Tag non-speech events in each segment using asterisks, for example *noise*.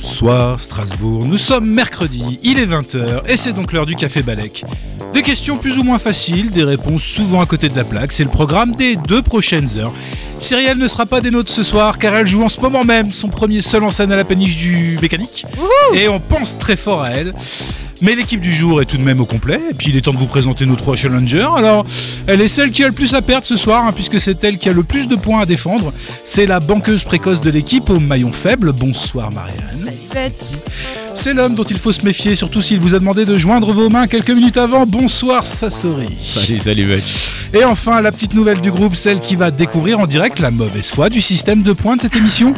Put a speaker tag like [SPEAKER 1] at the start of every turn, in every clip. [SPEAKER 1] soir, Strasbourg. Nous sommes mercredi, il est 20h et c'est donc l'heure du Café Balek. Des questions plus ou moins faciles, des réponses souvent à côté de la plaque, c'est le programme des deux prochaines heures. Cyrielle ne sera pas des nôtres ce soir car elle joue en ce moment même son premier seul en scène à la péniche du mécanique. Et on pense très fort à elle. Mais l'équipe du jour est tout de même au complet. Et puis il est temps de vous présenter nos trois challengers. Alors, elle est celle qui a le plus à perdre ce soir, hein, puisque c'est elle qui a le plus de points à défendre. C'est la banqueuse précoce de l'équipe au maillon faible. Bonsoir Marianne. C'est l'homme dont il faut se méfier, surtout s'il vous a demandé de joindre vos mains quelques minutes avant. Bonsoir Sassori.
[SPEAKER 2] Salut, salut, mec.
[SPEAKER 1] Et enfin, la petite nouvelle du groupe, celle qui va découvrir en direct la mauvaise foi du système de points de cette
[SPEAKER 2] *laughs*
[SPEAKER 1] émission.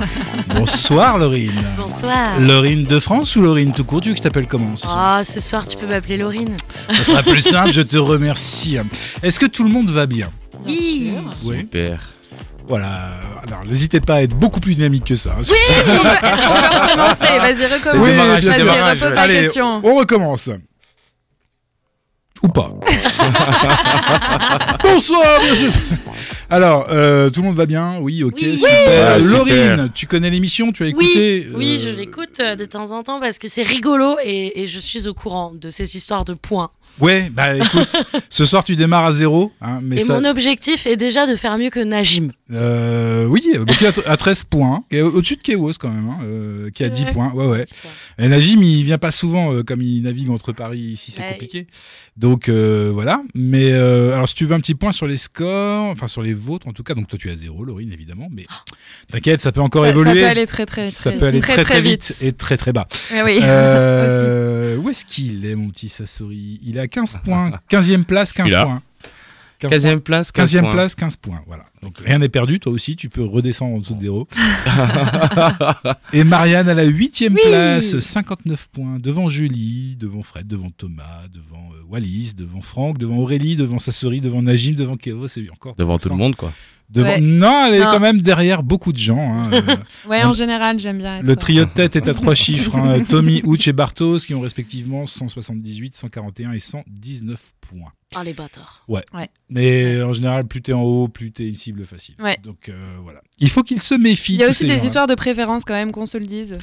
[SPEAKER 1] Bonsoir Laurine.
[SPEAKER 3] Bonsoir.
[SPEAKER 1] Laurine de France ou Laurine tout court Tu veux que je t'appelle comment ce soir
[SPEAKER 3] Oh, ce soir, tu peux m'appeler Laurine.
[SPEAKER 1] Ça sera plus simple, je te remercie. Est-ce que tout le monde va bien
[SPEAKER 3] Oui.
[SPEAKER 1] Oui.
[SPEAKER 2] Super.
[SPEAKER 1] Voilà. Alors, n'hésitez pas à être beaucoup plus dynamique que ça. hein.
[SPEAKER 3] Oui, est-ce qu'on peut, est-ce qu'on peut
[SPEAKER 4] *laughs*
[SPEAKER 3] recommencer Vas-y,
[SPEAKER 1] Oui,
[SPEAKER 3] recommence.
[SPEAKER 1] démarrage,
[SPEAKER 3] Vas-y,
[SPEAKER 2] démarrage.
[SPEAKER 3] repose la
[SPEAKER 1] Allez,
[SPEAKER 3] question.
[SPEAKER 1] on recommence. Ou
[SPEAKER 3] *laughs*
[SPEAKER 1] pas. Bonsoir, bien sûr. Alors, euh, tout le monde va bien Oui, ok,
[SPEAKER 3] Oui.
[SPEAKER 1] super.
[SPEAKER 2] Ouais, super.
[SPEAKER 1] Laurine, tu connais l'émission Tu as écouté
[SPEAKER 3] Oui, oui,
[SPEAKER 1] euh,
[SPEAKER 3] je l'écoute euh, de temps en temps parce que c'est rigolo et, et je suis au courant de ces histoires de points.
[SPEAKER 1] Ouais, bah écoute, ce soir tu démarres à zéro. hein, mais
[SPEAKER 3] Et,
[SPEAKER 1] ça,
[SPEAKER 3] mon objectif est déjà de faire mieux que Najim.
[SPEAKER 1] Euh, oui, Boki à, à 13 points, qui est au- au-dessus de Kewos quand même, hein, euh, qui a
[SPEAKER 3] C'est
[SPEAKER 1] 10
[SPEAKER 3] vrai.
[SPEAKER 1] points. Ouais, ouais.
[SPEAKER 3] Putain.
[SPEAKER 1] Et Najim, il vient pas souvent, euh, comme il navigue entre Paris et ici, c'est
[SPEAKER 3] Ouais.
[SPEAKER 1] compliqué. Donc euh, voilà. Mais euh, alors, si tu veux un petit point sur les scores, enfin sur les vôtres en tout cas, donc toi tu as zéro, Laurine évidemment, mais t'inquiète, ça peut encore
[SPEAKER 4] Ça-
[SPEAKER 1] évoluer.
[SPEAKER 4] Ça peut aller très très,
[SPEAKER 1] Ça
[SPEAKER 4] très,
[SPEAKER 1] peut aller très très, vite. et très très bas.
[SPEAKER 4] Eh oui. *laughs*
[SPEAKER 1] Euh, où est-ce qu'il est, mon petit Sassori Il est à 15 points, 15e place, 15
[SPEAKER 2] Il est là.
[SPEAKER 1] points. 15 points.
[SPEAKER 2] 15e place, 15
[SPEAKER 1] 15e
[SPEAKER 2] points.
[SPEAKER 1] place, 15 points. Voilà. Donc rien n'est perdu, toi aussi, tu peux redescendre en dessous de
[SPEAKER 2] *laughs*
[SPEAKER 1] zéro. Et Marianne à la 8e place, 59 points, devant Julie, devant Fred, devant Thomas, devant euh, Wallis, devant Franck, devant Aurélie, devant Sassori, devant Najim, devant Kéo, c'est encore.
[SPEAKER 2] Devant tout le monde, quoi. *laughs*
[SPEAKER 1] Devant-
[SPEAKER 4] Ouais.
[SPEAKER 1] Non, elle est
[SPEAKER 4] Non.
[SPEAKER 1] quand même derrière beaucoup de gens. hein,
[SPEAKER 4] *laughs*
[SPEAKER 1] euh,
[SPEAKER 4] Ouais, en général, j'aime bien être. euh,
[SPEAKER 1] le trio de tête est à trois chiffres.
[SPEAKER 4] *laughs*
[SPEAKER 1] hein. Tommy, Hooch et Bartos qui ont respectivement 178, 141 et 119 points.
[SPEAKER 3] Oh, les bâtards.
[SPEAKER 1] Mais en général, plus t'es en haut, plus t'es une cible facile.
[SPEAKER 4] Ouais.
[SPEAKER 1] Donc euh, voilà. Il faut qu'il se méfie.
[SPEAKER 4] Il y a
[SPEAKER 1] tous
[SPEAKER 4] aussi
[SPEAKER 1] ces
[SPEAKER 4] des
[SPEAKER 1] gens-là.
[SPEAKER 4] histoires de préférence quand même qu'on se le dise.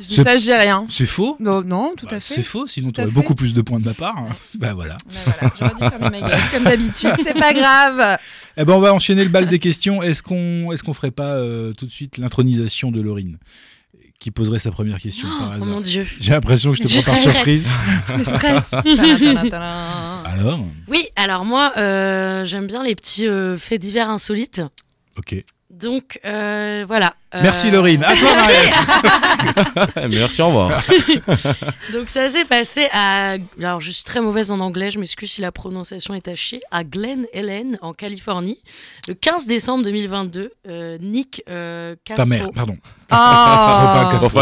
[SPEAKER 4] Je dis
[SPEAKER 1] C'est-
[SPEAKER 4] ça, je dis rien.
[SPEAKER 1] C'est faux.
[SPEAKER 4] Non, non, tout
[SPEAKER 1] Bah,
[SPEAKER 4] à
[SPEAKER 1] c'est
[SPEAKER 4] fait.
[SPEAKER 1] faux, sinon tu
[SPEAKER 4] Tout
[SPEAKER 1] aurais
[SPEAKER 4] à fait.
[SPEAKER 1] beaucoup plus de points de ma part. hein. *laughs* bah voilà.
[SPEAKER 4] Mais voilà, J'aurais dû faire
[SPEAKER 1] *laughs*
[SPEAKER 4] mes magasins comme d'habitude, c'est pas grave.
[SPEAKER 1] Eh ben on va enchaîner le bal des questions. Est-ce qu'on est-ce qu'on ferait pas euh, tout de suite l'intronisation de Laurine qui poserait sa première question par
[SPEAKER 3] Oh mon
[SPEAKER 1] hasard
[SPEAKER 3] dieu.
[SPEAKER 1] J'ai l'impression que je te
[SPEAKER 3] Je
[SPEAKER 1] prends par
[SPEAKER 3] suis prête.
[SPEAKER 1] surprise.
[SPEAKER 4] Le stress. Tadam, tadam, tadam.
[SPEAKER 1] *laughs* Alors,
[SPEAKER 3] Oui, alors moi, euh, j'aime bien les petits euh, faits divers insolites.
[SPEAKER 1] ok.
[SPEAKER 3] Donc, euh, voilà. Euh,
[SPEAKER 1] Merci Laurine. À toi Marielle.
[SPEAKER 2] Eh, Merci,
[SPEAKER 1] *laughs*
[SPEAKER 2] au revoir.
[SPEAKER 3] Donc ça s'est passé à... Alors je suis très mauvaise en anglais, je m'excuse si la prononciation est à chier. À Glen Helen, en Californie, le 15 décembre 2022, euh, Nick euh, Castro...
[SPEAKER 1] Ta mère, pardon. Pas
[SPEAKER 4] Oh.
[SPEAKER 1] Castro,
[SPEAKER 2] Pas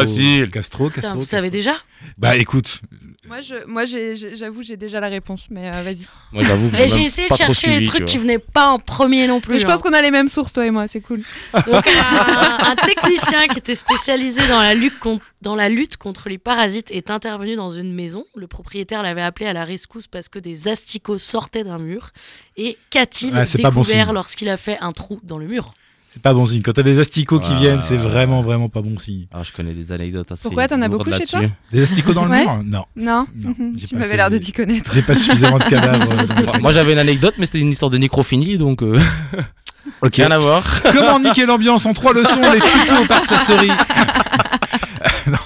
[SPEAKER 1] Castro,
[SPEAKER 2] facile.
[SPEAKER 1] Castro.
[SPEAKER 3] Putain, vous
[SPEAKER 1] Castro.
[SPEAKER 3] savez déjà
[SPEAKER 1] Bah écoute,
[SPEAKER 4] Moi, je, moi, j'ai- j'ai- j'avoue, j'ai déjà la réponse, mais euh, vas-y.
[SPEAKER 2] Moi, j'avoue que
[SPEAKER 3] Mais
[SPEAKER 2] même
[SPEAKER 3] j'ai essayé de
[SPEAKER 2] pas trop
[SPEAKER 3] chercher les
[SPEAKER 2] suivi,
[SPEAKER 3] trucs
[SPEAKER 2] tu
[SPEAKER 3] qui
[SPEAKER 2] vois.
[SPEAKER 3] venaient pas en premier non plus.
[SPEAKER 4] Mais je pense
[SPEAKER 3] hein.
[SPEAKER 4] qu'on a les mêmes sources, toi et moi, c'est cool.
[SPEAKER 3] Donc un, un technicien qui était spécialisé dans la, lutte contre, dans la lutte contre les parasites est intervenu dans une maison. Le propriétaire l'avait appelé à la rescousse parce que des asticots sortaient d'un mur. Et qu'a-t-il
[SPEAKER 1] Ah, c'est pas bon
[SPEAKER 3] découvert
[SPEAKER 1] signe.
[SPEAKER 3] lorsqu'il a fait un trou dans le mur
[SPEAKER 1] c'est pas bon signe. Quand t'as des asticots qui
[SPEAKER 2] Ah.
[SPEAKER 1] viennent, c'est vraiment vraiment pas bon signe.
[SPEAKER 2] Alors, je connais des anecdotes hein, assez.
[SPEAKER 4] Pourquoi, t'en as
[SPEAKER 2] lourdes
[SPEAKER 4] beaucoup chez toi
[SPEAKER 2] là-dessus.
[SPEAKER 1] Des asticots dans le
[SPEAKER 4] Ouais.
[SPEAKER 1] mur Non.
[SPEAKER 4] Non,
[SPEAKER 1] Non,
[SPEAKER 4] Mhm. *laughs*
[SPEAKER 1] j'ai
[SPEAKER 4] Tu
[SPEAKER 1] pas
[SPEAKER 4] m'avais
[SPEAKER 1] assez
[SPEAKER 4] l'air de
[SPEAKER 1] de-
[SPEAKER 4] t'y connaître.
[SPEAKER 1] J'ai pas suffisamment de cadavres. euh, dans le-
[SPEAKER 2] Moi, moi, j'avais une anecdote, mais c'était une histoire de nécrophilie, donc euh,
[SPEAKER 1] Ok.
[SPEAKER 2] rien à voir.
[SPEAKER 1] Comment niquer l'ambiance en trois leçons Les tutos par Sassori. *laughs* non.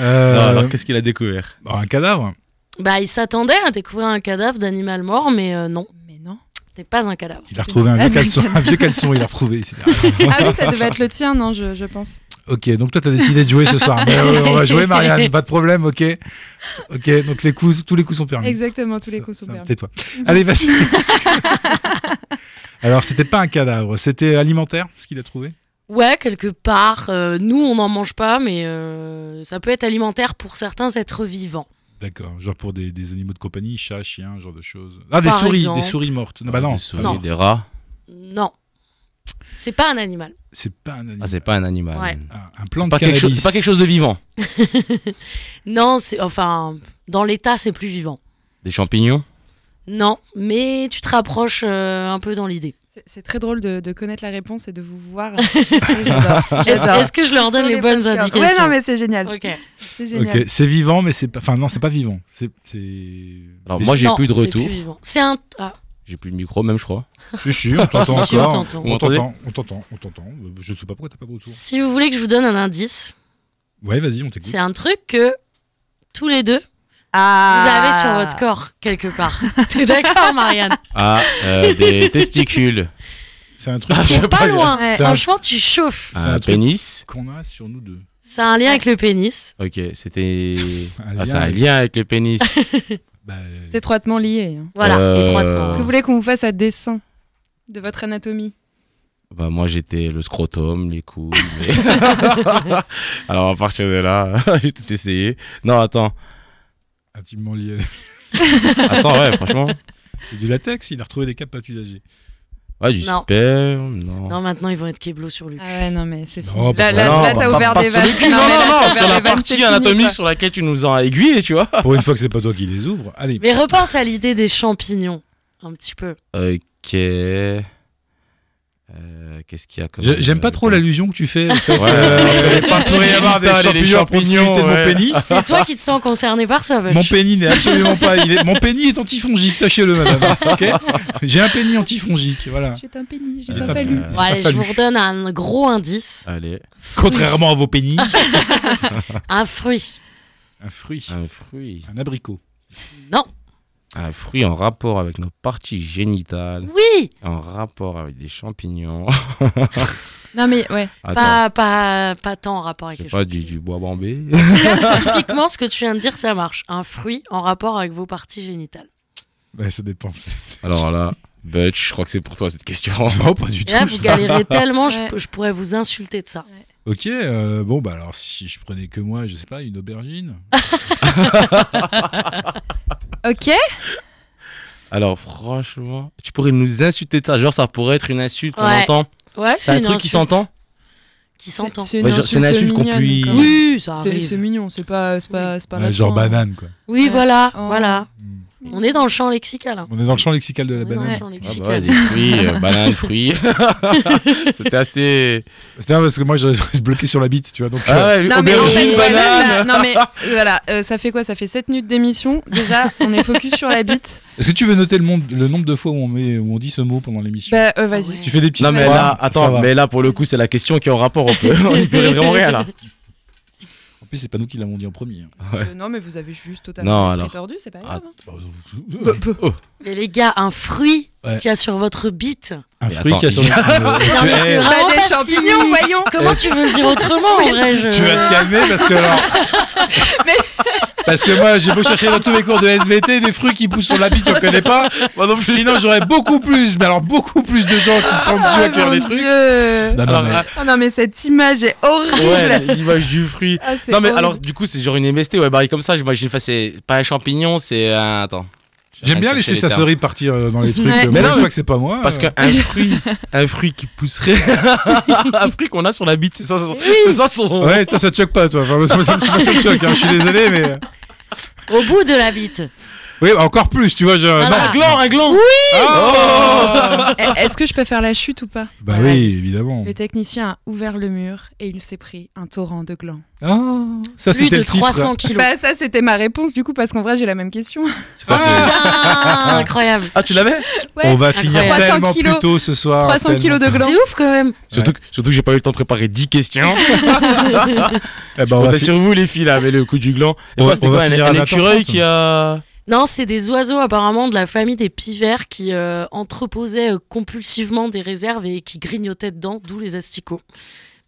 [SPEAKER 1] Euh,
[SPEAKER 2] Non, alors, qu'est-ce qu'il a découvert
[SPEAKER 1] bon, un cadavre
[SPEAKER 3] Bah, il s'attendait à découvrir un cadavre d'animal mort, mais euh, non,
[SPEAKER 4] Mais non.
[SPEAKER 3] c'était pas un cadavre.
[SPEAKER 1] Il a retrouvé un
[SPEAKER 4] Ah,
[SPEAKER 1] vieux
[SPEAKER 4] c'est un
[SPEAKER 1] caleçon. Un vieux caleçon, il a retrouvé. etc.
[SPEAKER 4] Ah oui, ça devait être le tien, non, je, je pense.
[SPEAKER 1] ok, donc toi, t'as décidé de jouer ce soir. Mais, euh, on va jouer, Marianne, pas de problème, ok Ok, donc les coups, tous les coups sont permis.
[SPEAKER 4] Exactement, tous les coups sont
[SPEAKER 1] Ah Ça,
[SPEAKER 4] perdus.
[SPEAKER 1] Tais-toi. Allez,
[SPEAKER 4] *laughs*
[SPEAKER 1] vas-y. Alors, c'était pas un cadavre, c'était alimentaire, ce qu'il a trouvé
[SPEAKER 3] Ouais, quelque part. euh, nous, on n'en mange pas, mais euh, ça peut être alimentaire pour certains êtres vivants.
[SPEAKER 1] D'accord, genre pour des, des animaux de compagnie, chats, chiens, genre de choses. Ah, des
[SPEAKER 3] Par
[SPEAKER 1] souris,
[SPEAKER 3] exemple.
[SPEAKER 1] des souris mortes. Non, bah non,
[SPEAKER 2] Des souris,
[SPEAKER 3] Ah Non.
[SPEAKER 2] des rats.
[SPEAKER 3] Non, c'est pas un animal.
[SPEAKER 1] c'est pas un animal. Ah,
[SPEAKER 2] Ah, c'est pas un animal.
[SPEAKER 3] Ouais.
[SPEAKER 1] un, un
[SPEAKER 2] C'est
[SPEAKER 1] plant
[SPEAKER 2] pas,
[SPEAKER 1] de
[SPEAKER 2] quelque chose,
[SPEAKER 1] cannabis.
[SPEAKER 2] c'est pas quelque chose de vivant.
[SPEAKER 3] Non, c'est enfin dans l'état, c'est plus vivant.
[SPEAKER 2] Des champignons
[SPEAKER 3] Non, mais tu te rapproches euh, un peu dans l'idée.
[SPEAKER 4] C'est- C'est très drôle de, de connaître la réponse et de vous voir.
[SPEAKER 1] *laughs*
[SPEAKER 4] J'adore.
[SPEAKER 2] Ah,
[SPEAKER 3] Est-ce
[SPEAKER 4] J'adore.
[SPEAKER 3] est-ce que je leur donne
[SPEAKER 4] Sur
[SPEAKER 3] les, bonnes
[SPEAKER 4] podcasts.
[SPEAKER 3] indications
[SPEAKER 4] Ouais, non, mais c'est génial.
[SPEAKER 3] Ok.
[SPEAKER 4] C'est
[SPEAKER 1] Ok,
[SPEAKER 4] génial.
[SPEAKER 1] c'est vivant, mais c'est pas. Enfin, non, c'est pas vivant. C'est. c'est-
[SPEAKER 2] Alors
[SPEAKER 1] Mais
[SPEAKER 2] moi j'ai
[SPEAKER 3] Non,
[SPEAKER 2] plus de
[SPEAKER 3] c'est
[SPEAKER 2] retour,
[SPEAKER 3] vivant. C'est un. ah,
[SPEAKER 2] j'ai plus de micro même *laughs* je crois.
[SPEAKER 1] Je suis sûr, on t'entend
[SPEAKER 3] Je suis sûr, on
[SPEAKER 1] encore.
[SPEAKER 3] t'entend.
[SPEAKER 2] Vous
[SPEAKER 1] On
[SPEAKER 2] m'entendez
[SPEAKER 1] t'entend, on t'entend, on t'entend. Euh, Je sais pas pourquoi t'as pas de retour.
[SPEAKER 3] si vous voulez que je vous donne un indice,
[SPEAKER 1] Ouais, vas-y, on t'écoute.
[SPEAKER 3] c'est un truc que tous les deux,
[SPEAKER 4] Ah.
[SPEAKER 3] vous avez sur votre corps, quelque
[SPEAKER 4] *laughs*
[SPEAKER 3] part. T'es d'accord, Marianne
[SPEAKER 2] Ah,
[SPEAKER 1] *laughs*
[SPEAKER 2] euh, des testicules,
[SPEAKER 1] C'est un truc
[SPEAKER 2] Ah, je
[SPEAKER 1] qu'on-
[SPEAKER 2] sais
[SPEAKER 3] Pas loin.
[SPEAKER 4] Ouais.
[SPEAKER 1] C'est un-
[SPEAKER 3] Franchement, tu chauffes.
[SPEAKER 1] C'est un
[SPEAKER 2] un
[SPEAKER 1] truc-
[SPEAKER 2] pénis.
[SPEAKER 1] qu'on a sur nous deux.
[SPEAKER 3] C'est un lien avec le pénis.
[SPEAKER 2] Ok, c'était.
[SPEAKER 1] *laughs* Un lien
[SPEAKER 2] Ah, c'est un
[SPEAKER 1] avec-
[SPEAKER 2] lien avec le pénis.
[SPEAKER 1] Bah,
[SPEAKER 4] C'est étroitement lié. hein.
[SPEAKER 3] Voilà,
[SPEAKER 2] Euh,
[SPEAKER 3] étroitement.
[SPEAKER 4] Est-ce que vous voulez qu'on vous fasse un dessin de votre anatomie
[SPEAKER 2] Bah moi j'étais le scrotum, les couilles. mais- *laughs* Alors à partir de là, *laughs* j'ai tout essayé. Non attends,
[SPEAKER 1] intimement lié.
[SPEAKER 2] attends ouais franchement.
[SPEAKER 1] C'est du latex, il a retrouvé des capes
[SPEAKER 2] *laughs*
[SPEAKER 1] patulagées.
[SPEAKER 2] Ouais du
[SPEAKER 3] Non.
[SPEAKER 2] sperme, non. Bah,
[SPEAKER 3] Non, maintenant, ils vont être kéblos sur lui.
[SPEAKER 4] Ah ouais, non, mais c'est fini.
[SPEAKER 1] Non,
[SPEAKER 4] là,
[SPEAKER 1] pas-
[SPEAKER 4] là,
[SPEAKER 2] Oh, Non,
[SPEAKER 4] là,
[SPEAKER 2] pas-
[SPEAKER 4] t'as
[SPEAKER 2] pas-
[SPEAKER 4] ouvert
[SPEAKER 2] pas
[SPEAKER 4] des
[SPEAKER 2] sur le
[SPEAKER 4] vannes.
[SPEAKER 2] cul, Non
[SPEAKER 4] mais là,
[SPEAKER 2] non
[SPEAKER 4] t'as
[SPEAKER 2] non,
[SPEAKER 4] ouvert
[SPEAKER 2] sur
[SPEAKER 4] des
[SPEAKER 2] la
[SPEAKER 4] vannes, c'est
[SPEAKER 2] partie
[SPEAKER 4] fini,
[SPEAKER 2] anatomique
[SPEAKER 4] quoi.
[SPEAKER 2] sur laquelle tu nous as aiguillé, tu vois.
[SPEAKER 1] Pour une fois que c'est pas toi qui les ouvre, allez.
[SPEAKER 3] Mais repense à l'idée des champignons, un petit peu.
[SPEAKER 2] Ok. Euh, Qu'est-ce qu'il y a comme.
[SPEAKER 1] J'ai- J'aime pas
[SPEAKER 2] Euh,
[SPEAKER 1] trop l'allusion que tu fais. En *laughs* fait,
[SPEAKER 2] Ouais.
[SPEAKER 1] euh, il
[SPEAKER 2] Les
[SPEAKER 1] pourrait y avoir des
[SPEAKER 2] putain, les
[SPEAKER 1] champignons Ah, pour
[SPEAKER 2] champignons,
[SPEAKER 1] discuter de mon
[SPEAKER 2] ouais.
[SPEAKER 1] pénis.
[SPEAKER 3] C'est toi qui te sens concerné par ça, Vach.
[SPEAKER 1] Mon pénis n'est absolument pas. il est- Mon pénis est antifongique, sachez-le, madame. ok J'ai un pénis antifongique, voilà.
[SPEAKER 4] J'ai un pénis, j'ai
[SPEAKER 1] J'ai
[SPEAKER 4] un
[SPEAKER 1] un
[SPEAKER 4] fallu.
[SPEAKER 2] pénis.
[SPEAKER 3] Bon, allez, je
[SPEAKER 1] fallu.
[SPEAKER 3] vous redonne un gros indice.
[SPEAKER 2] Allez,
[SPEAKER 1] Contrairement à vos pénis.
[SPEAKER 3] Un fruit.
[SPEAKER 1] Un fruit,
[SPEAKER 2] un fruit.
[SPEAKER 1] un abricot.
[SPEAKER 3] Non.
[SPEAKER 2] Un fruit en rapport avec nos parties génitales,
[SPEAKER 3] Oui.
[SPEAKER 2] en rapport avec des champignons.
[SPEAKER 4] Non, mais ouais.
[SPEAKER 2] Attends,
[SPEAKER 3] Pas, pas, pas tant en rapport avec
[SPEAKER 2] c'est
[SPEAKER 3] les
[SPEAKER 2] pas
[SPEAKER 3] choses.
[SPEAKER 2] du, du bois bambé.
[SPEAKER 3] Typiquement, ce que tu viens de dire, ça marche. Un fruit en rapport avec vos parties génitales.
[SPEAKER 1] Ouais, ça dépend.
[SPEAKER 2] Alors là, Butch, je crois que c'est pour toi cette
[SPEAKER 1] *laughs*
[SPEAKER 2] question. *laughs*
[SPEAKER 1] Non, pas du
[SPEAKER 3] Et
[SPEAKER 1] tout.
[SPEAKER 3] là, vous galérez tellement, je,
[SPEAKER 4] Ouais.
[SPEAKER 3] peux- je pourrais vous insulter de ça.
[SPEAKER 1] Ok, euh, bon, bah alors si je prenais que moi, je sais pas, une aubergine.
[SPEAKER 4] Ok.
[SPEAKER 2] Alors franchement, tu pourrais nous insulter de ça. Genre, ça pourrait être une insulte qu'on
[SPEAKER 3] Ouais.
[SPEAKER 2] entend.
[SPEAKER 3] Ouais,
[SPEAKER 2] C'est un
[SPEAKER 3] une
[SPEAKER 2] truc qui
[SPEAKER 3] insulte.
[SPEAKER 2] s'entend
[SPEAKER 3] Qui s'entend.
[SPEAKER 4] C'est
[SPEAKER 2] Ouais, genre, c'est une insulte qu'on
[SPEAKER 4] mignonne,
[SPEAKER 2] puis-
[SPEAKER 4] quand même.
[SPEAKER 3] Oui, ça
[SPEAKER 4] C'est c'est
[SPEAKER 3] arrive.
[SPEAKER 4] mignon, c'est pas, c'est pas, c'est pas
[SPEAKER 1] Ouais,
[SPEAKER 4] là-dedans,
[SPEAKER 1] genre
[SPEAKER 4] hein.
[SPEAKER 1] banane, quoi.
[SPEAKER 3] Oui,
[SPEAKER 4] Ouais.
[SPEAKER 3] voilà,
[SPEAKER 4] Oh.
[SPEAKER 3] voilà.
[SPEAKER 1] Mm.
[SPEAKER 3] On est dans le champ lexical. hein.
[SPEAKER 1] On est dans le champ lexical de
[SPEAKER 3] On
[SPEAKER 1] la
[SPEAKER 3] est dans
[SPEAKER 1] banane.
[SPEAKER 3] le champ
[SPEAKER 2] Ah bah
[SPEAKER 3] lexical.
[SPEAKER 2] ouais, des fruits, euh, bananes, fruits. *laughs* C'était assez.
[SPEAKER 1] C'est dingue parce que moi, je reste bloqué sur la bite, tu vois. Donc,
[SPEAKER 2] Ah
[SPEAKER 1] euh,
[SPEAKER 2] ouais,
[SPEAKER 4] Non mais, en
[SPEAKER 2] aubergine,
[SPEAKER 4] fait, voilà,
[SPEAKER 2] banane.
[SPEAKER 4] là, non,
[SPEAKER 2] *laughs*
[SPEAKER 4] mais voilà, euh, ça fait quoi Ça fait 7 minutes d'émission. Déjà, on est focus sur la bite.
[SPEAKER 1] Est-ce que tu veux noter le, monde- le nombre de fois où on, met, où on dit ce mot pendant l'émission
[SPEAKER 4] Bah euh, vas-y.
[SPEAKER 3] Ouais.
[SPEAKER 1] Tu fais des petits
[SPEAKER 2] Non mais
[SPEAKER 1] points,
[SPEAKER 2] là,
[SPEAKER 1] ça
[SPEAKER 2] attends,
[SPEAKER 1] va.
[SPEAKER 2] mais là pour le coup c'est la question qui est en rapport, on peut, *laughs* on y peut vraiment rien là.
[SPEAKER 1] En plus, c'est pas nous qui l'avons dit en premier. hein.
[SPEAKER 2] Ouais.
[SPEAKER 4] Euh, non mais vous avez juste
[SPEAKER 2] Non,
[SPEAKER 4] totalement l'esprit
[SPEAKER 2] alors.
[SPEAKER 4] tordu, c'est pas
[SPEAKER 1] Ah,
[SPEAKER 4] grave. hein.
[SPEAKER 1] Bah,
[SPEAKER 2] Oh.
[SPEAKER 3] Mais les gars, un fruit
[SPEAKER 1] Ouais.
[SPEAKER 3] qu'il y a sur votre bite.
[SPEAKER 1] Un
[SPEAKER 2] Mais
[SPEAKER 1] fruit
[SPEAKER 2] attends,
[SPEAKER 1] qui a son.
[SPEAKER 2] il y
[SPEAKER 3] Non, mais c'est
[SPEAKER 2] eh,
[SPEAKER 1] tu,
[SPEAKER 3] vraiment
[SPEAKER 4] Bah, des
[SPEAKER 3] pas
[SPEAKER 4] champignons,
[SPEAKER 3] si-
[SPEAKER 4] voyons.
[SPEAKER 3] Comment tu veux le dire autrement,
[SPEAKER 2] *laughs*
[SPEAKER 3] en vrai je-
[SPEAKER 1] tu vas te calmer parce que alors. Parce que moi, j'ai beau chercher dans tous mes cours de SVT des fruits qui poussent sur la bite, j'en connais pas. Sinon, j'aurais beaucoup plus, mais alors beaucoup plus de gens qui se rendent dessus à cuire
[SPEAKER 4] Ah, mon
[SPEAKER 1] les trucs. Bah.
[SPEAKER 4] Dieu.
[SPEAKER 1] Non, non,
[SPEAKER 2] Alors,
[SPEAKER 1] mais-
[SPEAKER 2] ah,
[SPEAKER 4] Oh, non mais cette image est horrible.
[SPEAKER 2] ouais, l'image du fruit.
[SPEAKER 4] Ah, c'est
[SPEAKER 2] Non mais
[SPEAKER 4] horrible.
[SPEAKER 2] alors du coup c'est genre une MST, ouais baril comme ça, j'imagine, enfin c'est pas un champignon, c'est un... Attends.
[SPEAKER 1] J'aime bien
[SPEAKER 2] Arrête de
[SPEAKER 1] laisser
[SPEAKER 2] chercher
[SPEAKER 1] sa
[SPEAKER 2] les
[SPEAKER 1] souris partir euh, dans les trucs.
[SPEAKER 4] Ouais.
[SPEAKER 1] euh,
[SPEAKER 2] Mais
[SPEAKER 1] moi,
[SPEAKER 2] non,
[SPEAKER 1] une
[SPEAKER 2] mais-
[SPEAKER 1] fois que c'est pas moi.
[SPEAKER 2] Parce
[SPEAKER 1] euh,
[SPEAKER 2] qu'un
[SPEAKER 4] *laughs*
[SPEAKER 2] fruit, un fruit qui pousserait, *laughs* un fruit qu'on a sur la bite, c'est ça son...
[SPEAKER 3] Oui.
[SPEAKER 2] C'est ça son...
[SPEAKER 1] Ouais, toi, ça te choque pas, toi. Enfin, moi, c'est pas ça c'est pas ça me choque, hein. je suis désolé, mais.
[SPEAKER 3] Au bout de la bite.
[SPEAKER 1] Oui, bah, encore plus, tu vois. Je...
[SPEAKER 3] Voilà.
[SPEAKER 1] Non.
[SPEAKER 2] Un gland, un gland
[SPEAKER 4] *laughs*
[SPEAKER 1] Ah
[SPEAKER 4] Eh, Est-ce que je peux faire la chute ou pas
[SPEAKER 1] Bah
[SPEAKER 3] Ouais,
[SPEAKER 1] oui,
[SPEAKER 3] vas-y.
[SPEAKER 1] évidemment.
[SPEAKER 4] Le technicien a ouvert le mur et il s'est pris un torrent de glands.
[SPEAKER 1] Ah, ça,
[SPEAKER 3] Plus
[SPEAKER 1] c'était le
[SPEAKER 3] de
[SPEAKER 2] hein.
[SPEAKER 1] titre.
[SPEAKER 3] 300 kilos.
[SPEAKER 4] Bah ça c'était ma réponse du coup parce qu'en vrai j'ai la même question.
[SPEAKER 2] C'est quoi, c'est-
[SPEAKER 4] Ah.
[SPEAKER 3] Putain, *laughs* incroyable.
[SPEAKER 2] Ah tu l'avais
[SPEAKER 1] On va finir
[SPEAKER 3] Incroyable.
[SPEAKER 1] tellement
[SPEAKER 4] 300 kilos.
[SPEAKER 1] plus tôt ce soir.
[SPEAKER 4] 300
[SPEAKER 1] tellement-
[SPEAKER 4] kilos de glands.
[SPEAKER 3] C'est ouf quand même.
[SPEAKER 2] Surtout, que, surtout que j'ai pas eu le temps de préparer 10 questions.
[SPEAKER 1] Eh ben, on
[SPEAKER 2] On
[SPEAKER 1] va
[SPEAKER 2] est
[SPEAKER 1] fi-
[SPEAKER 2] sur vous les filles là, avec le coup du gland. Et
[SPEAKER 1] On-
[SPEAKER 2] quoi, c'était
[SPEAKER 1] on va
[SPEAKER 2] quoi, un,
[SPEAKER 1] finir à hein.
[SPEAKER 2] un
[SPEAKER 1] 20h30?
[SPEAKER 2] écureuil qui a...
[SPEAKER 3] Non, c'est des oiseaux apparemment de la famille des pivers qui euh, entreposaient euh, compulsivement des réserves et qui grignotaient dedans, d'où les asticots.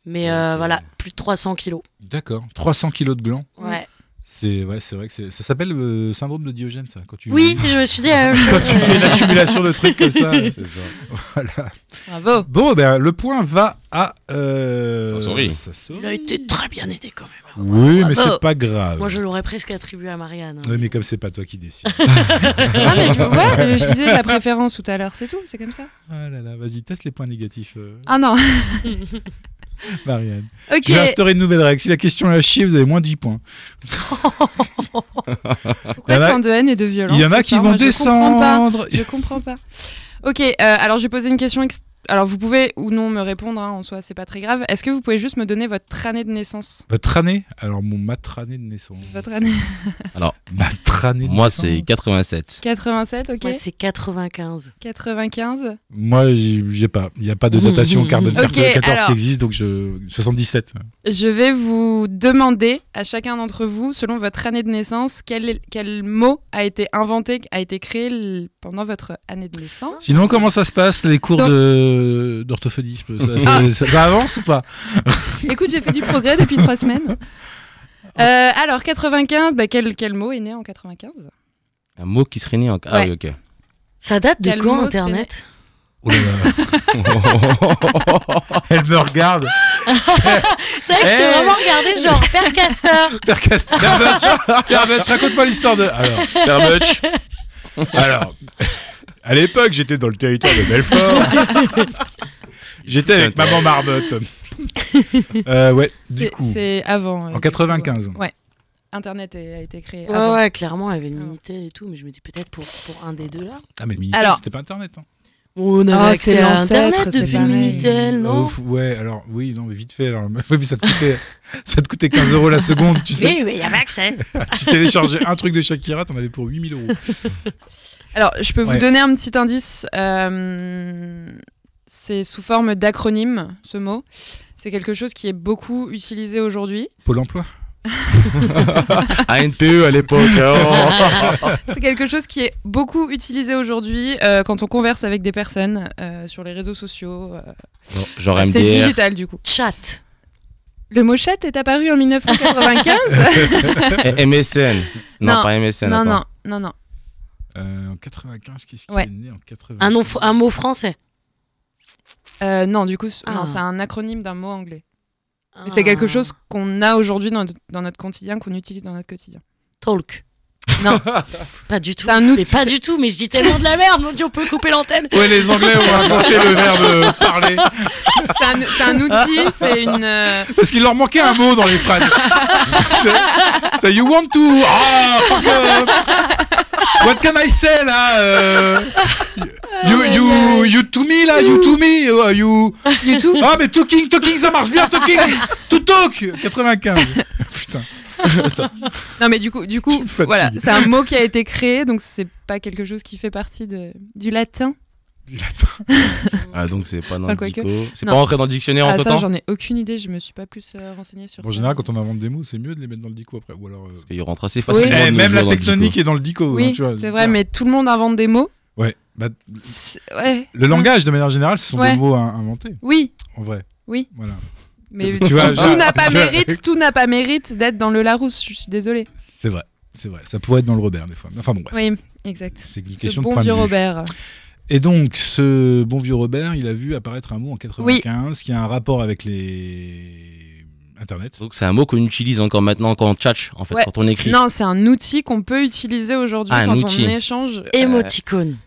[SPEAKER 3] Mais euh,
[SPEAKER 2] Ok.
[SPEAKER 3] voilà, plus de 300 kilos.
[SPEAKER 1] D'accord, 300 kilos de gland.
[SPEAKER 3] Ouais.
[SPEAKER 1] C'est ouais, c'est vrai que c'est- ça s'appelle le syndrome de Diogène, ça. Quand tu...
[SPEAKER 3] Oui, je me suis dit euh, *laughs* la même
[SPEAKER 1] *laughs* Quand
[SPEAKER 3] chose.
[SPEAKER 1] tu fais une accumulation de trucs comme
[SPEAKER 4] *laughs*
[SPEAKER 1] ça.
[SPEAKER 2] C'est ça.
[SPEAKER 1] voilà.
[SPEAKER 4] Bravo.
[SPEAKER 1] Bon, ben, le point va à. Euh...
[SPEAKER 2] Sassori.
[SPEAKER 1] Sassori.
[SPEAKER 3] Il a été très bien aidé quand même.
[SPEAKER 1] Oui,
[SPEAKER 4] Bah,
[SPEAKER 1] mais
[SPEAKER 3] Bravo.
[SPEAKER 1] c'est pas grave.
[SPEAKER 3] Moi, je l'aurais presque attribué à Marianne. hein.
[SPEAKER 1] Oui, mais comme c'est pas toi qui
[SPEAKER 4] *laughs*
[SPEAKER 1] décide.
[SPEAKER 4] Ah mais tu vois, euh, je disais la préférence tout à l'heure, c'est tout, c'est comme ça.
[SPEAKER 1] ah là là, vas-y, teste les points négatifs, euh,
[SPEAKER 4] Ah non.
[SPEAKER 1] Marianne.
[SPEAKER 4] Ok.
[SPEAKER 1] Je vais instaurer une nouvelle règle. Si la question est à chier, vous avez moins 10 points.
[SPEAKER 4] Pourquoi
[SPEAKER 1] Il y en a-
[SPEAKER 4] tant de haine et de violence
[SPEAKER 1] Il y en a
[SPEAKER 4] ce
[SPEAKER 1] qui
[SPEAKER 4] soir
[SPEAKER 1] vont
[SPEAKER 4] Moi, Je comprends pas.
[SPEAKER 1] descendre.
[SPEAKER 4] Je comprends pas. Ok, euh, alors j'ai posé une question. ex- Alors vous pouvez ou non me répondre, hein, en soi, c'est pas très grave. Est-ce que vous pouvez juste me donner votre année de naissance
[SPEAKER 1] Votre année Alors, mon matranée de naissance.
[SPEAKER 4] Votre année
[SPEAKER 2] Alors,
[SPEAKER 1] Matranée de
[SPEAKER 2] moi,
[SPEAKER 1] naissance.
[SPEAKER 2] c'est 87.
[SPEAKER 4] 87, ok.
[SPEAKER 3] Moi, c'est 95.
[SPEAKER 4] 95.
[SPEAKER 1] Moi, j'ai j'ai pas. Il n'y a pas de datation carbone
[SPEAKER 4] *laughs* Ok,
[SPEAKER 1] 14
[SPEAKER 4] alors.
[SPEAKER 1] qui existe, donc je. 77.
[SPEAKER 4] Je vais vous demander à chacun d'entre vous, selon votre année de naissance, quel, quel mot a été inventé, a été créé l- pendant votre année de naissance.
[SPEAKER 1] Sinon, comment ça se passe, les cours
[SPEAKER 4] Donc-
[SPEAKER 1] de- d'orthophonisme
[SPEAKER 4] *laughs*
[SPEAKER 1] ça, ça- ça- ça avance ou pas
[SPEAKER 4] Écoute, j'ai fait du progrès depuis
[SPEAKER 1] *laughs*
[SPEAKER 4] trois semaines. Euh, alors, 95, bah, quel, quel mot est né en 95
[SPEAKER 2] Un mot qui serait né en. Ah
[SPEAKER 4] Ouais.
[SPEAKER 2] oui, ok. *laughs*
[SPEAKER 3] Ça date de
[SPEAKER 4] Quel
[SPEAKER 3] quand
[SPEAKER 4] mot
[SPEAKER 3] Internet
[SPEAKER 1] Oh là là. *laughs* Elle me regarde.
[SPEAKER 3] *laughs* C'est vrai que je t'ai
[SPEAKER 1] Eh
[SPEAKER 3] vraiment regardé, genre, Percaster
[SPEAKER 1] Père *laughs* Cast- Père Butch, Père Butch, raconte-moi l'histoire de. Alors,
[SPEAKER 2] Fairbuch.
[SPEAKER 1] alors, à l'époque, j'étais dans le territoire de Belfort. J'étais avec maman Marmotte. Euh, ouais, du
[SPEAKER 4] C'est-
[SPEAKER 1] coup,
[SPEAKER 4] C'est avant. euh,
[SPEAKER 1] en
[SPEAKER 4] du coup,
[SPEAKER 1] 95.
[SPEAKER 4] Internet est- a été créé
[SPEAKER 3] Ouais,
[SPEAKER 4] avant.
[SPEAKER 3] ouais, clairement, il y avait le
[SPEAKER 4] Ah.
[SPEAKER 3] Minitel et tout, mais je me dis peut-être pour, pour un des deux là.
[SPEAKER 1] Ah, mais le Minitel,
[SPEAKER 4] Alors-
[SPEAKER 1] c'était pas Internet. hein.
[SPEAKER 3] On avait
[SPEAKER 4] Ah,
[SPEAKER 3] accès
[SPEAKER 4] c'est
[SPEAKER 3] à
[SPEAKER 4] l'ancêtre,
[SPEAKER 3] Internet
[SPEAKER 4] c'est
[SPEAKER 3] depuis le
[SPEAKER 4] pareil.
[SPEAKER 3] Minitel, non
[SPEAKER 1] Ouf, Ouais, alors, oui, non, mais vite fait. Alors, *laughs* oui, mais ça te coûtait, ça te coûtait 15 euros la seconde, tu sais.
[SPEAKER 3] Oui, mais il y avait accès.
[SPEAKER 1] tu téléchargeais un truc de Shakira, t'en avais pour 8000 euros.
[SPEAKER 4] Alors, je peux
[SPEAKER 1] Ouais.
[SPEAKER 4] vous donner un petit indice. euh, c'est sous forme d'acronyme, ce mot. C'est quelque chose qui est beaucoup utilisé aujourd'hui.
[SPEAKER 1] Pôle emploi
[SPEAKER 2] ANPE E à
[SPEAKER 4] *laughs*
[SPEAKER 2] l'époque. Oh.
[SPEAKER 4] C'est *laughs* quelque chose qui est beaucoup utilisé aujourd'hui euh, quand on converse avec des personnes euh, sur les réseaux sociaux. euh.
[SPEAKER 2] Genre
[SPEAKER 4] c'est
[SPEAKER 2] MDR.
[SPEAKER 4] digital, du coup.
[SPEAKER 3] Chat.
[SPEAKER 4] Le mot chat est apparu en 1995
[SPEAKER 2] Eh, MSN. Non,
[SPEAKER 4] Non.
[SPEAKER 2] pas MSN.
[SPEAKER 4] Non,
[SPEAKER 2] attends.
[SPEAKER 4] non, non, non.
[SPEAKER 1] Euh, En 95, qu'est-ce qui
[SPEAKER 4] Ouais.
[SPEAKER 1] est né en 95
[SPEAKER 3] Un, nom, fr- un mot français.
[SPEAKER 4] Euh, non, du coup, c-
[SPEAKER 3] Ah.
[SPEAKER 4] non, c'est un acronyme d'un mot anglais. Mais
[SPEAKER 3] Ah.
[SPEAKER 4] C'est quelque chose qu'on a aujourd'hui dans, dans notre quotidien, qu'on utilise dans notre quotidien.
[SPEAKER 3] Talk.
[SPEAKER 4] Non.
[SPEAKER 3] *laughs* pas du tout.
[SPEAKER 4] C'est un outil.
[SPEAKER 3] Mais pas du tout, mais je dis tellement de la merde, mon dieu, on peut couper l'antenne.
[SPEAKER 1] Ouais, les Anglais ont inventé le verbe euh, parler.
[SPEAKER 4] C'est un, c'est un outil, c'est une. euh,
[SPEAKER 1] Parce qu'il leur manquait un mot dans les phrases. *laughs* C'est- c'est, you want to. Ah, fuck, euh, What can I say là euh, You, you, you to me là, you to me, euh, you.
[SPEAKER 4] Du tout.
[SPEAKER 1] Ah, mais talking, talking, ça marche bien, talking. To talk 95. Putain.
[SPEAKER 4] Non, mais du coup, du
[SPEAKER 1] Tu
[SPEAKER 4] coup
[SPEAKER 1] me fatigues.
[SPEAKER 4] voilà, c'est un mot qui a été créé, donc c'est pas quelque chose qui fait partie de, du latin.
[SPEAKER 1] Il attend.
[SPEAKER 2] Ah, donc c'est pas dans
[SPEAKER 4] Enfin,
[SPEAKER 2] le
[SPEAKER 4] quoique.
[SPEAKER 2] dico. C'est
[SPEAKER 4] Non.
[SPEAKER 2] pas rentré dans le dictionnaire
[SPEAKER 4] Ah,
[SPEAKER 2] entre
[SPEAKER 4] ça,
[SPEAKER 2] temps
[SPEAKER 4] j'en ai aucune idée, je me suis pas plus euh, renseignée sur
[SPEAKER 1] En
[SPEAKER 4] ça.
[SPEAKER 1] général, quand on invente des mots, c'est mieux de les mettre dans le dico après. Ou alors. euh,
[SPEAKER 2] Il rentre assez facilement.
[SPEAKER 4] Oui.
[SPEAKER 2] de
[SPEAKER 1] eh,
[SPEAKER 2] nos
[SPEAKER 1] même
[SPEAKER 2] jours
[SPEAKER 1] la
[SPEAKER 2] dans le dico.
[SPEAKER 1] tectonique est dans le dico. hein,
[SPEAKER 4] Oui,
[SPEAKER 1] tu vois,
[SPEAKER 4] c'est vrai, mais tout le monde invente des mots.
[SPEAKER 1] Ouais. bah,
[SPEAKER 4] C'est- Ouais.
[SPEAKER 1] le langage, de manière générale, ce sont
[SPEAKER 4] Ouais.
[SPEAKER 1] des mots à inventés,
[SPEAKER 4] Oui,
[SPEAKER 1] en vrai.
[SPEAKER 4] Oui.
[SPEAKER 1] Voilà.
[SPEAKER 4] mais
[SPEAKER 1] Tu
[SPEAKER 4] tout,
[SPEAKER 1] vois,
[SPEAKER 4] tout
[SPEAKER 1] genre-
[SPEAKER 4] n'a pas
[SPEAKER 1] je-
[SPEAKER 4] mérite, tout n'a pas mérite d'être dans le Larousse. Je suis désolée.
[SPEAKER 1] C'est vrai, c'est vrai. Ça pourrait être dans le Robert des fois. Mais Enfin bon, bref.
[SPEAKER 4] Oui, exact.
[SPEAKER 1] C'est une
[SPEAKER 4] Ce
[SPEAKER 1] question
[SPEAKER 4] bon
[SPEAKER 1] de point
[SPEAKER 4] vieux
[SPEAKER 1] de vue.
[SPEAKER 4] Robert.
[SPEAKER 1] Et donc, ce bon vieux Robert, il a vu apparaître un mot en 95 qui a un rapport avec les Internet.
[SPEAKER 2] Donc c'est un mot qu'on utilise encore maintenant quand on tchatche, en fait,
[SPEAKER 4] Ouais.
[SPEAKER 2] quand on écrit.
[SPEAKER 4] Non, c'est un outil qu'on peut utiliser aujourd'hui
[SPEAKER 2] Ah, un
[SPEAKER 4] quand
[SPEAKER 2] outil.
[SPEAKER 4] on échange. euh,
[SPEAKER 3] Émoticône.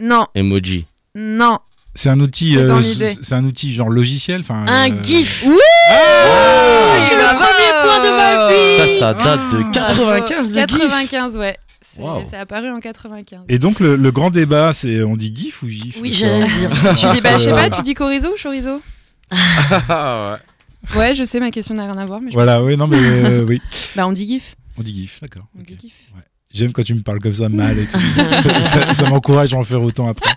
[SPEAKER 4] Non,
[SPEAKER 2] Emoji.
[SPEAKER 4] non.
[SPEAKER 1] C'est un outil,
[SPEAKER 4] C'est dans
[SPEAKER 1] euh,
[SPEAKER 4] l'idée.
[SPEAKER 1] c'est un outil genre logiciel, enfin.
[SPEAKER 3] Un
[SPEAKER 1] euh,
[SPEAKER 3] gif.
[SPEAKER 1] Ah
[SPEAKER 3] C'est le premier point de ma vie.
[SPEAKER 2] Ça, ça date
[SPEAKER 1] Ah.
[SPEAKER 2] de 95 de
[SPEAKER 4] 95, ouais. C'est
[SPEAKER 2] Wow.
[SPEAKER 4] c'est apparu en 95.
[SPEAKER 1] Et donc le, le grand débat, c'est on dit gif ou gif
[SPEAKER 3] Oui, j'allais
[SPEAKER 1] *laughs*
[SPEAKER 3] le dire.
[SPEAKER 4] Tu dis, bah, je sais
[SPEAKER 1] Euh,
[SPEAKER 4] pas, tu dis chorizo ou chorizo *laughs*
[SPEAKER 2] Ah, ouais.
[SPEAKER 4] Ouais, je sais, ma question n'a rien à voir, mais je-
[SPEAKER 1] Voilà, oui, non mais euh, oui,
[SPEAKER 4] bah, on dit gif.
[SPEAKER 1] on dit gif, d'accord.
[SPEAKER 4] On
[SPEAKER 1] ok.
[SPEAKER 4] dit gif.
[SPEAKER 1] J'aime quand tu me parles comme ça mal et tout. ça ça- ça m'encourage à en faire autant après.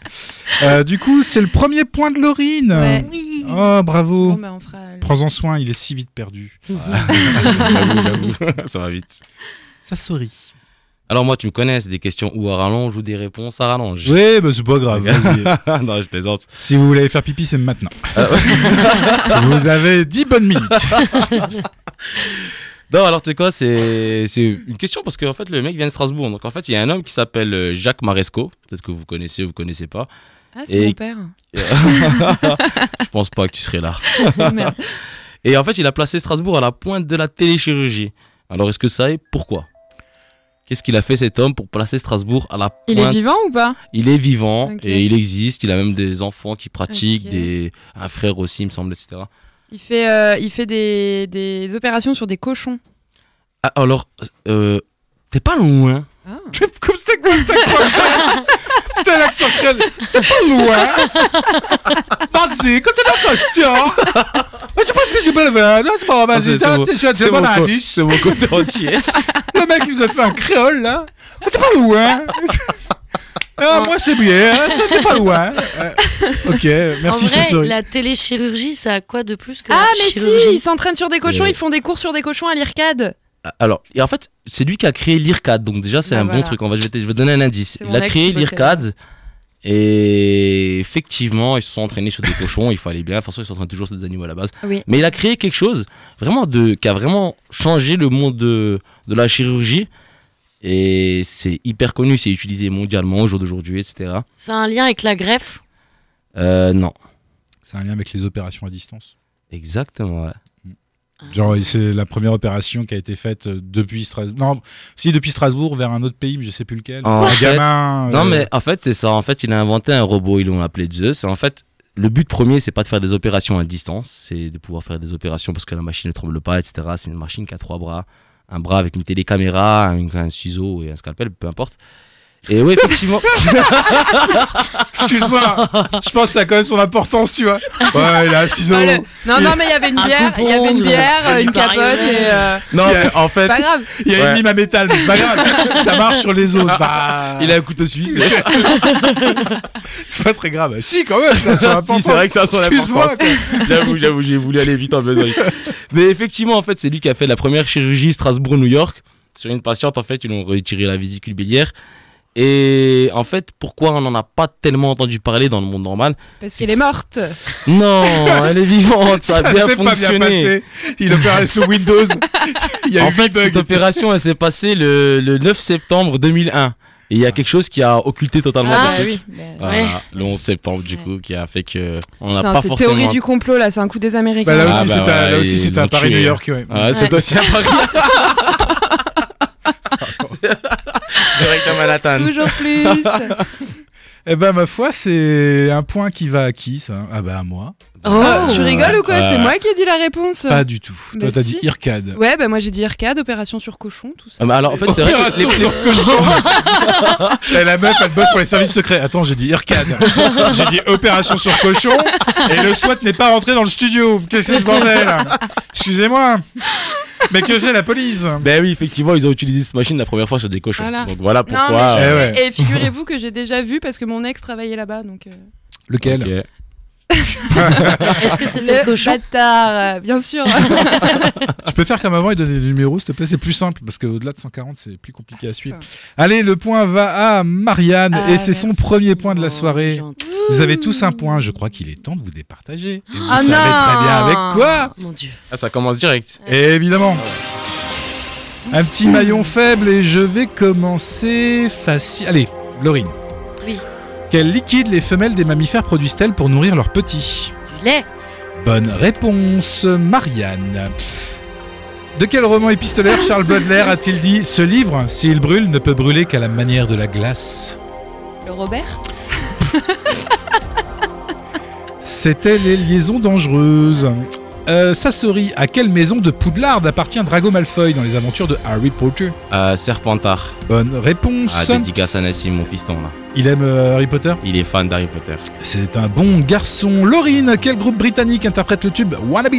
[SPEAKER 1] Euh, du coup, c'est le premier point de Laurine.
[SPEAKER 4] Ouais.
[SPEAKER 3] Oui.
[SPEAKER 1] Oh, bravo.
[SPEAKER 4] Bon, bah, on fera. le-
[SPEAKER 1] Prends-en soin, il est si vite perdu.
[SPEAKER 2] J'avoue, j'avoue. *laughs* ça va vite.
[SPEAKER 1] Ça sourit.
[SPEAKER 2] Alors moi, tu me connais, c'est des questions ou à rallonge ou des réponses à rallonge.
[SPEAKER 1] Oui, bah c'est pas grave, vas-y.
[SPEAKER 2] *laughs* non, je plaisante.
[SPEAKER 1] si vous voulez aller faire pipi, c'est maintenant.
[SPEAKER 2] Ah
[SPEAKER 1] *laughs* vous avez 10 bonnes minutes.
[SPEAKER 2] Non, alors tu sais quoi, c'est c'est une question parce qu'en fait, le mec vient de Strasbourg. Donc en fait, il y a un homme qui s'appelle euh, Jacques Maresco. Peut-être que vous connaissez ou vous connaissez pas.
[SPEAKER 4] Ah, c'est
[SPEAKER 2] Et-
[SPEAKER 4] mon *laughs* père.
[SPEAKER 2] je pense pas que tu serais là.
[SPEAKER 4] Oh, Merde.
[SPEAKER 2] Et en fait, il a placé Strasbourg à la pointe de la téléchirurgie. Alors est-ce que ça est pourquoi Qu'est-ce qu'il a fait cet homme pour placer Strasbourg à la pointe
[SPEAKER 4] Il est vivant ou pas
[SPEAKER 2] Il est vivant
[SPEAKER 4] Ok.
[SPEAKER 2] et il existe. Il a même des enfants qui pratiquent,
[SPEAKER 4] Ok.
[SPEAKER 2] des... un frère aussi, il me semble, etc.
[SPEAKER 4] Il fait, euh, il fait des, des opérations sur des cochons.
[SPEAKER 2] Ah, alors, euh, t'es pas loin.
[SPEAKER 4] Ah.
[SPEAKER 1] Comme c'était quoi, c'était quoi t'as l'accent créole, t'es pas loin. Vas-y, quand t'es la question. Mais c'est parce que j'ai pas le vin. Non, c'est pas grave,
[SPEAKER 2] Ça,
[SPEAKER 1] vas-y,
[SPEAKER 2] c'est-
[SPEAKER 1] ça,
[SPEAKER 2] c'est
[SPEAKER 1] c'est- c'est c'est
[SPEAKER 2] mon
[SPEAKER 1] bon
[SPEAKER 2] co-
[SPEAKER 1] indice.
[SPEAKER 2] C'est *laughs* mon côté entier.
[SPEAKER 1] Le mec, il nous a fait un créole, là. Mais t'es pas loin. Ah, moi, c'est bien, hein, ça, t'es pas loin. Ouais. Ok, merci,
[SPEAKER 3] en vrai,
[SPEAKER 1] Sassori.
[SPEAKER 3] la téléchirurgie, ça a quoi de plus que
[SPEAKER 4] Ah,
[SPEAKER 3] la
[SPEAKER 4] mais si,
[SPEAKER 3] chirurgie
[SPEAKER 4] ils s'entraînent sur des cochons,
[SPEAKER 2] Euh.
[SPEAKER 4] ils font des cours sur des cochons à l'IRCAD.
[SPEAKER 2] Alors, et en fait, c'est lui qui a créé l'IRCAD. Donc, déjà, c'est
[SPEAKER 4] Bah
[SPEAKER 2] un
[SPEAKER 4] voilà.
[SPEAKER 2] bon truc. En fait, je vais te je vais te donner un indice.
[SPEAKER 4] C'est
[SPEAKER 2] Il
[SPEAKER 4] mon
[SPEAKER 2] a
[SPEAKER 4] ex
[SPEAKER 2] créé
[SPEAKER 4] qui bossait
[SPEAKER 2] l'IRCAD. Et effectivement, ils se sont entraînés sur des cochons. il fallait bien. De toute façon, ils s'entraînent toujours sur des animaux à la base.
[SPEAKER 4] Oui.
[SPEAKER 2] Mais il a créé quelque chose vraiment de, qui a vraiment changé le monde de, de la chirurgie. Et c'est hyper connu. C'est utilisé mondialement au jour d'aujourd'hui, etc.
[SPEAKER 3] Ça a un lien avec la greffe
[SPEAKER 2] Euh, non.
[SPEAKER 1] C'est un lien avec les opérations à distance.
[SPEAKER 2] Exactement. ouais.
[SPEAKER 1] Genre, c'est la première opération qui a été faite euh, depuis Strasbourg. Non, si, depuis Strasbourg vers un autre pays, mais je sais plus lequel.
[SPEAKER 2] En
[SPEAKER 1] un
[SPEAKER 2] fait-
[SPEAKER 1] gamin.
[SPEAKER 2] Non,
[SPEAKER 1] euh,
[SPEAKER 2] mais en fait, c'est ça. En fait, il a inventé un robot, ils l'ont appelé Zeus. Et En fait, le but premier, c'est pas de faire des opérations à distance, c'est de pouvoir faire des opérations parce que la machine ne tremble pas, etc. C'est une machine qui a trois bras. Un bras avec une télécaméra, un, un ciseau et un scalpel, peu importe. Et oui, effectivement.
[SPEAKER 1] Excuse-moi, je pense que ça a quand même son importance, tu vois. Ouais, il a un ciseau.
[SPEAKER 4] Ah, le- Non, non, mais il y avait une
[SPEAKER 3] Un
[SPEAKER 4] bière, il y avait une
[SPEAKER 3] coupongle.
[SPEAKER 4] bière, euh,
[SPEAKER 3] Du
[SPEAKER 4] une capote
[SPEAKER 3] Paris-Roubaix.
[SPEAKER 4] et. euh,
[SPEAKER 2] *laughs* non,
[SPEAKER 1] mais
[SPEAKER 2] en fait,
[SPEAKER 4] Pas grave.
[SPEAKER 1] Il y a une
[SPEAKER 2] Ouais.
[SPEAKER 1] lime à métal, mais c'est pas grave. ça marche sur les os. Bah,
[SPEAKER 2] il a un couteau suisse.
[SPEAKER 1] C'est pas très grave. Si, quand même, ça a son
[SPEAKER 2] *laughs* Si,
[SPEAKER 1] importance.
[SPEAKER 2] c'est vrai que ça a son
[SPEAKER 1] Excuse-moi.
[SPEAKER 2] importance. hein. J'avoue, j'avoue, j'ai voulu aller vite en besogne.
[SPEAKER 1] *laughs*
[SPEAKER 2] Mais effectivement, en fait, c'est lui qui a fait la première chirurgie Strasbourg-New York sur une patiente. En fait, ils lui ont retiré la vésicule biliaire. Et en fait, pourquoi on n'en a pas tellement entendu parler dans le monde normal
[SPEAKER 4] Parce qu'elle est morte.
[SPEAKER 2] Non,
[SPEAKER 1] *laughs*
[SPEAKER 2] elle est vivante, ça a bien
[SPEAKER 1] s'est
[SPEAKER 2] fonctionné.
[SPEAKER 1] pas bien passé. Il opérait sous
[SPEAKER 2] *laughs*
[SPEAKER 1] Windows. Il y a
[SPEAKER 2] en
[SPEAKER 1] eu
[SPEAKER 2] fait,
[SPEAKER 1] huit bugs.
[SPEAKER 2] cette opération, elle s'est passée le, le 9 septembre 2001. Et il y a quelque chose qui a occulté totalement
[SPEAKER 3] Ah,
[SPEAKER 2] le
[SPEAKER 4] bah
[SPEAKER 2] truc.
[SPEAKER 4] oui. mais-
[SPEAKER 2] Voilà,
[SPEAKER 3] Ouais.
[SPEAKER 2] le 11 septembre, du
[SPEAKER 3] Ouais.
[SPEAKER 2] coup, qui a fait que on n'a
[SPEAKER 4] Putain,
[SPEAKER 2] pas
[SPEAKER 4] C'est
[SPEAKER 2] forcément.
[SPEAKER 4] théorie du complot là, c'est un coup des Américains.
[SPEAKER 1] Bah, là aussi,
[SPEAKER 2] Ah, bah
[SPEAKER 1] c'était à-
[SPEAKER 2] ouais,
[SPEAKER 1] là aussi,
[SPEAKER 2] ils
[SPEAKER 1] c'était à
[SPEAKER 2] l'ont
[SPEAKER 1] Paris-New
[SPEAKER 2] tué.
[SPEAKER 1] York. Ouais.
[SPEAKER 2] Ah, C'est
[SPEAKER 3] Ouais.
[SPEAKER 2] aussi à Paris. *laughs* Direct à Manhattan.
[SPEAKER 4] Toujours plus.
[SPEAKER 1] Eh ben, ma foi, c'est un point qui va à qui, ça Ah, bah, à moi.
[SPEAKER 3] Oh.
[SPEAKER 4] tu rigoles ou quoi C'est
[SPEAKER 2] Ouais.
[SPEAKER 4] moi qui ai dit la réponse.
[SPEAKER 2] Euh,
[SPEAKER 1] Pas du tout. Toi,
[SPEAKER 4] Mais
[SPEAKER 1] t'as
[SPEAKER 4] si.
[SPEAKER 1] dit IRCAD.
[SPEAKER 4] Ouais, bah moi j'ai dit IRCAD, opération sur cochon, tout ça.
[SPEAKER 2] Ah, mais alors en fait c'est vrai que
[SPEAKER 1] Opération
[SPEAKER 2] les-
[SPEAKER 1] sur
[SPEAKER 2] *laughs*
[SPEAKER 1] cochon. *laughs* Là, la meuf, elle bosse pour les services secrets. Attends, j'ai dit IRCAD. J'ai dit opération sur cochon. Et le SWAT n'est pas rentré dans le studio. Qu'est-ce que c'est ce bordel Excusez-moi. Mais que c'est la police
[SPEAKER 2] ben oui effectivement ils ont utilisé cette machine la première fois sur des cochons
[SPEAKER 4] Voilà.
[SPEAKER 2] donc voilà
[SPEAKER 4] Non,
[SPEAKER 2] pourquoi
[SPEAKER 4] mais
[SPEAKER 1] je
[SPEAKER 2] euh,
[SPEAKER 1] sais.
[SPEAKER 4] je- Et figurez-vous que j'ai déjà vu parce que mon ex travaillait là-bas donc. euh,
[SPEAKER 1] Lequel
[SPEAKER 2] ok.
[SPEAKER 3] Est-ce que c'était le cochon
[SPEAKER 4] bâtard, euh, bien *laughs* sûr.
[SPEAKER 1] Tu peux faire comme avant et donner le numéro, s'il te plaît. C'est plus simple parce qu'au-delà de 140, c'est plus compliqué à suivre. Allez, le point va à Marianne
[SPEAKER 4] Ah,
[SPEAKER 1] et c'est son
[SPEAKER 4] merci.
[SPEAKER 1] premier point de la soirée.
[SPEAKER 3] Oh, gentil.
[SPEAKER 1] Vous avez tous un point. Je crois qu'il est temps de vous départager. Et vous
[SPEAKER 4] Ah
[SPEAKER 1] savez
[SPEAKER 4] non
[SPEAKER 1] très bien avec quoi.
[SPEAKER 3] Oh, Mon dieu.
[SPEAKER 2] Ah, ça commence direct
[SPEAKER 1] Et évidemment. Un petit maillon faible et je vais commencer facile. Allez, Laurine.
[SPEAKER 3] Oui.
[SPEAKER 1] Quel liquide les femelles des mammifères produisent-elles pour nourrir leurs petits
[SPEAKER 3] Du lait.
[SPEAKER 1] Bonne réponse, Marianne. De quel roman épistolaire Charles Baudelaire a-t-il dit Ce livre, s'il brûle, ne peut brûler qu'à la manière de la glace
[SPEAKER 4] Le Robert
[SPEAKER 1] C'était les liaisons dangereuses. Euh, Sassori, à quelle maison de Poudlard appartient Drago Malfoy dans les aventures de Harry Potter
[SPEAKER 2] Euh, Serpentard
[SPEAKER 1] Bonne
[SPEAKER 2] ah,
[SPEAKER 1] réponse.
[SPEAKER 2] dédicace à Nassim mon fiston là
[SPEAKER 1] Il aime euh, Harry Potter
[SPEAKER 2] il est fan d'Harry Potter
[SPEAKER 1] C'est un bon garçon. Laurine, quel groupe britannique interprète le tube Wannabe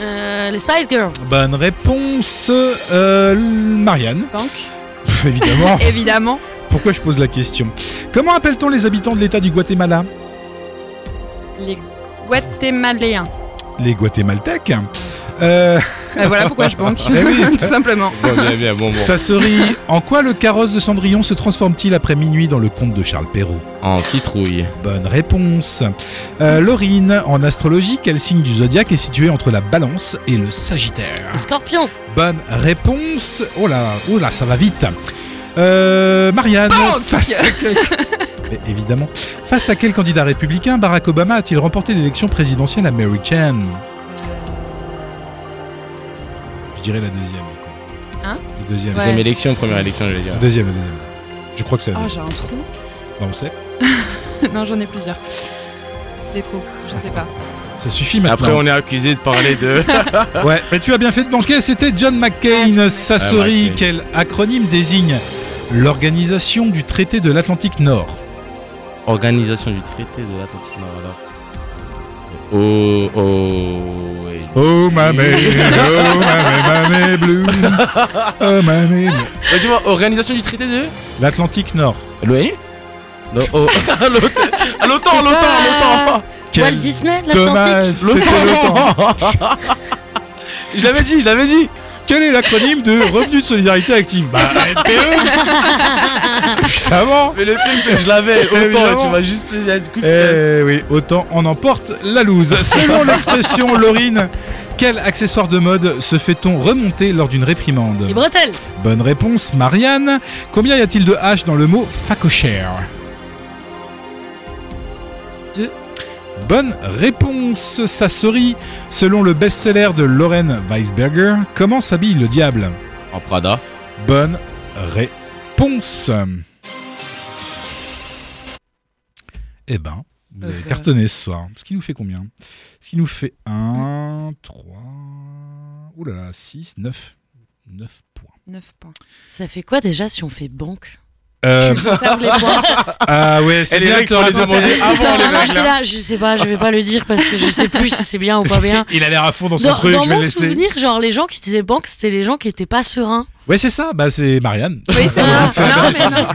[SPEAKER 3] Euh, les Spice Girls.
[SPEAKER 1] Bonne réponse, euh, Marianne.
[SPEAKER 4] Bank
[SPEAKER 1] *laughs* Évidemment.
[SPEAKER 4] Évidemment.
[SPEAKER 1] Pourquoi je pose la question Comment appelle-t-on les habitants de l'État du Guatemala
[SPEAKER 4] Les Guatemaléens.
[SPEAKER 1] Les Guatémaltèques. Euh,
[SPEAKER 4] Bah, voilà pourquoi je banque.
[SPEAKER 1] Eh oui.
[SPEAKER 4] *laughs* Tout simplement.
[SPEAKER 2] bon bien bien bon bon
[SPEAKER 1] Sassori, en quoi le carrosse de Cendrillon se transforme-t-il après minuit dans le conte de Charles Perrault
[SPEAKER 2] en citrouille
[SPEAKER 1] Bonne réponse. Euh, Laurine, en astrologie, quel signe du zodiaque est situé entre la balance et le sagittaire
[SPEAKER 3] Les Scorpions.
[SPEAKER 1] Bonne réponse. Oh là, oh là, ça va vite. Euh, Marianne, face à
[SPEAKER 4] *laughs*
[SPEAKER 1] quel... Mais évidemment. Face à quel candidat républicain Barack Obama a-t-il remporté l'élection présidentielle à Mary Chan Je dirais la deuxième. du coup.
[SPEAKER 4] Hein
[SPEAKER 1] Le deuxième.
[SPEAKER 4] Ouais.
[SPEAKER 2] deuxième élection première élection je vais dire
[SPEAKER 1] Le Deuxième, le deuxième. Je crois que c'est la
[SPEAKER 4] Oh,
[SPEAKER 1] deuxième.
[SPEAKER 4] j'ai un trou. *laughs*
[SPEAKER 1] Bah, on sait.
[SPEAKER 4] non, j'en ai plusieurs. Des trous, je sais pas.
[SPEAKER 1] Ça suffit maintenant.
[SPEAKER 2] après on est accusé de parler de
[SPEAKER 1] Ouais, mais tu as bien fait de banquer, c'était John
[SPEAKER 4] Ah, John
[SPEAKER 1] McCain.
[SPEAKER 4] McCain.
[SPEAKER 1] Sassori,
[SPEAKER 2] Ah, McCain.
[SPEAKER 1] quel acronyme désigne L'organisation du traité de l'Atlantique Nord.
[SPEAKER 2] Organisation du traité de l'Atlantique Nord alors. Oh oh. ouais.
[SPEAKER 1] Oh mamé, oh mamé, mamé *laughs* blue. Oh mamé. blue.
[SPEAKER 2] Ouais, tu vois, organisation du traité de
[SPEAKER 1] L'Atlantique Nord.
[SPEAKER 2] l'ONU Non, *laughs* oh. l'OTAN, l'OTAN,
[SPEAKER 3] C'était pas-
[SPEAKER 2] l'OTAN,
[SPEAKER 3] Walt
[SPEAKER 1] Quel
[SPEAKER 3] Disney, l'Atlantique.
[SPEAKER 1] dommage, c'était l'OTAN.
[SPEAKER 2] l'OTAN. Je l'avais dit, je l'avais dit.
[SPEAKER 1] Quel est l'acronyme de Revenu de Solidarité Active Bah, E. RPE
[SPEAKER 3] *laughs*
[SPEAKER 1] Évidemment
[SPEAKER 2] Mais le truc c'est que je *laughs* l'avais.
[SPEAKER 1] Évidemment.
[SPEAKER 2] Autant tu m'as juste fait un coup de stress.
[SPEAKER 1] Eh oui, autant on emporte la loose. *laughs* Selon l'expression Laurine, quel accessoire de mode se fait-on remonter lors d'une réprimande
[SPEAKER 3] Les bretelles.
[SPEAKER 1] Bonne réponse, Marianne. Combien y a-t-il de H dans le mot facochère
[SPEAKER 3] Deux.
[SPEAKER 1] Bonne réponse, Sassori. Selon le best-seller de Lauren Weisberger, comment s'habille le diable
[SPEAKER 2] En Prada.
[SPEAKER 1] Bonne réponse. Eh ben, vous avez
[SPEAKER 4] Euh,
[SPEAKER 1] cartonné ce soir. Ce qui nous fait combien Ce qui nous fait 1, 3, oulala, 6, 9. 9 points.
[SPEAKER 4] 9 points.
[SPEAKER 3] Ça fait quoi déjà si on fait banque
[SPEAKER 1] Euh,
[SPEAKER 4] Conserve les
[SPEAKER 1] *laughs*
[SPEAKER 4] points.
[SPEAKER 1] ah ouais, c'est
[SPEAKER 2] Et les
[SPEAKER 1] bien
[SPEAKER 2] règles,
[SPEAKER 1] que
[SPEAKER 2] faut
[SPEAKER 1] t'auras
[SPEAKER 2] les
[SPEAKER 1] pensé.
[SPEAKER 2] demander avant
[SPEAKER 3] Ça,
[SPEAKER 2] les
[SPEAKER 3] vraiment,
[SPEAKER 2] règles,
[SPEAKER 3] j'étais
[SPEAKER 2] hein.
[SPEAKER 3] là, je sais pas, je vais pas le dire parce que je sais plus si c'est bien ou pas
[SPEAKER 1] *laughs*
[SPEAKER 3] bien.
[SPEAKER 1] Il a l'air à fond dans son
[SPEAKER 3] Dans,
[SPEAKER 1] truc,
[SPEAKER 3] dans
[SPEAKER 1] je vais
[SPEAKER 3] mon
[SPEAKER 1] le laisser.
[SPEAKER 3] souvenir, genre les gens qui disaient banque, c'était les gens qui étaient pas sereins.
[SPEAKER 1] Ouais, c'est ça, bah c'est Marianne.
[SPEAKER 4] Oui, c'est
[SPEAKER 3] Ah,
[SPEAKER 4] vrai. Non, mais non.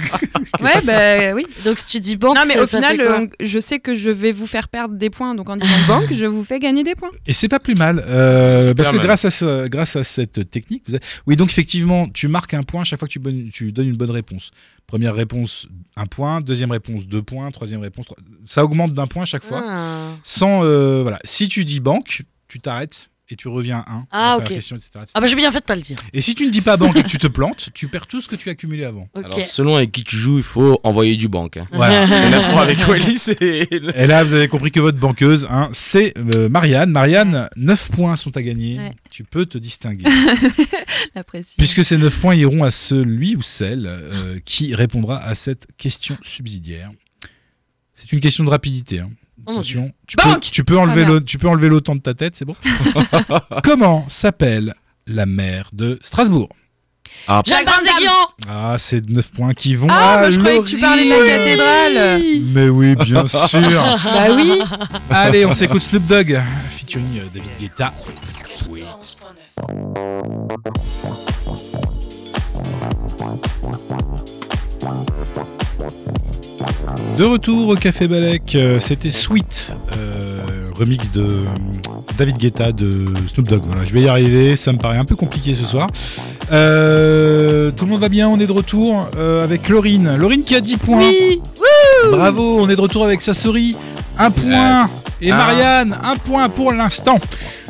[SPEAKER 4] Ouais, bah oui.
[SPEAKER 3] Donc si tu dis banque,
[SPEAKER 4] non, mais
[SPEAKER 3] ça-
[SPEAKER 4] au
[SPEAKER 3] ça
[SPEAKER 4] final,
[SPEAKER 3] fait quoi
[SPEAKER 4] euh, je sais que je vais vous faire perdre des points. Donc
[SPEAKER 3] *laughs*
[SPEAKER 4] en disant banque, je vous fais gagner des points.
[SPEAKER 1] Et c'est pas plus mal, euh,
[SPEAKER 2] C'est super
[SPEAKER 1] parce que
[SPEAKER 2] mal.
[SPEAKER 1] grâce à, ce- grâce à cette technique, vous avez- oui, donc effectivement, tu marques un point à chaque fois que tu, bonnes- tu donnes une bonne réponse. Première réponse, un point, deuxième réponse, deux points, troisième réponse, trois- ça augmente d'un point à chaque fois.
[SPEAKER 3] Ah.
[SPEAKER 1] Sans, euh, voilà, si tu dis banque, tu t'arrêtes et tu reviens à un.
[SPEAKER 3] Ah,
[SPEAKER 1] après la
[SPEAKER 3] ok.
[SPEAKER 1] question, etc., etc.
[SPEAKER 3] Ah bah j'ai bien fait de pas le dire.
[SPEAKER 1] Et si tu ne dis pas banque et que tu te plantes, tu perds tout ce que tu as accumulé avant.
[SPEAKER 3] Ok.
[SPEAKER 2] Alors selon avec qui tu joues, il faut envoyer du banque. Hein.
[SPEAKER 3] *laughs*
[SPEAKER 1] Voilà.
[SPEAKER 2] Et la fois avec Wally, *laughs* c'est. le-
[SPEAKER 1] Et là, vous avez compris que votre banqueuse, hein, c'est euh, Marianne. Marianne, 9 points sont à gagner.
[SPEAKER 4] Ouais.
[SPEAKER 1] Tu peux te
[SPEAKER 4] *laughs*
[SPEAKER 1] distinguer.
[SPEAKER 4] La pression.
[SPEAKER 1] Puisque ces 9 points iront à celui ou celle euh, qui répondra à cette question subsidiaire. C'est une question de rapidité. hein.
[SPEAKER 3] Oh mon
[SPEAKER 1] Attention, tu peux,
[SPEAKER 4] Banque
[SPEAKER 1] tu, peux enlever
[SPEAKER 4] Ah, merde.
[SPEAKER 1] le, tu peux enlever l'OTAN de ta tête,
[SPEAKER 4] *laughs*
[SPEAKER 1] c'est bon Comment s'appelle la maire de Strasbourg
[SPEAKER 2] Ah,
[SPEAKER 3] Jacques Barzagnan
[SPEAKER 1] Ah, ces 9 points qui vont
[SPEAKER 4] Ah,
[SPEAKER 1] à
[SPEAKER 4] mais je croyais que tu parlais de la
[SPEAKER 1] Laurie.
[SPEAKER 4] cathédrale.
[SPEAKER 1] Mais oui, bien sûr
[SPEAKER 4] Bah oui.
[SPEAKER 1] Allez, on s'écoute Snoop Dogg, featuring euh, David Guetta. De retour au Café Balek, euh, c'était Sweet, euh, remix de euh, David Guetta de Snoop Dogg. Voilà, je vais y arriver, ça me paraît un peu compliqué ce soir. Euh, tout le monde va bien, on est de retour euh, avec Laurine. Laurine qui a 10 points. Bravo, on est de retour avec Sassori. Un point.
[SPEAKER 2] Yes.
[SPEAKER 1] Et
[SPEAKER 2] Un.
[SPEAKER 1] Marianne, un point pour l'instant.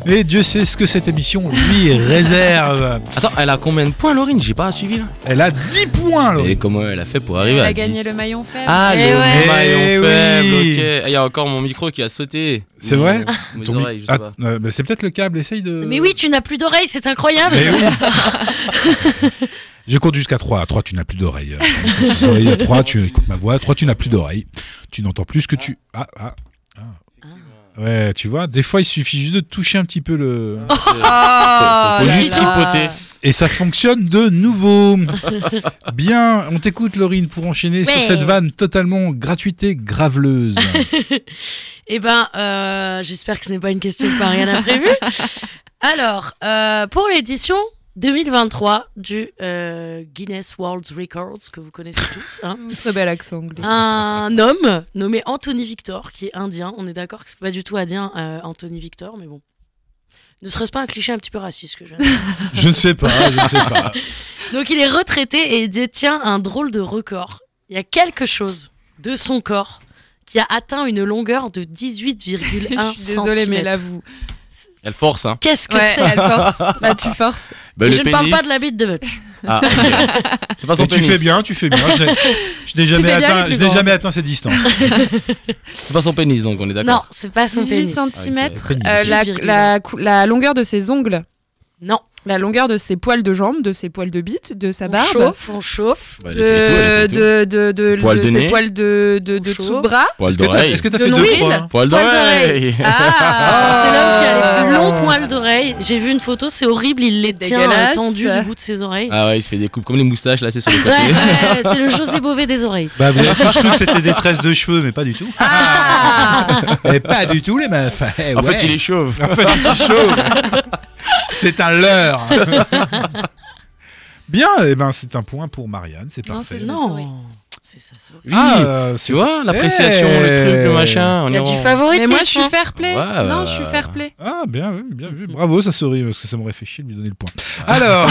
[SPEAKER 1] Et Dieu sait ce que cette émission lui réserve.
[SPEAKER 2] Attends, elle a combien de points, Laurine J'ai pas suivi là.
[SPEAKER 1] Elle a 10 points, Laurine.
[SPEAKER 2] Et comment elle a fait pour arriver
[SPEAKER 4] Elle
[SPEAKER 2] à
[SPEAKER 4] a
[SPEAKER 2] 10?
[SPEAKER 4] gagné le maillon faible.
[SPEAKER 2] bah, Ah, le
[SPEAKER 3] Eh ouais.
[SPEAKER 1] Eh
[SPEAKER 2] maillon faible,
[SPEAKER 1] oui.
[SPEAKER 2] ok. Ah, Il y a encore mon micro qui a sauté.
[SPEAKER 1] C'est
[SPEAKER 2] Mes-
[SPEAKER 1] vrai
[SPEAKER 2] Mes
[SPEAKER 1] Ton mi-
[SPEAKER 2] oreilles, je sais
[SPEAKER 1] Ah,
[SPEAKER 2] pas.
[SPEAKER 1] euh, bah, c'est peut-être le câble, essaye de.
[SPEAKER 3] Mais oui, tu n'as plus d'oreilles, c'est incroyable.
[SPEAKER 1] Mais oui. *laughs* Je compte jusqu'à 3. À 3, tu n'as plus d'oreille. Euh, oreilles à 3, tu écoutes ma voix. 3, tu n'as plus d'oreille. Tu n'entends plus ce que tu. Ah, ah. ah. Ouais, tu vois, des fois il suffit juste de toucher un petit peu le.
[SPEAKER 3] Oh
[SPEAKER 4] Ah,
[SPEAKER 2] Faut- faut
[SPEAKER 4] là
[SPEAKER 2] juste
[SPEAKER 4] là.
[SPEAKER 2] tripoter.
[SPEAKER 1] Et ça fonctionne de *laughs* nouveau. Bien, on t'écoute Laurine pour enchaîner sur
[SPEAKER 3] Ouais.
[SPEAKER 1] cette vanne totalement gratuite et graveleuse.
[SPEAKER 3] Eh ben, euh, j'espère que ce n'est pas une question que Marianne a
[SPEAKER 4] *laughs*
[SPEAKER 3] prévue. Alors, euh, pour l'édition 2023 du euh, Guinness World Records, que vous connaissez tous,
[SPEAKER 4] *laughs*
[SPEAKER 3] hein,
[SPEAKER 4] Très bel accent
[SPEAKER 3] *laughs*
[SPEAKER 4] anglais.
[SPEAKER 3] un homme nommé Anthony Victor, qui est indien. On est d'accord que c'est pas du tout indien, euh, Anthony Victor, mais bon. Ne serait-ce pas un cliché un petit peu raciste
[SPEAKER 4] *laughs*
[SPEAKER 3] que je viens de dire
[SPEAKER 1] *laughs* je ne sais pas, je ne sais *laughs* pas.
[SPEAKER 3] Donc il est retraité et il détient un drôle de record. Il y a quelque chose de son corps qui a atteint une longueur de
[SPEAKER 4] *laughs* Je
[SPEAKER 3] 18,1
[SPEAKER 4] suis désolée, mais
[SPEAKER 3] centimètres.
[SPEAKER 4] là, vous.
[SPEAKER 2] Elle force, hein.
[SPEAKER 3] Qu'est-ce que
[SPEAKER 4] Ouais,
[SPEAKER 3] c'est
[SPEAKER 4] elle *laughs* force. Là, tu
[SPEAKER 3] *laughs*
[SPEAKER 4] forces.
[SPEAKER 2] Bah,
[SPEAKER 3] Et
[SPEAKER 2] le
[SPEAKER 3] Je ne parle
[SPEAKER 2] pénis-
[SPEAKER 3] pas de la bite de Butch.
[SPEAKER 2] Ah, ok.
[SPEAKER 3] *laughs*
[SPEAKER 2] C'est pas son
[SPEAKER 1] Mais tu
[SPEAKER 2] pénis.
[SPEAKER 1] fais bien, tu fais bien. Je n'ai- je n'ai jamais,
[SPEAKER 4] fais bien
[SPEAKER 1] atteint,
[SPEAKER 4] les plus
[SPEAKER 1] je n'ai
[SPEAKER 4] grandes.
[SPEAKER 1] jamais atteint cette distance. *laughs*
[SPEAKER 2] C'est pas son pénis, donc on est
[SPEAKER 3] Non,
[SPEAKER 2] d'accord.
[SPEAKER 3] c'est pas son
[SPEAKER 4] 18
[SPEAKER 3] pénis.
[SPEAKER 4] cm.
[SPEAKER 2] Ok.
[SPEAKER 4] la,
[SPEAKER 3] Virgule.
[SPEAKER 4] la cou- la longueur de ses ongles.
[SPEAKER 3] Non,
[SPEAKER 4] La longueur de ses poils de jambes, de ses poils de bite, de sa
[SPEAKER 3] on
[SPEAKER 4] barbe.
[SPEAKER 3] chauffe, on chauffe.
[SPEAKER 2] Bah, elle essaye tout, elle
[SPEAKER 4] de,
[SPEAKER 2] essaye tout.
[SPEAKER 4] de, de, de,
[SPEAKER 2] Poils
[SPEAKER 4] de
[SPEAKER 2] de
[SPEAKER 4] ses
[SPEAKER 2] nez.
[SPEAKER 4] poils de, de, de
[SPEAKER 3] Au chaud.
[SPEAKER 4] tout bras.
[SPEAKER 2] Poil
[SPEAKER 1] Est-ce que t'as-
[SPEAKER 2] d'oreille.
[SPEAKER 1] est-ce que t'as
[SPEAKER 4] De
[SPEAKER 1] fait deux
[SPEAKER 4] l'ongle.
[SPEAKER 1] fois
[SPEAKER 2] Poil
[SPEAKER 3] Poil
[SPEAKER 2] d'oreille.
[SPEAKER 4] Ah
[SPEAKER 3] C'est l'homme qui a les plus longs poils d'oreilles. J'ai vu une photo, c'est horrible, il les tient euh,
[SPEAKER 4] Dégueulasse.
[SPEAKER 3] tendus du bout de ses oreilles.
[SPEAKER 2] Ah ouais, il se fait des coupes comme les moustaches là, c'est sur le
[SPEAKER 3] Ouais,
[SPEAKER 2] côté.
[SPEAKER 3] ouais, c'est le José Bové des oreilles.
[SPEAKER 1] Bah, vous avez tous cru que c'était des tresses de cheveux, mais pas du tout.
[SPEAKER 4] Ah
[SPEAKER 1] Mais pas du tout, les meufs. Eh
[SPEAKER 2] En
[SPEAKER 1] ouais. *laughs*
[SPEAKER 2] fait, il est chauve.
[SPEAKER 1] En fait, il est chaud. C'est un
[SPEAKER 4] *laughs*
[SPEAKER 1] leurre. Bien, eh ben, c'est un point pour Marianne, c'est
[SPEAKER 4] Non,
[SPEAKER 1] parfait.
[SPEAKER 4] c'est- souris.
[SPEAKER 3] Non, c'est ça. souris.
[SPEAKER 1] Ah, euh, c'est-
[SPEAKER 2] Tu vois, l'appréciation, le
[SPEAKER 1] Eh.
[SPEAKER 2] truc, le machin. on
[SPEAKER 3] Il y a
[SPEAKER 2] est
[SPEAKER 3] du
[SPEAKER 2] en-
[SPEAKER 4] Mais
[SPEAKER 3] favoritisme.
[SPEAKER 4] moi, je suis
[SPEAKER 3] hein.
[SPEAKER 4] fair play.
[SPEAKER 2] Ouais, ouais,
[SPEAKER 4] non,
[SPEAKER 2] ouais,
[SPEAKER 4] je suis
[SPEAKER 2] ouais.
[SPEAKER 4] fair play.
[SPEAKER 1] Ah, bien vu, bien vu. Bravo, ça sourit, parce que ça m'aurait fait chier de lui donner le
[SPEAKER 2] *laughs*
[SPEAKER 1] point. Alors.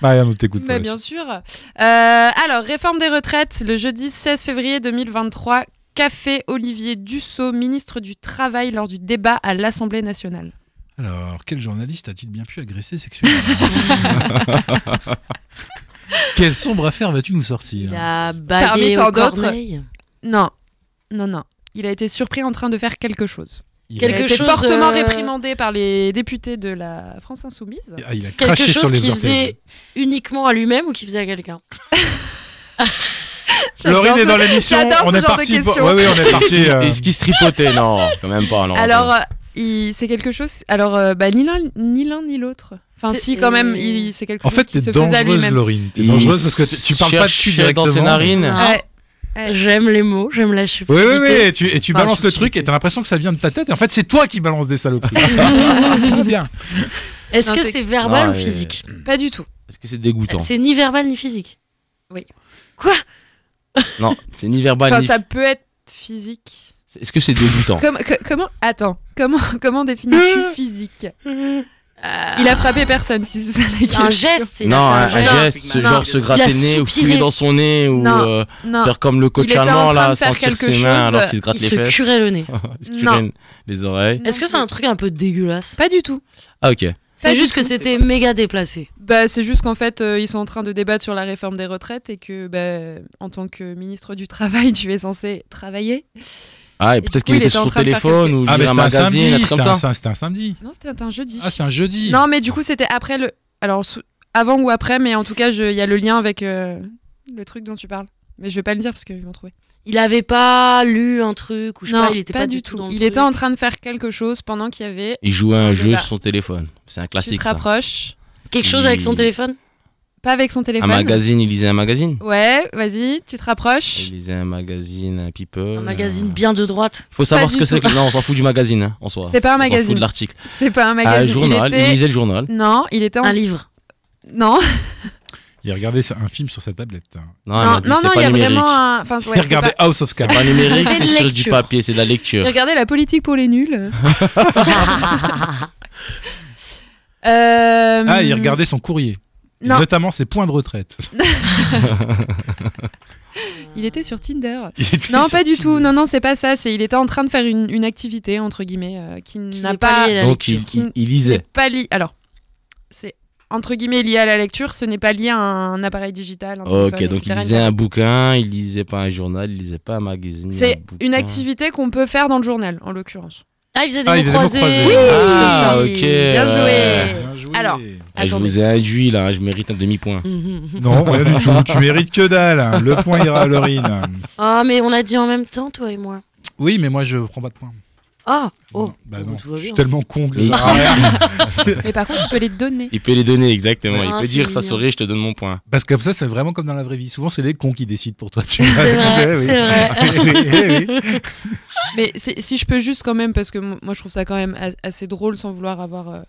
[SPEAKER 1] Marianne, on t'écoute pas.
[SPEAKER 4] Mais bien sûr. Euh, alors, réforme des retraites, le jeudi 16 février 2023. Café Olivier Dussault, ministre du Travail, lors du débat à l'Assemblée nationale.
[SPEAKER 1] Alors, quel journaliste a-t-il bien pu agresser sexuellement
[SPEAKER 2] *laughs*
[SPEAKER 1] *laughs* Quelle sombre affaire vas-tu nous sortir
[SPEAKER 3] Il a bagué
[SPEAKER 4] Parmi
[SPEAKER 3] au
[SPEAKER 4] tant d'autres.
[SPEAKER 3] corneille.
[SPEAKER 4] Non, non, non. Il a été surpris en train de faire quelque chose.
[SPEAKER 1] Il
[SPEAKER 4] Il a
[SPEAKER 3] Quelque
[SPEAKER 4] été
[SPEAKER 3] chose,
[SPEAKER 4] fortement
[SPEAKER 3] euh,
[SPEAKER 4] réprimandé par les députés de la France Insoumise.
[SPEAKER 1] a- ah, il a
[SPEAKER 3] Quelque
[SPEAKER 1] craché sur
[SPEAKER 3] chose
[SPEAKER 1] les
[SPEAKER 3] qu'il
[SPEAKER 1] orteils.
[SPEAKER 3] faisait uniquement à lui-même ou qu'il faisait à quelqu'un.
[SPEAKER 4] J'adore
[SPEAKER 1] Laurine est
[SPEAKER 4] ce-
[SPEAKER 1] dans l'émission,
[SPEAKER 4] j'adore
[SPEAKER 1] on
[SPEAKER 4] ce
[SPEAKER 1] est
[SPEAKER 4] genre de
[SPEAKER 1] parti. pour-
[SPEAKER 4] questions.
[SPEAKER 1] Ouais, ouais, on est parti. euh,
[SPEAKER 2] Est-ce qu'il se tripotait Non, quand même pas. non.
[SPEAKER 4] Alors, euh, il- c'est quelque chose. Alors, euh, bah, ni l'un ni l'un ni l'autre. Enfin,
[SPEAKER 3] C'est-
[SPEAKER 4] si, quand même,
[SPEAKER 3] euh,
[SPEAKER 4] il- c'est quelque
[SPEAKER 1] En
[SPEAKER 4] chose
[SPEAKER 1] fait,
[SPEAKER 4] qui
[SPEAKER 1] t'es
[SPEAKER 4] se faisait à
[SPEAKER 1] dangereuse,
[SPEAKER 4] lui-même.
[SPEAKER 1] Laurine. T'es
[SPEAKER 2] Il
[SPEAKER 1] dangereuse parce que tu- tu parles pas de cul
[SPEAKER 2] cherchait
[SPEAKER 1] directement.
[SPEAKER 2] dans ses narines.
[SPEAKER 3] Ah.
[SPEAKER 4] Ouais. Ouais.
[SPEAKER 3] J'aime les mots, j'aime la
[SPEAKER 1] Oui,
[SPEAKER 3] subtilité.
[SPEAKER 1] oui, oui, et tu, et tu
[SPEAKER 3] Enfin,
[SPEAKER 1] balances le truc
[SPEAKER 3] subtilité.
[SPEAKER 1] et t'as l'impression que ça vient de ta tête. Et en fait, c'est toi qui balances des saloperies. c'est pas bien.
[SPEAKER 3] Est-ce
[SPEAKER 4] Non,
[SPEAKER 3] que
[SPEAKER 4] c'est-
[SPEAKER 3] c'est verbal
[SPEAKER 1] Ah,
[SPEAKER 2] Non,
[SPEAKER 3] ou
[SPEAKER 2] mais-
[SPEAKER 3] physique
[SPEAKER 4] Pas du tout.
[SPEAKER 2] Est-ce que c'est dégoûtant
[SPEAKER 3] C'est ni verbal ni physique.
[SPEAKER 2] Non, c'est ni verbal
[SPEAKER 4] Enfin,
[SPEAKER 2] ni.
[SPEAKER 4] ça peut être physique.
[SPEAKER 2] C'est- Est-ce que c'est dégoûtant
[SPEAKER 4] Comme- que- comment Attends, comment, *laughs* comment définis-tu physique Il a frappé personne, si c'est ça la question.
[SPEAKER 3] Ah. Un geste. il a
[SPEAKER 2] Non,
[SPEAKER 3] fait
[SPEAKER 2] un,
[SPEAKER 3] un geste.
[SPEAKER 2] un geste, ce
[SPEAKER 3] Non.
[SPEAKER 2] genre se
[SPEAKER 3] Il a
[SPEAKER 2] gratter le nez ou
[SPEAKER 3] soupiré.
[SPEAKER 2] fouiller dans son nez ou
[SPEAKER 4] Non.
[SPEAKER 2] euh,
[SPEAKER 4] Non,
[SPEAKER 2] faire comme le coach
[SPEAKER 4] Il était en
[SPEAKER 2] allemand
[SPEAKER 4] train de
[SPEAKER 2] là,
[SPEAKER 4] faire
[SPEAKER 2] sentir
[SPEAKER 4] quelque
[SPEAKER 2] ses mains
[SPEAKER 4] chose,
[SPEAKER 2] alors qu'il se gratte
[SPEAKER 3] Il
[SPEAKER 2] les
[SPEAKER 3] se
[SPEAKER 2] fesses.
[SPEAKER 3] curait le nez.
[SPEAKER 2] Il se curait les oreilles.
[SPEAKER 3] Est-ce que c'est un truc un peu dégueulasse
[SPEAKER 4] Pas du tout.
[SPEAKER 2] Ah ok.
[SPEAKER 3] C'est
[SPEAKER 4] Pas du
[SPEAKER 3] juste que
[SPEAKER 4] tout.
[SPEAKER 3] c'était méga déplacé.
[SPEAKER 4] Bah, c'est juste qu'en fait, euh, ils sont en train de débattre sur la réforme des retraites et que, bah, en tant que ministre du Travail, tu es censé travailler.
[SPEAKER 2] Ah et
[SPEAKER 4] du
[SPEAKER 2] peut-être
[SPEAKER 4] coup,
[SPEAKER 2] qu'il
[SPEAKER 4] il
[SPEAKER 2] était
[SPEAKER 4] était en
[SPEAKER 2] sur
[SPEAKER 4] train de faire
[SPEAKER 2] téléphone
[SPEAKER 4] quelque-
[SPEAKER 2] ou
[SPEAKER 1] Ah, mais c'était
[SPEAKER 2] lire un
[SPEAKER 1] un
[SPEAKER 2] magazine, un
[SPEAKER 1] samedi.
[SPEAKER 2] truc comme
[SPEAKER 1] C'était un,
[SPEAKER 2] ça.
[SPEAKER 1] c'était un samedi.
[SPEAKER 4] Non, c'était un jeudi.
[SPEAKER 1] Ah, c'était un jeudi.
[SPEAKER 4] Non, mais du coup, c'était après le. Alors, sou- avant ou après, mais en tout cas, je- il y a le lien avec euh, le truc dont tu parles. Mais je vais pas le dire parce qu'ils vont trouver.
[SPEAKER 3] Il avait pas lu un truc ou je sais pas, il était pas, du tout. dans le
[SPEAKER 4] Il
[SPEAKER 3] truc.
[SPEAKER 4] était en train de faire quelque chose pendant qu'il y avait.
[SPEAKER 2] Il jouait à un
[SPEAKER 4] Je sais
[SPEAKER 2] jeu
[SPEAKER 4] pas.
[SPEAKER 2] sur son téléphone. C'est un
[SPEAKER 4] Tu
[SPEAKER 2] classique
[SPEAKER 4] te
[SPEAKER 2] ça.
[SPEAKER 4] rapproches.
[SPEAKER 3] quelque chose avec son
[SPEAKER 2] Il-
[SPEAKER 3] téléphone.
[SPEAKER 4] Pas avec son
[SPEAKER 2] Un
[SPEAKER 4] téléphone.
[SPEAKER 2] magazine, il lisait un magazine.
[SPEAKER 4] Ouais, vas-y, tu te rapproches.
[SPEAKER 2] Il lisait un magazine, un people.
[SPEAKER 3] Un magazine bien de droite.
[SPEAKER 2] Faut savoir
[SPEAKER 4] Pas
[SPEAKER 2] ce
[SPEAKER 4] du
[SPEAKER 2] que c'est.
[SPEAKER 4] tout.
[SPEAKER 2] que- Non, on s'en fout du magazine hein, en soi.
[SPEAKER 4] C'est pas un
[SPEAKER 2] On s'en fout
[SPEAKER 4] magazine.
[SPEAKER 2] de l'article.
[SPEAKER 4] C'est pas un
[SPEAKER 2] Un
[SPEAKER 4] magazine.
[SPEAKER 2] Ah, journal.
[SPEAKER 4] il
[SPEAKER 2] Il,
[SPEAKER 4] était.
[SPEAKER 2] lisait le journal.
[SPEAKER 4] Non, il était en.
[SPEAKER 3] Un livre.
[SPEAKER 4] Non,
[SPEAKER 1] Il regardait ça- un film sur sa tablette.
[SPEAKER 2] Non, il
[SPEAKER 4] non,
[SPEAKER 2] m'a dit,
[SPEAKER 4] non,
[SPEAKER 2] Ah, c'est pas
[SPEAKER 4] non, il y a
[SPEAKER 2] numérique.
[SPEAKER 4] vraiment un. Enfin, ouais,
[SPEAKER 1] il
[SPEAKER 4] c'est
[SPEAKER 1] regardait
[SPEAKER 4] pas-
[SPEAKER 1] House of
[SPEAKER 2] C'est
[SPEAKER 1] Cards.
[SPEAKER 2] pas numérique,
[SPEAKER 3] C'était
[SPEAKER 2] c'est
[SPEAKER 3] de
[SPEAKER 2] sur du
[SPEAKER 3] lecture.
[SPEAKER 2] papier, c'est de la lecture.
[SPEAKER 4] Il regardait la politique pour
[SPEAKER 1] *laughs*
[SPEAKER 4] les nuls. Euh,
[SPEAKER 1] Ah, il regardait son courrier. Et
[SPEAKER 4] Non,
[SPEAKER 1] Notamment ses points de retraite.
[SPEAKER 4] il était sur Tinder.
[SPEAKER 1] *laughs* Il était
[SPEAKER 4] Non, pas
[SPEAKER 1] sorti
[SPEAKER 4] du tout. Non, non, c'est pas ça. C'est il était en train de faire une, une activité entre guillemets euh, qui
[SPEAKER 3] Qui
[SPEAKER 4] n'a
[SPEAKER 3] n'est
[SPEAKER 4] pas,
[SPEAKER 3] pas lié à la
[SPEAKER 2] Donc il,
[SPEAKER 3] lecture.
[SPEAKER 2] il- il lisait.
[SPEAKER 4] pas lié. Alors, c'est entre guillemets lié à la lecture. Ce n'est pas lié à un appareil digital. un
[SPEAKER 2] Ok,
[SPEAKER 4] téléphone,
[SPEAKER 2] donc il
[SPEAKER 4] etc.,
[SPEAKER 2] lisait un bouquin, il lisait pas un journal, il lisait pas un magazine.
[SPEAKER 4] C'est
[SPEAKER 2] un
[SPEAKER 4] une
[SPEAKER 2] bouquin.
[SPEAKER 4] activité qu'on peut faire dans le journal, en l'occurrence.
[SPEAKER 3] Ah, il faisait des
[SPEAKER 1] Ah, il
[SPEAKER 3] mots
[SPEAKER 1] faisait des mots
[SPEAKER 3] croisés.
[SPEAKER 1] croisés.
[SPEAKER 3] Oui.
[SPEAKER 2] Ah,
[SPEAKER 4] Oui,
[SPEAKER 2] ok.
[SPEAKER 4] bien joué.
[SPEAKER 2] ouais.
[SPEAKER 1] Bien joué.
[SPEAKER 4] Alors.
[SPEAKER 2] Ah, je
[SPEAKER 4] Attendez.
[SPEAKER 2] vous ai induit là, je mérite un demi-point.
[SPEAKER 1] Non, rien du tout. Tu mérites que dalle. hein. Le point ira à Laurine.
[SPEAKER 3] *laughs* Ah, mais on l'a dit en même temps, toi et moi.
[SPEAKER 1] Oui, mais moi, je prends pas de points.
[SPEAKER 3] Ah,
[SPEAKER 1] *laughs*
[SPEAKER 3] oh.
[SPEAKER 1] Bah
[SPEAKER 3] Bon,
[SPEAKER 1] non.
[SPEAKER 3] tout va
[SPEAKER 1] Je suis
[SPEAKER 3] bien.
[SPEAKER 1] tellement con que ça
[SPEAKER 2] Oui.
[SPEAKER 1] sert à rien.
[SPEAKER 4] Mais par contre, tu peux les donner.
[SPEAKER 2] Il peut les donner, exactement.
[SPEAKER 3] Ah,
[SPEAKER 2] il peut
[SPEAKER 3] c'est
[SPEAKER 2] dire, ça
[SPEAKER 3] mignon.
[SPEAKER 2] souris, je te donne mon point.
[SPEAKER 1] Parce que comme ça, c'est vraiment comme dans la vraie vie. Souvent, c'est les cons qui décident pour toi. tu vois,
[SPEAKER 3] C'est
[SPEAKER 1] tu sais,
[SPEAKER 3] vrai,
[SPEAKER 1] oui. Eh,
[SPEAKER 3] c'est
[SPEAKER 1] *laughs* Oui, oui,
[SPEAKER 3] vrai.
[SPEAKER 1] oui.
[SPEAKER 4] Mais c'est- si je peux juste quand même, parce que mo- moi je trouve ça quand même a- assez drôle sans vouloir avoir euh,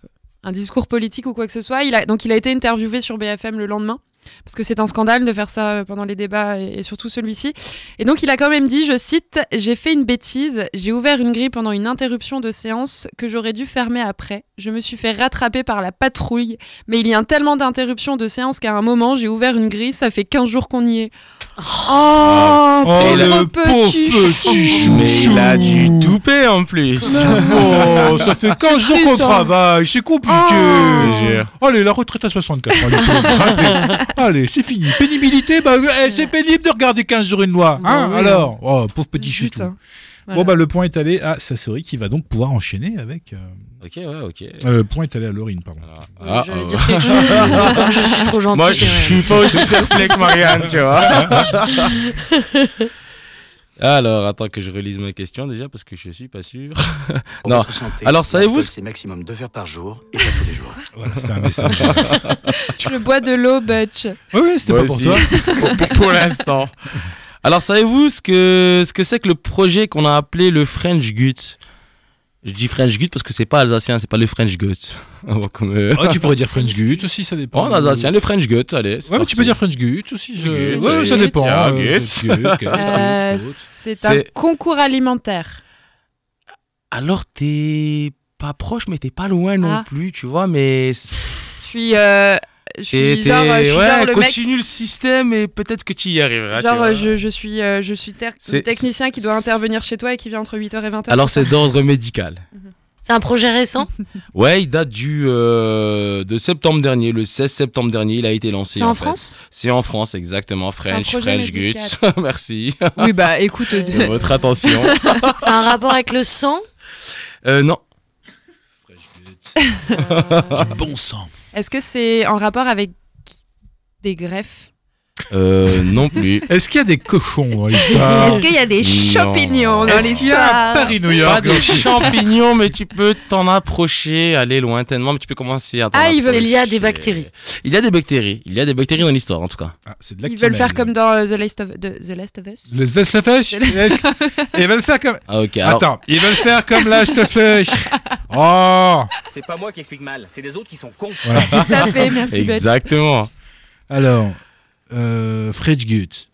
[SPEAKER 4] un discours politique ou quoi que ce soit. Il a, donc il a été interviewé sur BFM le lendemain, parce que c'est un scandale de faire ça euh, pendant les débats et, et surtout celui-ci. Et donc il a quand même dit, je cite, J'ai fait une bêtise, j'ai ouvert une grille pendant une interruption de séance que j'aurais dû fermer après. Je me suis fait rattraper par la patrouille, mais il y a tellement d'interruptions de séance qu'à un moment j'ai ouvert une grille, ça fait 15 jours qu'on y est. Oh,
[SPEAKER 1] Oh,
[SPEAKER 2] Et là-
[SPEAKER 1] le
[SPEAKER 4] pauvre
[SPEAKER 1] pauvre
[SPEAKER 4] petit
[SPEAKER 1] petit
[SPEAKER 4] chou.
[SPEAKER 1] chou.
[SPEAKER 2] Mais il a du toupé en plus.
[SPEAKER 1] Oh, ça fait 15 jours
[SPEAKER 4] triste,
[SPEAKER 1] qu'on
[SPEAKER 4] hein.
[SPEAKER 1] travaille, c'est compliqué.
[SPEAKER 4] Oh.
[SPEAKER 2] Je jure.
[SPEAKER 1] Allez, la retraite à 64 ans, les pauvres. Allez, Allez, c'est fini. Pénibilité, bah, eh, c'est pénible de regarder 15 jours une loi. Hein,
[SPEAKER 3] Bah oui,
[SPEAKER 1] alors, oh, pauvre petit
[SPEAKER 4] Zut,
[SPEAKER 1] chutou.
[SPEAKER 4] hein. Voilà.
[SPEAKER 1] Bon, bah, le point est allé à Sassori qui va donc pouvoir enchaîner avec. euh,
[SPEAKER 2] Ok, ouais, ok.
[SPEAKER 1] euh, le point est allé à Laurine, pardon.
[SPEAKER 2] Voilà.
[SPEAKER 3] Ouais,
[SPEAKER 2] Ah,
[SPEAKER 3] J'allais
[SPEAKER 2] euh,
[SPEAKER 3] dire quelque chose, mais comme je suis trop gentille.
[SPEAKER 2] *laughs* Moi, je
[SPEAKER 3] ouais.
[SPEAKER 2] suis pas aussi perplexe que Marianne, tu vois. Alors, attends que je relise ma question déjà parce que je suis pas sûr.
[SPEAKER 5] Pour
[SPEAKER 2] Non.
[SPEAKER 5] votre santé,
[SPEAKER 2] Alors, savez-vous
[SPEAKER 5] l'alcool,
[SPEAKER 2] ce-
[SPEAKER 5] C'est maximum deux verres par jour et pas tous les jours.
[SPEAKER 1] Voilà, c'était un
[SPEAKER 2] *laughs*
[SPEAKER 1] message.
[SPEAKER 4] *laughs* Je bois de l'eau, butch.
[SPEAKER 1] oui, oui, c'était
[SPEAKER 2] Moi
[SPEAKER 1] pas pour
[SPEAKER 2] aussi.
[SPEAKER 1] toi.
[SPEAKER 2] pour, pour l'instant. Alors, savez-vous ce que ce que c'est que le projet qu'on a appelé le French Gut Je dis French Gut parce que c'est pas alsacien, c'est pas le French Gut. *laughs* Comme, euh,
[SPEAKER 1] Oh, tu pourrais dire French Gut aussi, ça dépend.
[SPEAKER 2] en alsacien, le French Gut, allez. c'est
[SPEAKER 1] Ouais, mais
[SPEAKER 2] parti.
[SPEAKER 1] tu peux dire French Gut aussi. je-
[SPEAKER 2] Gut,
[SPEAKER 1] ouais,
[SPEAKER 2] oui.
[SPEAKER 1] ça dépend.
[SPEAKER 2] Ah,
[SPEAKER 1] euh,
[SPEAKER 2] Gut.
[SPEAKER 1] French Gut, Gut, Gut,
[SPEAKER 2] Ah,
[SPEAKER 4] Euh,
[SPEAKER 1] Gut.
[SPEAKER 4] c'est un
[SPEAKER 2] C'est-
[SPEAKER 4] concours alimentaire.
[SPEAKER 2] Alors, t'es pas proche, mais t'es pas loin non
[SPEAKER 4] Ah.
[SPEAKER 2] plus, tu vois, mais.
[SPEAKER 4] Je suis, euh, je suis genre, euh, je suis genre le mec.
[SPEAKER 2] continue le système et peut-être que tu y arriveras.
[SPEAKER 4] Genre, euh, je, je suis, euh, je suis ter-
[SPEAKER 2] C'est-
[SPEAKER 4] technicien qui doit
[SPEAKER 2] c'est-
[SPEAKER 4] intervenir chez toi et qui vient entre 8h et 20h.
[SPEAKER 2] Alors, c'est d'ordre médical.
[SPEAKER 3] C'est un projet récent.
[SPEAKER 2] Ouais, il date du euh, de septembre dernier, le 16 septembre dernier, il a été lancé.
[SPEAKER 4] c'est en
[SPEAKER 2] fait.
[SPEAKER 4] France
[SPEAKER 2] C'est en France, exactement. French,
[SPEAKER 4] projet
[SPEAKER 2] French Guts. *laughs*
[SPEAKER 4] médical.
[SPEAKER 2] Merci
[SPEAKER 4] Oui, bah écoute,
[SPEAKER 3] euh,
[SPEAKER 2] de votre attention.
[SPEAKER 3] C'est un rapport avec le sang.
[SPEAKER 2] Euh, non, Ah.
[SPEAKER 1] Du bon sang.
[SPEAKER 4] est-ce que c'est en rapport avec des greffes
[SPEAKER 2] Euh, non *laughs* plus.
[SPEAKER 1] Est-ce qu'il y a des cochons dans
[SPEAKER 2] *laughs*
[SPEAKER 1] l'histoire
[SPEAKER 4] Est-ce qu'il y a des
[SPEAKER 2] Euh, Non.
[SPEAKER 4] champignons dans
[SPEAKER 1] Est-ce qu'il y a un
[SPEAKER 4] l'histoire
[SPEAKER 1] Paris-New
[SPEAKER 2] Pas
[SPEAKER 1] York dans
[SPEAKER 2] de
[SPEAKER 1] l'histoire
[SPEAKER 2] champignons, mais tu peux t'en approcher, aller lointainement, mais tu peux commencer à. t'en
[SPEAKER 4] Ah, ils veulent-
[SPEAKER 2] approcher.
[SPEAKER 3] Il y a des bactéries.
[SPEAKER 2] Il y a des bactéries. Il y a des bactéries dans l'histoire, en tout cas.
[SPEAKER 1] Ah, c'est de
[SPEAKER 4] Ils veulent
[SPEAKER 1] l'actimel.
[SPEAKER 4] faire comme dans euh, The Last of, de- The Last
[SPEAKER 2] *laughs*
[SPEAKER 4] of Us
[SPEAKER 1] Les Last of
[SPEAKER 4] *laughs*
[SPEAKER 1] Us Ils veulent faire comme.
[SPEAKER 2] Ah, ok. alors-
[SPEAKER 1] Attends, ils veulent faire comme Last of Us
[SPEAKER 4] *laughs*
[SPEAKER 1] Oh
[SPEAKER 6] C'est pas moi qui explique mal, c'est les autres qui sont cons.
[SPEAKER 2] *laughs*
[SPEAKER 4] Tout à fait, merci Butch.
[SPEAKER 2] Exactement.
[SPEAKER 1] Alors, euh, French Gut.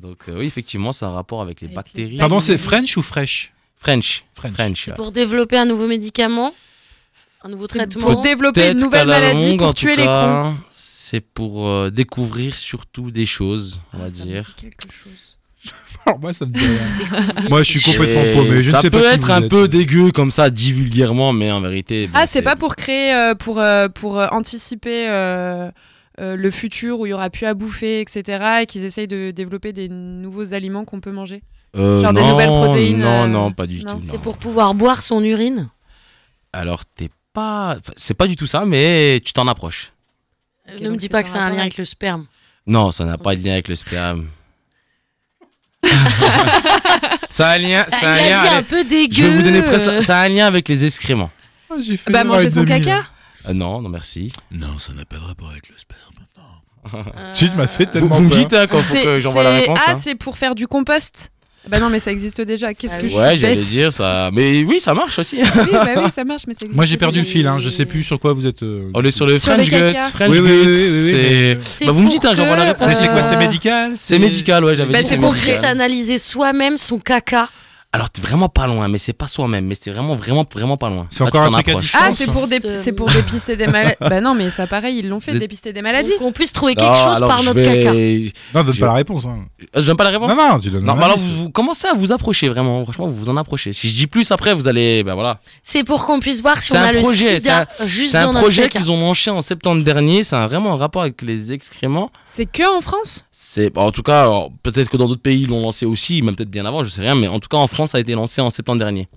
[SPEAKER 2] Donc, euh, oui, effectivement, ça a un rapport avec les
[SPEAKER 4] Avec les
[SPEAKER 2] bactéries.
[SPEAKER 1] Pardon, c'est French ou Fresh
[SPEAKER 2] French.
[SPEAKER 1] French. *laughs*
[SPEAKER 2] French.
[SPEAKER 3] C'est pour développer un nouveau médicament, un nouveau traitement.
[SPEAKER 4] Pour développer une
[SPEAKER 2] Peut-être qu'à
[SPEAKER 4] nouvelle
[SPEAKER 2] la
[SPEAKER 4] maladie
[SPEAKER 2] longue, en
[SPEAKER 4] pour
[SPEAKER 2] tout
[SPEAKER 4] tuer les cons.
[SPEAKER 2] cas, C'est pour euh, découvrir surtout des choses, on
[SPEAKER 1] Ah,
[SPEAKER 3] Ah,
[SPEAKER 2] va dire.
[SPEAKER 1] Alors, Oh, moi, ça me dit
[SPEAKER 4] *laughs*
[SPEAKER 1] rien. Moi, je suis complètement
[SPEAKER 2] Et
[SPEAKER 1] paumé. Je
[SPEAKER 2] ça
[SPEAKER 1] ne sais
[SPEAKER 2] peut
[SPEAKER 1] pas qui
[SPEAKER 2] être
[SPEAKER 1] vous
[SPEAKER 2] un
[SPEAKER 1] êtes.
[SPEAKER 2] peu dégueu comme ça, dit vulgairement, mais en vérité. bon,
[SPEAKER 4] Ah, c'est pas pour créer, euh, pour, euh, pour euh, anticiper euh, euh, le futur où il y aura plus à bouffer, etc. Et qu'ils essayent de développer des nouveaux aliments qu'on peut manger.
[SPEAKER 2] Euh,
[SPEAKER 4] genre des
[SPEAKER 2] non,
[SPEAKER 4] nouvelles protéines, euh,
[SPEAKER 2] Non, non, pas du
[SPEAKER 4] non.
[SPEAKER 2] tout.
[SPEAKER 3] C'est
[SPEAKER 2] non.
[SPEAKER 3] pour pouvoir boire son urine.
[SPEAKER 2] Alors, t'es pas. enfin, C'est pas du tout ça, mais tu t'en approches.
[SPEAKER 4] Ok,
[SPEAKER 3] Euh, ne me
[SPEAKER 4] donc
[SPEAKER 3] dis
[SPEAKER 4] c'est
[SPEAKER 3] pas
[SPEAKER 4] un
[SPEAKER 3] que c'est un
[SPEAKER 4] rapport
[SPEAKER 3] lien
[SPEAKER 4] avec-
[SPEAKER 3] avec le sperme.
[SPEAKER 2] Non, ça n'a pas de lien avec le
[SPEAKER 4] *laughs*
[SPEAKER 2] sperme. ça a un lien.
[SPEAKER 3] Bah,
[SPEAKER 2] Ça a un
[SPEAKER 3] il
[SPEAKER 2] lien
[SPEAKER 3] a dit un
[SPEAKER 2] avec-
[SPEAKER 3] peu dégueu.
[SPEAKER 2] Je vais vous donner presque.
[SPEAKER 3] euh,
[SPEAKER 2] Ça a un lien avec les excréments.
[SPEAKER 1] Ah, j'ai fait
[SPEAKER 4] Bah,
[SPEAKER 1] une
[SPEAKER 4] manger
[SPEAKER 1] heure et
[SPEAKER 4] son
[SPEAKER 1] demie,
[SPEAKER 4] caca
[SPEAKER 1] là.
[SPEAKER 2] Euh, non, non, merci.
[SPEAKER 1] Non, ça n'a pas de rapport avec le sperme.
[SPEAKER 3] euh,
[SPEAKER 1] Tu m'as fait
[SPEAKER 2] Vous,
[SPEAKER 1] tellement
[SPEAKER 2] vous me
[SPEAKER 1] peur.
[SPEAKER 2] dites hein, quand faut
[SPEAKER 4] C'est-
[SPEAKER 2] que j'envoie la
[SPEAKER 4] c'est-
[SPEAKER 2] réponse.
[SPEAKER 4] Ah,
[SPEAKER 2] hein.
[SPEAKER 4] c'est pour faire du compost Bah non, mais ça existe déjà. Qu'est-ce
[SPEAKER 3] Ah
[SPEAKER 4] que
[SPEAKER 3] oui.
[SPEAKER 4] je
[SPEAKER 2] Ouais,
[SPEAKER 4] suis
[SPEAKER 2] j'allais
[SPEAKER 4] bête.
[SPEAKER 2] dire ça. Mais oui, ça marche aussi. hein.
[SPEAKER 4] Oui, bah oui, ça marche, mais ça existe.
[SPEAKER 1] Moi, j'ai perdu le
[SPEAKER 4] déjà.
[SPEAKER 1] fil. Hein. Je sais plus sur quoi vous êtes. euh,
[SPEAKER 2] On est sur le
[SPEAKER 4] Sur
[SPEAKER 2] French
[SPEAKER 4] les
[SPEAKER 2] Guts.
[SPEAKER 4] caca.
[SPEAKER 2] French
[SPEAKER 1] Oui, oui, oui, oui,
[SPEAKER 2] Guts,
[SPEAKER 1] oui,
[SPEAKER 2] c'est.
[SPEAKER 3] c'est
[SPEAKER 2] Bah, vous me
[SPEAKER 3] pour
[SPEAKER 2] dites, hein, j'envoie la
[SPEAKER 3] que,
[SPEAKER 2] réponse.
[SPEAKER 1] Mais c'est
[SPEAKER 3] euh,
[SPEAKER 1] quoi C'est médical
[SPEAKER 2] C'est médical, ouais, j'avais
[SPEAKER 4] Bah,
[SPEAKER 2] dit.
[SPEAKER 4] c'est
[SPEAKER 3] Pour
[SPEAKER 4] pour
[SPEAKER 3] qu'il puisse
[SPEAKER 2] médical.
[SPEAKER 3] analyser soi-même son caca.
[SPEAKER 2] Alors, t'es vraiment pas loin, mais c'est pas soi-même, mais c'est vraiment, vraiment, vraiment pas loin.
[SPEAKER 1] C'est
[SPEAKER 2] Là,
[SPEAKER 1] encore
[SPEAKER 2] tu
[SPEAKER 1] un
[SPEAKER 2] t'en
[SPEAKER 1] truc à
[SPEAKER 2] approches.
[SPEAKER 1] distance.
[SPEAKER 4] Ah, c'est pour, dé-
[SPEAKER 3] C'est-
[SPEAKER 4] c'est pour dépister
[SPEAKER 3] *laughs*
[SPEAKER 4] des maladies. bah non, mais ça, pareil, ils l'ont fait,
[SPEAKER 2] Vous êtes-
[SPEAKER 4] dépister des maladies.
[SPEAKER 3] Qu'on puisse trouver
[SPEAKER 2] Non,
[SPEAKER 3] Ah, quelque chose
[SPEAKER 2] alors,
[SPEAKER 3] par
[SPEAKER 2] je
[SPEAKER 3] notre
[SPEAKER 2] vais-
[SPEAKER 3] caca.
[SPEAKER 1] Non, donne
[SPEAKER 2] Je-
[SPEAKER 1] pas la réponse. hein.
[SPEAKER 2] Euh, J'aime pas la réponse
[SPEAKER 1] Non, non, tu donnes.
[SPEAKER 2] Non,
[SPEAKER 1] un
[SPEAKER 2] mais alors
[SPEAKER 1] indice.
[SPEAKER 2] vous, vous commencez à vous approcher vraiment, franchement vous vous en approchez. Si je dis plus après, vous allez, ben voilà.
[SPEAKER 3] C'est pour qu'on puisse voir si
[SPEAKER 2] C'est
[SPEAKER 3] on
[SPEAKER 2] un
[SPEAKER 3] a
[SPEAKER 2] projet,
[SPEAKER 3] le sida juste
[SPEAKER 2] C'est un
[SPEAKER 3] dans
[SPEAKER 2] projet
[SPEAKER 3] notre caca.
[SPEAKER 2] qu'ils ont lancé en septembre dernier, c'est un- vraiment un rapport avec les excréments.
[SPEAKER 4] C'est que en France
[SPEAKER 2] C'est, bah, en tout cas, alors, peut-être que dans d'autres pays ils l'ont lancé aussi, même peut-être bien avant, je sais rien, mais en tout cas en France ça a été lancé en septembre dernier.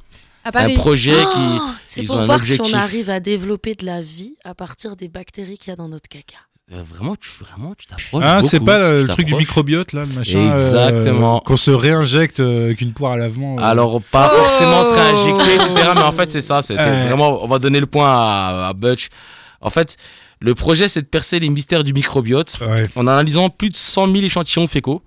[SPEAKER 4] À
[SPEAKER 2] C'est un
[SPEAKER 4] Paris.
[SPEAKER 2] projet qui,
[SPEAKER 3] Oh, C'est
[SPEAKER 2] ils
[SPEAKER 3] pour
[SPEAKER 2] ont un
[SPEAKER 3] voir si on
[SPEAKER 2] objectif.
[SPEAKER 3] arrive à développer de la vie à partir des bactéries qu'il y a dans notre caca.
[SPEAKER 2] Euh, vraiment, tu vraiment tu t'approches.
[SPEAKER 1] Ah,
[SPEAKER 2] beaucoup.
[SPEAKER 1] c'est pas euh, le
[SPEAKER 2] Tu
[SPEAKER 1] truc du
[SPEAKER 2] t'approches.
[SPEAKER 1] microbiote, là, le machin. euh,
[SPEAKER 2] Exactement.
[SPEAKER 1] Qu'on se réinjecte euh, avec une poire à lavement. euh.
[SPEAKER 2] Alors, pas
[SPEAKER 4] Oh
[SPEAKER 2] forcément se réinjecter, etc. Mais en fait, c'est ça. C'était
[SPEAKER 1] Ouais.
[SPEAKER 2] vraiment, on va donner le point à, à Butch. En fait, le projet, c'est de percer les mystères du microbiote
[SPEAKER 1] Ouais.
[SPEAKER 2] en analysant plus de 100 000 échantillons fécaux.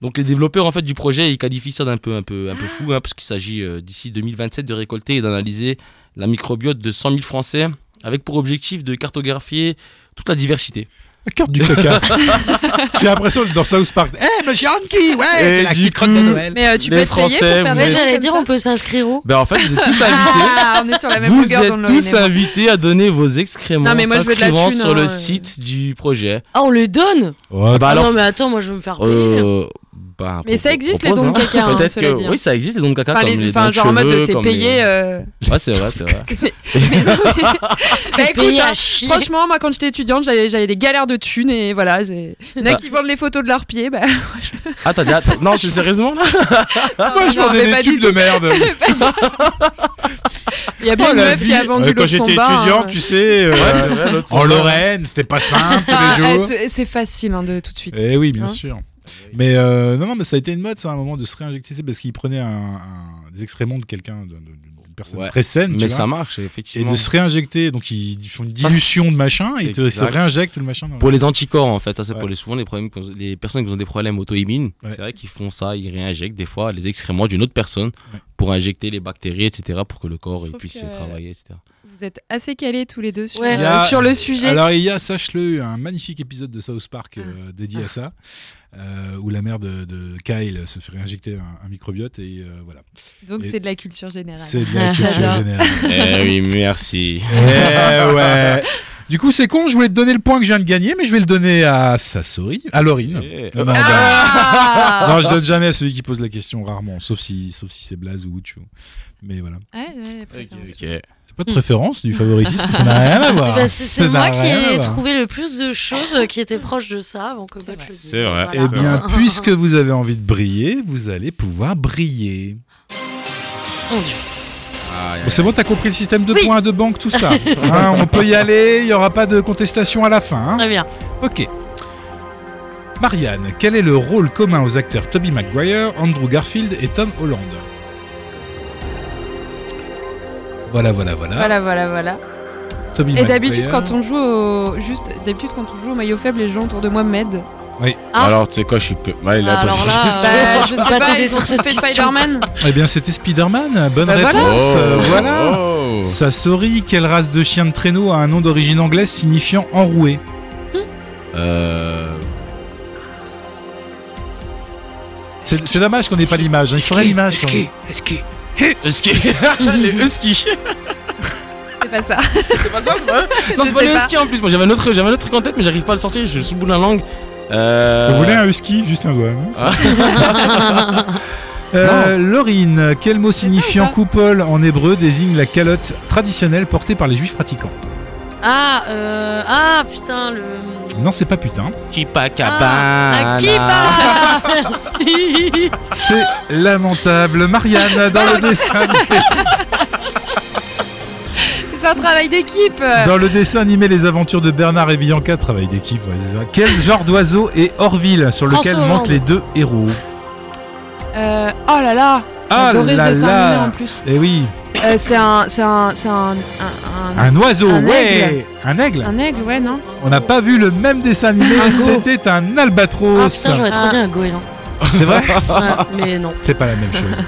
[SPEAKER 2] Donc, les développeurs en fait, du projet, ils qualifient ça d'un peu, un peu, un peu fou, hein, parce qu'il s'agit euh, d'ici 2027 de récolter et d'analyser la microbiote de 100 000 Français, avec pour objectif de cartographier toute la diversité.
[SPEAKER 1] La carte du
[SPEAKER 2] *laughs*
[SPEAKER 1] caca. J'ai l'impression d'être dans South Park. Eh, monsieur Anki, ouais, c'est la
[SPEAKER 2] du
[SPEAKER 1] petite crotte de
[SPEAKER 2] coup-
[SPEAKER 1] Noël.
[SPEAKER 4] Mais euh, tu
[SPEAKER 2] Les
[SPEAKER 4] peux être payé pour
[SPEAKER 2] Français,
[SPEAKER 4] faire
[SPEAKER 2] vous
[SPEAKER 4] des
[SPEAKER 3] Ouais,
[SPEAKER 2] êtes-
[SPEAKER 4] trucs
[SPEAKER 3] j'allais
[SPEAKER 4] comme
[SPEAKER 3] dire,
[SPEAKER 4] ça.
[SPEAKER 3] on peut s'inscrire où
[SPEAKER 2] Ben, en fait, vous êtes tous
[SPEAKER 4] *laughs*
[SPEAKER 2] invités.
[SPEAKER 4] Ah, on est sur la même
[SPEAKER 2] Vous
[SPEAKER 4] longueur
[SPEAKER 2] êtes
[SPEAKER 4] d'onde, Lorraine et
[SPEAKER 2] tous
[SPEAKER 4] moi.
[SPEAKER 2] invités à donner vos excréments
[SPEAKER 4] Non, mais
[SPEAKER 2] en
[SPEAKER 4] moi, je veux de la
[SPEAKER 2] s'inscrivant
[SPEAKER 4] thune,
[SPEAKER 2] sur
[SPEAKER 4] hein,
[SPEAKER 2] le
[SPEAKER 4] euh.
[SPEAKER 2] site du projet.
[SPEAKER 3] Ah, on le donne
[SPEAKER 1] Ouais,
[SPEAKER 2] Bah
[SPEAKER 3] Ah
[SPEAKER 2] alors,
[SPEAKER 3] Non, mais attends, moi je veux me faire payer.
[SPEAKER 2] euh, Bah,
[SPEAKER 4] Mais ça
[SPEAKER 2] propos-
[SPEAKER 4] existe, les
[SPEAKER 2] propose,
[SPEAKER 4] dons de
[SPEAKER 2] hein.
[SPEAKER 4] caca, hein,
[SPEAKER 2] Peut-être
[SPEAKER 4] cela
[SPEAKER 2] que-
[SPEAKER 4] dit, hein.
[SPEAKER 2] Oui, ça existe les dons de caca
[SPEAKER 4] Enfin,
[SPEAKER 2] comme
[SPEAKER 4] les-
[SPEAKER 2] les
[SPEAKER 4] enfin,
[SPEAKER 2] dons de
[SPEAKER 4] genre en mode
[SPEAKER 2] cheveux,
[SPEAKER 4] t'es
[SPEAKER 2] comme
[SPEAKER 4] payé.
[SPEAKER 2] les-
[SPEAKER 4] euh,
[SPEAKER 2] Ouais, c'est vrai, c'est
[SPEAKER 4] *laughs*
[SPEAKER 2] vrai.
[SPEAKER 4] Bah
[SPEAKER 3] T'es
[SPEAKER 4] écoute,
[SPEAKER 3] payé
[SPEAKER 4] hein,
[SPEAKER 3] à chier.
[SPEAKER 4] franchement, moi quand j'étais étudiante, j'avais j'avais des galères de thunes et voilà. j'ai-
[SPEAKER 1] Bah.
[SPEAKER 4] Il y en a qui vendent les photos de leurs pieds. Bah,
[SPEAKER 2] Ah, t'as dit, ah, t'as- non, c'est sérieusement là
[SPEAKER 1] Ah, Moi, je
[SPEAKER 4] Ah, non, mais
[SPEAKER 1] vendais
[SPEAKER 4] pas
[SPEAKER 1] des
[SPEAKER 4] du
[SPEAKER 1] tubes de merde.
[SPEAKER 4] *laughs* Il y a bien
[SPEAKER 1] Oh,
[SPEAKER 4] une
[SPEAKER 1] la
[SPEAKER 4] meuf
[SPEAKER 1] vie.
[SPEAKER 4] qui a vendu
[SPEAKER 1] Euh, Quand
[SPEAKER 4] le son
[SPEAKER 1] j'étais
[SPEAKER 4] bas,
[SPEAKER 1] étudiant,
[SPEAKER 4] hein.
[SPEAKER 1] tu sais, euh,
[SPEAKER 2] Ouais, c'est vrai, l'autre
[SPEAKER 1] en
[SPEAKER 2] son bas.
[SPEAKER 1] Lorraine, c'était pas simple tous les
[SPEAKER 4] Ah,
[SPEAKER 1] jours.
[SPEAKER 4] t- C'est facile hein, de tout de suite.
[SPEAKER 1] Eh oui, bien
[SPEAKER 4] Hein
[SPEAKER 1] sûr.
[SPEAKER 2] Eh
[SPEAKER 1] Mais euh, non, non, mais ça a été une mode, ça, à un moment, de se réinjecter, c'est parce qu'il prenait un, un- des excréments de quelqu'un, de- de- d'une personne
[SPEAKER 2] Ouais.
[SPEAKER 1] très saine, tu
[SPEAKER 2] Mais
[SPEAKER 1] vois,
[SPEAKER 2] ça marche,
[SPEAKER 1] et
[SPEAKER 2] effectivement.
[SPEAKER 1] de se réinjecter. Donc ils font une
[SPEAKER 2] Ça,
[SPEAKER 1] dilution de machin, et ils te- se
[SPEAKER 2] Exact.
[SPEAKER 1] réinjectent le machin. dans-
[SPEAKER 2] Pour les anticorps, en fait, ça c'est pour
[SPEAKER 1] Ouais.
[SPEAKER 2] les, souvent les, problèmes qu'on- les personnes qui ont des problèmes auto-immunes.
[SPEAKER 1] Ouais.
[SPEAKER 2] C'est vrai qu'ils font ça, ils réinjectent des fois les excréments d'une autre personne
[SPEAKER 1] Ouais.
[SPEAKER 2] pour injecter les bactéries, etc., pour que le corps il
[SPEAKER 4] trouve
[SPEAKER 2] puisse
[SPEAKER 4] que-
[SPEAKER 2] travailler, etc.
[SPEAKER 4] *laughs* Vous êtes assez calés tous les deux sur,
[SPEAKER 3] Ouais.
[SPEAKER 4] euh,
[SPEAKER 1] Il y a-
[SPEAKER 4] sur le sujet. Ah.
[SPEAKER 1] Alors il y a, sache-le, un magnifique épisode de South Park euh, dédié à ça, euh, où la mère de, de Kyle se fait réinjecter un, un microbiote, et euh, voilà.
[SPEAKER 4] Donc
[SPEAKER 1] Et-
[SPEAKER 4] c'est de la culture générale.
[SPEAKER 1] C'est de la culture
[SPEAKER 4] J'adore. *laughs*
[SPEAKER 1] générale.
[SPEAKER 2] eh oui, merci.
[SPEAKER 1] Eh ouais. Du coup, c'est con, je voulais te donner le point que je viens de gagner, mais je vais le donner à Sassori, à Laurine.
[SPEAKER 2] Eh.
[SPEAKER 1] Non, non,
[SPEAKER 4] Ah
[SPEAKER 1] non,
[SPEAKER 2] *laughs*
[SPEAKER 1] je donne jamais à celui qui pose la question, rarement, sauf si, sauf si c'est Blaze ou Ucho. Mais voilà.
[SPEAKER 4] Ouais, ouais, préférence.
[SPEAKER 2] Ok.
[SPEAKER 1] Pas de préférence, du favoritisme, ça n'a rien à voir.
[SPEAKER 3] Bah, c'est c'est
[SPEAKER 1] Ça n'a
[SPEAKER 3] moi qui
[SPEAKER 1] rien à
[SPEAKER 3] ai
[SPEAKER 1] voir.
[SPEAKER 3] trouvé le plus de choses euh, qui étaient proches de ça. Donc, euh, bah, je le dis,
[SPEAKER 2] C'est vrai.
[SPEAKER 3] voilà.
[SPEAKER 1] Eh bien, puisque vous avez envie de briller, vous allez pouvoir briller.
[SPEAKER 3] Mon Dieu.
[SPEAKER 2] Aïe,
[SPEAKER 1] Bon,
[SPEAKER 2] aïe,
[SPEAKER 1] c'est bon, t'as compris le système de
[SPEAKER 3] Oui.
[SPEAKER 1] points, de banque, tout ça. Hein, on peut y aller, il n'y aura pas de contestation à la fin. hein.
[SPEAKER 3] Très bien.
[SPEAKER 1] Ok. Marianne, quel est le rôle commun aux acteurs Toby Maguire, Andrew Garfield et Tom Holland Voilà, voilà, voilà.
[SPEAKER 4] Voilà, voilà, voilà.
[SPEAKER 1] Tobey
[SPEAKER 4] Et
[SPEAKER 1] Maguire.
[SPEAKER 4] d'habitude, quand on joue au... Juste, d'habitude, quand on joue au maillot faible, les gens autour de moi m'aident.
[SPEAKER 2] aïe. Alors, tu sais quoi, je suis peu. Ouais, il a
[SPEAKER 3] Alors
[SPEAKER 2] posé
[SPEAKER 3] là,
[SPEAKER 2] cette question.
[SPEAKER 3] euh,
[SPEAKER 4] Bah, je sais
[SPEAKER 3] Bah,
[SPEAKER 4] pas,
[SPEAKER 3] t'es
[SPEAKER 4] ils ont
[SPEAKER 3] sur cette
[SPEAKER 4] fait
[SPEAKER 3] question.
[SPEAKER 4] Spider-Man.
[SPEAKER 1] Eh bien, c'était Spider-Man. Bonne
[SPEAKER 4] Bah
[SPEAKER 1] réponse.
[SPEAKER 4] voilà.
[SPEAKER 1] euh,
[SPEAKER 2] Oh,
[SPEAKER 1] Voilà.
[SPEAKER 2] oh.
[SPEAKER 1] Sassori, quelle race de chien de traîneau a un nom d'origine anglaise signifiant enroué
[SPEAKER 2] Euh,
[SPEAKER 1] C'est c'est dommage qu'on n'ait pas l'image. hein. Il faudrait l'image. hein. quand même.
[SPEAKER 2] Husky. *laughs* les Husky.
[SPEAKER 4] C'est pas ça.
[SPEAKER 2] C'est pas ça, c'est pas Non,
[SPEAKER 4] Je
[SPEAKER 2] c'est pas
[SPEAKER 4] sais
[SPEAKER 2] les
[SPEAKER 4] pas.
[SPEAKER 2] Husky en plus. Moi, j'avais un, autre- j'avais un autre truc en tête, mais j'arrive pas à le sortir, je suis sous le bout de la langue. Euh...
[SPEAKER 1] Vous voulez un husky Juste un doigt. hein.
[SPEAKER 2] Ah.
[SPEAKER 1] Euh, Laurine, quel mot
[SPEAKER 4] ça ou
[SPEAKER 1] signifiant
[SPEAKER 4] pas
[SPEAKER 1] coupole en hébreu désigne la calotte traditionnelle portée par les juifs pratiquants
[SPEAKER 3] *laughs* Ah, euh, ah putain, le.
[SPEAKER 1] Non, c'est pas putain.
[SPEAKER 2] Kipa
[SPEAKER 3] Ah,
[SPEAKER 2] Kabana.
[SPEAKER 3] à Kiba *laughs* Merci
[SPEAKER 1] C'est lamentable. Marianne, dans le dessin animé,
[SPEAKER 4] C'est un travail d'équipe.
[SPEAKER 1] dans le dessin animé Les Aventures de Bernard et Bianca, travail d'équipe, ouais, c'est ça. Quel genre d'oiseau est Orville, sur lequel
[SPEAKER 3] François
[SPEAKER 1] montent
[SPEAKER 3] Hollande.
[SPEAKER 1] les deux héros
[SPEAKER 4] Euh, oh là là.
[SPEAKER 1] Ah
[SPEAKER 4] J'adorais
[SPEAKER 1] là
[SPEAKER 4] ce dessin
[SPEAKER 1] là.
[SPEAKER 4] animé en plus.
[SPEAKER 1] Eh oui,
[SPEAKER 4] Euh, c'est un, c'est un, c'est un, un, un-
[SPEAKER 1] un oiseau,
[SPEAKER 4] Un
[SPEAKER 1] ouais Un aigle
[SPEAKER 4] un aigle, ouais, non
[SPEAKER 1] On n'a pas vu le même dessin
[SPEAKER 4] Un
[SPEAKER 1] animé,
[SPEAKER 4] go.
[SPEAKER 1] c'était un
[SPEAKER 3] Ah
[SPEAKER 1] albatros.
[SPEAKER 3] putain, j'aurais trop
[SPEAKER 4] Ah.
[SPEAKER 3] dit un goéland.
[SPEAKER 1] c'est vrai
[SPEAKER 3] Ouais, mais non.
[SPEAKER 1] C'est pas la même *laughs* chose.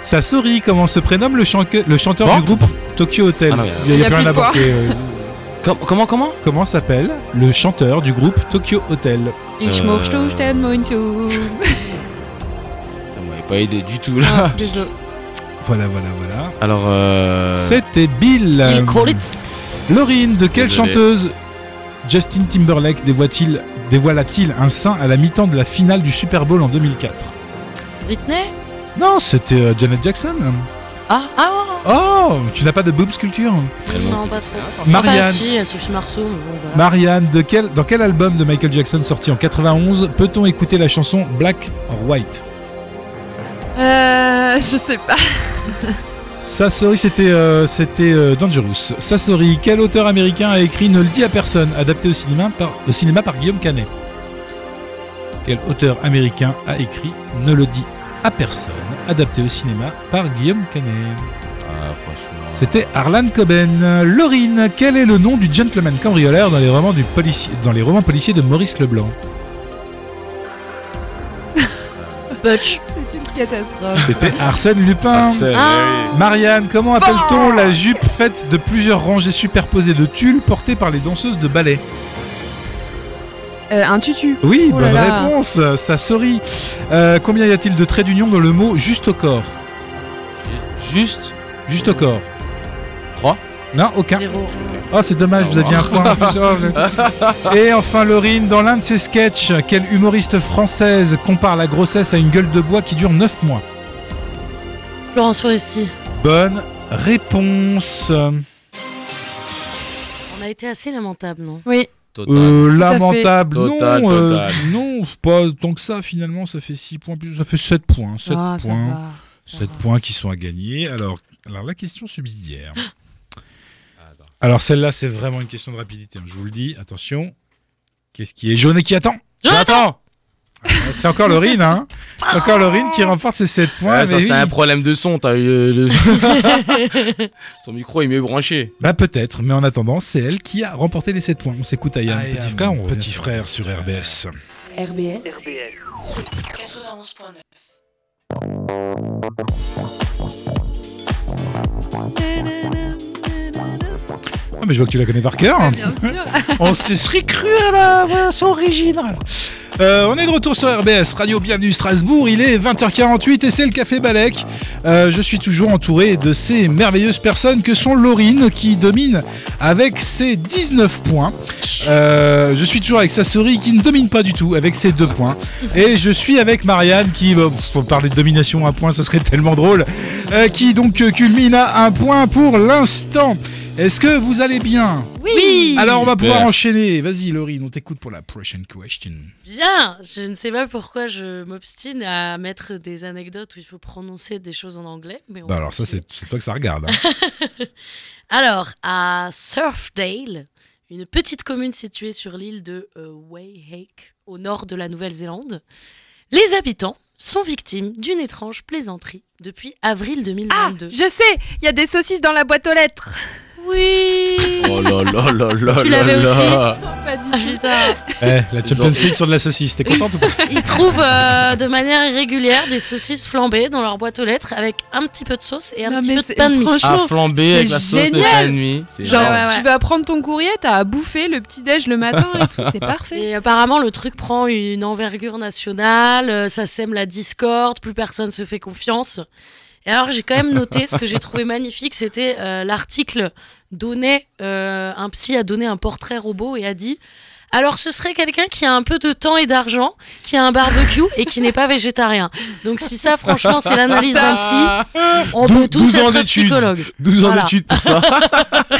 [SPEAKER 1] Sassori, comment se prénomme le, chanque- le chanteur
[SPEAKER 2] Bon.
[SPEAKER 1] du groupe Tokyo Hotel
[SPEAKER 2] Ah non, mais, euh,
[SPEAKER 1] Il y a- il y a plus rien
[SPEAKER 4] de
[SPEAKER 1] à
[SPEAKER 4] quoi.
[SPEAKER 1] manquer, euh.
[SPEAKER 2] Com- comment, comment
[SPEAKER 1] Comment s'appelle le chanteur du groupe Tokyo Hotel
[SPEAKER 4] Ich
[SPEAKER 2] Euh.
[SPEAKER 4] mochte ich t'aime,
[SPEAKER 1] *laughs*
[SPEAKER 4] und so.
[SPEAKER 2] On m'avait pas aidé du tout
[SPEAKER 1] Ah.
[SPEAKER 2] là.
[SPEAKER 4] Désolé.
[SPEAKER 1] Voilà, voilà, voilà.
[SPEAKER 2] Alors, euh.
[SPEAKER 1] C'était Bill.
[SPEAKER 3] Il
[SPEAKER 1] Euh,
[SPEAKER 3] Krolitz.
[SPEAKER 1] Laurine, de quelle
[SPEAKER 2] Désolé.
[SPEAKER 1] chanteuse Justin Timberlake dévoile-t-il dévoila-t-il un sein à la mi-temps de la finale du Super Bowl en 2004
[SPEAKER 3] Britney
[SPEAKER 1] Non, c'était euh, Janet Jackson.
[SPEAKER 3] Ah, ah
[SPEAKER 1] Oh, tu n'as pas de boob sculpture
[SPEAKER 2] Tellement
[SPEAKER 3] Non,
[SPEAKER 2] que-
[SPEAKER 3] pas trop.
[SPEAKER 1] Marianne.
[SPEAKER 3] Enfin, si, euh, Sophie Marceau, mais bon, voilà.
[SPEAKER 1] Marianne, de quel, dans quel album de Michael Jackson sorti en 91 peut-on écouter la chanson Black or White
[SPEAKER 4] Euh, je sais pas. *laughs*
[SPEAKER 1] Sassori, c'était euh, c'était euh, Dangerous. Sassori, quel auteur américain a écrit Ne le dis à personne, adapté au cinéma par, au cinéma par Guillaume Canet Quel auteur américain a écrit Ne le dis à personne, adapté au cinéma par Guillaume Canet
[SPEAKER 2] Ah, franchement.
[SPEAKER 1] C'était Arlan Coben. Laurine, quel est le nom du gentleman cambrioleur dans les romans, du policier, dans les romans policiers de Maurice Leblanc
[SPEAKER 3] Butch.
[SPEAKER 4] C'est une catastrophe.
[SPEAKER 1] C'était Arsène Lupin.
[SPEAKER 2] Marcel,
[SPEAKER 3] Ah.
[SPEAKER 2] eh
[SPEAKER 1] Marianne, comment appelle-t-on la jupe faite de plusieurs rangées superposées de tulle portée par les danseuses de ballet
[SPEAKER 4] Euh, un tutu.
[SPEAKER 1] Oui,
[SPEAKER 4] Oh là
[SPEAKER 1] bonne
[SPEAKER 4] là.
[SPEAKER 1] réponse, ça sourit. Euh, combien y a-t-il de traits d'union dans le mot juste au corps
[SPEAKER 2] oui. Juste
[SPEAKER 1] Juste au corps.
[SPEAKER 2] 3
[SPEAKER 1] Non, aucun.
[SPEAKER 3] Zéro.
[SPEAKER 1] Oh, c'est dommage, vous aviez un point en plus. Oh, le- Et enfin, Laurine, dans l'un de ses sketchs, quelle humoriste française compare la grossesse à une gueule de bois qui dure 9 mois
[SPEAKER 3] Florence Foresti.
[SPEAKER 1] Bonne réponse.
[SPEAKER 3] On a été assez lamentable, non
[SPEAKER 4] Oui.
[SPEAKER 2] Total.
[SPEAKER 1] Euh,
[SPEAKER 4] à fait.
[SPEAKER 1] lamentable,
[SPEAKER 2] Total,
[SPEAKER 1] non, euh,
[SPEAKER 2] total.
[SPEAKER 1] non, pas tant que ça finalement, ça fait 6 points plus, ça fait 7 points, 7
[SPEAKER 4] Ah, ça
[SPEAKER 1] points,
[SPEAKER 4] va. ça
[SPEAKER 1] 7
[SPEAKER 4] va.
[SPEAKER 1] points qui sont à gagner. Alors, alors la question subsidiaire. Alors celle-là, c'est vraiment une question de rapidité, hein, je vous le dis, attention. Qu'est-ce qui est jaune et qui attend J'attends C'est encore Laurine, hein C'est encore Laurine qui remporte ses 7 points.
[SPEAKER 2] Ah, ça,
[SPEAKER 1] mais
[SPEAKER 2] c'est
[SPEAKER 1] oui.
[SPEAKER 2] un problème de son. T'as eu le- le- *laughs* Son micro est mieux branché.
[SPEAKER 1] Bah peut-être, mais en attendant, c'est elle qui a remporté les 7 points. On s'écoute Ayam,
[SPEAKER 2] Ayam,
[SPEAKER 1] petit frère, on
[SPEAKER 2] petit
[SPEAKER 1] petit frère sur RBS.
[SPEAKER 7] RBS.
[SPEAKER 8] 91.9.
[SPEAKER 1] Ah mais je vois que tu la connais par cœur.
[SPEAKER 4] Bien sûr.
[SPEAKER 1] On se serait cru à la version originale. Euh, on est de retour sur RBS, Radio Bienvenue Strasbourg, il est 20h48 et c'est le Café Balek. Euh, je suis toujours entouré de ces merveilleuses personnes que sont Laurine qui domine avec ses 19 points. Euh, je suis toujours avec Sassori qui ne domine pas du tout avec ses 2 points. Et je suis avec Marianne qui, bah, pff, faut parler de domination à un point, ça serait tellement drôle, Euh, qui donc euh, culmine à un point pour l'instant. Est-ce que vous allez bien
[SPEAKER 3] Oui
[SPEAKER 1] alors on va
[SPEAKER 2] Super.
[SPEAKER 1] pouvoir enchaîner. Vas-y Laurine, on t'écoute pour la prochaine question.
[SPEAKER 3] Bien Je ne sais pas pourquoi je m'obstine à mettre des anecdotes où il faut prononcer des choses en anglais. Mais on
[SPEAKER 1] Bah
[SPEAKER 3] va
[SPEAKER 1] alors ça
[SPEAKER 3] continuer.
[SPEAKER 1] c'est c'est toi que ça regarde. hein.
[SPEAKER 3] Alors, à Surfdale, une petite commune située sur l'île de euh, Waiheke, au nord de la Nouvelle-Zélande, les habitants sont victimes d'une étrange plaisanterie depuis avril 2022.
[SPEAKER 4] Je sais, il y a des saucisses dans la boîte aux lettres.
[SPEAKER 3] oui
[SPEAKER 2] Oh là là là là
[SPEAKER 3] Tu
[SPEAKER 2] là
[SPEAKER 3] l'avais
[SPEAKER 2] là.
[SPEAKER 4] Pas du
[SPEAKER 3] Ah, putain.
[SPEAKER 1] *laughs* Eh, la Champions
[SPEAKER 2] Genre-
[SPEAKER 1] League sur de la saucisse, t'es
[SPEAKER 3] *laughs*
[SPEAKER 1] contente ou pas
[SPEAKER 3] Ils trouvent euh, de manière irrégulière des saucisses flambées dans leur boîte aux lettres avec un petit peu de sauce et un
[SPEAKER 4] Non,
[SPEAKER 3] petit
[SPEAKER 4] mais
[SPEAKER 3] peu de
[SPEAKER 4] c'est-
[SPEAKER 3] pain de mie.
[SPEAKER 4] franchement,
[SPEAKER 2] À flamber avec
[SPEAKER 4] C'est
[SPEAKER 2] la sauce de
[SPEAKER 4] génial.
[SPEAKER 2] la nuit. C'est
[SPEAKER 4] Genre,
[SPEAKER 2] vrai.
[SPEAKER 3] ouais, ouais.
[SPEAKER 4] tu vas prendre ton courrier, t'as à bouffer le petit déj le matin et tout,
[SPEAKER 1] *laughs*
[SPEAKER 4] c'est parfait.
[SPEAKER 3] Et apparemment, le truc prend une envergure nationale, euh, ça sème la discorde, plus personne se fait confiance. Et alors, j'ai quand même noté ce que j'ai trouvé magnifique, c'était euh, l'article donnait euh, un psy a donné un portrait robot et a dit alors ce serait quelqu'un qui a un peu de temps et d'argent, qui a un barbecue et qui n'est pas végétarien. Donc si ça, franchement, c'est l'analyse d'un psy, on
[SPEAKER 2] Dou-
[SPEAKER 3] peut tous
[SPEAKER 2] 12 ans
[SPEAKER 3] être
[SPEAKER 2] d'études.
[SPEAKER 3] psychologue.
[SPEAKER 2] 12 ans
[SPEAKER 3] Voilà.
[SPEAKER 2] d'études pour ça.
[SPEAKER 1] *laughs*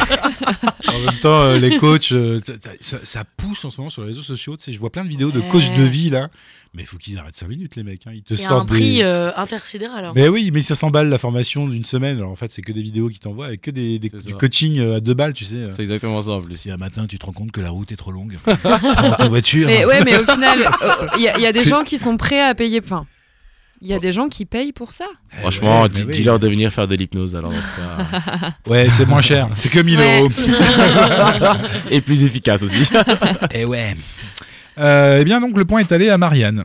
[SPEAKER 1] En même temps, euh, les coachs, euh, t'as- t'as- ça, ça pousse en ce moment sur les réseaux sociaux. Tu sais, je vois plein de vidéos de coachs de vie là, mais il faut qu'ils arrêtent 5 minutes les mecs. hein. Ils te
[SPEAKER 3] Il y a un
[SPEAKER 1] sortent
[SPEAKER 3] prix
[SPEAKER 1] des.
[SPEAKER 3] euh, intersidéral. hein.
[SPEAKER 1] Mais oui, mais ça s'emballe la formation d'une semaine. Alors en fait, c'est que des vidéos qui t'envoient avec que des, des-
[SPEAKER 2] C'est
[SPEAKER 1] du
[SPEAKER 2] ça.
[SPEAKER 1] coaching euh, à deux balles, tu sais.
[SPEAKER 2] C'est exactement ça en plus.
[SPEAKER 1] Si un matin tu te rends compte que la route est trop
[SPEAKER 3] *laughs*
[SPEAKER 1] longue, prends ta voiture.
[SPEAKER 4] Mais ouais, mais au
[SPEAKER 1] *laughs*
[SPEAKER 4] final, euh, il y, a- il y a des
[SPEAKER 1] C'est-
[SPEAKER 4] gens qui sont prêts à payer. Enfin, il y a des gens qui payent pour ça.
[SPEAKER 2] Franchement,
[SPEAKER 1] Eh ouais,
[SPEAKER 2] dis-
[SPEAKER 1] mais oui.
[SPEAKER 2] dis-leur de venir faire de l'hypnose alors dans ce cas.
[SPEAKER 1] Ouais, c'est moins cher. C'est que 1000
[SPEAKER 4] Ouais.
[SPEAKER 1] euros.
[SPEAKER 2] Et plus efficace *laughs* aussi.
[SPEAKER 1] Eh ouais. eh bien, donc, le point est allé à Marianne.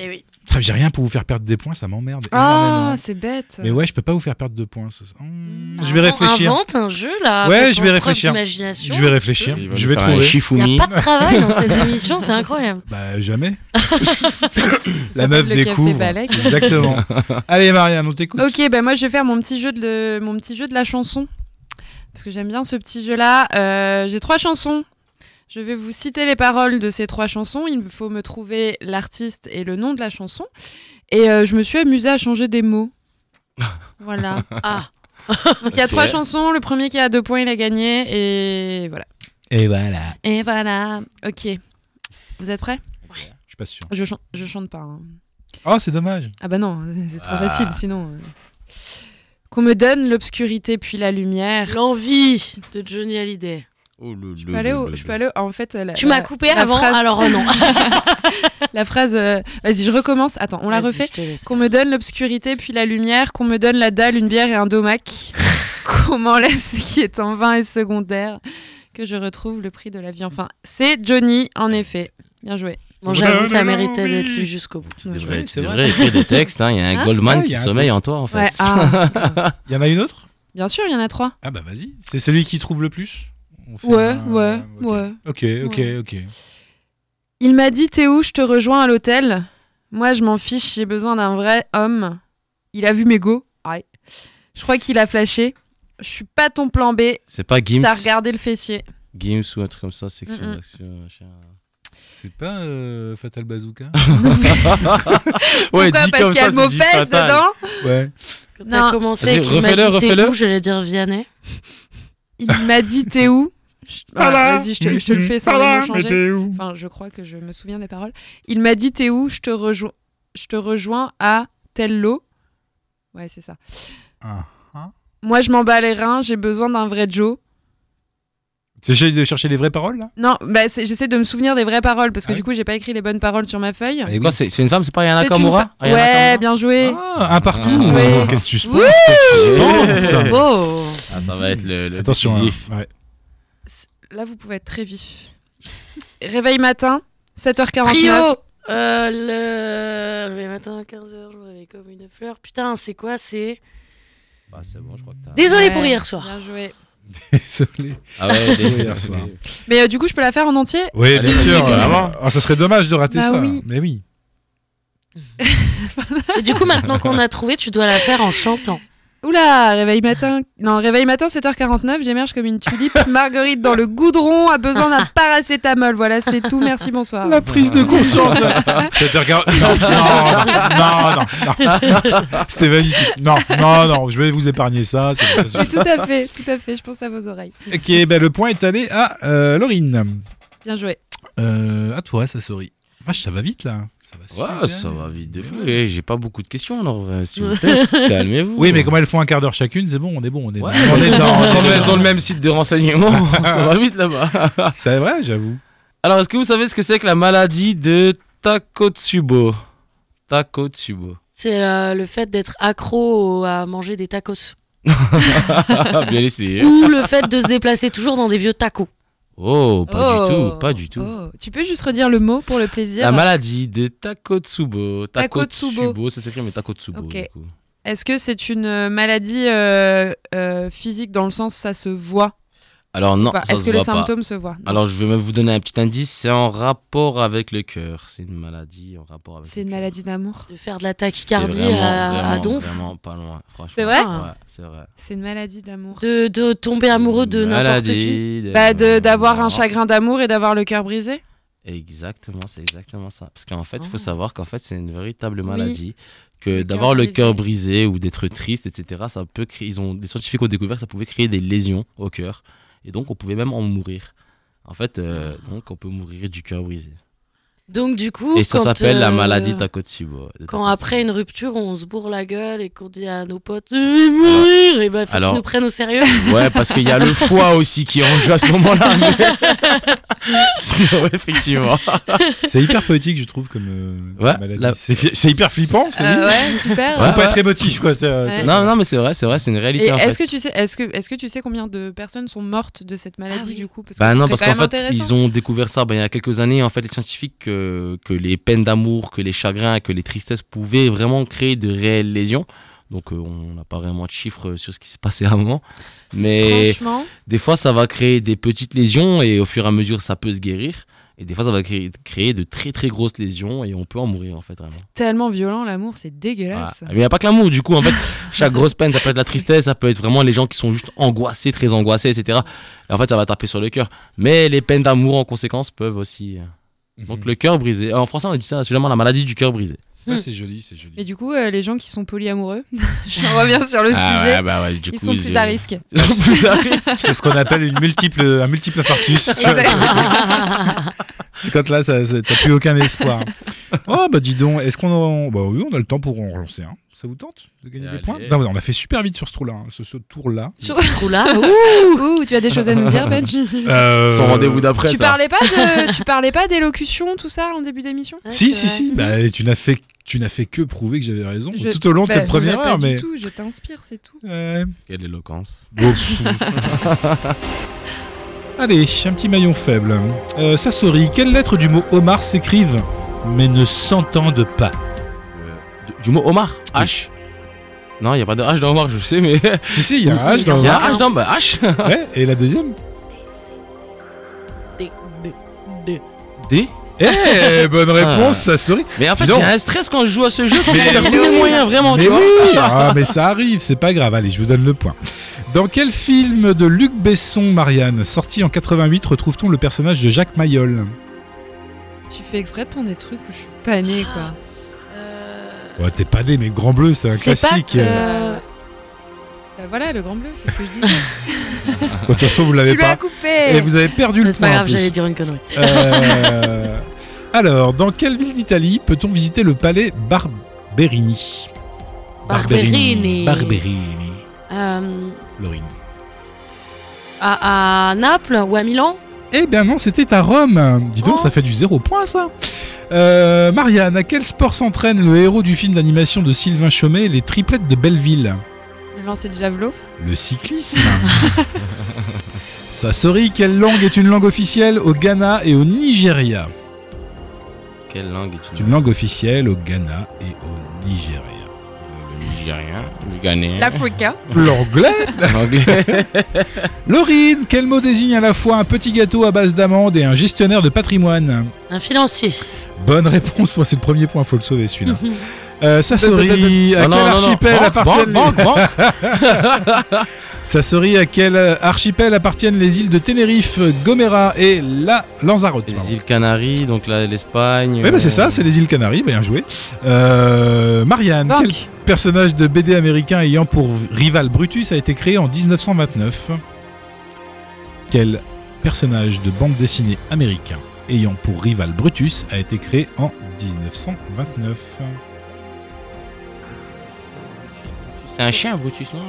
[SPEAKER 3] Eh oui.
[SPEAKER 1] Putain, J'ai rien pour vous faire perdre des points, ça m'emmerde.
[SPEAKER 4] Ah,
[SPEAKER 1] énormément.
[SPEAKER 4] c'est bête.
[SPEAKER 1] Mais ouais, je peux pas vous faire perdre de points. ce- Hmm, je vais
[SPEAKER 3] Invent-
[SPEAKER 1] réfléchir.
[SPEAKER 3] Invente un jeu là.
[SPEAKER 1] Ouais,
[SPEAKER 3] fais
[SPEAKER 1] je vais
[SPEAKER 3] preuve
[SPEAKER 1] réfléchir.
[SPEAKER 3] d'imagination.
[SPEAKER 1] Je vais réfléchir.
[SPEAKER 2] Il va
[SPEAKER 1] Je
[SPEAKER 2] nous
[SPEAKER 1] vais
[SPEAKER 2] faire un
[SPEAKER 1] trouver.
[SPEAKER 3] Il n'y
[SPEAKER 2] Shifumi.
[SPEAKER 3] a pas de travail
[SPEAKER 1] *laughs*
[SPEAKER 3] dans cette émission, c'est incroyable.
[SPEAKER 1] Bah, jamais. La
[SPEAKER 4] s'appelle
[SPEAKER 1] meuf
[SPEAKER 4] le café
[SPEAKER 1] découvre. *laughs*
[SPEAKER 4] Balek.
[SPEAKER 1] Exactement.
[SPEAKER 4] *laughs*
[SPEAKER 1] Allez, Marianne, on t'écoute.
[SPEAKER 4] Ok, ben moi je vais faire mon petit jeu de le- mon petit jeu de la chanson parce que j'aime bien ce petit jeu là. J'ai trois chansons. Je vais vous citer les paroles de ces trois chansons. Il me faut me trouver l'artiste et le nom de la chanson. Et euh, je me suis amusée à changer des
[SPEAKER 1] *laughs*
[SPEAKER 4] mots. Voilà.
[SPEAKER 3] Ah,
[SPEAKER 4] Donc il y a
[SPEAKER 2] Ok.
[SPEAKER 4] trois chansons. Le premier qui a deux points, il a gagné. Et voilà.
[SPEAKER 1] Et voilà.
[SPEAKER 4] Et voilà. Ok. Vous êtes prêts
[SPEAKER 1] Je suis pas sûr.
[SPEAKER 4] je, chan- je chante pas. hein.
[SPEAKER 1] Oh, c'est dommage.
[SPEAKER 4] Ah bah non, *laughs* c'est trop facile sinon. euh. Qu'on me donne l'obscurité puis la lumière.
[SPEAKER 3] l'envie de Johnny Hallyday.
[SPEAKER 2] Je
[SPEAKER 4] Je peux aller au- je peux aller au- en fait. euh, la-
[SPEAKER 3] Tu
[SPEAKER 4] la-
[SPEAKER 3] m'as coupé
[SPEAKER 4] la
[SPEAKER 3] avant,
[SPEAKER 4] phrase-
[SPEAKER 3] alors euh, non.
[SPEAKER 4] La phrase. euh, Vas-y, je recommence. Attends, *laughs* on la
[SPEAKER 3] Vas-y,
[SPEAKER 4] refait.
[SPEAKER 3] je te laisse.
[SPEAKER 4] Qu'on me donne l'obscurité puis la lumière, qu'on me donne la dalle, une bière et un *laughs* domac, qu'on m'enlève ce qui est en vain et secondaire, que je retrouve le prix de la vie. Enfin, c'est Johnny, en effet. Bien joué.
[SPEAKER 3] Bon, j'avoue, ça méritait d'être lu jusqu'au bout.
[SPEAKER 2] Tu
[SPEAKER 4] Ouais,
[SPEAKER 2] devrais, tu
[SPEAKER 1] c'est
[SPEAKER 2] devrais
[SPEAKER 1] vrai.
[SPEAKER 2] écrire des textes, hein. il y a un
[SPEAKER 4] Hein
[SPEAKER 2] Goldman
[SPEAKER 1] Ouais, il y
[SPEAKER 2] qui
[SPEAKER 1] a un
[SPEAKER 2] sommeille en toi en fait.
[SPEAKER 4] Ouais, *laughs* ah, d'accord.
[SPEAKER 1] Il y en a une autre
[SPEAKER 4] Bien sûr, il y en a trois.
[SPEAKER 1] Ah, bah, vas-y. C'est celui qui trouve le plus On fait
[SPEAKER 4] Ouais,
[SPEAKER 1] un-
[SPEAKER 4] ouais,
[SPEAKER 2] Ah,
[SPEAKER 1] ok.
[SPEAKER 4] ouais.
[SPEAKER 1] Ok, ok,
[SPEAKER 4] Ouais.
[SPEAKER 1] ok.
[SPEAKER 4] Il m'a dit T'es où Je te rejoins à l'hôtel. Moi, je m'en fiche, j'ai besoin d'un vrai homme. Il a vu mes go. Ouais. Je crois qu'il a flashé. Je suis pas ton plan B.
[SPEAKER 2] C'est pas Gims.
[SPEAKER 4] T'as regardé le fessier.
[SPEAKER 2] Gims ou un truc comme ça, section
[SPEAKER 4] Mm-mm.
[SPEAKER 2] d'action, machin.
[SPEAKER 1] C'est pas euh, Fatal Bazooka
[SPEAKER 2] Ouais,
[SPEAKER 4] Pourquoi
[SPEAKER 2] dit
[SPEAKER 4] Parce
[SPEAKER 2] comme
[SPEAKER 4] qu'il y
[SPEAKER 2] ça,
[SPEAKER 4] a le
[SPEAKER 2] c'est
[SPEAKER 4] mot
[SPEAKER 2] dit
[SPEAKER 4] fesses
[SPEAKER 2] fatal.
[SPEAKER 4] dedans.
[SPEAKER 1] *laughs* Ouais.
[SPEAKER 3] Quand
[SPEAKER 4] Non.
[SPEAKER 3] t'as commencé et
[SPEAKER 2] Vas-y,
[SPEAKER 3] qu'il m'a
[SPEAKER 2] refais-le,
[SPEAKER 3] dit t'es
[SPEAKER 2] refais-le.
[SPEAKER 3] où, j'allais dire Vianney.
[SPEAKER 4] Il m'a dit t'es où Je-
[SPEAKER 1] *laughs*
[SPEAKER 4] voilà,
[SPEAKER 1] Voilà.
[SPEAKER 4] Vas-y, je te, je te le fais sans
[SPEAKER 1] Voilà,
[SPEAKER 4] les mots
[SPEAKER 1] mais
[SPEAKER 4] changer.
[SPEAKER 1] t'es où
[SPEAKER 4] Enfin, je crois que je me souviens des paroles. Il m'a dit t'es où Je te rejoins. Je te rejoins à tel lot. Ouais, c'est ça.
[SPEAKER 1] Ah,
[SPEAKER 4] Moi, je m'en bats les reins. J'ai besoin d'un vrai Joe.
[SPEAKER 1] T'essayes de chercher les vraies paroles là
[SPEAKER 4] Non, bah, c'est- j'essaie de me souvenir des vraies paroles parce que
[SPEAKER 1] Ah
[SPEAKER 4] du
[SPEAKER 1] oui.
[SPEAKER 4] coup, j'ai pas écrit les bonnes paroles sur ma feuille.
[SPEAKER 1] Ah,
[SPEAKER 2] C'est quoi, c'est c'est une femme, c'est pas Yana
[SPEAKER 4] C'est une
[SPEAKER 2] Kamura
[SPEAKER 4] fa- Ouais, bien joué.
[SPEAKER 1] Ah, un partout
[SPEAKER 4] Ouais.
[SPEAKER 1] Quel suspense
[SPEAKER 4] Oui.
[SPEAKER 1] quel suspense.
[SPEAKER 4] Beau.
[SPEAKER 2] Ah, ça va être le, le
[SPEAKER 1] Attention, hein.
[SPEAKER 2] décisif. *laughs*
[SPEAKER 1] Ouais.
[SPEAKER 4] Là, vous pouvez être très vif. Réveil matin, 7h49.
[SPEAKER 3] Trio Euh, le... le matin à 15h, je me réveille comme une fleur. Putain, c'est quoi C'est.
[SPEAKER 1] hein.
[SPEAKER 2] Bah, c'est bon, je crois que t'as...
[SPEAKER 3] Désolé
[SPEAKER 4] Ouais,
[SPEAKER 3] pour hier soir.
[SPEAKER 4] Bien joué.
[SPEAKER 1] Désolé.
[SPEAKER 2] Ah ouais,
[SPEAKER 1] *laughs* Oui,
[SPEAKER 2] des...
[SPEAKER 1] hier soir.
[SPEAKER 4] Mais euh, du coup, je peux la faire en entier
[SPEAKER 1] Oui,
[SPEAKER 2] Allez,
[SPEAKER 1] bien sûr.
[SPEAKER 2] vas-y,
[SPEAKER 1] euh,
[SPEAKER 2] vraiment.
[SPEAKER 1] ah, ça serait dommage de rater
[SPEAKER 4] Bah
[SPEAKER 1] ça.
[SPEAKER 4] oui.
[SPEAKER 1] Mais oui.
[SPEAKER 3] Et du coup, maintenant qu'on a trouvé, tu dois la faire en chantant.
[SPEAKER 4] Oula, réveil matin. Non, réveil matin, 7h49. J'émerge comme une tulipe. Marguerite dans le goudron a besoin d'un paracétamol. Voilà, c'est tout. Merci,
[SPEAKER 2] Ah.
[SPEAKER 4] bonsoir.
[SPEAKER 1] La prise de
[SPEAKER 2] *laughs*
[SPEAKER 1] conscience. Je te regarde. Non, non, non, non, non. C'était magnifique. Non, non, non. Je vais vous épargner ça. c'est- ça
[SPEAKER 4] Mais
[SPEAKER 1] suffit.
[SPEAKER 4] tout à fait, tout à fait. Je pense à vos oreilles.
[SPEAKER 1] ok, ben, le point est allé à euh, Laurine.
[SPEAKER 4] Bien joué.
[SPEAKER 1] Euh, à toi, Sassori. Vache, ça va vite là. Ça va super
[SPEAKER 2] Ouais, ça va vite de fou. Eh, J'ai pas beaucoup de questions, alors, euh, s'il
[SPEAKER 4] *laughs*
[SPEAKER 2] vous plaît, calmez-vous.
[SPEAKER 1] Oui, mais comme elles font un quart d'heure chacune, c'est bon, on est bon, on est,
[SPEAKER 2] Ouais.
[SPEAKER 1] on est dans- on
[SPEAKER 2] Comme
[SPEAKER 1] est
[SPEAKER 2] elles
[SPEAKER 1] dans
[SPEAKER 2] ont le même site de renseignement, *laughs* ça va vite là-bas.
[SPEAKER 1] C'est vrai, j'avoue.
[SPEAKER 2] Alors, est-ce que vous savez ce que c'est que la maladie de Takotsubo Takotsubo.
[SPEAKER 3] C'est euh, le fait d'être accro au- à manger des tacos.
[SPEAKER 2] Ah, bien essayé.
[SPEAKER 3] Ou le fait de se déplacer toujours dans des vieux tacos.
[SPEAKER 2] Oh, pas du
[SPEAKER 4] Oh.
[SPEAKER 2] tout, pas du tout.
[SPEAKER 4] Oh, Tu peux juste redire le mot pour le plaisir
[SPEAKER 2] La maladie de Takotsubo.
[SPEAKER 4] Takotsubo.
[SPEAKER 2] Takotsubo, ça s'écrit mais Takotsubo.
[SPEAKER 4] Ok.
[SPEAKER 2] du coup.
[SPEAKER 4] Est-ce que c'est une euh, maladie euh, euh, physique dans le sens ça se voit
[SPEAKER 2] Alors non,
[SPEAKER 4] Enfin,
[SPEAKER 2] ça
[SPEAKER 4] Bah, Est-ce
[SPEAKER 2] se
[SPEAKER 4] que les
[SPEAKER 2] voit pas.
[SPEAKER 4] symptômes se voient Non.
[SPEAKER 2] Alors je vais même vous donner un petit indice, c'est en rapport avec le cœur. C'est une maladie en rapport avec.
[SPEAKER 4] C'est
[SPEAKER 2] le
[SPEAKER 4] une
[SPEAKER 2] cœur.
[SPEAKER 4] maladie d'amour.
[SPEAKER 3] De faire de la
[SPEAKER 2] C'est
[SPEAKER 3] tachycardie
[SPEAKER 2] vraiment,
[SPEAKER 3] à, à
[SPEAKER 2] vraiment,
[SPEAKER 3] donf.
[SPEAKER 2] Vraiment pas loin, franchement.
[SPEAKER 4] C'est vrai
[SPEAKER 2] Ouais, c'est vrai.
[SPEAKER 4] C'est une maladie
[SPEAKER 2] Euh,
[SPEAKER 4] d'amour.
[SPEAKER 3] De, de tomber amoureux de n'importe qui.
[SPEAKER 4] Bah, de- d'avoir un chagrin d'amour et d'avoir le cœur brisé
[SPEAKER 2] Ah. Exactement, c'est exactement ça. Parce qu'en fait, il faut
[SPEAKER 3] Oh.
[SPEAKER 2] savoir qu'en fait, c'est une véritable
[SPEAKER 4] Ah. Oui.
[SPEAKER 2] maladie.
[SPEAKER 4] Le
[SPEAKER 2] Que
[SPEAKER 4] cœur
[SPEAKER 2] d'avoir le
[SPEAKER 4] brisé.
[SPEAKER 2] cœur brisé ou d'être triste, etc., ça peut créer. Ils ont, les scientifiques ont découvert que ça pouvait créer des lésions au cœur. Et donc, on pouvait même en mourir. En fait, euh, donc, on peut mourir du cœur brisé.
[SPEAKER 3] Donc, du coup.
[SPEAKER 2] et ça
[SPEAKER 3] quand,
[SPEAKER 2] s'appelle la
[SPEAKER 3] euh,
[SPEAKER 2] maladie Takotsubo. de
[SPEAKER 3] Quand
[SPEAKER 2] Takotsubo.
[SPEAKER 3] après une rupture, on se bourre la gueule et qu'on dit à nos potes, euh, mourir, et ben, faut
[SPEAKER 2] Alors-
[SPEAKER 3] qu'ils nous prennent au
[SPEAKER 2] *laughs*
[SPEAKER 3] sérieux.
[SPEAKER 2] Ouais, parce qu'il y
[SPEAKER 4] *laughs*
[SPEAKER 2] a le foie aussi qui est en jeu à ce moment-là.
[SPEAKER 4] *laughs*
[SPEAKER 2] mais- *laughs* Sinon, effectivement.
[SPEAKER 1] C'est hyper poétique, je trouve, comme, euh, comme
[SPEAKER 2] Ouais,
[SPEAKER 1] maladie.
[SPEAKER 2] la-
[SPEAKER 1] C'est c'est hyper flippant. c'est
[SPEAKER 4] Euh,
[SPEAKER 1] vite.
[SPEAKER 4] Ouais, super.
[SPEAKER 1] Faut
[SPEAKER 2] Ouais.
[SPEAKER 1] pas être émotif, quoi. c'est, euh, c'est-
[SPEAKER 2] Non, non, mais c'est vrai, c'est vrai, c'est une réalité.
[SPEAKER 4] Et
[SPEAKER 2] en
[SPEAKER 4] est-ce
[SPEAKER 2] fait.
[SPEAKER 4] que tu sais, est-ce que, est-ce que tu sais combien de personnes sont mortes de cette maladie
[SPEAKER 3] Ah oui.
[SPEAKER 4] du coup Parce que
[SPEAKER 2] Bah
[SPEAKER 4] ce
[SPEAKER 2] non,
[SPEAKER 4] serait
[SPEAKER 2] parce
[SPEAKER 4] quand
[SPEAKER 2] qu'en
[SPEAKER 4] même
[SPEAKER 2] fait,
[SPEAKER 4] intéressant.
[SPEAKER 2] ils ont découvert ça ben, il y a quelques années, en fait, les scientifiques, que, que les peines d'amour, que les chagrins, que les tristesses pouvaient vraiment créer de réelles lésions. Donc, euh, on n'a pas vraiment de chiffres euh, sur ce qui s'est passé à un moment. Mais Ah.
[SPEAKER 4] franchement,
[SPEAKER 2] des fois, ça va créer des petites lésions et au fur et à mesure, ça peut se guérir. Et des fois, ça va créer, créer de très très grosses lésions et on peut en mourir, en fait, vraiment.
[SPEAKER 4] tellement violent l'amour, c'est
[SPEAKER 2] Voilà.
[SPEAKER 4] dégueulasse.
[SPEAKER 2] Ah, Mais il n'y a pas que l'amour, du coup, en fait, *laughs* chaque grosse peine, ça peut être la tristesse, ça peut être vraiment les gens qui sont juste angoissés, très angoissés, etc. Et en fait, ça va taper sur le cœur. Mais les peines d'amour, en conséquence, peuvent aussi.
[SPEAKER 1] Mm.
[SPEAKER 2] euh, Donc, le cœur brisé. En français, on dit ça, c'est vraiment la maladie du cœur brisé.
[SPEAKER 1] Ouais, c'est joli, c'est joli.
[SPEAKER 4] Mm. Mais du coup, euh, les gens qui sont polyamoureux, *laughs* je reviens sur le
[SPEAKER 2] Ah
[SPEAKER 4] sujet,
[SPEAKER 2] ouais, bah ouais, du
[SPEAKER 4] ils
[SPEAKER 2] coup,
[SPEAKER 4] sont
[SPEAKER 2] *laughs*
[SPEAKER 4] plus
[SPEAKER 2] je-
[SPEAKER 4] à risque.
[SPEAKER 2] Ils sont plus à risque.
[SPEAKER 1] C'est ce qu'on appelle une multiple, un multiple infarctus. tu vois. C'est quand là, ça- ça- t'as plus aucun espoir. Oh, bah dis donc, est-ce qu'on a... Bah oui, on a le temps pour en relancer un. Ça vous tente de gagner
[SPEAKER 2] Allez.
[SPEAKER 1] des points Non, mais on a fait super vite sur ce tour-là. hein, ce, ce
[SPEAKER 4] *laughs*
[SPEAKER 1] tour-là.
[SPEAKER 4] Sur-
[SPEAKER 3] Trou là, ouh,
[SPEAKER 4] Ouh, tu as des choses à nous dire,
[SPEAKER 2] *laughs*
[SPEAKER 4] Benj
[SPEAKER 1] Euh,
[SPEAKER 2] Son rendez-vous d'après,
[SPEAKER 4] Tu
[SPEAKER 2] ça.
[SPEAKER 4] parlais pas de, tu parlais pas d'élocution, tout ça, en début d'émission
[SPEAKER 3] Ouais,
[SPEAKER 1] Si,
[SPEAKER 3] c'est
[SPEAKER 1] si,
[SPEAKER 3] vrai.
[SPEAKER 1] si. Bah, tu n'as fait, tu n'as fait que prouver que j'avais raison
[SPEAKER 4] Je-
[SPEAKER 1] tout au long de
[SPEAKER 4] Bah,
[SPEAKER 1] cette première
[SPEAKER 4] bah, pas
[SPEAKER 1] heure. Mais...
[SPEAKER 4] du tout, je t'inspire, c'est tout.
[SPEAKER 1] Ouais.
[SPEAKER 2] Quelle éloquence.
[SPEAKER 1] Bon, pff. *laughs* Allez, un petit maillon faible. Euh, Sassori, quelles lettres du mot homard s'écrivent mais ne s'entendent pas
[SPEAKER 2] Du, du mot homard. H. Non, il n'y a pas de H dans homard, je sais, mais. *laughs*
[SPEAKER 1] Si, si, il y a un H dans
[SPEAKER 2] Il y a un
[SPEAKER 1] homard.
[SPEAKER 2] H dans bah, H.
[SPEAKER 1] Ouais, et la deuxième
[SPEAKER 2] D.
[SPEAKER 1] Eh,
[SPEAKER 3] Ah.
[SPEAKER 1] bonne réponse, Sassori.
[SPEAKER 2] Mais en fait,
[SPEAKER 1] Dis donc.
[SPEAKER 2] j'ai un stress quand je joue à ce jeu. parce que
[SPEAKER 1] Mais
[SPEAKER 2] j'ai tous les moyens, vraiment.
[SPEAKER 1] Mais
[SPEAKER 2] tu vois.
[SPEAKER 1] oui, ah, mais ça arrive, c'est pas grave. Allez, je vous donne le point. Dans quel film de Luc Besson, Marianne, sorti en 88, retrouve-t-on le personnage de Jacques Mayol
[SPEAKER 4] Tu fais exprès de prendre des trucs où je suis pas née, quoi.
[SPEAKER 3] Euh,
[SPEAKER 1] Ouais, t'es pas né, mais Grand Bleu, c'est un
[SPEAKER 3] c'est pas
[SPEAKER 2] Euh.
[SPEAKER 1] classique.
[SPEAKER 3] que-
[SPEAKER 4] Bah Euh, voilà, le grand bleu, c'est ce que je disais.
[SPEAKER 1] De toute façon, vous
[SPEAKER 4] tu
[SPEAKER 1] l'avez
[SPEAKER 4] l'as
[SPEAKER 1] pas. Et
[SPEAKER 4] coupé
[SPEAKER 1] vous avez perdu le
[SPEAKER 3] Mais C'est pas
[SPEAKER 1] point. en
[SPEAKER 3] grave,
[SPEAKER 1] plus.
[SPEAKER 3] j'allais dire une connerie.
[SPEAKER 1] Euh, Alors, dans quelle ville d'Italie peut-on visiter le palais Barberini
[SPEAKER 3] Barberini.
[SPEAKER 1] Barberini.
[SPEAKER 3] Euh,
[SPEAKER 1] Laurine.
[SPEAKER 3] à, à Naples ou à Milan
[SPEAKER 1] Eh bien non, c'était à Rome. Dis donc,
[SPEAKER 3] Oh.
[SPEAKER 1] ça fait du zéro point ça. Euh, Marianne, à quel sport s'entraîne le héros du film d'animation de Sylvain Chomet, Les Triplettes de Belleville
[SPEAKER 4] Le lancer de javelot.
[SPEAKER 1] Le
[SPEAKER 3] *laughs*
[SPEAKER 1] cyclisme. Sassori, quelle langue est une langue officielle au Ghana et au Nigeria
[SPEAKER 2] Quelle langue
[SPEAKER 1] C'est
[SPEAKER 2] est
[SPEAKER 1] une langue officielle au Ghana et au
[SPEAKER 3] *laughs*
[SPEAKER 1] Nigeria.
[SPEAKER 2] Le Nigérien, le Ghanéen.
[SPEAKER 4] L'Africa.
[SPEAKER 1] L'anglais
[SPEAKER 2] L'anglais.
[SPEAKER 1] Laurine, quel mot désigne à la fois un petit gâteau à base d'amandes et un gestionnaire de patrimoine
[SPEAKER 3] Un financier.
[SPEAKER 1] Bonne réponse, moi c'est le premier point, faut le sauver
[SPEAKER 2] *laughs*
[SPEAKER 1] celui-là. Euh, Sassori, à
[SPEAKER 2] Non, non,
[SPEAKER 1] quel
[SPEAKER 2] non, non.
[SPEAKER 1] archipel
[SPEAKER 2] Banque,
[SPEAKER 1] appartiennent
[SPEAKER 2] banque,
[SPEAKER 1] les-
[SPEAKER 2] banque, banque.
[SPEAKER 1] Sassori, à quel euh, archipel appartiennent les îles de Tenerife, Gomera et La Lanzarote pardon.
[SPEAKER 2] Les îles Canaries, donc là, l'Espagne.
[SPEAKER 1] Oui, bah, c'est
[SPEAKER 2] euh,
[SPEAKER 1] ça, c'est les îles Canaries, bah, bien joué. Euh, Marianne,
[SPEAKER 4] Banque.
[SPEAKER 1] quel personnage de BD américain ayant pour rival Brutus a été créé en 1929 Quel personnage de bande dessinée américain ayant pour rival Brutus a été créé en 1929
[SPEAKER 2] C'est un chien, Brutus, non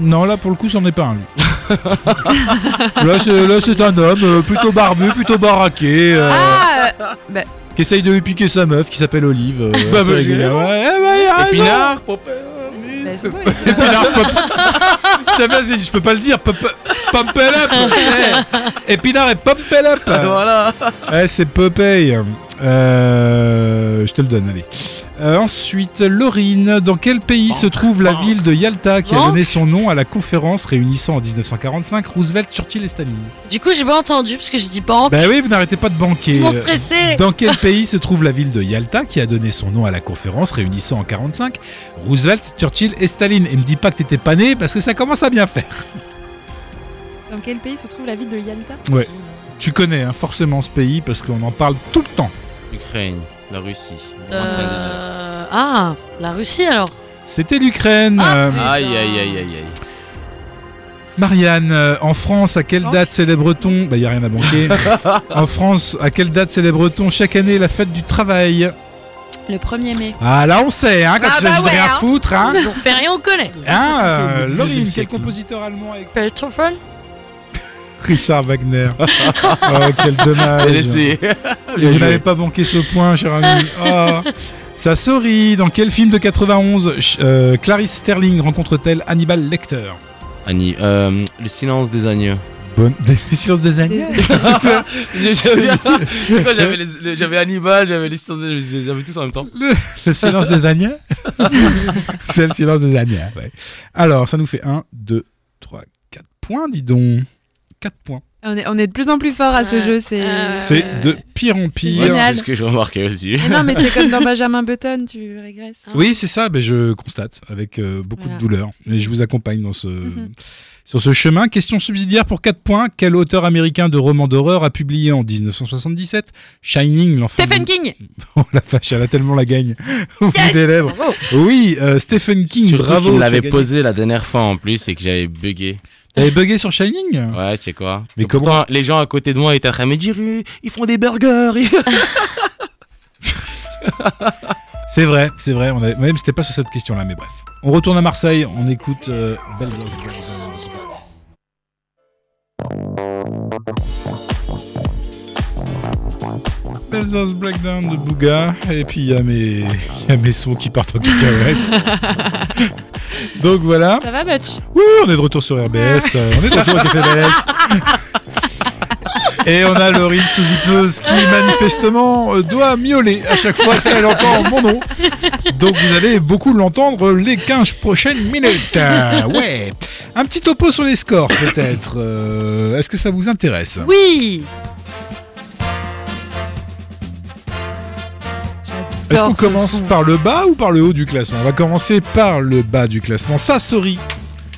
[SPEAKER 1] Non, là pour le coup, c'en est pas un.
[SPEAKER 2] *laughs*
[SPEAKER 1] lui. là, c'est, là, c'est un homme euh, plutôt barbu, plutôt baraqué. euh,
[SPEAKER 4] Ah
[SPEAKER 1] qui essaye de lui piquer sa meuf qui s'appelle Olive. euh,
[SPEAKER 2] *laughs* Bah,
[SPEAKER 1] assez
[SPEAKER 2] bah, j'ai
[SPEAKER 1] régulière.
[SPEAKER 2] raison.
[SPEAKER 1] Ouais, eh bah, il a raison.
[SPEAKER 2] Épinard, Popper,
[SPEAKER 4] euh, bah,
[SPEAKER 2] Mus.
[SPEAKER 4] c'est quoi, les gars
[SPEAKER 1] Épinard, *laughs* pop- Je sais pas si je peux pas le dire. Pop, pump it up. Eh, Épinard et pump it up.
[SPEAKER 2] Ah, Voilà.
[SPEAKER 1] Ouais, c'est Popeye. Euh, je te le donne, allez. Euh, ensuite, Laurine. Dans quel pays se trouve la ville de Yalta qui a
[SPEAKER 3] Banque.
[SPEAKER 1] donné son nom à la conférence réunissant en 1945 Roosevelt, Churchill et Staline
[SPEAKER 3] Du coup, j'ai pas entendu parce que je dis banque.
[SPEAKER 1] Bah oui, vous n'arrêtez pas de banquer.
[SPEAKER 3] Mon
[SPEAKER 1] Euh,
[SPEAKER 3] stressé.
[SPEAKER 1] Dans quel pays se trouve la ville de Yalta qui a donné son nom à la conférence réunissant en 45 Roosevelt, Churchill et Staline Et me dis pas que t'étais pas né parce que ça commence à bien faire.
[SPEAKER 4] Dans quel pays se trouve la ville de Yalta
[SPEAKER 1] Ouais. Tu connais hein, forcément ce pays parce qu'on en parle tout le temps.
[SPEAKER 2] L'Ukraine, la Russie. Macédoine.
[SPEAKER 3] Euh, ah, la Russie alors.
[SPEAKER 1] C'était l'Ukraine.
[SPEAKER 4] Ah,
[SPEAKER 1] Euh,
[SPEAKER 2] Aïe, aïe, aïe, aïe, aïe.
[SPEAKER 1] Marianne, euh, en France, à quelle date célèbre-t-on Bah y a rien à
[SPEAKER 4] *laughs*
[SPEAKER 1] banquer. en France, à quelle date célèbre-t-on chaque année la fête du travail
[SPEAKER 4] Le 1er mai.
[SPEAKER 1] Ah là on sait, hein, quand
[SPEAKER 4] Ah
[SPEAKER 1] il s'agit
[SPEAKER 4] bah
[SPEAKER 1] de
[SPEAKER 4] ouais,
[SPEAKER 1] rien
[SPEAKER 4] hein.
[SPEAKER 1] foutre,
[SPEAKER 4] *laughs*
[SPEAKER 1] hein.
[SPEAKER 3] Jour férié, on connaît.
[SPEAKER 1] Hein, euh,
[SPEAKER 7] au début du
[SPEAKER 1] Laurine, quel
[SPEAKER 7] siècle.
[SPEAKER 1] compositeur allemand avec
[SPEAKER 3] Petrofol
[SPEAKER 1] Richard Wagner. oh, quel dommage.
[SPEAKER 2] Laissez.
[SPEAKER 1] Et vous n'avez pas banqué ce point, cher *laughs* ami. Oh. Ça sourit. Dans quel film de 91 ch- euh, Clarice Sterling rencontre-t-elle Hannibal Lecter
[SPEAKER 2] Annie, euh, le silence des agneaux.
[SPEAKER 1] Bonne *laughs* décision de Daniel. *laughs*
[SPEAKER 2] C'est quoi, j'avais les- les- j'avais Hannibal, j'avais le silence des agneaux, j'avais tous en même temps.
[SPEAKER 1] Le silence des agneaux C'est le silence des agneaux. ouais. Alors, ça nous fait 1, 2, 3, 4 points, dis donc. 4 points.
[SPEAKER 4] On est, on est de plus en plus fort à ce
[SPEAKER 3] Ouais.
[SPEAKER 4] jeu, c'est.
[SPEAKER 3] Euh,
[SPEAKER 1] C'est de pire en pire.
[SPEAKER 2] Ouais,
[SPEAKER 4] Génial.
[SPEAKER 2] c'est ce que je remarquais
[SPEAKER 1] *laughs*
[SPEAKER 2] aussi.
[SPEAKER 4] Mais non, mais c'est comme dans Benjamin Button, tu régresses.
[SPEAKER 1] Oui, c'est ça, ben, je constate avec euh, beaucoup
[SPEAKER 3] Voilà.
[SPEAKER 1] de douleur. Et je vous accompagne dans ce,
[SPEAKER 4] Mhm.
[SPEAKER 1] sur ce chemin. Question subsidiaire pour 4 points. Quel auteur américain de romans d'horreur a publié en 1977 Shining, l'enfant.
[SPEAKER 4] Stephen
[SPEAKER 1] du-
[SPEAKER 4] King
[SPEAKER 1] *laughs* Oh la vache, elle a tellement la gagne. *laughs* Au bout des lèvres. Oui, euh, Stephen King,
[SPEAKER 2] Surtout
[SPEAKER 1] bravo.
[SPEAKER 2] qu'il me
[SPEAKER 1] tu as
[SPEAKER 2] l'avait
[SPEAKER 1] gagné.
[SPEAKER 2] posé la dernière fois en plus et que j'avais bugué.
[SPEAKER 1] T'avais bugué sur Shining
[SPEAKER 2] Ouais, tu sais quoi.
[SPEAKER 1] Mais
[SPEAKER 2] Et pourtant, les gens à côté de moi étaient en train de me dire ils ils font des burgers. *laughs*
[SPEAKER 1] C'est vrai, c'est vrai. On avait... Même c'était pas sur cette question-là, mais bref. On retourne à Marseille, on écoute euh, Bells of Brothers. Bells of Breakdown de Bouga, et puis il y, a mes- *laughs* il y a mes sons qui partent en cacahuète. Donc voilà.
[SPEAKER 4] Ça va, Butch
[SPEAKER 1] Oui, on est de retour sur RBS, euh, on est de retour au Café Balèque. Et on a Laurine sous hypnose qui manifestement euh, doit miauler à chaque fois qu'elle entend mon nom. Donc vous allez beaucoup l'entendre les 15 prochaines minutes. Ah, ouais. Un petit topo sur les scores peut-être. Euh, Est-ce que ça vous intéresse
[SPEAKER 3] Oui.
[SPEAKER 1] Est-ce qu'on
[SPEAKER 4] J'adore ce
[SPEAKER 1] commence
[SPEAKER 4] son.
[SPEAKER 1] par le bas ou par le haut du classement On va commencer par le bas du classement. Ça, sorry.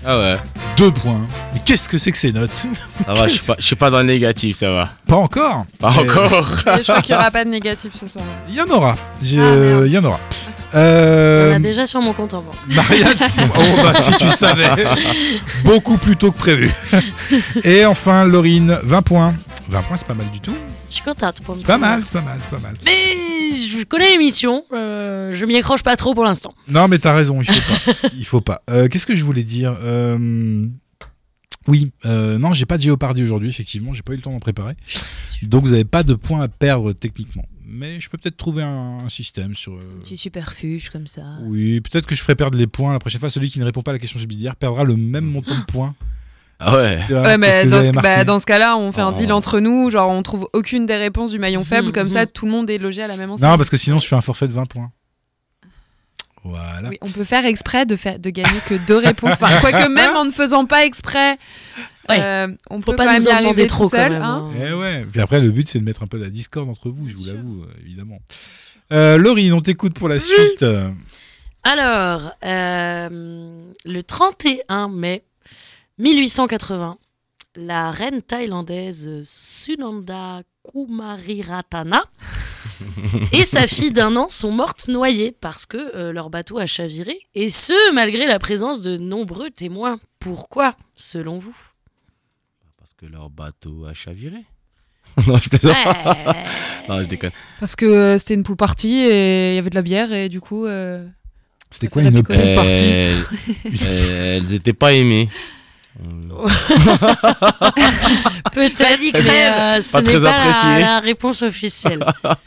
[SPEAKER 2] Ah ouais.
[SPEAKER 1] Deux points. Mais qu'est-ce que c'est que ces notes
[SPEAKER 2] Ça va, je suis pas, je suis pas dans le négatif, ça va.
[SPEAKER 1] Pas encore.
[SPEAKER 2] Pas
[SPEAKER 1] Mais-
[SPEAKER 2] encore. *laughs*
[SPEAKER 4] Je crois qu'il n'y
[SPEAKER 1] *laughs*
[SPEAKER 4] aura pas de négatif ce soir.
[SPEAKER 1] Il y en aura. Je-
[SPEAKER 3] Ah, merde.
[SPEAKER 1] Il y en aura.
[SPEAKER 3] On
[SPEAKER 1] Euh,
[SPEAKER 3] a déjà sur mon compte en banque.
[SPEAKER 1] *laughs* Marianne, si- oh, bah, si tu savais, beaucoup plus tôt que prévu. Et enfin, Laurine, 20 points. 20 points, c'est pas mal du tout.
[SPEAKER 3] Je suis contente pour me
[SPEAKER 1] C'est pas mal, c'est pas mal, c'est pas mal.
[SPEAKER 3] Mais je connais l'émission, euh, je m'y accroche pas trop pour l'instant.
[SPEAKER 1] Non, mais t'as raison, il faut pas. Il faut pas. Euh, Qu'est-ce que je voulais dire Euh, Oui, euh, non, j'ai pas de Géopardy aujourd'hui, effectivement, j'ai pas eu le temps d'en préparer. Donc vous avez pas de points à perdre techniquement. Mais je peux peut-être trouver un, un système sur. euh,
[SPEAKER 3] Petit superfuge comme ça.
[SPEAKER 1] Oui, peut-être que je ferai perdre les points la prochaine fois. Celui qui ne répond pas à la question subsidiaire perdra le même montant de
[SPEAKER 4] *laughs*
[SPEAKER 1] points.
[SPEAKER 2] Ah ouais.
[SPEAKER 1] que-
[SPEAKER 4] Hmm. Ouais,
[SPEAKER 1] parce
[SPEAKER 4] mais
[SPEAKER 1] que vous
[SPEAKER 4] dans
[SPEAKER 1] avez
[SPEAKER 4] ce,
[SPEAKER 1] marqué.
[SPEAKER 4] bah, dans ce cas-là, on fait un
[SPEAKER 2] Oh.
[SPEAKER 4] deal entre nous, genre on trouve aucune des réponses du maillon faible,
[SPEAKER 3] Mhm,
[SPEAKER 4] comme ça
[SPEAKER 3] mhm.
[SPEAKER 4] tout le monde est logé à la même enseigne.
[SPEAKER 1] Non, parce que sinon je fais un forfait de 20 points. Voilà.
[SPEAKER 4] Oui, on peut faire exprès de, faire, de gagner que deux réponses. Enfin,
[SPEAKER 3] *laughs*
[SPEAKER 4] quoique même en ne faisant pas exprès,
[SPEAKER 3] Ouais.
[SPEAKER 4] euh, on
[SPEAKER 3] Faut
[SPEAKER 4] peut
[SPEAKER 3] pas
[SPEAKER 4] quand même
[SPEAKER 3] nous en
[SPEAKER 4] y arriver
[SPEAKER 3] demander
[SPEAKER 4] tout
[SPEAKER 3] trop
[SPEAKER 4] seul,
[SPEAKER 3] quand même.
[SPEAKER 4] hein.
[SPEAKER 3] hein.
[SPEAKER 1] Eh ouais. Puis après, le but c'est de mettre un peu la discorde entre vous, je vous
[SPEAKER 4] Bien sûr.
[SPEAKER 1] l'avoue, euh, évidemment. Euh, Laurine, on t'écoute pour la suite. Euh,
[SPEAKER 3] Alors, euh, le 31 mai 1880, la reine thaïlandaise Sunanda
[SPEAKER 2] *laughs*
[SPEAKER 3] Kumariratana et sa fille d'un an sont mortes noyées parce que euh, leur bateau a chaviré, et ce, malgré la présence de nombreux témoins. Pourquoi, selon vous
[SPEAKER 2] Parce que leur bateau a chaviré. *laughs* non, je *laughs* plaisante. Non, je déconne.
[SPEAKER 4] Parce que euh, c'était une pool party et il y avait de la bière et du coup. euh,
[SPEAKER 1] C'était
[SPEAKER 4] Ça
[SPEAKER 1] quoi
[SPEAKER 4] fait la
[SPEAKER 1] une
[SPEAKER 4] picole.
[SPEAKER 1] pool party
[SPEAKER 2] Euh, euh, elles étaient pas
[SPEAKER 4] *laughs*
[SPEAKER 2] aimées.
[SPEAKER 3] Peut-être, mais, euh, ce
[SPEAKER 2] Pas
[SPEAKER 3] n'est
[SPEAKER 2] très
[SPEAKER 3] pas la,
[SPEAKER 2] apprécié.
[SPEAKER 3] la réponse
[SPEAKER 2] *laughs*
[SPEAKER 3] officielle.
[SPEAKER 4] Ça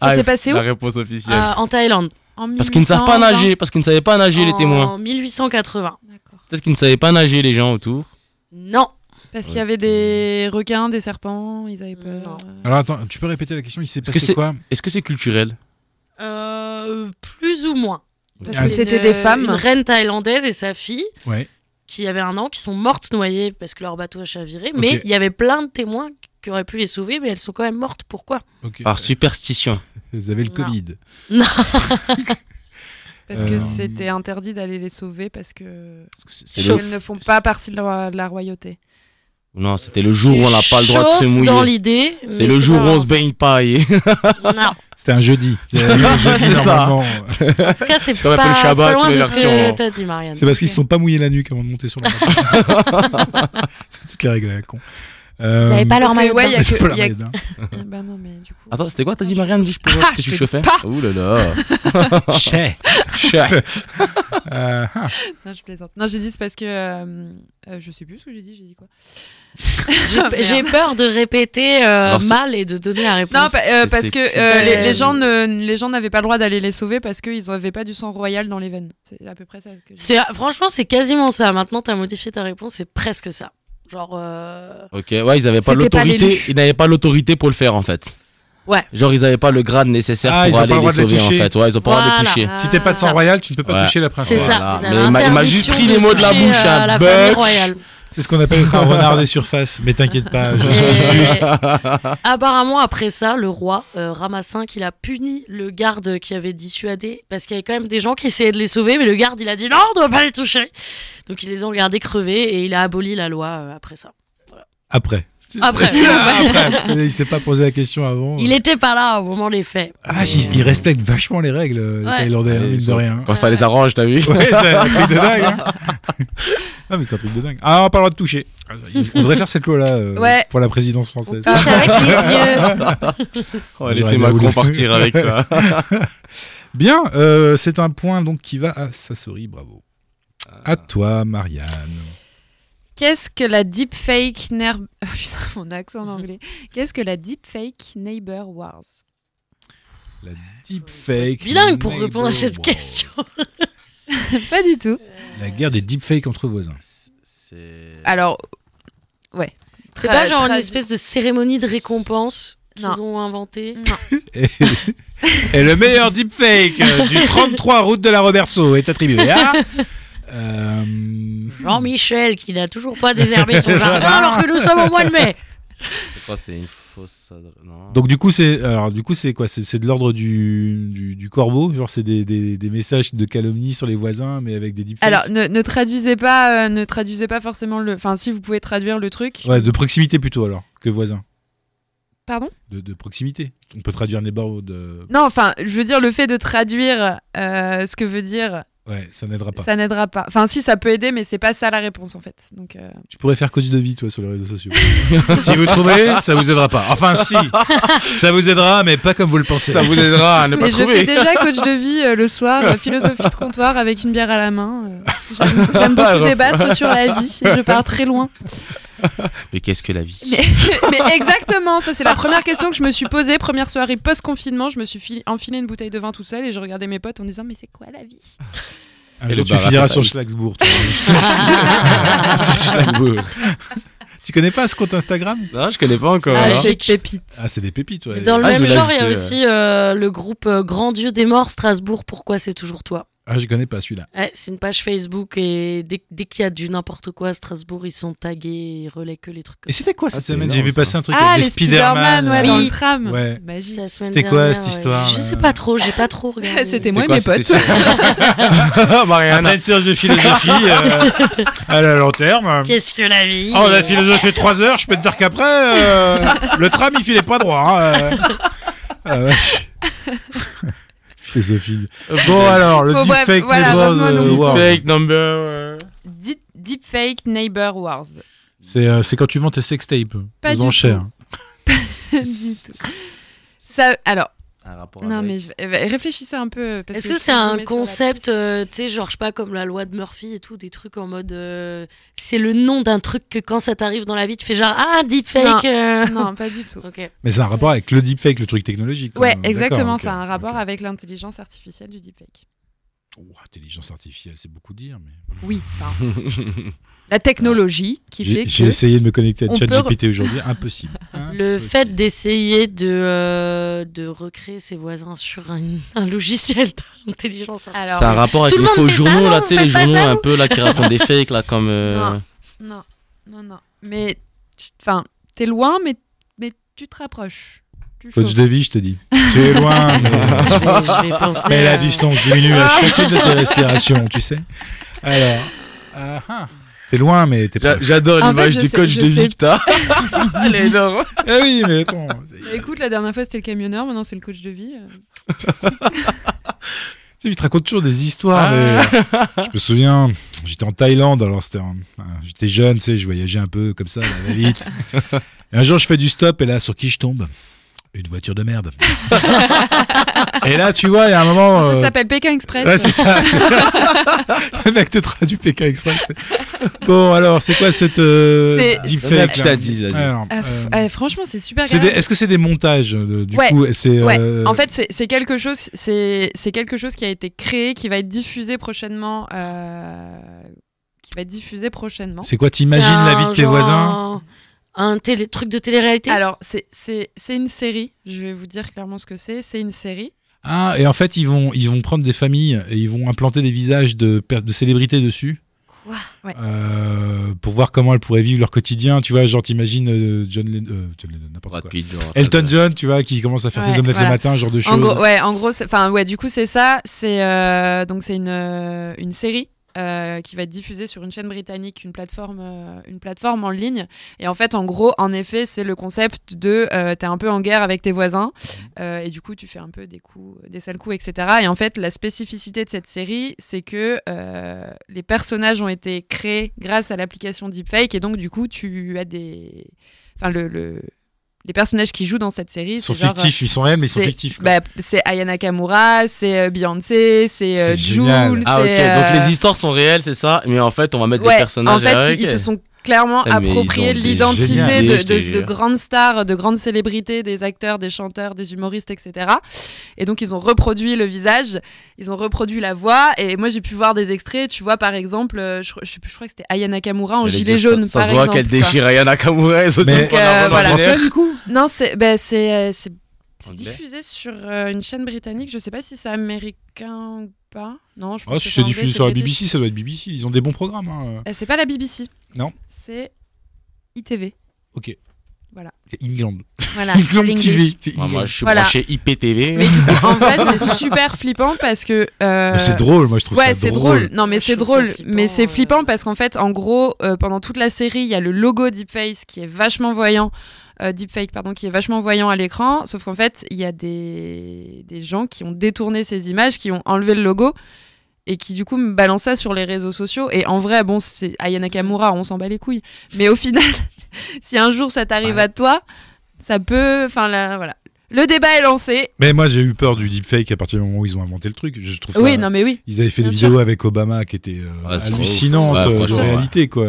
[SPEAKER 2] Ah,
[SPEAKER 4] s'est passé où Ah,
[SPEAKER 2] La réponse officielle.
[SPEAKER 3] Euh, en Thaïlande,
[SPEAKER 4] en
[SPEAKER 2] Parce qu'ils ne savent pas
[SPEAKER 4] 1820.
[SPEAKER 2] nager, parce qu'ils ne savaient pas nager
[SPEAKER 4] Oh.
[SPEAKER 2] les témoins.
[SPEAKER 3] en 1880.
[SPEAKER 4] D'accord.
[SPEAKER 2] Peut-être qu'ils ne savaient pas nager les gens autour.
[SPEAKER 3] Non,
[SPEAKER 4] Parce qu'il y avait des requins, des serpents, ils avaient peur.
[SPEAKER 3] Non.
[SPEAKER 1] Alors attends, tu peux répéter la question Il s'est
[SPEAKER 2] Parce
[SPEAKER 1] passé
[SPEAKER 2] que c'est-
[SPEAKER 1] quoi
[SPEAKER 2] Est-ce que c'est culturel
[SPEAKER 3] Euh, plus ou moins.
[SPEAKER 4] Parce
[SPEAKER 1] Ah,
[SPEAKER 4] que
[SPEAKER 3] Une-
[SPEAKER 4] c'était des
[SPEAKER 3] Une
[SPEAKER 4] femmes.
[SPEAKER 3] reine thaïlandaise et sa fille,
[SPEAKER 1] Ouais.
[SPEAKER 3] qui avaient un an, qui sont mortes noyées parce que leur bateau a chaviré. Mais
[SPEAKER 1] Ok.
[SPEAKER 3] il y avait plein de témoins qui auraient pu les sauver, mais elles sont quand même mortes. Pourquoi
[SPEAKER 1] Ok.
[SPEAKER 2] Par superstition.
[SPEAKER 1] Vous avez le
[SPEAKER 3] Non.
[SPEAKER 1] Covid.
[SPEAKER 4] Parce que
[SPEAKER 1] Euh,
[SPEAKER 4] c'était interdit d'aller les sauver parce que.
[SPEAKER 2] Parce que c'est- c'est
[SPEAKER 4] Parce
[SPEAKER 2] le-
[SPEAKER 4] qu'elles ne font pas partie de la, de la *laughs* royauté.
[SPEAKER 2] Non, c'était le jour où on n'a pas le droit de se
[SPEAKER 3] Chauffe dans
[SPEAKER 2] mouiller.
[SPEAKER 3] l'idée.
[SPEAKER 2] C'est
[SPEAKER 3] mais
[SPEAKER 2] le jour où
[SPEAKER 3] pas
[SPEAKER 2] on se baigne pas. et- *laughs*
[SPEAKER 3] grave. Non.
[SPEAKER 1] C'était un jeudi.
[SPEAKER 4] *laughs*
[SPEAKER 2] C'est-
[SPEAKER 1] un jeudi,
[SPEAKER 2] c'est ça.
[SPEAKER 1] normalement.
[SPEAKER 3] En tout cas, c'est
[SPEAKER 2] Ça
[SPEAKER 3] pas,
[SPEAKER 2] rappelle le
[SPEAKER 3] c'est
[SPEAKER 2] Shabbat,
[SPEAKER 3] pas loin
[SPEAKER 2] c'est
[SPEAKER 3] de
[SPEAKER 2] la
[SPEAKER 3] ce que
[SPEAKER 2] version-
[SPEAKER 3] t'as dit, Marianne.
[SPEAKER 1] C'est parce qu'ils se sont pas mouillés la nuque avant de monter sur la barque. C'est toutes les règles à la con. Euh,
[SPEAKER 7] Vous avez pas leur
[SPEAKER 4] parce
[SPEAKER 7] maillot
[SPEAKER 4] que,
[SPEAKER 7] de
[SPEAKER 4] ouais,
[SPEAKER 7] bain.
[SPEAKER 4] il y
[SPEAKER 1] *laughs*
[SPEAKER 4] a
[SPEAKER 1] c'est
[SPEAKER 4] que-
[SPEAKER 1] pas la
[SPEAKER 4] il y a
[SPEAKER 1] maille, hein.
[SPEAKER 4] Ah bah non, mais du coup.
[SPEAKER 2] Attends, c'était quoi T'as dit Marianne juste pour voir ce que
[SPEAKER 4] Ah, je
[SPEAKER 2] tu
[SPEAKER 4] te
[SPEAKER 2] chauffais
[SPEAKER 4] dis pas.
[SPEAKER 2] Ouh là là.
[SPEAKER 1] Chais.
[SPEAKER 2] *laughs* Chais.
[SPEAKER 1] Euh, ah.
[SPEAKER 4] Non, je plaisante. Non, j'ai dit c'est parce que. euh, euh, je sais plus ce que j'ai dit, j'ai dit quoi.
[SPEAKER 3] J'ai- J'ai peur de répéter euh,
[SPEAKER 2] Alors, c'est-
[SPEAKER 3] mal et de donner la réponse.
[SPEAKER 4] Non, pa- euh,
[SPEAKER 2] C'était
[SPEAKER 4] parce que
[SPEAKER 2] qui
[SPEAKER 4] euh, les,
[SPEAKER 3] Euh,
[SPEAKER 4] les gens ne, les gens n'avaient pas le droit d'aller les sauver parce qu'ils n'avaient pas du sang royal dans les veines. C'est à peu près ça. Que j'ai dit.
[SPEAKER 3] C'est- euh, Franchement, c'est quasiment ça. Maintenant, t'as modifié ta réponse, c'est presque ça. Genre. euh,
[SPEAKER 2] Ok, ouais, ils n'avaient pas
[SPEAKER 4] C'était pas
[SPEAKER 2] l'autorité.
[SPEAKER 4] l'élu.
[SPEAKER 2] Ils n'avaient pas l'autorité pour le faire en fait.
[SPEAKER 3] Ouais.
[SPEAKER 2] Genre ils n'avaient pas le grade nécessaire
[SPEAKER 1] Ah, ils ont
[SPEAKER 2] pour
[SPEAKER 1] pas
[SPEAKER 2] aller
[SPEAKER 1] le
[SPEAKER 2] les
[SPEAKER 1] droit de les
[SPEAKER 2] sauver en
[SPEAKER 1] toucher.
[SPEAKER 2] fait. Ouais, ils ont pas le droit de les
[SPEAKER 3] Voilà.
[SPEAKER 2] toucher.
[SPEAKER 1] Si t'es pas de sang
[SPEAKER 3] Ah.
[SPEAKER 1] royal, tu ne peux pas
[SPEAKER 2] Ouais.
[SPEAKER 1] toucher la princesse.
[SPEAKER 3] C'est ça,
[SPEAKER 2] Voilà.
[SPEAKER 3] ils avaient
[SPEAKER 2] Mais il m'a- il m'a
[SPEAKER 3] interdiction
[SPEAKER 2] juste pris
[SPEAKER 3] de
[SPEAKER 2] les mots de la
[SPEAKER 3] toucher,
[SPEAKER 2] bouche,
[SPEAKER 3] euh,
[SPEAKER 2] hein,
[SPEAKER 3] la famille
[SPEAKER 2] butch. *laughs*
[SPEAKER 3] royale.
[SPEAKER 1] C'est ce qu'on appelle être un renard des surfaces. Mais t'inquiète pas, je
[SPEAKER 3] Et- apparemment, après ça, le roi euh, Ramassin, qu'il a puni le garde qui avait dissuadé, parce qu'il y avait quand même des gens qui essayaient de les sauver, mais le garde, il a dit non, on doit pas les toucher. Donc ils les ont regardés crever et il a aboli la loi euh, après ça.
[SPEAKER 1] Après.
[SPEAKER 3] Après.
[SPEAKER 1] Après. Il s'est pas posé la question avant.
[SPEAKER 3] Il était pas là au moment des faits.
[SPEAKER 1] Ah, vache, ils, ils respectent vachement les règles, les
[SPEAKER 3] Ouais.
[SPEAKER 1] Thaïlandais, hein,
[SPEAKER 2] Ouais,
[SPEAKER 1] mine
[SPEAKER 2] ils
[SPEAKER 1] de
[SPEAKER 2] ont-
[SPEAKER 1] rien.
[SPEAKER 2] Quand ça les arrange, t'as vu
[SPEAKER 1] *laughs* Ouais, c'est un truc de dingue. Hein. *laughs* ah, mais c'est un truc de dingue. Ah, on n'a pas le droit de toucher. Ah, ça y est, On devrait faire cette loi-là euh,
[SPEAKER 4] Ouais.
[SPEAKER 1] pour la présidence française.
[SPEAKER 3] Touche
[SPEAKER 4] Ah,
[SPEAKER 3] avec
[SPEAKER 4] bah
[SPEAKER 1] *laughs*
[SPEAKER 3] les yeux.
[SPEAKER 2] Oh,
[SPEAKER 1] J'aurais
[SPEAKER 2] Laissez
[SPEAKER 1] bien
[SPEAKER 2] Macron
[SPEAKER 1] voulu.
[SPEAKER 2] partir avec *laughs* ça.
[SPEAKER 1] Bien, euh, c'est un point donc qui va à Sassori, bravo. À toi, Marianne.
[SPEAKER 4] Qu'est-ce que la deepfake ner... *laughs* Putain, mon accent en anglais. Qu'est-ce que la deepfake neighbor wars
[SPEAKER 1] La deepfake.
[SPEAKER 3] Bilingue pour répondre à cette
[SPEAKER 1] Wow.
[SPEAKER 3] question.
[SPEAKER 4] Pas du tout.
[SPEAKER 1] La guerre des deepfakes entre voisins.
[SPEAKER 4] Alors,
[SPEAKER 3] C'est
[SPEAKER 4] Tra-
[SPEAKER 3] pas genre une
[SPEAKER 4] traduit.
[SPEAKER 3] espèce de cérémonie de récompense qu'ils
[SPEAKER 4] Non.
[SPEAKER 3] ont inventée.
[SPEAKER 1] Et, et le meilleur deepfake euh,
[SPEAKER 3] *laughs*
[SPEAKER 1] du 33 route de la Roberceau est attribué à. Euh,
[SPEAKER 3] Jean-Michel qui n'a toujours pas désherbé son jardin alors que nous sommes au mois de mai.
[SPEAKER 2] C'est quoi C'est une f- fausse adresse. Non.
[SPEAKER 1] Donc du coup c'est alors du coup c'est quoi c'est, c'est de l'ordre du, du, du corbeau genre c'est des, des, des messages de calomnie sur les voisins mais avec des deepfakes.
[SPEAKER 4] Alors, ne, ne traduisez pas, euh, ne traduisez pas forcément le. Enfin, si vous pouvez traduire le truc.
[SPEAKER 1] ouais de proximité plutôt alors que voisin
[SPEAKER 4] Pardon
[SPEAKER 1] de, de proximité on peut traduire neighborhood euh,
[SPEAKER 4] Non, enfin, je veux dire le fait de traduire euh, ce que veut dire,
[SPEAKER 1] ouais ça n'aidera pas
[SPEAKER 4] ça n'aidera pas. Enfin, si ça peut aider, mais c'est pas ça la réponse en fait. Donc, euh,
[SPEAKER 1] tu pourrais faire coach de vie toi sur les réseaux *laughs* sociaux si vous trouvez ça vous aidera pas enfin si ça vous aidera mais pas comme vous le pensez
[SPEAKER 2] Ça vous aidera à ne pas
[SPEAKER 4] Mais je fais
[SPEAKER 2] trouver.
[SPEAKER 4] déjà coach de vie euh, le soir, euh, philosophie de comptoir avec une bière à la main. euh, j'aime- J'aime beaucoup débattre sur la vie. et Je pars très loin.
[SPEAKER 2] Mais qu'est-ce que la vie
[SPEAKER 4] Mais exactement, ça c'est la première question que je me suis posée. Première soirée post-confinement, je me suis fil- enfilé une bouteille de vin toute seule et je regardais mes potes en disant mais c'est quoi la vie
[SPEAKER 1] Un
[SPEAKER 2] Et
[SPEAKER 1] jour,
[SPEAKER 2] le
[SPEAKER 1] tu
[SPEAKER 2] bar à
[SPEAKER 1] finiras
[SPEAKER 2] papa
[SPEAKER 1] sur
[SPEAKER 2] Hit.
[SPEAKER 1] Schlagsbourg *laughs* toi. Sur Schlagsbourg. tu connais pas ce compte Instagram
[SPEAKER 2] Non, je connais pas encore. hein.
[SPEAKER 3] Ah,
[SPEAKER 2] alors.
[SPEAKER 3] j'ai-
[SPEAKER 4] pépite.
[SPEAKER 1] ah c'est des pépites ouais.
[SPEAKER 3] Dans le
[SPEAKER 2] Ah, je
[SPEAKER 3] même
[SPEAKER 2] vais
[SPEAKER 3] genre, il y a
[SPEAKER 2] l'ajouter,
[SPEAKER 3] aussi euh, le groupe euh, Grand Dieu des Morts Strasbourg. Pourquoi c'est toujours toi
[SPEAKER 1] ah je connais pas celui-là
[SPEAKER 3] Ouais, C'est une page Facebook et dès, dès qu'il y a du n'importe quoi à Strasbourg, ils sont tagués, ils relaient que les trucs.
[SPEAKER 1] et c'était quoi cette
[SPEAKER 2] c'est
[SPEAKER 1] semaine Ah, j'ai
[SPEAKER 2] énorme,
[SPEAKER 1] vu
[SPEAKER 2] ça.
[SPEAKER 1] passer un truc
[SPEAKER 4] Ah
[SPEAKER 1] avec
[SPEAKER 4] les Spider-Man
[SPEAKER 1] là.
[SPEAKER 4] ouais, dans
[SPEAKER 3] Oui.
[SPEAKER 4] le tram.
[SPEAKER 1] Ouais.
[SPEAKER 4] Magique.
[SPEAKER 3] C'est la semaine
[SPEAKER 1] C'était quoi,
[SPEAKER 3] dernière,
[SPEAKER 1] cette
[SPEAKER 3] ouais.
[SPEAKER 1] histoire,
[SPEAKER 3] Je
[SPEAKER 1] là
[SPEAKER 3] sais pas trop, j'ai pas *laughs* trop regardé.
[SPEAKER 4] C'était
[SPEAKER 2] C'était
[SPEAKER 4] moi et
[SPEAKER 2] quoi,
[SPEAKER 4] mes
[SPEAKER 2] c'était
[SPEAKER 4] potes.
[SPEAKER 1] euh, *laughs* Après une séance de philosophie
[SPEAKER 4] *laughs*
[SPEAKER 1] euh, à la long terme.
[SPEAKER 3] Qu'est-ce que la vie
[SPEAKER 1] Ah, on a philosophé 3 heures, je peux te dire qu'après, euh, le tram il filait pas droit. hein, euh. Ah, ouais. *laughs* Philosophie. Bon alors, le
[SPEAKER 4] Bon, bref,
[SPEAKER 1] deepfake
[SPEAKER 4] voilà,
[SPEAKER 1] Neighbor
[SPEAKER 4] revenons à
[SPEAKER 1] de
[SPEAKER 4] nos
[SPEAKER 1] Word.
[SPEAKER 2] Fake number. euh.
[SPEAKER 4] Deep, Deepfake Neighbor *laughs* Wars.
[SPEAKER 1] C'est euh, c'est quand tu vends tes sextapes
[SPEAKER 4] Pas
[SPEAKER 1] aux
[SPEAKER 4] du
[SPEAKER 1] enchères.
[SPEAKER 4] Du tout. Ça, alors,
[SPEAKER 2] Un rapport
[SPEAKER 4] non
[SPEAKER 2] avec-
[SPEAKER 4] mais je- eh ben, réfléchissez un peu. parce
[SPEAKER 3] Est-ce que,
[SPEAKER 4] si
[SPEAKER 3] c'est
[SPEAKER 4] vous
[SPEAKER 3] un
[SPEAKER 4] mettez sur la-
[SPEAKER 3] concept, euh, tu sais, genre, je sais pas, comme la loi de Murphy et tout, des trucs en mode. euh, c'est le nom d'un truc que quand ça t'arrive dans la vie, tu fais genre, ah, deepfake
[SPEAKER 4] *laughs*
[SPEAKER 3] euh.
[SPEAKER 4] Non, pas du tout.
[SPEAKER 3] Ok.
[SPEAKER 1] Mais c'est un rapport avec le deepfake, le truc technologique. quand
[SPEAKER 4] Ouais,
[SPEAKER 1] même.
[SPEAKER 4] exactement,
[SPEAKER 1] D'accord,
[SPEAKER 4] ça a
[SPEAKER 1] ok,
[SPEAKER 4] un rapport
[SPEAKER 1] ok.
[SPEAKER 4] avec l'intelligence artificielle du deepfake.
[SPEAKER 1] Ouh, intelligence artificielle, c'est beaucoup dire. mais-
[SPEAKER 4] Oui, enfin,
[SPEAKER 1] *laughs*
[SPEAKER 4] la technologie qui fait
[SPEAKER 1] J'ai j'ai
[SPEAKER 4] que...
[SPEAKER 1] essayé de me connecter à
[SPEAKER 4] on peut
[SPEAKER 1] ChatGPT aujourd'hui, impossible.
[SPEAKER 3] Le
[SPEAKER 1] Impossible.
[SPEAKER 3] fait d'essayer de, euh, de recréer ses voisins sur un, *laughs* un logiciel
[SPEAKER 4] *laughs*
[SPEAKER 3] d'intelligence artificielle.
[SPEAKER 4] Alors,
[SPEAKER 2] C'est un rapport avec
[SPEAKER 3] Tout le
[SPEAKER 2] les
[SPEAKER 3] monde
[SPEAKER 2] faux
[SPEAKER 3] fait ça,
[SPEAKER 2] journaux,
[SPEAKER 3] non,
[SPEAKER 2] là,
[SPEAKER 3] vous
[SPEAKER 2] tu sais,
[SPEAKER 3] faites
[SPEAKER 2] les
[SPEAKER 3] pas
[SPEAKER 2] journaux
[SPEAKER 3] ça,
[SPEAKER 2] un
[SPEAKER 3] vous
[SPEAKER 2] peu, là, qui racontent des fakes, là, comme. euh,
[SPEAKER 4] Non. Non, non, non. Mais, tu- enfin, t'es loin, mais, mais tu te rapproches. Tu
[SPEAKER 1] Coach
[SPEAKER 4] chauffes.
[SPEAKER 1] de vie, je te dis. Tu es
[SPEAKER 4] *laughs*
[SPEAKER 1] loin, mais.
[SPEAKER 3] je vais, je vais penser.
[SPEAKER 1] Ah, Mais
[SPEAKER 3] à-
[SPEAKER 1] la distance diminue
[SPEAKER 4] Ah.
[SPEAKER 1] à chacune de tes respirations, tu sais. Alors, ah, ah. c'est loin, mais t'es
[SPEAKER 2] J'a-
[SPEAKER 1] pas.
[SPEAKER 2] J'adore
[SPEAKER 4] En fait, je sais- je
[SPEAKER 2] *laughs*
[SPEAKER 4] sais-
[SPEAKER 2] Victor. Elle est énorme.
[SPEAKER 1] Eh oui, mais attends.
[SPEAKER 4] Bah, Écoute, la dernière fois c'était le camionneur, maintenant c'est le coach de vie. euh.
[SPEAKER 1] Tu sais, il te raconte toujours des histoires. mais,
[SPEAKER 4] Ah.
[SPEAKER 1] euh, je me souviens, j'étais en Thaïlande, alors c'était un- un- j'étais jeune, tu sais, je voyageais un peu comme ça, à la va-vite. Et un jour, je fais du stop, et là, sur qui je tombe Une voiture de
[SPEAKER 4] *laughs*
[SPEAKER 1] merde. et là, tu vois, il y a un moment.
[SPEAKER 4] Ça
[SPEAKER 1] euh,
[SPEAKER 4] s'appelle Pékin Express.
[SPEAKER 1] Ouais, c'est ça. *laughs* le mec te traduit Pékin Express. Bon, alors, c'est quoi cette euh,
[SPEAKER 4] C'est-
[SPEAKER 1] deepfake,
[SPEAKER 2] Le mec, je
[SPEAKER 1] là
[SPEAKER 2] t'ai dit, vas-y.
[SPEAKER 1] Alors,
[SPEAKER 4] Ah, f-
[SPEAKER 1] euh,
[SPEAKER 4] ah, franchement, c'est super
[SPEAKER 1] c'est
[SPEAKER 4] grave.
[SPEAKER 1] des- Est-ce que c'est des montages euh, du
[SPEAKER 4] Ouais.
[SPEAKER 1] coup C'est
[SPEAKER 4] Ouais.
[SPEAKER 1] euh,
[SPEAKER 4] En fait, c'est- c'est quelque chose, c'est c'est quelque chose qui a été créé, qui va être diffusé prochainement, euh, qui va être diffusé prochainement.
[SPEAKER 1] c'est quoi T'imagines la vie de
[SPEAKER 3] un
[SPEAKER 1] tes
[SPEAKER 3] genre
[SPEAKER 1] voisins
[SPEAKER 3] Un, un télé, truc de télé-réalité
[SPEAKER 4] Alors, c'est- c'est c'est une série. Je vais vous dire clairement ce que c'est. C'est une série.
[SPEAKER 1] Ah, et en fait, ils vont ils vont prendre des familles et ils vont implanter des visages de per- de célébrités dessus.
[SPEAKER 3] Quoi
[SPEAKER 4] Ouais.
[SPEAKER 1] Euh, pour voir comment elles pourraient vivre leur quotidien, tu vois, genre t'imagines euh, John Lennon, euh, John Lennon, n'importe
[SPEAKER 2] Brad
[SPEAKER 1] quoi.
[SPEAKER 2] Pitt, genre, euh,
[SPEAKER 1] Elton
[SPEAKER 2] t'as-
[SPEAKER 1] John, tu vois, qui commence à faire ses
[SPEAKER 4] Ouais,
[SPEAKER 1] omelettes
[SPEAKER 4] voilà.
[SPEAKER 1] le matin, genre de
[SPEAKER 4] En
[SPEAKER 1] choses.
[SPEAKER 4] gros, ouais, en gros, c'est- enfin, ouais, du coup, c'est ça. C'est euh, donc c'est une euh, une série. euh, qui va être diffusée sur une chaîne britannique, une plateforme, euh, une plateforme en ligne. Et en fait, en gros, en effet, c'est le concept de euh, t'es un peu en guerre avec tes voisins, euh, et du coup, tu fais un peu des coups, des sales coups, etc. Et en fait, la spécificité de cette série, c'est que euh, les personnages ont été créés grâce à l'application Deepfake, et donc du coup, tu as des, enfin, le, le- les personnages qui jouent dans cette série
[SPEAKER 1] Ils sont
[SPEAKER 4] c'est genre, euh,
[SPEAKER 1] fictifs, ils sont réels, mais ils sont
[SPEAKER 4] c'est-
[SPEAKER 1] fictifs. quoi.
[SPEAKER 4] bah, c'est Aya Nakamura, c'est euh, Beyoncé, c'est euh,
[SPEAKER 1] C'est
[SPEAKER 4] Jul,
[SPEAKER 1] génial.
[SPEAKER 2] Ah, ok,
[SPEAKER 4] c'est, euh,
[SPEAKER 2] donc les histoires sont réelles, c'est ça, mais en fait, on va mettre
[SPEAKER 4] ouais,
[SPEAKER 2] des personnages
[SPEAKER 4] En fait,
[SPEAKER 2] ah,
[SPEAKER 4] ils, ils
[SPEAKER 2] ok.
[SPEAKER 4] se sont clairement
[SPEAKER 2] Ah, mais ils
[SPEAKER 4] appropriés
[SPEAKER 2] ont des
[SPEAKER 4] l'identité
[SPEAKER 2] géniales idées,
[SPEAKER 4] de,
[SPEAKER 2] je te
[SPEAKER 4] de- de
[SPEAKER 2] jure.
[SPEAKER 4] grandes stars, de grandes célébrités, des acteurs, des chanteurs, des humoristes, etc. Et donc, ils ont reproduit le visage, ils ont reproduit la voix. Et moi, j'ai pu voir des extraits. Tu vois, par exemple, euh, je, je sais plus, je crois que c'était Aya Nakamura en
[SPEAKER 2] J'allais
[SPEAKER 4] gilet
[SPEAKER 2] dire,
[SPEAKER 4] jaune.
[SPEAKER 2] Ça, ça
[SPEAKER 4] par
[SPEAKER 2] se voit
[SPEAKER 4] exemple,
[SPEAKER 2] qu'elle
[SPEAKER 4] quoi.
[SPEAKER 2] déchire Aya Nakamura et se
[SPEAKER 1] Mais-
[SPEAKER 2] trouve qu'on a
[SPEAKER 4] Euh,
[SPEAKER 2] un
[SPEAKER 4] voilà.
[SPEAKER 2] partenaire.
[SPEAKER 1] français du coup
[SPEAKER 4] Non, c'est ben, c'est euh, c'est- c'est
[SPEAKER 2] On dirait.
[SPEAKER 4] diffusé sur euh, une chaîne britannique. Je sais pas si c'est américain ou pas. Non, je pense
[SPEAKER 1] Ah,
[SPEAKER 4] que
[SPEAKER 1] si
[SPEAKER 4] c'est Eh,
[SPEAKER 1] c'est diffusé
[SPEAKER 4] anglais,
[SPEAKER 1] sur la
[SPEAKER 4] British.
[SPEAKER 1] BBC, ça doit être BBC. Ils ont des bons programmes. hein.
[SPEAKER 4] Euh, c'est pas la BBC.
[SPEAKER 1] Non.
[SPEAKER 4] C'est ITV.
[SPEAKER 1] Ok. C'est England.
[SPEAKER 4] Voilà.
[SPEAKER 1] *laughs* England
[SPEAKER 4] l'English.
[SPEAKER 1] TV. c'est
[SPEAKER 2] Ah, Moi,
[SPEAKER 1] England.
[SPEAKER 2] moi, je suis
[SPEAKER 4] Voilà.
[SPEAKER 2] branché IPTV.
[SPEAKER 4] Mais du coup, en vrai, c'est super flippant parce que. euh,
[SPEAKER 1] Mais C'est drôle, moi je trouve
[SPEAKER 4] Ouais,
[SPEAKER 1] ça
[SPEAKER 4] c'est
[SPEAKER 1] drôle.
[SPEAKER 4] drôle. Non, mais
[SPEAKER 3] Je
[SPEAKER 4] c'est
[SPEAKER 3] trouve ça
[SPEAKER 4] drôle.
[SPEAKER 3] flippant,
[SPEAKER 4] Mais c'est
[SPEAKER 3] euh.
[SPEAKER 4] flippant parce qu'en fait, en gros, euh, pendant toute la série, il y a le logo Deepface qui est vachement voyant. euh, Deepfake, pardon, qui est vachement voyant à l'écran. Sauf qu'en fait, il y a des... des gens qui ont détourné ces images, qui ont enlevé le logo et qui, du coup, me balancent ça sur les réseaux sociaux. Et en vrai, bon, c'est Ayana Kamura, on s'en bat les couilles. Mais au *laughs* final, si un jour ça t'arrive à toi, ça peut. Enfin, là, voilà. Le débat est lancé.
[SPEAKER 1] Mais moi j'ai eu peur du deepfake à partir du moment où ils ont inventé le truc. Je trouve ça.
[SPEAKER 4] Oui, non, mais oui,
[SPEAKER 1] Ils avaient fait
[SPEAKER 4] Bien
[SPEAKER 1] des
[SPEAKER 4] sûr.
[SPEAKER 1] vidéos avec Obama qui étaient euh,
[SPEAKER 2] Ouais, c'est trop
[SPEAKER 1] hallucinantes
[SPEAKER 2] ouf. Ouais,
[SPEAKER 1] euh, de
[SPEAKER 2] franchement, ouais.
[SPEAKER 1] réalité quoi.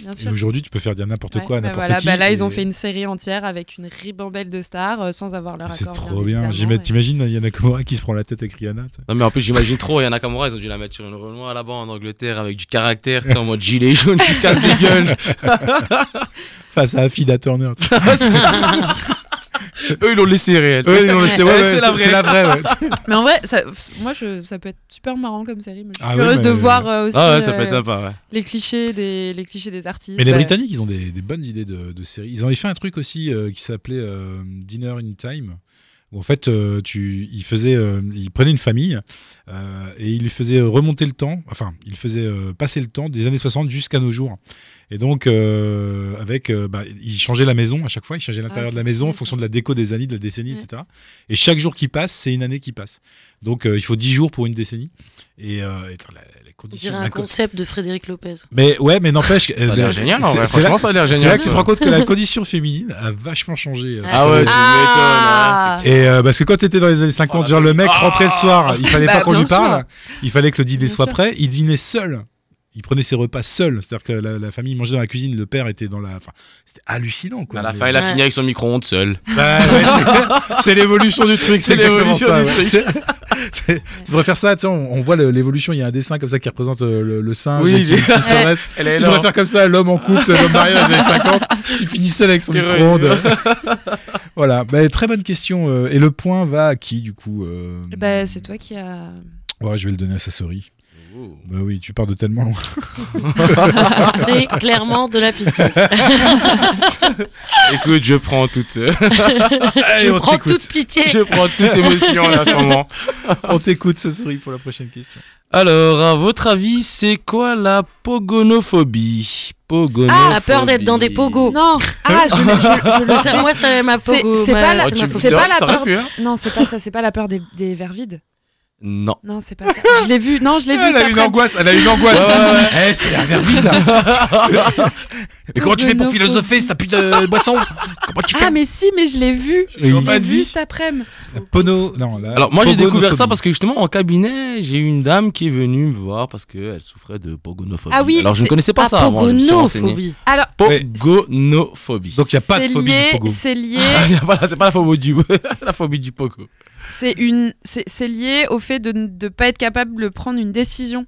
[SPEAKER 4] bien
[SPEAKER 1] Et
[SPEAKER 4] sûr.
[SPEAKER 1] aujourd'hui tu peux faire dire n'importe
[SPEAKER 4] Ouais,
[SPEAKER 1] quoi à
[SPEAKER 4] bah
[SPEAKER 1] n'importe
[SPEAKER 4] voilà,
[SPEAKER 1] qui.
[SPEAKER 4] bah là, ils ont
[SPEAKER 1] et-
[SPEAKER 4] fait une série entière avec une ribambelle de stars euh, sans avoir leur accord.
[SPEAKER 1] C'est trop bien.
[SPEAKER 4] bien évidemment,
[SPEAKER 1] J'imagine-
[SPEAKER 4] et-
[SPEAKER 1] T'imagines euh, Yana Komura qui se prend la tête avec Rihanna tu sais.
[SPEAKER 2] Non, mais en plus, j'imagine trop. Il y en a Kamura, ils ont dû la mettre sur une Renoir là-bas en Angleterre avec du caractère, tu sais, en mode gilet jaune qui casse les gueules.
[SPEAKER 1] *laughs* face à Afida Turner.
[SPEAKER 4] *laughs*
[SPEAKER 1] tu sais.
[SPEAKER 2] *laughs* Eux, ils l'ont laissé réel.
[SPEAKER 1] Ouais, non, mais c'est ouais,
[SPEAKER 2] Ouais,
[SPEAKER 1] ouais,
[SPEAKER 2] c'est la
[SPEAKER 1] c'est-
[SPEAKER 2] vraie.
[SPEAKER 1] c'est la vraie. ouais.
[SPEAKER 4] *laughs* Mais en vrai, ça, moi, je, ça peut être super marrant comme série. mais je suis
[SPEAKER 1] Ah oui,
[SPEAKER 4] curieuse
[SPEAKER 1] mais-
[SPEAKER 4] de voir euh, aussi
[SPEAKER 2] Ah ouais, ça
[SPEAKER 4] euh,
[SPEAKER 2] peut être sympa, ouais.
[SPEAKER 4] les, clichés des, les clichés des artistes.
[SPEAKER 1] Mais les
[SPEAKER 4] euh,
[SPEAKER 1] Britanniques, ils ont des, des bonnes idées de, de séries. Ils avaient fait un truc aussi euh, qui s'appelait euh, Dinner in Time. Où en fait, euh, tu, ils, faisaient, euh, ils prenaient une famille euh, et ils lui faisaient remonter le temps, enfin, ils faisaient euh, passer le temps des années 60 jusqu'à nos jours. Et donc, euh, avec, euh, bah, ils changeaient la maison à chaque fois, ils changeaient l'intérieur de la
[SPEAKER 4] c'est
[SPEAKER 1] maison en
[SPEAKER 4] stylé, ça.
[SPEAKER 1] fonction de la déco des années, de la décennie,
[SPEAKER 4] Ouais.
[SPEAKER 1] etc. Et chaque jour qui passe, c'est une année qui passe. Donc, euh, il faut 10 jours pour une décennie. Et, euh, et la- la
[SPEAKER 3] On
[SPEAKER 1] condition-
[SPEAKER 3] dirait
[SPEAKER 1] la
[SPEAKER 3] un
[SPEAKER 1] co-
[SPEAKER 3] concept de Frédéric Lopez.
[SPEAKER 1] *laughs* mais ouais, mais n'empêche. que-
[SPEAKER 2] Ça a l'air
[SPEAKER 1] euh,
[SPEAKER 2] génial, en
[SPEAKER 1] c'est-
[SPEAKER 2] vrai.
[SPEAKER 1] c'est là-
[SPEAKER 2] Franchement, ça a l'air
[SPEAKER 1] C'est là
[SPEAKER 2] génial,
[SPEAKER 1] que tu te
[SPEAKER 2] ça.
[SPEAKER 1] rends compte que la condition féminine a vachement changé. euh,
[SPEAKER 2] Ah ouais, tu
[SPEAKER 4] Ah.
[SPEAKER 2] m'étonnes. ouais.
[SPEAKER 1] Et euh, parce que quand t'étais dans les années 50,
[SPEAKER 2] Oh,
[SPEAKER 1] genre
[SPEAKER 2] la
[SPEAKER 1] le mec
[SPEAKER 2] vache.
[SPEAKER 1] rentrait le soir, il fallait
[SPEAKER 4] Bah,
[SPEAKER 1] pas qu'on lui
[SPEAKER 4] bien sûr.
[SPEAKER 1] parle, il fallait que le dîner
[SPEAKER 4] Bien
[SPEAKER 1] soit
[SPEAKER 4] sûr.
[SPEAKER 1] prêt, il dînait seul. Il prenait ses repas seul, c'est-à-dire que la, la famille mangeait dans la cuisine, le père était dans la. Enfin, c'était hallucinant quoi.
[SPEAKER 2] À la
[SPEAKER 1] Mais-
[SPEAKER 2] fin, il a
[SPEAKER 3] Ouais.
[SPEAKER 2] fini avec son micro-ondes seul.
[SPEAKER 1] Bah ouais, c'est- c'est l'évolution du truc, c'est
[SPEAKER 2] C'est
[SPEAKER 1] exactement
[SPEAKER 2] l'évolution
[SPEAKER 1] ça.
[SPEAKER 2] du
[SPEAKER 1] ouais.
[SPEAKER 2] truc.
[SPEAKER 1] C'est- c'est- Tu devrais faire ça, tu sais, on, on voit le- l'évolution, il y a un dessin comme ça qui représente euh, le, le singe
[SPEAKER 2] Oui,
[SPEAKER 1] et qui,
[SPEAKER 2] j'ai-
[SPEAKER 1] qui se
[SPEAKER 4] Ouais.
[SPEAKER 1] caresse.
[SPEAKER 2] Elle est
[SPEAKER 1] Tu devrais faire comme ça, l'homme en couple, l'homme marié dans les années 50, qui finit seul avec son
[SPEAKER 2] Il
[SPEAKER 1] micro-ondes. *laughs* voilà, Bah, très bonne question. euh, Et le point va à qui, du coup euh,
[SPEAKER 2] hein.
[SPEAKER 4] Bah, c'est toi qui as.
[SPEAKER 1] Ouais, je vais le donner à Sassori. Bah oui, tu pars de tellement
[SPEAKER 2] *laughs*
[SPEAKER 1] loin. Ah.
[SPEAKER 3] c'est clairement de la
[SPEAKER 1] *laughs*
[SPEAKER 3] pitié.
[SPEAKER 2] Écoute, je prends toute, euh,
[SPEAKER 1] Allez,
[SPEAKER 3] Je
[SPEAKER 1] on
[SPEAKER 3] prends
[SPEAKER 1] t'écoute.
[SPEAKER 3] toute pitié.
[SPEAKER 2] je prends toute émotion là, en ce moment.
[SPEAKER 1] On t'écoute, Sassori, pour la prochaine question.
[SPEAKER 2] Alors, à votre avis, c'est quoi la pogonophobie Pogonophobie.
[SPEAKER 3] Ah, la peur d'être dans des pogos.
[SPEAKER 4] Non Ah, je, je-
[SPEAKER 1] *laughs*
[SPEAKER 4] je le
[SPEAKER 3] Ça,
[SPEAKER 4] sais.
[SPEAKER 3] moi, c'est ma
[SPEAKER 4] C'est-
[SPEAKER 3] pogo.
[SPEAKER 4] c'est
[SPEAKER 3] ma-
[SPEAKER 4] pas la-
[SPEAKER 2] Oh,
[SPEAKER 3] c'est ma
[SPEAKER 2] tu
[SPEAKER 4] me
[SPEAKER 3] pogo.
[SPEAKER 4] c'est
[SPEAKER 2] ça-
[SPEAKER 4] pas la
[SPEAKER 2] ça aurait
[SPEAKER 4] peur.
[SPEAKER 2] pu, hein
[SPEAKER 4] Non, c'est pas ça, c'est pas la peur des, des vers vides.
[SPEAKER 2] *laughs* Non.
[SPEAKER 4] Non, c'est pas ça.
[SPEAKER 1] *laughs*
[SPEAKER 4] Je l'ai vu, non, je l'ai vu.
[SPEAKER 1] Elle
[SPEAKER 4] cet
[SPEAKER 1] a une
[SPEAKER 4] après-midi.
[SPEAKER 1] angoisse, elle a une angoisse.
[SPEAKER 2] Ouais, ouais,
[SPEAKER 1] Eh, c'est la
[SPEAKER 2] *laughs*
[SPEAKER 1] vite. Mais comment tu fais pour
[SPEAKER 4] Pogonophobie.
[SPEAKER 1] philosopher si t'as plus de boisson Comment tu fais
[SPEAKER 4] Ah, mais si, mais je l'ai vu.
[SPEAKER 1] suis en
[SPEAKER 4] Je
[SPEAKER 1] train
[SPEAKER 4] l'ai
[SPEAKER 1] de
[SPEAKER 4] vu
[SPEAKER 1] dire.
[SPEAKER 4] cet après-midi.
[SPEAKER 1] La Pono, non, la
[SPEAKER 2] Alors moi j'ai découvert ça
[SPEAKER 1] pogonophobie.
[SPEAKER 2] parce que justement en cabinet j'ai eu une dame qui est venue me voir parce qu'elle souffrait de pogonophobie.
[SPEAKER 4] Ah oui,
[SPEAKER 2] Alors je ne
[SPEAKER 4] c'est-
[SPEAKER 2] connaissais pas
[SPEAKER 3] Ah,
[SPEAKER 2] ça avant. je me suis renseigné.
[SPEAKER 3] pogonophobie.
[SPEAKER 4] Alors,
[SPEAKER 2] Pogonophobie.
[SPEAKER 1] Donc il n'y a pas de
[SPEAKER 4] c'est
[SPEAKER 1] phobie
[SPEAKER 4] lié-
[SPEAKER 1] du pogo. Ah,
[SPEAKER 4] C'est lié.
[SPEAKER 2] *laughs* Voilà, c'est pas la phobie du c'est la phobie du pogo.
[SPEAKER 4] C'est une, c'est c'est lié au fait de ne pas être capable de prendre une décision.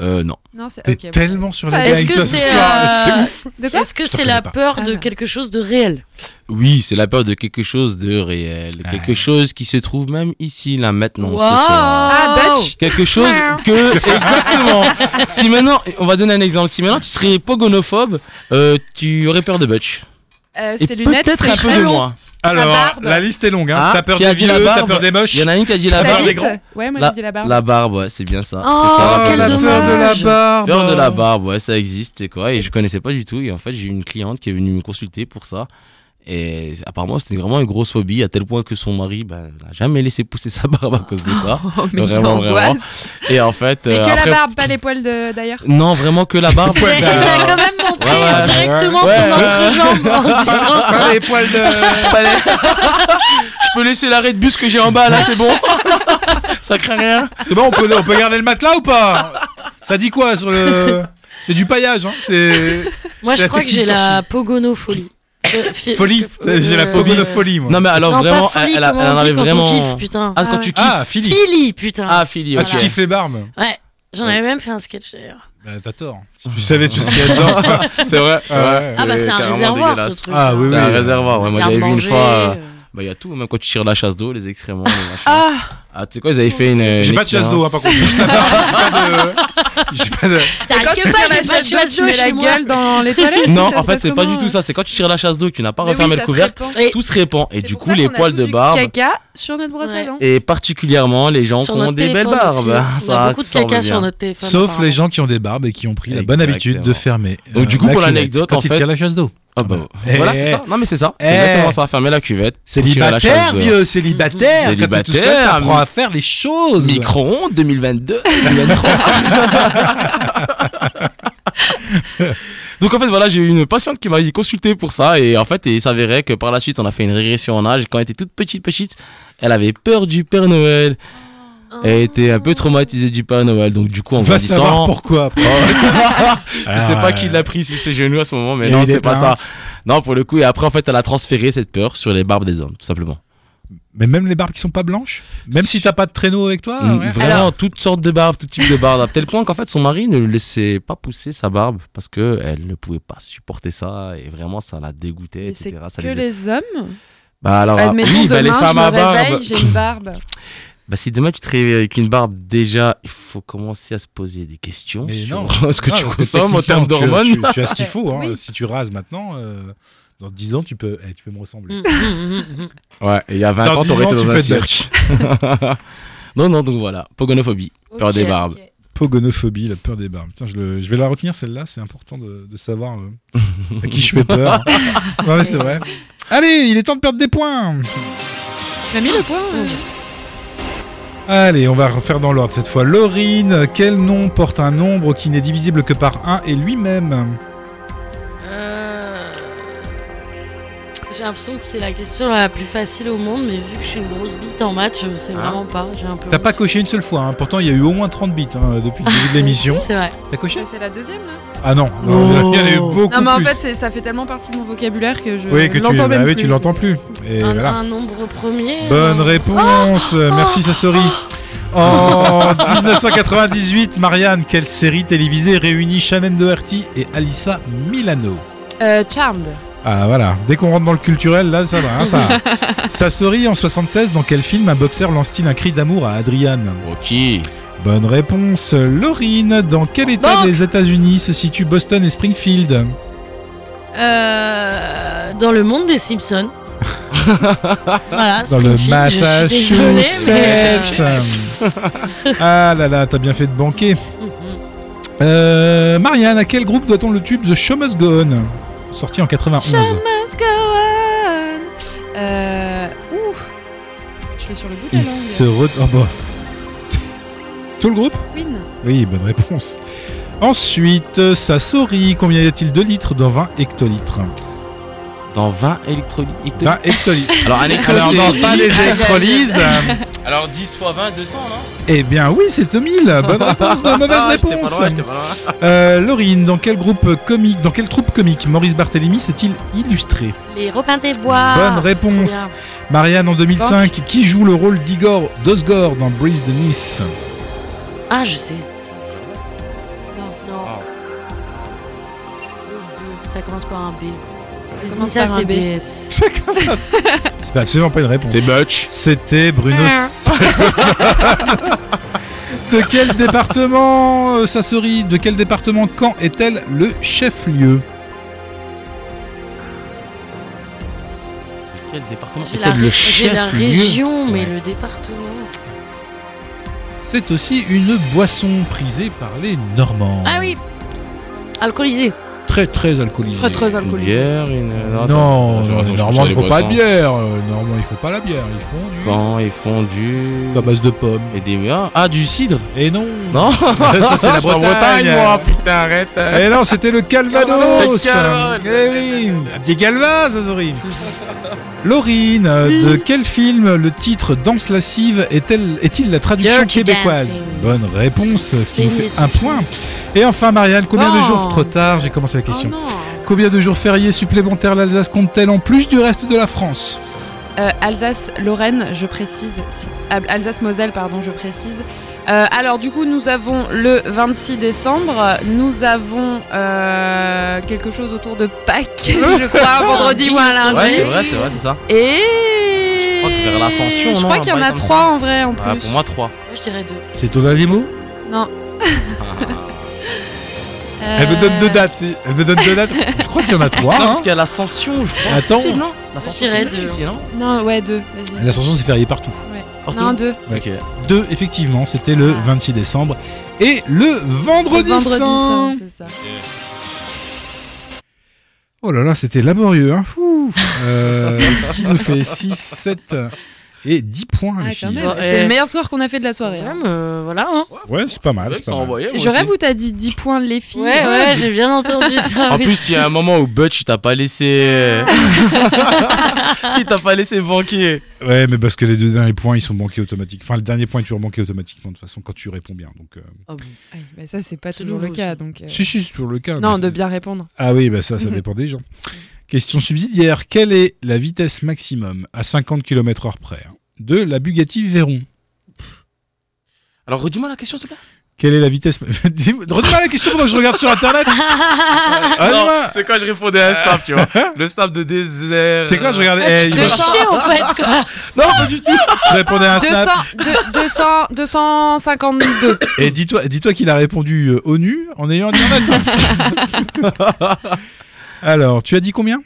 [SPEAKER 2] Euh non.
[SPEAKER 4] Non, c'est
[SPEAKER 1] T'es
[SPEAKER 4] ok. bon.
[SPEAKER 1] tellement sur la
[SPEAKER 4] Ah,
[SPEAKER 1] blague
[SPEAKER 3] Est-ce que
[SPEAKER 1] toi, ce
[SPEAKER 3] c'est
[SPEAKER 1] soir.
[SPEAKER 3] euh,
[SPEAKER 4] De quoi
[SPEAKER 3] est-ce que
[SPEAKER 1] Je te
[SPEAKER 3] c'est la
[SPEAKER 1] connais pas.
[SPEAKER 3] peur de
[SPEAKER 4] Ah.
[SPEAKER 3] quelque chose de réel
[SPEAKER 2] Oui, c'est la peur de quelque chose de réel,
[SPEAKER 1] Ah.
[SPEAKER 2] quelque chose qui se trouve même ici là maintenant
[SPEAKER 3] Wow.
[SPEAKER 2] ce soir.
[SPEAKER 4] Ah, bitch.
[SPEAKER 2] Quelque chose que exactement. si maintenant, on va donner un exemple. Si maintenant tu serais pogonophobe, euh, tu aurais peur de Butch.
[SPEAKER 4] Euh,
[SPEAKER 2] Et
[SPEAKER 4] Ses lunettes,
[SPEAKER 2] peut-être
[SPEAKER 4] ses
[SPEAKER 2] un peu de
[SPEAKER 4] cheveux.
[SPEAKER 2] moi.
[SPEAKER 1] Alors,
[SPEAKER 4] barbe. Oh,
[SPEAKER 1] la liste est longue. Hein.
[SPEAKER 2] Ah,
[SPEAKER 1] t'as peur
[SPEAKER 2] qui
[SPEAKER 1] des
[SPEAKER 2] a dit
[SPEAKER 1] vieux,
[SPEAKER 2] la
[SPEAKER 1] t'as
[SPEAKER 2] barbe
[SPEAKER 1] peur des moches.
[SPEAKER 2] Il y en a une qui a dit
[SPEAKER 4] Sa
[SPEAKER 2] la
[SPEAKER 1] barbe
[SPEAKER 2] barbe.
[SPEAKER 1] des
[SPEAKER 4] bite.
[SPEAKER 1] grands.
[SPEAKER 4] Ouais, moi
[SPEAKER 2] La-
[SPEAKER 4] j'ai dit la barbe.
[SPEAKER 2] La barbe, ouais, c'est bien ça.
[SPEAKER 3] Oh,
[SPEAKER 2] c'est ça, la
[SPEAKER 3] quel
[SPEAKER 1] la peur
[SPEAKER 2] barbe.
[SPEAKER 1] de la
[SPEAKER 3] dommage.
[SPEAKER 1] barbe.
[SPEAKER 2] Peur de la barbe, ouais, ça existe, c'est quoi. Et je connaissais pas du tout. Et en fait, j'ai eu une cliente qui est venue me consulter pour ça. Et apparemment, c'était vraiment une grosse phobie, à tel point que son mari ben, n'a jamais laissé pousser sa barbe à cause de ça.
[SPEAKER 4] Oh, mais
[SPEAKER 2] Vraiment,
[SPEAKER 4] quelle
[SPEAKER 2] vraiment.
[SPEAKER 4] angoisse.
[SPEAKER 2] Et en fait.
[SPEAKER 4] Mais
[SPEAKER 2] euh,
[SPEAKER 4] que
[SPEAKER 2] après-
[SPEAKER 4] la barbe, pas les poils de- d'ailleurs.
[SPEAKER 2] Non, vraiment que la barbe. Euh,
[SPEAKER 3] Mais
[SPEAKER 1] Ouais,
[SPEAKER 3] il
[SPEAKER 1] bah,
[SPEAKER 3] t'a quand même montré
[SPEAKER 2] ouais, ouais,
[SPEAKER 3] directement
[SPEAKER 2] ouais,
[SPEAKER 3] ton
[SPEAKER 2] ouais.
[SPEAKER 3] entrejambe en disant
[SPEAKER 1] Ah, les poils
[SPEAKER 2] *laughs*
[SPEAKER 1] de.
[SPEAKER 2] bah, je peux laisser l'arrêt de bus que j'ai en bas, là, c'est bon. *laughs* ça craint rien.
[SPEAKER 1] C'est bon, on peut, on peut garder le matelas ou pas Ça dit quoi sur le. C'est du paillage, hein. C'est.
[SPEAKER 3] Moi, je
[SPEAKER 1] La
[SPEAKER 3] crois que j'ai
[SPEAKER 1] technique
[SPEAKER 3] la pogonopholie. Euh, fi-
[SPEAKER 1] Folie.
[SPEAKER 3] euh,
[SPEAKER 1] J'ai la phobie de
[SPEAKER 3] euh,
[SPEAKER 1] folie, moi.
[SPEAKER 2] Non, mais alors
[SPEAKER 3] Non,
[SPEAKER 2] vraiment,
[SPEAKER 3] pas folie,
[SPEAKER 2] elle, elle a-
[SPEAKER 3] comment
[SPEAKER 2] elle en
[SPEAKER 3] on dit
[SPEAKER 2] avait
[SPEAKER 3] quand
[SPEAKER 2] vraiment.
[SPEAKER 3] on kiffe, putain.
[SPEAKER 2] Ah, quand
[SPEAKER 4] Ah
[SPEAKER 2] tu kiffes.
[SPEAKER 1] Ah, Philly.
[SPEAKER 3] Philly, putain.
[SPEAKER 2] Ah, Philly,
[SPEAKER 1] Ah,
[SPEAKER 2] ok.
[SPEAKER 1] tu kiffes les barbes
[SPEAKER 3] Ouais, j'en avais même fait un sketch d'ailleurs.
[SPEAKER 1] Bah, t'as tort. Si Tu savais tout ce qu'il y a dedans.
[SPEAKER 2] *laughs* C'est vrai, c'est
[SPEAKER 1] Ah,
[SPEAKER 2] vrai.
[SPEAKER 1] ouais.
[SPEAKER 3] Ah, bah, c'est un
[SPEAKER 2] Euh, carrément
[SPEAKER 3] réservoir,
[SPEAKER 2] dégueulasse.
[SPEAKER 3] ce truc.
[SPEAKER 1] Ah, oui,
[SPEAKER 2] C'est
[SPEAKER 1] oui.
[SPEAKER 2] un réservoir, ouais. Moi, j'avais vu une fois. euh, Bah, il y a tout, même quand tu tires la chasse d'eau, les excréments, les machins. Ah,
[SPEAKER 4] Ah,
[SPEAKER 2] tu sais quoi, ils avaient fait une.
[SPEAKER 1] J'ai
[SPEAKER 2] une
[SPEAKER 1] pas de chasse d'eau, hein,
[SPEAKER 2] expérience.
[SPEAKER 1] par contre. J'ai pas de- J'ai pas de.
[SPEAKER 3] Ça
[SPEAKER 4] quand
[SPEAKER 3] arrive
[SPEAKER 4] tu
[SPEAKER 3] que
[SPEAKER 4] tires
[SPEAKER 3] pas,
[SPEAKER 4] la
[SPEAKER 3] j'ai pas de
[SPEAKER 4] chasse d'eau,
[SPEAKER 3] chasse
[SPEAKER 4] tu
[SPEAKER 3] d'eau
[SPEAKER 4] mets
[SPEAKER 3] chez
[SPEAKER 4] la
[SPEAKER 3] moi.
[SPEAKER 4] gueule dans les toilettes
[SPEAKER 2] Non,
[SPEAKER 4] ou
[SPEAKER 2] en
[SPEAKER 4] ça se
[SPEAKER 2] fait,
[SPEAKER 4] passe
[SPEAKER 2] c'est pas
[SPEAKER 4] comment,
[SPEAKER 2] du tout
[SPEAKER 3] euh
[SPEAKER 2] ça. C'est quand tu tires la chasse d'eau, que tu n'as pas
[SPEAKER 4] Mais oui,
[SPEAKER 2] refermé
[SPEAKER 4] ça
[SPEAKER 2] le
[SPEAKER 4] se
[SPEAKER 2] couvercle,
[SPEAKER 4] répand.
[SPEAKER 3] Et
[SPEAKER 2] tout se répand. Et
[SPEAKER 4] C'est
[SPEAKER 2] du
[SPEAKER 4] pour
[SPEAKER 2] coup,
[SPEAKER 4] ça
[SPEAKER 2] les
[SPEAKER 4] qu'on a
[SPEAKER 2] poils
[SPEAKER 4] tous
[SPEAKER 2] de
[SPEAKER 4] du
[SPEAKER 2] barbe.
[SPEAKER 4] caca sur notre brosse à
[SPEAKER 3] Ouais.
[SPEAKER 4] dents.
[SPEAKER 2] Et particulièrement les gens qui
[SPEAKER 3] Sur
[SPEAKER 2] ont
[SPEAKER 3] notre
[SPEAKER 2] des belles
[SPEAKER 3] téléphone
[SPEAKER 2] barbes.
[SPEAKER 3] aussi.
[SPEAKER 2] Ah,
[SPEAKER 3] On a
[SPEAKER 2] ça,
[SPEAKER 3] beaucoup de
[SPEAKER 2] ça
[SPEAKER 3] caca
[SPEAKER 2] revient.
[SPEAKER 3] sur notre téléphone.
[SPEAKER 1] Sauf les
[SPEAKER 3] apparemment.
[SPEAKER 1] gens qui ont des barbes et qui ont pris la bonne
[SPEAKER 2] Exactement.
[SPEAKER 1] habitude de fermer.
[SPEAKER 2] Donc, du coup,
[SPEAKER 1] la
[SPEAKER 2] pour
[SPEAKER 1] cuvette
[SPEAKER 2] l'anecdote,
[SPEAKER 1] quand
[SPEAKER 2] en
[SPEAKER 1] ils
[SPEAKER 2] fait-
[SPEAKER 1] tirent la chasse d'eau.
[SPEAKER 2] Ah bah,
[SPEAKER 1] Eh.
[SPEAKER 2] voilà, c'est ça. Non, mais c'est ça.
[SPEAKER 1] Eh.
[SPEAKER 2] C'est exactement ça. Fermer la cuvette. pour tirer la chasse
[SPEAKER 1] Célibataire,
[SPEAKER 2] de-
[SPEAKER 1] vieux, célibataire. Quand t'es tout seul,
[SPEAKER 2] Célibataire,
[SPEAKER 1] t'apprends
[SPEAKER 2] mi-
[SPEAKER 1] à faire les choses.
[SPEAKER 2] Micro-ondes 2022, 2023.
[SPEAKER 1] *laughs*
[SPEAKER 2] Donc en fait voilà j'ai eu une patiente qui m'a dit consulter pour ça et en fait il s'avérait que par la suite on a fait une régression en âge et quand elle était toute petite petite elle avait peur du Père Noël
[SPEAKER 3] Oh.
[SPEAKER 2] elle était un
[SPEAKER 3] *laughs*
[SPEAKER 2] peu traumatisée du Père Noël donc du coup en
[SPEAKER 1] Va savoir
[SPEAKER 2] grandissant
[SPEAKER 1] pourquoi. après.
[SPEAKER 2] Oh. *laughs* je sais
[SPEAKER 1] Ah,
[SPEAKER 2] pas qui l'a pris sur ses genoux à ce moment
[SPEAKER 1] Il
[SPEAKER 2] mais
[SPEAKER 1] y a eu
[SPEAKER 2] non
[SPEAKER 1] des
[SPEAKER 2] c'est pas ça
[SPEAKER 1] plaintes.
[SPEAKER 2] non pour le coup et après en fait elle a transféré cette peur sur les barbes des hommes tout simplement
[SPEAKER 1] Mais même les barbes qui sont pas blanches Même si t'as pas de traîneau avec toi
[SPEAKER 4] Ah,
[SPEAKER 2] Mm,
[SPEAKER 1] ouais.
[SPEAKER 2] Vraiment, toutes sortes de barbes, tout type de barbes, à tel point qu'en fait, son mari ne lui laissait pas pousser sa barbe parce que elle ne pouvait pas supporter ça et vraiment, ça la dégoûtait,
[SPEAKER 4] Mais c'est
[SPEAKER 2] etc. Ça
[SPEAKER 4] que
[SPEAKER 2] les-
[SPEAKER 4] les hommes.
[SPEAKER 2] Bah alors, ah,
[SPEAKER 4] Admettons,
[SPEAKER 2] oui, bah, les
[SPEAKER 4] demain,
[SPEAKER 2] femmes à
[SPEAKER 4] je me réveille,
[SPEAKER 2] barbe.
[SPEAKER 4] j'ai une barbe.
[SPEAKER 2] Bah si demain tu te réveilles avec une barbe, déjà, il faut commencer à se poser des questions
[SPEAKER 1] Mais
[SPEAKER 2] sur *laughs*
[SPEAKER 1] non.
[SPEAKER 2] ce que
[SPEAKER 1] Ah,
[SPEAKER 2] tu
[SPEAKER 1] parce
[SPEAKER 2] consommes en termes
[SPEAKER 1] techniquement,
[SPEAKER 2] d'hormones.
[SPEAKER 1] Tu, tu- tu as ce qu'il faut. hein.
[SPEAKER 4] Oui.
[SPEAKER 1] Si tu rases maintenant, euh, dans 10 ans, tu peux, eh, tu peux me ressembler.
[SPEAKER 3] Mm, mm, mm, mm.
[SPEAKER 2] Ouais, et il y a 20
[SPEAKER 1] Dans
[SPEAKER 2] ans,
[SPEAKER 1] 10
[SPEAKER 2] t'aurais
[SPEAKER 1] ans,
[SPEAKER 2] été
[SPEAKER 1] tu
[SPEAKER 2] dans un
[SPEAKER 1] fais
[SPEAKER 2] cirque. *laughs*
[SPEAKER 1] *laughs*
[SPEAKER 2] non, non, donc voilà, pogonophobie, peur
[SPEAKER 3] Ok,
[SPEAKER 2] des barbes.
[SPEAKER 3] ok.
[SPEAKER 1] Pogonophobie, la peur des barbes. Putain, je, le- je vais la retenir celle-là. C'est important de, de savoir euh, à qui je fais peur. non, mais c'est vrai. Allez, il est temps de perdre des points.
[SPEAKER 4] Tu m'as mis le point. euh.
[SPEAKER 1] Allez, on va refaire dans l'ordre cette fois. Laurine, quel nom porte un nombre qui n'est divisible que par un et lui-même
[SPEAKER 3] Euh, J'ai l'impression que c'est la question la plus facile au monde, mais vu que je suis une grosse bite en match, je sais vraiment pas. J'ai un peu.
[SPEAKER 1] Ah. T'as
[SPEAKER 3] honte.
[SPEAKER 1] pas coché une seule fois. hein. Pourtant, il y a eu au moins 30 bits hein, depuis le début de l'émission.
[SPEAKER 3] C'est vrai.
[SPEAKER 1] T'as coché
[SPEAKER 4] Bah, C'est la deuxième là.
[SPEAKER 1] Ah non, non, il y en a eu beaucoup
[SPEAKER 4] Oh. Non mais en
[SPEAKER 1] plus.
[SPEAKER 4] fait c'est- ça fait tellement partie de mon vocabulaire que je
[SPEAKER 1] oui, que tu
[SPEAKER 4] l'entends
[SPEAKER 1] bah
[SPEAKER 4] même
[SPEAKER 1] oui,
[SPEAKER 4] plus. Ah.
[SPEAKER 1] tu l'entends plus. Et
[SPEAKER 3] Un,
[SPEAKER 1] voilà.
[SPEAKER 3] un nombre premier.
[SPEAKER 1] Bonne
[SPEAKER 3] euh,
[SPEAKER 1] réponse. Merci Sassori.
[SPEAKER 4] *laughs*
[SPEAKER 1] En 1998, Marianne, quelle série télévisée réunit Shannon Doherty et Alyssa Milano
[SPEAKER 4] Euh, Charmed.
[SPEAKER 1] Ah voilà, dès qu'on rentre dans le culturel, là ça va, hein,
[SPEAKER 4] *laughs*
[SPEAKER 1] ça. Sassori, en 76, dans quel film un boxeur lance-t-il un cri d'amour à Adriane
[SPEAKER 2] Ok.
[SPEAKER 1] Bonne réponse. Laurine, dans quel état
[SPEAKER 3] Banque.
[SPEAKER 1] des États-Unis se situent Boston et Springfield
[SPEAKER 3] euh, dans le monde
[SPEAKER 1] *laughs*
[SPEAKER 3] des Simpsons. voilà,
[SPEAKER 1] dans le
[SPEAKER 3] Springfield, je suis désolée, mais,
[SPEAKER 1] Massachusetts. ah là là, t'as bien fait de banquer.
[SPEAKER 3] euh, mhm.
[SPEAKER 1] *laughs* Euh, Marianne, à quel groupe doit-on le tube The Show Must Go On Sorti en 91.
[SPEAKER 4] Must go on. Euh, ouh. Je l'ai sur le bout de la
[SPEAKER 1] Il
[SPEAKER 4] langue.
[SPEAKER 1] se re... oh, bah. *laughs* Tout le groupe
[SPEAKER 4] Queen.
[SPEAKER 1] Oui, bonne réponse. Ensuite, euh, Sassori, combien y a-t-il de litres dans 20 hectolitres
[SPEAKER 2] Dans 20 électrolytes.
[SPEAKER 1] 20 hectolitres.
[SPEAKER 2] *laughs* Alors un électro,
[SPEAKER 1] Bah, Alors, non,
[SPEAKER 2] c'est
[SPEAKER 1] pas
[SPEAKER 2] dix-
[SPEAKER 1] les
[SPEAKER 2] *laughs*
[SPEAKER 1] électrolyses.
[SPEAKER 2] Alors 10 fois 20, 200, non
[SPEAKER 1] eh bien oui, c'est 2000.
[SPEAKER 2] *laughs*
[SPEAKER 1] Bonne réponse, non, mauvaise
[SPEAKER 2] Ah, j'étais pas
[SPEAKER 1] réponse.
[SPEAKER 2] loin, j'étais pas loin.
[SPEAKER 1] Euh, Laurine, dans quel groupe comique, dans quelle troupe comique Maurice Barthélemy s'est-il illustré
[SPEAKER 3] Les requins des bois.
[SPEAKER 1] *laughs* Bonne
[SPEAKER 3] euh, Ah, c'est trop
[SPEAKER 1] réponse.
[SPEAKER 3] bien.
[SPEAKER 1] Marianne en 2005, qui joue le rôle d'Igor d'Osgore dans Breeze de Nice
[SPEAKER 3] Ah, je sais.
[SPEAKER 4] Non.
[SPEAKER 3] Non. Ça commence par un B. Les
[SPEAKER 4] commence
[SPEAKER 3] initiales,
[SPEAKER 4] par un
[SPEAKER 3] c'est
[SPEAKER 4] B.
[SPEAKER 3] BS.
[SPEAKER 1] C'est pas absolument pas une réponse.
[SPEAKER 2] C'est Butch.
[SPEAKER 1] C'était Bruno. *laughs* de quel département, euh, Sassori De quel département, quand est-elle le chef-lieu
[SPEAKER 2] Quel département
[SPEAKER 3] J'ai la, ré- j'ai la région, mais le département.
[SPEAKER 1] C'est aussi une boisson prisée par les Normands.
[SPEAKER 3] Ah oui Alcoolisé.
[SPEAKER 1] Très très alcoolisée.
[SPEAKER 4] Très très
[SPEAKER 2] Une
[SPEAKER 4] alcoolisé.
[SPEAKER 2] bière, une. euh,
[SPEAKER 1] Non, non,
[SPEAKER 2] attends, attends,
[SPEAKER 1] les
[SPEAKER 2] je
[SPEAKER 1] Normands
[SPEAKER 2] pensais
[SPEAKER 1] ne
[SPEAKER 2] les
[SPEAKER 1] font pas de
[SPEAKER 2] boissons.
[SPEAKER 1] bière. euh, Les Normands, ils font pas la bière. Ils font du.
[SPEAKER 2] Quand ils font du.
[SPEAKER 1] à base de pommes.
[SPEAKER 2] Et des. Ah, ah, du cidre
[SPEAKER 1] Et non. *laughs*
[SPEAKER 2] Non
[SPEAKER 1] Ça, c'est la
[SPEAKER 2] *laughs* Je suis en
[SPEAKER 1] Bretagne. hein.
[SPEAKER 2] moi, putain, arrête
[SPEAKER 1] Et Eh non, c'était le Calvados.
[SPEAKER 2] Le Calvados.
[SPEAKER 1] Eh oui, des Calvas, Azori. Laurine, euh, de quel film le titre Danse lascive est-elle- est-il la traduction
[SPEAKER 3] Dirty
[SPEAKER 1] québécoise
[SPEAKER 3] Dancing.
[SPEAKER 1] Bonne réponse, ce qui nous fait
[SPEAKER 3] Seigneur
[SPEAKER 1] un point. Et enfin, Marianne, combien de
[SPEAKER 3] Oh.
[SPEAKER 1] jours trop tard J'ai commencé la question.
[SPEAKER 4] Oh non.
[SPEAKER 1] combien de jours fériés supplémentaires l'Alsace compte-t-elle en plus du reste de la France
[SPEAKER 4] Euh, Alsace, Lorraine, je précise. si- ah, Alsace-Moselle, pardon, je précise. Euh, alors du coup, nous avons le 26 décembre. Nous avons euh,
[SPEAKER 1] *laughs*
[SPEAKER 4] quelque chose autour de Pâques, je crois, un vendredi ou un lundi.
[SPEAKER 2] Ouais, c'est vrai, c'est vrai, c'est ça.
[SPEAKER 4] Et
[SPEAKER 2] vers l'ascension.
[SPEAKER 4] Je
[SPEAKER 2] non,
[SPEAKER 4] crois
[SPEAKER 2] un
[SPEAKER 4] qu'il y en
[SPEAKER 2] bail
[SPEAKER 4] a
[SPEAKER 2] comme ça.
[SPEAKER 4] trois en vrai en
[SPEAKER 2] Ouais,
[SPEAKER 4] plus.
[SPEAKER 2] Ah, pour moi, trois.
[SPEAKER 3] Moi, je dirais deux.
[SPEAKER 1] C'est ton dernier mot
[SPEAKER 4] Non.
[SPEAKER 1] Ah.
[SPEAKER 4] *laughs*
[SPEAKER 1] Elle me donne
[SPEAKER 4] Euh,
[SPEAKER 1] deux dates, si. Elle me donne deux dates. Je crois qu'il y en a trois.
[SPEAKER 2] Non,
[SPEAKER 1] hein.
[SPEAKER 2] parce qu'il y a l'ascension, je pense.
[SPEAKER 1] Attends.
[SPEAKER 2] C'est possible, non L'ascension,
[SPEAKER 3] Je dirais
[SPEAKER 2] c'est
[SPEAKER 3] deux. hein.
[SPEAKER 2] ici, non
[SPEAKER 4] Euh, Non, ouais, deux. Vas-y.
[SPEAKER 1] L'ascension, c'est férié partout.
[SPEAKER 2] Partout
[SPEAKER 4] Non, deux.
[SPEAKER 2] Ok.
[SPEAKER 1] Deux, effectivement, c'était le
[SPEAKER 4] Ah.
[SPEAKER 1] 26 décembre et le vendredi,
[SPEAKER 4] Vendredi
[SPEAKER 1] saint.
[SPEAKER 4] saint, c'est ça. Ah,
[SPEAKER 1] Oh là là, c'était laborieux. Hein. Fou. Euh, ce qui nous fait 6, 7 et 10 points.
[SPEAKER 4] Ah,
[SPEAKER 1] les
[SPEAKER 4] quand
[SPEAKER 1] filles.
[SPEAKER 4] même.
[SPEAKER 3] Ouais.
[SPEAKER 4] C'est le meilleur score qu'on a fait de la soirée. hein.
[SPEAKER 3] Même, euh, voilà. hein.
[SPEAKER 1] Ouais, c'est pas mal.
[SPEAKER 2] Ils
[SPEAKER 1] c'est pas
[SPEAKER 2] sont
[SPEAKER 1] mal.
[SPEAKER 2] envoyés, moi
[SPEAKER 4] Je
[SPEAKER 2] aussi.
[SPEAKER 4] rêve où t'as dit 10 points les filles. Ah.
[SPEAKER 3] Ouais, ouais, j'ai bien entendu ça.
[SPEAKER 2] En
[SPEAKER 3] oui.
[SPEAKER 2] plus,
[SPEAKER 3] *laughs*
[SPEAKER 2] il y a un moment où Butch il t'a pas laissé. *laughs* il t'a pas laissé banquer.
[SPEAKER 1] Ouais, mais parce que les deux derniers points, ils sont banqués automatiquement. Enfin, le dernier point est toujours banqué automatiquement de toute façon quand tu réponds bien. Donc, euh,
[SPEAKER 3] Ah bon.
[SPEAKER 4] Ah oui, bah ça, c'est pas
[SPEAKER 3] C'est
[SPEAKER 4] toujours le
[SPEAKER 3] nouveau,
[SPEAKER 4] cas.
[SPEAKER 3] ça.
[SPEAKER 4] Donc, euh,
[SPEAKER 1] si, si, c'est toujours le cas.
[SPEAKER 4] Non,
[SPEAKER 1] mais-
[SPEAKER 4] de bien répondre.
[SPEAKER 1] Ah oui, bah ça, ça
[SPEAKER 4] Mhm.
[SPEAKER 1] dépend des gens. Question subsidiaire quelle est la vitesse maximum à 50 km/h près hein, de la Bugatti Veyron
[SPEAKER 2] Alors, redis-moi la question, s'il te plaît.
[SPEAKER 1] Quelle est la vitesse *laughs* Dis-moi- Redis-moi la question pendant que je regarde sur internet. Ah,
[SPEAKER 2] Non,
[SPEAKER 1] dis-moi.
[SPEAKER 2] c'est euh, quand je répondais à un staff, tu *laughs* vois. Le staff de désert. euh.
[SPEAKER 1] C'est quoi Je regardais.
[SPEAKER 3] Ah,
[SPEAKER 1] eh,
[SPEAKER 3] tu
[SPEAKER 1] il
[SPEAKER 3] te
[SPEAKER 1] va-
[SPEAKER 3] fais chier
[SPEAKER 4] *laughs*
[SPEAKER 3] en fait quoi.
[SPEAKER 2] Non, pas du tout.
[SPEAKER 1] je répondais à un
[SPEAKER 4] 200,
[SPEAKER 1] Ah, snap.
[SPEAKER 4] deux- 200, 252.
[SPEAKER 1] Et dis-toi, dis-toi qu'il a répondu euh, ONU en ayant dit en attente. Alors, tu as dit combien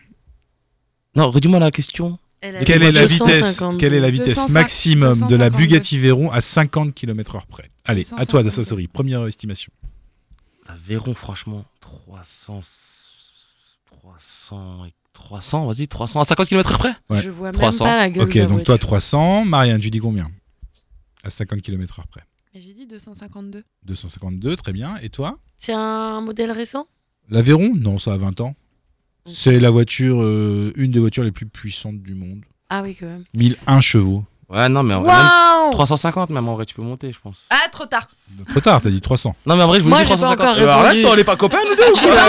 [SPEAKER 2] Non, redis-moi la question.
[SPEAKER 3] Elle a
[SPEAKER 2] De
[SPEAKER 1] Quelle est, la
[SPEAKER 3] 252.
[SPEAKER 1] vitesse, quelle est la vitesse
[SPEAKER 4] 250,
[SPEAKER 1] maximum de la
[SPEAKER 4] 252.
[SPEAKER 1] Bugatti Veyron à 50 km/h près Allez, à toi,
[SPEAKER 4] 252.
[SPEAKER 1] Dassasori, première estimation.
[SPEAKER 2] La Véron, franchement, 300. 300. et- 300, vas-y, 300. À 50 km près
[SPEAKER 1] Ouais.
[SPEAKER 3] Je vois
[SPEAKER 2] 300.
[SPEAKER 3] même pas la gueule.
[SPEAKER 1] Ok,
[SPEAKER 3] de la
[SPEAKER 1] donc toi
[SPEAKER 3] voiture.
[SPEAKER 1] 300. Marianne, tu dis combien À 50 km/h près.
[SPEAKER 4] J'ai dit 252.
[SPEAKER 1] 252, très bien. Et toi
[SPEAKER 3] C'est un modèle récent
[SPEAKER 1] La Veyron Non, ça a 20 ans. C'est la voiture, euh, une des voitures les plus puissantes du monde.
[SPEAKER 3] Ah oui, quand même.
[SPEAKER 1] 1001 chevaux.
[SPEAKER 2] Ouais, non, mais en vrai, même
[SPEAKER 4] Waouh
[SPEAKER 2] 350, même en vrai, tu peux monter, je pense.
[SPEAKER 4] Ah, trop tard.
[SPEAKER 1] Trop tard, t'as dit 300.
[SPEAKER 2] Non, mais en vrai, je vous
[SPEAKER 3] Moi,
[SPEAKER 2] dis
[SPEAKER 3] j'ai pas
[SPEAKER 2] 350.
[SPEAKER 3] encore
[SPEAKER 2] Eh ben, arrête,
[SPEAKER 3] répondu.
[SPEAKER 2] toi, on est pas copains, nous deux ou quoi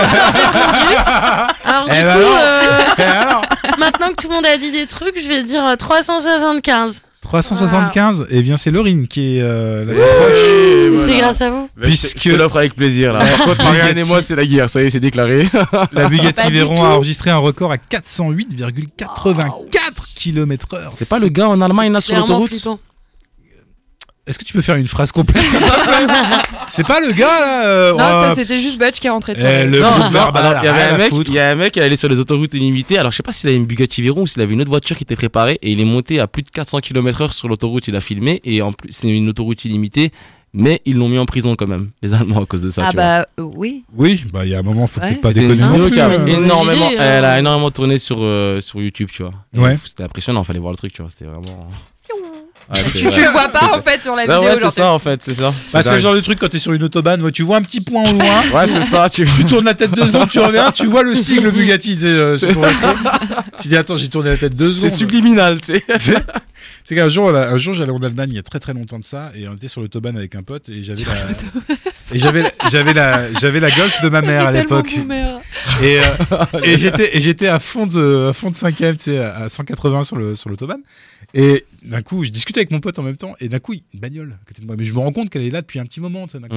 [SPEAKER 3] Alors,
[SPEAKER 1] Eh
[SPEAKER 3] du
[SPEAKER 1] ben
[SPEAKER 3] coup,
[SPEAKER 1] non.
[SPEAKER 3] euh,
[SPEAKER 2] *laughs*
[SPEAKER 1] Eh
[SPEAKER 3] *laughs*
[SPEAKER 1] alors
[SPEAKER 3] maintenant que tout le monde a dit des trucs, je vais dire euh, 375.
[SPEAKER 1] 375, et eh bien c'est Laurine qui est euh,
[SPEAKER 2] Oh
[SPEAKER 1] la
[SPEAKER 2] *laughs* Et voilà.
[SPEAKER 3] C'est grâce à vous.
[SPEAKER 2] Mais je te-
[SPEAKER 1] Puisque-
[SPEAKER 2] je te l'offre avec plaisir là. *laughs* Par contre, Marianne et moi, c'est la guerre. Ça y est, c'est déclaré.
[SPEAKER 1] La
[SPEAKER 4] Pas
[SPEAKER 1] Bugatti
[SPEAKER 4] du
[SPEAKER 1] Veyron
[SPEAKER 4] tout.
[SPEAKER 1] a enregistré un record à 408,84 km/h.
[SPEAKER 2] C'est pas le gars en Allemagne là sur
[SPEAKER 3] Clairement
[SPEAKER 2] l'autoroute
[SPEAKER 3] flippant.
[SPEAKER 1] Est-ce que tu peux faire une phrase complète s'il te plaît
[SPEAKER 2] *laughs*
[SPEAKER 1] C'est pas le gars là. euh,
[SPEAKER 4] Non,
[SPEAKER 1] euh,
[SPEAKER 4] ça, c'était juste Butch qui est rentré. tu vois.
[SPEAKER 1] Eh, le-
[SPEAKER 2] Non,
[SPEAKER 1] groupe
[SPEAKER 2] non,
[SPEAKER 1] verbal,
[SPEAKER 2] alors, il y avait
[SPEAKER 1] rien à
[SPEAKER 2] un mec,
[SPEAKER 1] foutre.
[SPEAKER 2] il y a un mec qui allait sur les autoroutes illimitées. Alors, je sais pas s'il avait une Bugatti Veyron ou s'il avait une autre voiture qui était préparée et il est monté à plus de 400 km/h sur l'autoroute. Il a filmé et en plus, c'était une autoroute illimitée, mais ils l'ont mis en prison quand même, les Allemands à cause de ça.
[SPEAKER 4] Ah,
[SPEAKER 2] tu vois.
[SPEAKER 4] bah euh, oui.
[SPEAKER 1] Oui, bah il y a un moment, faut
[SPEAKER 4] Ouais,
[SPEAKER 1] peut-être pas
[SPEAKER 2] C'était une
[SPEAKER 1] déconner
[SPEAKER 2] vidéo
[SPEAKER 1] non
[SPEAKER 2] qui
[SPEAKER 1] plus.
[SPEAKER 2] a
[SPEAKER 1] hein.
[SPEAKER 3] idée,
[SPEAKER 2] énormément,
[SPEAKER 3] hein.
[SPEAKER 2] elle a énormément tourné sur, euh, sur YouTube, tu vois. Et
[SPEAKER 1] Ouais.
[SPEAKER 2] C'était impressionnant, fallait voir le truc, tu vois. C'était vraiment. Ah, c'est-
[SPEAKER 4] Tu, tu le vois pas
[SPEAKER 2] C'était-
[SPEAKER 4] en fait sur la
[SPEAKER 2] Ah
[SPEAKER 4] vidéo.
[SPEAKER 2] ouais, c'est
[SPEAKER 4] genre,
[SPEAKER 2] ça en fait, c'est ça. C'est
[SPEAKER 1] Bah, c'est le
[SPEAKER 2] dingue.
[SPEAKER 1] genre de truc quand t'es sur une autobahn, ouais, tu vois un petit point au loin,
[SPEAKER 2] Ouais, c'est ça, tu
[SPEAKER 1] tu tournes la tête deux secondes, tu reviens, tu vois le sigle Bugatti. c'est, euh, sur ton écran. tu dis attends, j'ai tourné la tête *laughs* deux
[SPEAKER 2] C'est
[SPEAKER 1] secondes.
[SPEAKER 2] subliminal, tu sais.
[SPEAKER 1] C'est qu'un jour, on a- un jour, j'allais en Allemagne il y a très très longtemps de ça, et on était sur l'autobahn avec un pote, et j'avais la, et j'avais, la- j'avais la, j'avais la golf de ma
[SPEAKER 4] t'es
[SPEAKER 1] mère à
[SPEAKER 4] tellement
[SPEAKER 1] l'époque,
[SPEAKER 4] boomer.
[SPEAKER 1] et, euh, et j'étais, et j'étais à fond de, à fond de cinquième, tu sais, à 180 sur le, sur l'autobahn, et d'un coup, je discutais avec mon pote en même temps, et d'un coup, une bagnole à côté de moi, mais je me rends compte qu'elle est là depuis un petit moment, tu sais, d'un coup.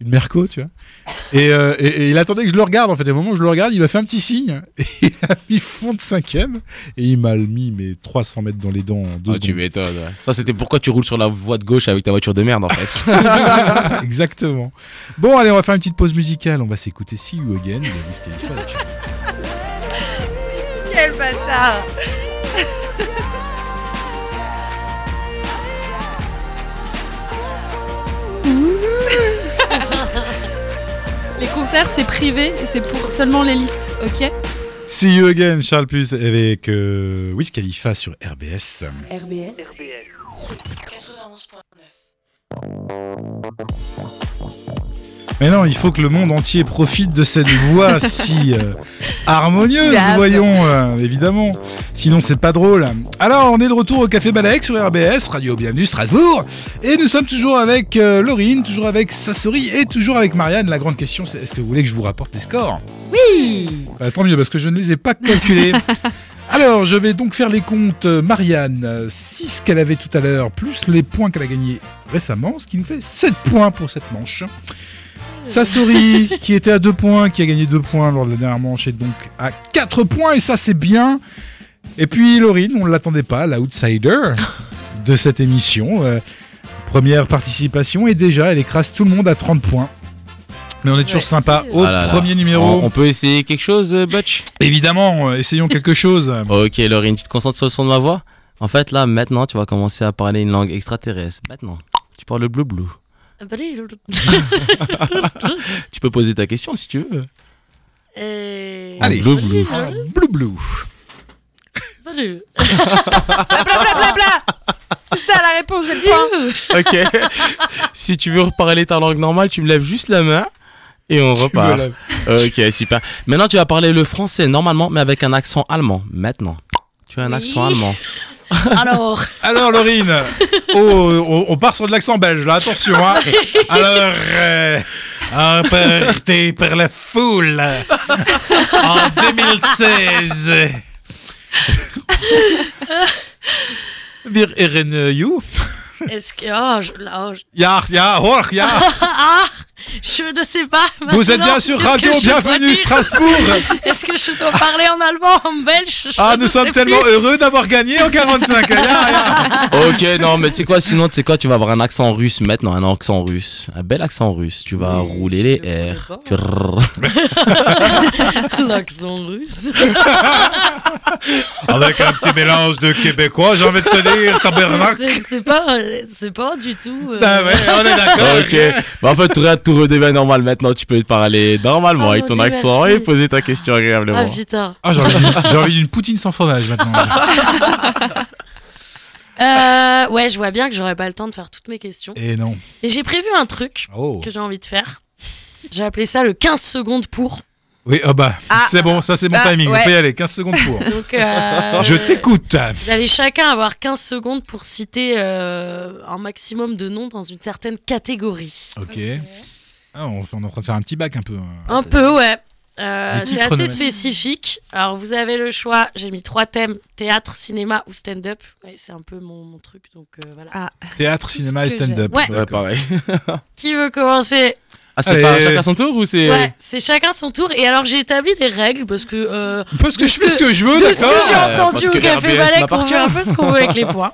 [SPEAKER 1] une Merco, tu vois, et, euh, et, et il attendait que je le regarde, en fait, et au moment où je le regarde, il m'a fait un petit signe, *laughs* et il a mis fond de cinquième, et il m'a mis mes 300 mètres dans les dents en deux
[SPEAKER 2] Ah, tu
[SPEAKER 1] secondes.
[SPEAKER 2] m'étonnes. ouais. Ça, c'était pourquoi tu roules sur la voie de gauche avec ta voiture de merde,
[SPEAKER 1] *laughs*
[SPEAKER 2] en fait.
[SPEAKER 1] Ah, Exactement. Bon, allez, on va faire une petite pause musicale. On va s'écouter See You Again de Wiz Khalifa.
[SPEAKER 4] Quel bâtard. Les concerts, c'est privé et c'est pour seulement l'élite, ok
[SPEAKER 1] See You Again, Charles Plus avec euh, Wiz Khalifa sur RBS.
[SPEAKER 7] RBS.
[SPEAKER 1] Mais non, il faut que le monde entier profite de cette voix si euh, harmonieuse,
[SPEAKER 4] Suave.
[SPEAKER 1] voyons, euh, évidemment. Sinon, c'est pas drôle. Alors, on est de retour au Café Balek sur RBS, Radio Bienvenue Strasbourg. Et nous sommes toujours avec euh, Laurine, toujours avec Sassori et toujours avec Marianne. La grande question, c'est est-ce que vous voulez que je vous rapporte les scores Oui Bah, Tant mieux, parce que je ne les ai pas calculés. Alors, je vais donc faire les comptes. euh, Marianne, 6 qu'elle avait tout à l'heure, plus les points qu'elle a gagnés récemment, ce qui nous fait 7 points pour cette manche. Sassori, qui était à 2 points, qui a gagné 2 points lors de la dernière manche, est donc à 4 points, et ça c'est bien. Et puis Laurine, on ne l'attendait pas, l'outsider de cette émission. Euh, première participation et déjà elle écrase tout le monde à 30 points. Mais on est toujours
[SPEAKER 3] Ouais.
[SPEAKER 1] sympa au
[SPEAKER 2] Ah là là.
[SPEAKER 1] premier numéro.
[SPEAKER 2] On, on peut essayer quelque chose, euh, Butch
[SPEAKER 1] Évidemment, euh, essayons quelque chose.
[SPEAKER 2] Ok, Laurine, tu te concentres sur le son de ma voix En fait, là, maintenant, tu vas commencer à parler une langue extraterrestre. Maintenant, tu parles le bleu-bleu.
[SPEAKER 3] Bah,
[SPEAKER 2] Tu peux poser ta question si tu veux.
[SPEAKER 3] Euh,
[SPEAKER 1] Allez.
[SPEAKER 2] Bleu, bleu.
[SPEAKER 1] Blou blou.
[SPEAKER 3] salut. *laughs*
[SPEAKER 4] Blablabla C'est ça la réponse, j'ai le
[SPEAKER 1] *laughs*
[SPEAKER 2] *laughs*
[SPEAKER 4] point.
[SPEAKER 2] Ok. *laughs* si tu veux reparler ta langue normale, tu me lèves juste la main et on repart. Ok, super. Maintenant, tu vas parler le français normalement, mais avec un accent allemand. Maintenant. Tu as un
[SPEAKER 3] Oui.
[SPEAKER 2] accent allemand.
[SPEAKER 3] Alors,
[SPEAKER 1] Alors Laurine, oh, on, on part sur de l'accent belge là, attention. hein. Alors, euh, emporté par la foule en 2016. Wir ehren euh, you.
[SPEAKER 3] est-ce que. Oh, je, oh, je, *laughs*
[SPEAKER 1] Ja, ja, hoor, ja.
[SPEAKER 3] ah, je ne sais pas.
[SPEAKER 1] oh, Vous êtes
[SPEAKER 3] maintenant.
[SPEAKER 1] bien sûr
[SPEAKER 3] Est-ce que
[SPEAKER 1] Radio
[SPEAKER 3] je dois
[SPEAKER 1] Bienvenue
[SPEAKER 3] dire-
[SPEAKER 1] *laughs*
[SPEAKER 2] *laughs*
[SPEAKER 1] Strasbourg.
[SPEAKER 3] Est-ce que je dois parler en allemand, en belge Je
[SPEAKER 1] Ah,
[SPEAKER 3] ne
[SPEAKER 1] nous sommes
[SPEAKER 3] sais
[SPEAKER 1] tellement
[SPEAKER 3] plus.
[SPEAKER 1] heureux d'avoir gagné en hein, 45. Ja, ja.
[SPEAKER 2] *laughs* Ok, non, mais c'est quoi Sinon, tu sais quoi Tu vas avoir un accent russe maintenant, un accent russe, un bel accent russe. Tu vas
[SPEAKER 3] Oui,
[SPEAKER 2] rouler
[SPEAKER 3] je
[SPEAKER 2] les R.
[SPEAKER 3] comprends.
[SPEAKER 2] Tu-
[SPEAKER 3] L'accent russe.
[SPEAKER 1] *laughs* Avec un petit mélange de québécois, j'ai envie de te dire, tabernacle.
[SPEAKER 3] C'est- C'est pas, c'est pas du tout. euh,
[SPEAKER 1] Ah ouais, on est d'accord.
[SPEAKER 2] Ok. Bah, en fait, tout, tout redevient normal maintenant. Tu peux parler normalement
[SPEAKER 3] Oh
[SPEAKER 2] avec
[SPEAKER 3] mon
[SPEAKER 2] ton
[SPEAKER 3] Dieu,
[SPEAKER 2] accent
[SPEAKER 3] merci.
[SPEAKER 2] et poser ta question
[SPEAKER 3] Ah
[SPEAKER 2] agréablement.
[SPEAKER 3] putain.
[SPEAKER 1] Ah, j'ai envie d'une- j'ai envie d'une poutine sans fromage maintenant.
[SPEAKER 3] Euh, ouais, je vois bien que j'aurais pas le temps de faire toutes mes questions.
[SPEAKER 1] Et non.
[SPEAKER 3] Mais j'ai prévu un truc
[SPEAKER 1] Oh.
[SPEAKER 3] que j'ai envie de faire. J'ai appelé ça le 15 secondes pour.
[SPEAKER 1] Oui, ah bah,
[SPEAKER 4] Ah.
[SPEAKER 1] c'est bon, ça c'est mon
[SPEAKER 4] Bah,
[SPEAKER 1] timing. On
[SPEAKER 4] ouais.
[SPEAKER 1] peut y aller, 15 secondes
[SPEAKER 3] *laughs*
[SPEAKER 1] pour.
[SPEAKER 3] Donc,
[SPEAKER 2] *laughs*
[SPEAKER 3] euh,
[SPEAKER 1] Je t'écoute.
[SPEAKER 3] Vous allez chacun avoir 15 secondes pour citer euh, un maximum de noms dans une certaine catégorie.
[SPEAKER 1] Ok. Ah, on, on est en train de faire un petit bac un peu.
[SPEAKER 2] Ah,
[SPEAKER 1] hein.
[SPEAKER 3] un peu, ouais. Euh,
[SPEAKER 1] Des
[SPEAKER 3] c'est
[SPEAKER 1] titres,
[SPEAKER 3] assez
[SPEAKER 1] non, mais-
[SPEAKER 3] spécifique. Alors, vous avez le choix. J'ai mis trois thèmes théâtre, cinéma ou stand-up. Ouais, c'est un peu mon, mon truc, donc euh, voilà.
[SPEAKER 1] Théâtre,
[SPEAKER 4] ce
[SPEAKER 1] cinéma et
[SPEAKER 4] que
[SPEAKER 1] stand-up. euh,
[SPEAKER 3] j'aime.
[SPEAKER 2] Ouais,
[SPEAKER 1] D'accord.
[SPEAKER 2] pareil.
[SPEAKER 3] Qui veut commencer
[SPEAKER 2] Ah, c'est
[SPEAKER 1] Allez.
[SPEAKER 2] pas chacun son tour ou c'est.
[SPEAKER 3] Ouais, c'est chacun son tour. Et alors, j'ai établi des règles parce que euh,
[SPEAKER 1] Parce que je fais
[SPEAKER 3] que-
[SPEAKER 1] ce que je veux,
[SPEAKER 3] de ce que
[SPEAKER 1] d'accord
[SPEAKER 3] j'ai
[SPEAKER 2] euh,
[SPEAKER 3] entendu
[SPEAKER 2] Ah, parce que
[SPEAKER 3] au Café
[SPEAKER 2] RBS
[SPEAKER 3] Ballet, on
[SPEAKER 2] m'appartient.
[SPEAKER 3] fait un peu ce qu'on veut avec les points.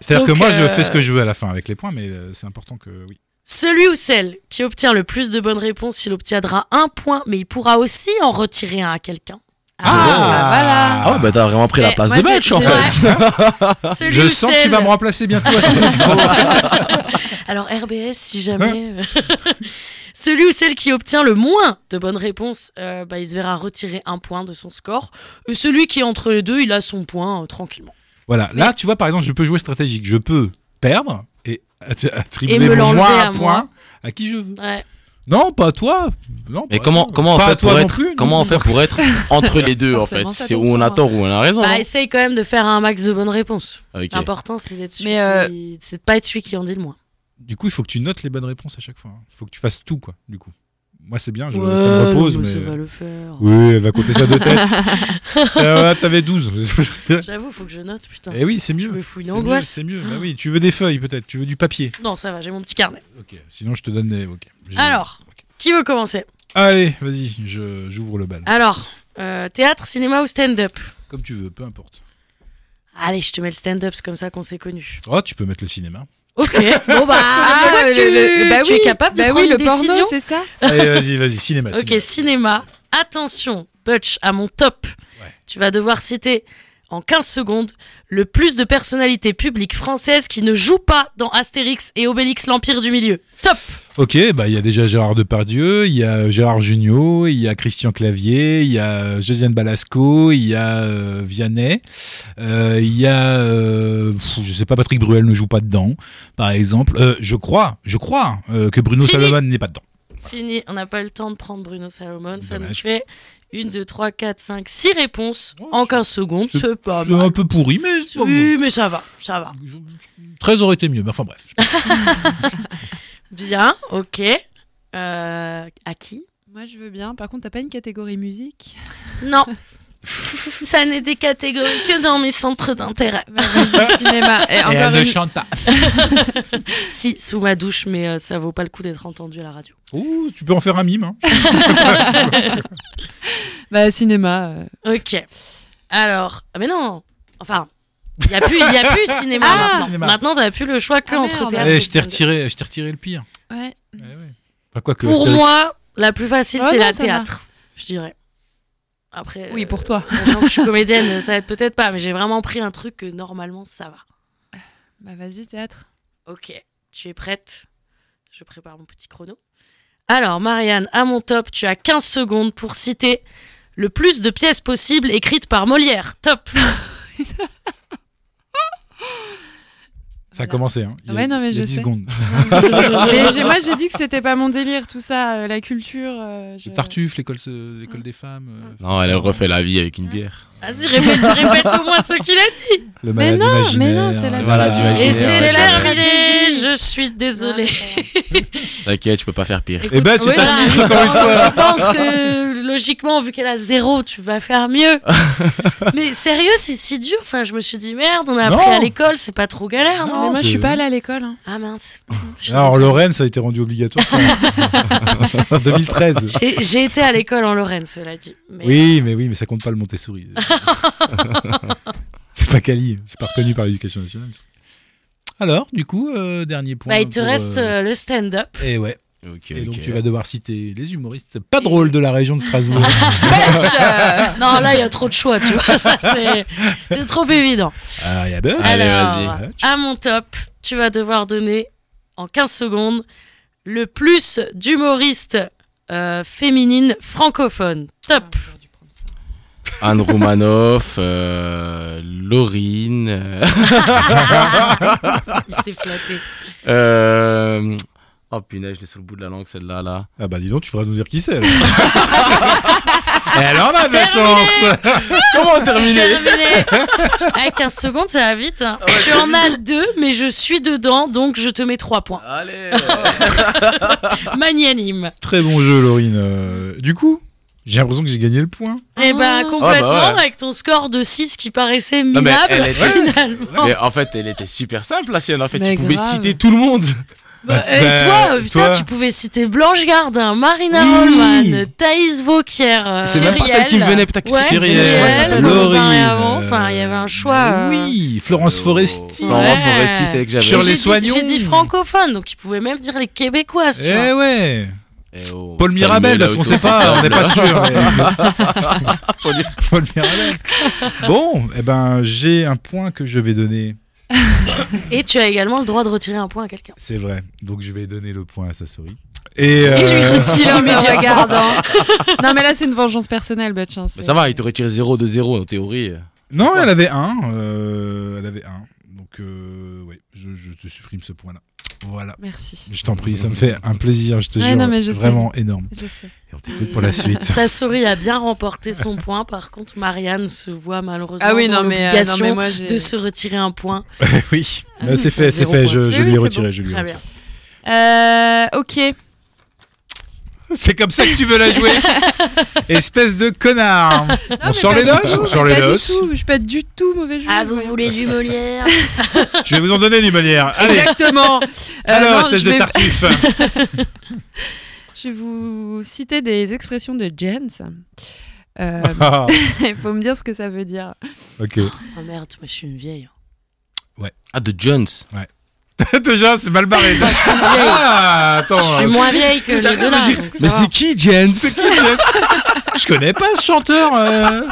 [SPEAKER 1] C'est-à-dire que
[SPEAKER 3] Donc,
[SPEAKER 1] moi,
[SPEAKER 3] euh,
[SPEAKER 1] je fais ce que je veux à la fin avec les points, mais euh, c'est important que oui.
[SPEAKER 3] Celui ou celle qui obtient le plus de bonnes réponses, il obtiendra un point, mais il pourra aussi en retirer un à quelqu'un. bah
[SPEAKER 4] Ah,
[SPEAKER 2] Ah ouais, bah t'as vraiment pris la
[SPEAKER 3] Eh,
[SPEAKER 4] Mais
[SPEAKER 2] place
[SPEAKER 4] moi,
[SPEAKER 2] de
[SPEAKER 4] j'ai-
[SPEAKER 2] match en
[SPEAKER 4] j'ai- Ah,
[SPEAKER 2] fait.
[SPEAKER 1] *laughs*
[SPEAKER 3] voilà. Celui
[SPEAKER 1] Je
[SPEAKER 3] ou
[SPEAKER 1] sens que tu
[SPEAKER 3] celle-
[SPEAKER 1] vas me remplacer bientôt
[SPEAKER 3] *laughs*
[SPEAKER 1] à ce niveau.
[SPEAKER 3] Alors RBS, si jamais. euh, *laughs* Celui ou celle qui obtient le moins de bonnes réponses, euh, bah, il se verra retirer un point de son score. Et celui qui est entre les deux, il a son point euh, tranquillement.
[SPEAKER 1] Voilà, là, tu vois, par exemple, je peux jouer stratégique. Je peux perdre et att- attribuer
[SPEAKER 3] Et me
[SPEAKER 1] mon
[SPEAKER 3] l'enlever
[SPEAKER 1] moins
[SPEAKER 3] à
[SPEAKER 1] un
[SPEAKER 3] moi.
[SPEAKER 1] point à qui je veux.
[SPEAKER 3] Ouais.
[SPEAKER 1] Non, pas à toi. Non,
[SPEAKER 2] Mais
[SPEAKER 1] pas à
[SPEAKER 2] comment,
[SPEAKER 1] toi.
[SPEAKER 2] comment on
[SPEAKER 1] Pas à
[SPEAKER 2] fait
[SPEAKER 1] toi
[SPEAKER 2] pour
[SPEAKER 1] non
[SPEAKER 2] être,
[SPEAKER 1] plus,
[SPEAKER 2] comment on
[SPEAKER 1] non.
[SPEAKER 2] fait pour être entre les
[SPEAKER 3] *laughs*
[SPEAKER 2] deux en fait
[SPEAKER 4] Forcément, ça
[SPEAKER 2] C'est où
[SPEAKER 4] tombe
[SPEAKER 2] on
[SPEAKER 4] sur
[SPEAKER 2] a tort ou on a raison.
[SPEAKER 3] Bah, essaye quand même de faire un max de bonnes réponses.
[SPEAKER 2] hein Ok.
[SPEAKER 3] L'important, Bah, c'est d'être celui
[SPEAKER 4] Mais, euh,
[SPEAKER 3] qui- c'est de pas être celui qui en dit le moins.
[SPEAKER 1] Du coup, il faut que tu notes les bonnes réponses à chaque fois. Il faut que tu fasses tout, quoi. Du coup, moi, c'est bien, je, ça me repose.
[SPEAKER 3] non,
[SPEAKER 1] Mais...
[SPEAKER 3] ça va le faire.
[SPEAKER 1] Oui, elle va compter ça de tête.
[SPEAKER 3] *laughs*
[SPEAKER 1] euh, ouais, T'avais 12.
[SPEAKER 3] J'avoue, faut que je note, putain.
[SPEAKER 1] *laughs* eh oui, c'est
[SPEAKER 3] Je
[SPEAKER 1] mieux.
[SPEAKER 3] me fous une
[SPEAKER 1] C'est mieux,
[SPEAKER 3] angoisse.
[SPEAKER 1] C'est mieux. Bah oui, tu veux des feuilles peut-être, tu veux du papier.
[SPEAKER 3] Non, ça va, j'ai mon petit carnet.
[SPEAKER 1] Ok. Sinon, je te donne des. ok. J'ai-
[SPEAKER 3] Alors,
[SPEAKER 1] Ok.
[SPEAKER 3] qui veut commencer
[SPEAKER 1] Allez, vas-y, je- j'ouvre le bal.
[SPEAKER 3] Alors, euh, théâtre, cinéma ou stand-up
[SPEAKER 1] Comme tu veux, peu importe.
[SPEAKER 3] Allez, je te mets le stand-up, c'est comme ça qu'on s'est connus.
[SPEAKER 1] Oh, tu peux mettre le cinéma.
[SPEAKER 4] *laughs*
[SPEAKER 3] Ok, bon bah, tu vois que
[SPEAKER 4] Ah, le-
[SPEAKER 3] tu,
[SPEAKER 4] le- bah
[SPEAKER 3] tu
[SPEAKER 4] oui,
[SPEAKER 3] es capable de
[SPEAKER 4] bah
[SPEAKER 3] prendre
[SPEAKER 4] oui,
[SPEAKER 3] une
[SPEAKER 4] le
[SPEAKER 3] décision.
[SPEAKER 4] porno, c'est ça
[SPEAKER 1] Allez, vas-y, vas-y, cinéma.
[SPEAKER 3] Ok, cinéma. Attention, Butch, à mon top.
[SPEAKER 1] Ouais.
[SPEAKER 3] Tu vas devoir citer en 15 secondes le plus de personnalités publiques françaises qui ne jouent pas dans Astérix et Obélix l'Empire du Milieu. Top
[SPEAKER 1] Ok, bah il y a déjà Gérard Depardieu, il y a euh, Gérard Jugnot, il y a Christian Clavier, il y a euh, Josiane Balasco, il y a euh, Vianney, euh, il y a euh, pff, je sais pas Patrick Bruel ne joue pas dedans par exemple. Euh, je crois, je crois euh, que Bruno
[SPEAKER 3] Fini.
[SPEAKER 1] Salomon n'est pas dedans.
[SPEAKER 3] Fini, on n'a pas eu le temps de prendre Bruno Salomon. Ça nous
[SPEAKER 1] Dommage.
[SPEAKER 3] fait 1, 2, 3, 4, 5, 6 réponses
[SPEAKER 1] Oh,
[SPEAKER 3] en
[SPEAKER 1] c'est-
[SPEAKER 3] 15 secondes.
[SPEAKER 1] c'est-
[SPEAKER 3] C'est
[SPEAKER 4] Ah
[SPEAKER 3] pas
[SPEAKER 1] C'est
[SPEAKER 4] bah.
[SPEAKER 3] mal.
[SPEAKER 1] un peu pourri mais c'est pas
[SPEAKER 3] Oui, mais ça va, ça va.
[SPEAKER 1] bon. Je- 13 aurait été mieux, mais enfin bref.
[SPEAKER 3] Bien, ok. Euh, à qui
[SPEAKER 4] Moi je veux bien. Par contre, t'as pas une catégorie musique
[SPEAKER 1] *laughs*
[SPEAKER 3] Non. ça n'est des catégories que dans mes centres d'intérêt.
[SPEAKER 4] Bah, *laughs* vas-y, Cinéma. Et
[SPEAKER 1] Et
[SPEAKER 4] *laughs* encore
[SPEAKER 1] elle ne
[SPEAKER 4] une.
[SPEAKER 1] chante pas.
[SPEAKER 3] Si, sous ma douche, mais euh, ça vaut pas le coup d'être entendu à la radio.
[SPEAKER 1] Ouh, tu peux en faire un mime. hein.
[SPEAKER 4] Bah cinéma. euh.
[SPEAKER 3] Ok. Alors, ah, mais non, Enfin, il n'y a plus, il y
[SPEAKER 1] *laughs*
[SPEAKER 3] a plus cinéma.
[SPEAKER 4] Ah,
[SPEAKER 3] maintenant,
[SPEAKER 1] cinéma.
[SPEAKER 3] maintenant t'as plus le choix que
[SPEAKER 4] Ah,
[SPEAKER 3] entre
[SPEAKER 4] merde.
[SPEAKER 3] théâtre.
[SPEAKER 1] Eh,
[SPEAKER 3] et
[SPEAKER 1] je t'ai
[SPEAKER 3] cinéma.
[SPEAKER 1] retiré, je t'ai retiré le pire.
[SPEAKER 4] Ouais.
[SPEAKER 1] Eh ouais. Enfin, quoi que,
[SPEAKER 3] Pour
[SPEAKER 1] Astérix-
[SPEAKER 3] moi, la plus facile,
[SPEAKER 4] Oh
[SPEAKER 3] c'est
[SPEAKER 4] non,
[SPEAKER 3] la
[SPEAKER 4] ça va.
[SPEAKER 3] théâtre, je dirais. Après,
[SPEAKER 4] Oui,
[SPEAKER 3] euh,
[SPEAKER 4] pour toi.
[SPEAKER 3] sachant que je suis comédienne, *laughs* ça va être peut-être pas, mais j'ai vraiment pris un truc que normalement ça va.
[SPEAKER 4] Bah vas-y, théâtre.
[SPEAKER 3] Ok, tu es prête Je prépare mon petit chrono. Alors, Marianne, à mon top, tu as 15 secondes pour citer le plus de pièces possibles écrites par Molière. Top
[SPEAKER 1] ça a
[SPEAKER 4] Voilà.
[SPEAKER 1] commencé. Hein. Il y a,
[SPEAKER 4] Ouais, non, mais
[SPEAKER 1] il y a
[SPEAKER 4] je
[SPEAKER 1] 10
[SPEAKER 4] sais.
[SPEAKER 1] secondes.
[SPEAKER 4] *laughs* Mais j'ai- moi, j'ai dit que c'était pas mon délire, tout ça, euh, la culture. euh, je-
[SPEAKER 1] Tartuffe, l'école, se-
[SPEAKER 4] Mm.
[SPEAKER 1] l'école des femmes. euh,
[SPEAKER 2] Non, elle refait la vie avec une bière.
[SPEAKER 3] Vas-y, répète, répète au moins ce qu'il a dit
[SPEAKER 1] Le
[SPEAKER 4] Mais
[SPEAKER 1] malade
[SPEAKER 4] non,
[SPEAKER 1] imaginaire.
[SPEAKER 4] mais non, c'est la-
[SPEAKER 2] Voilà,
[SPEAKER 3] Et
[SPEAKER 1] Ah,
[SPEAKER 2] Imaginaire,
[SPEAKER 3] c'est
[SPEAKER 2] ouais,
[SPEAKER 3] terminé,
[SPEAKER 4] stratégie.
[SPEAKER 3] je suis désolée.
[SPEAKER 2] T'inquiète, je peux pas faire pire.
[SPEAKER 1] Eh ben, tu
[SPEAKER 4] Oui,
[SPEAKER 1] t'as
[SPEAKER 3] *laughs*
[SPEAKER 4] voilà.
[SPEAKER 1] six encore une fois.
[SPEAKER 3] Je pense que logiquement, vu qu'elle a zéro, tu vas
[SPEAKER 1] *laughs*
[SPEAKER 3] faire mieux. Mais sérieux, c'est si dur. Enfin, je me suis dit merde, on a
[SPEAKER 1] Non.
[SPEAKER 3] appris à l'école, c'est pas trop galère,
[SPEAKER 4] Non,
[SPEAKER 3] non,
[SPEAKER 4] mais moi, je
[SPEAKER 1] c'est-
[SPEAKER 4] suis pas allée à l'école. hein.
[SPEAKER 3] Ah mince. Je suis
[SPEAKER 1] Alors,
[SPEAKER 3] désolée.
[SPEAKER 1] Lorraine, ça a été rendu obligatoire
[SPEAKER 4] *laughs*
[SPEAKER 1] en 2013.
[SPEAKER 3] J'ai- J'ai été à l'école en Lorraine, cela dit. Mais
[SPEAKER 1] Oui, mais oui, mais ça compte pas le
[SPEAKER 4] *laughs*
[SPEAKER 1] Montessori. c'est pas quali, c'est pas reconnu par l'éducation nationale. Alors, du coup, euh, dernier point.
[SPEAKER 3] Bah, il te
[SPEAKER 1] pour,
[SPEAKER 3] reste
[SPEAKER 1] euh,
[SPEAKER 3] euh,
[SPEAKER 1] *laughs*
[SPEAKER 3] le stand-up. *laughs*
[SPEAKER 1] Et ouais.
[SPEAKER 2] Ok,
[SPEAKER 1] Et donc,
[SPEAKER 2] ok.
[SPEAKER 1] tu vas devoir citer les humoristes pas drôles de la région de
[SPEAKER 4] *laughs*
[SPEAKER 1] Strasbourg.
[SPEAKER 3] non, là, il y a trop de choix, tu vois. Ça, c'est c'est trop évident.
[SPEAKER 1] Ah, il y a ben.
[SPEAKER 2] Allez,
[SPEAKER 3] Alors,
[SPEAKER 1] vas-y.
[SPEAKER 3] à mon top, tu vas devoir donner en 15 secondes le plus d'humoristes euh, féminines francophones. Top.
[SPEAKER 2] Anne Roumanoff, euh, Laurine, euh,
[SPEAKER 3] Il s'est flatté.
[SPEAKER 2] euh, oh punaise, je l'ai sur le bout de la langue celle-là là.
[SPEAKER 1] Ah, bah, dis donc, tu pourras nous dire qui c'est. alors. Elle en a de la chance.
[SPEAKER 2] *laughs* Comment terminer
[SPEAKER 3] Terminé. À 15 secondes, ça va vite. hein. tu en as deux, mais je suis dedans, donc je te mets 3 points.
[SPEAKER 2] *laughs* Allez.
[SPEAKER 3] Magnanime.
[SPEAKER 1] Très bon jeu, Laurine. Euh, du coup, j'ai l'impression que j'ai gagné le point.
[SPEAKER 3] Eh ben,
[SPEAKER 4] Ah.
[SPEAKER 3] complètement,
[SPEAKER 2] Ah bah ouais.
[SPEAKER 3] avec ton score de 6 qui paraissait
[SPEAKER 2] mais
[SPEAKER 3] minable,
[SPEAKER 2] elle était-
[SPEAKER 3] finalement.
[SPEAKER 2] Mais en fait, elle était super simple la sienne. En fait,
[SPEAKER 4] Mais
[SPEAKER 2] tu pouvais
[SPEAKER 4] grave.
[SPEAKER 2] citer tout le monde.
[SPEAKER 3] Bah,
[SPEAKER 1] Bah,
[SPEAKER 3] et
[SPEAKER 1] bah,
[SPEAKER 3] toi, euh, putain,
[SPEAKER 1] toi.
[SPEAKER 3] tu pouvais citer Blanche Gardin, Marina
[SPEAKER 1] Oui.
[SPEAKER 3] Rollman, Thaïs Vauquier, euh,
[SPEAKER 2] C'est même pas
[SPEAKER 3] Cyrielle.
[SPEAKER 2] celle qui me venait, putain, que
[SPEAKER 3] Ouais,
[SPEAKER 2] Cyrielle.
[SPEAKER 3] Cyrielle,
[SPEAKER 2] Comment elle s'appelle
[SPEAKER 3] Laurine.
[SPEAKER 1] Laurine.
[SPEAKER 3] avant. Enfin, il y avait un choix,
[SPEAKER 1] Euh,
[SPEAKER 3] euh.
[SPEAKER 1] Oui, Florence Foresti.
[SPEAKER 2] Oh. Florence
[SPEAKER 3] Ouais.
[SPEAKER 2] Foresti, c'est elle que j'avais.
[SPEAKER 1] Sur
[SPEAKER 3] Et
[SPEAKER 1] les
[SPEAKER 3] j'ai dit-
[SPEAKER 1] soignants.
[SPEAKER 3] J'ai dit francophone, donc ils pouvaient même dire les québécoises. tu vois.
[SPEAKER 1] Eh ouais.
[SPEAKER 2] Eh oh, on va
[SPEAKER 1] Paul
[SPEAKER 2] se
[SPEAKER 1] Mirabel,
[SPEAKER 2] calmer, là,
[SPEAKER 1] parce qu'on
[SPEAKER 2] autour
[SPEAKER 1] sait
[SPEAKER 2] de cette
[SPEAKER 1] pas, on
[SPEAKER 2] table.
[SPEAKER 1] n'est pas sûr. mais- Paul Mirabel. Bon, eh ben, j'ai un point que je vais donner. Eh.
[SPEAKER 3] Et tu as également le droit de retirer un point à quelqu'un.
[SPEAKER 1] C'est vrai. Donc, je vais donner le point à sa souris. Et,
[SPEAKER 3] Et lui,
[SPEAKER 1] euh, *laughs*
[SPEAKER 3] dit-il
[SPEAKER 4] Non,
[SPEAKER 3] en
[SPEAKER 4] mais
[SPEAKER 3] médiateur.
[SPEAKER 4] regarde. hein. Non, mais là, c'est une vengeance personnelle, Butch. hein,
[SPEAKER 2] Mais
[SPEAKER 4] c'est-
[SPEAKER 2] ça va, il te retire 0 de 0 en théorie.
[SPEAKER 1] non, elle avait un. euh, elle avait un. Donc, euh, ouais, je, je te supprime ce point-là. Voilà.
[SPEAKER 4] Merci.
[SPEAKER 1] Je t'en prie, ça me fait un plaisir, je te
[SPEAKER 4] Ouais,
[SPEAKER 1] jure.
[SPEAKER 4] non, mais je sais.
[SPEAKER 1] vraiment énorme.
[SPEAKER 4] Je sais.
[SPEAKER 1] Et on t'écoute *laughs* pour la suite.
[SPEAKER 3] Sa souris a bien remporté son point. Par contre, Marianne se voit malheureusement
[SPEAKER 4] Ah oui, non
[SPEAKER 3] dans
[SPEAKER 4] mais, euh,
[SPEAKER 3] l'obligation
[SPEAKER 4] non, mais moi, j'ai-
[SPEAKER 3] de se retirer un point.
[SPEAKER 1] *laughs* oui,
[SPEAKER 3] Ah,
[SPEAKER 1] Mais Bah, c'est
[SPEAKER 3] ils sont
[SPEAKER 1] fait, c'est
[SPEAKER 3] zéro
[SPEAKER 1] fait.
[SPEAKER 3] point.
[SPEAKER 1] Je, je
[SPEAKER 4] Oui,
[SPEAKER 1] lui ai
[SPEAKER 4] oui, c'est
[SPEAKER 1] retiré, je lui ai
[SPEAKER 3] Très
[SPEAKER 1] retiré.
[SPEAKER 3] bien.
[SPEAKER 4] Euh, ok.
[SPEAKER 1] C'est comme ça que tu veux la jouer Espèce de connard
[SPEAKER 4] Non, mais
[SPEAKER 1] sort
[SPEAKER 4] pas
[SPEAKER 1] les
[SPEAKER 4] du
[SPEAKER 1] doses,
[SPEAKER 4] tout,
[SPEAKER 1] on
[SPEAKER 4] mais
[SPEAKER 1] sort les
[SPEAKER 4] pas du
[SPEAKER 1] doses.
[SPEAKER 4] tout, Je suis pas du tout mauvais joueur.
[SPEAKER 3] Ah, vous voulez du
[SPEAKER 4] *laughs*
[SPEAKER 3] Molière
[SPEAKER 1] Je vais vous en donner du Molière. Allez,
[SPEAKER 4] Exactement. Euh,
[SPEAKER 1] alors,
[SPEAKER 4] non,
[SPEAKER 1] espèce
[SPEAKER 4] je
[SPEAKER 1] de
[SPEAKER 4] vais-
[SPEAKER 1] tartuffe
[SPEAKER 4] Je vais vous citer des expressions de Jens. Euh,
[SPEAKER 1] Ah,
[SPEAKER 4] *laughs* Il faut me dire ce que ça veut dire.
[SPEAKER 1] Ok. *laughs*
[SPEAKER 3] Oh merde, moi je suis une vieille. hein.
[SPEAKER 2] Ah, de Jones.
[SPEAKER 1] Déjà, c'est mal barré. ah,
[SPEAKER 3] Je suis
[SPEAKER 1] attends.
[SPEAKER 3] moins vieille
[SPEAKER 1] *laughs*
[SPEAKER 3] que les
[SPEAKER 1] J'arrive
[SPEAKER 3] deux
[SPEAKER 1] à
[SPEAKER 3] là.
[SPEAKER 1] dire,
[SPEAKER 3] donc ça
[SPEAKER 2] Mais
[SPEAKER 3] va.
[SPEAKER 2] c'est qui Jones
[SPEAKER 1] C'est qui, Jens Je connais pas ce chanteur. euh,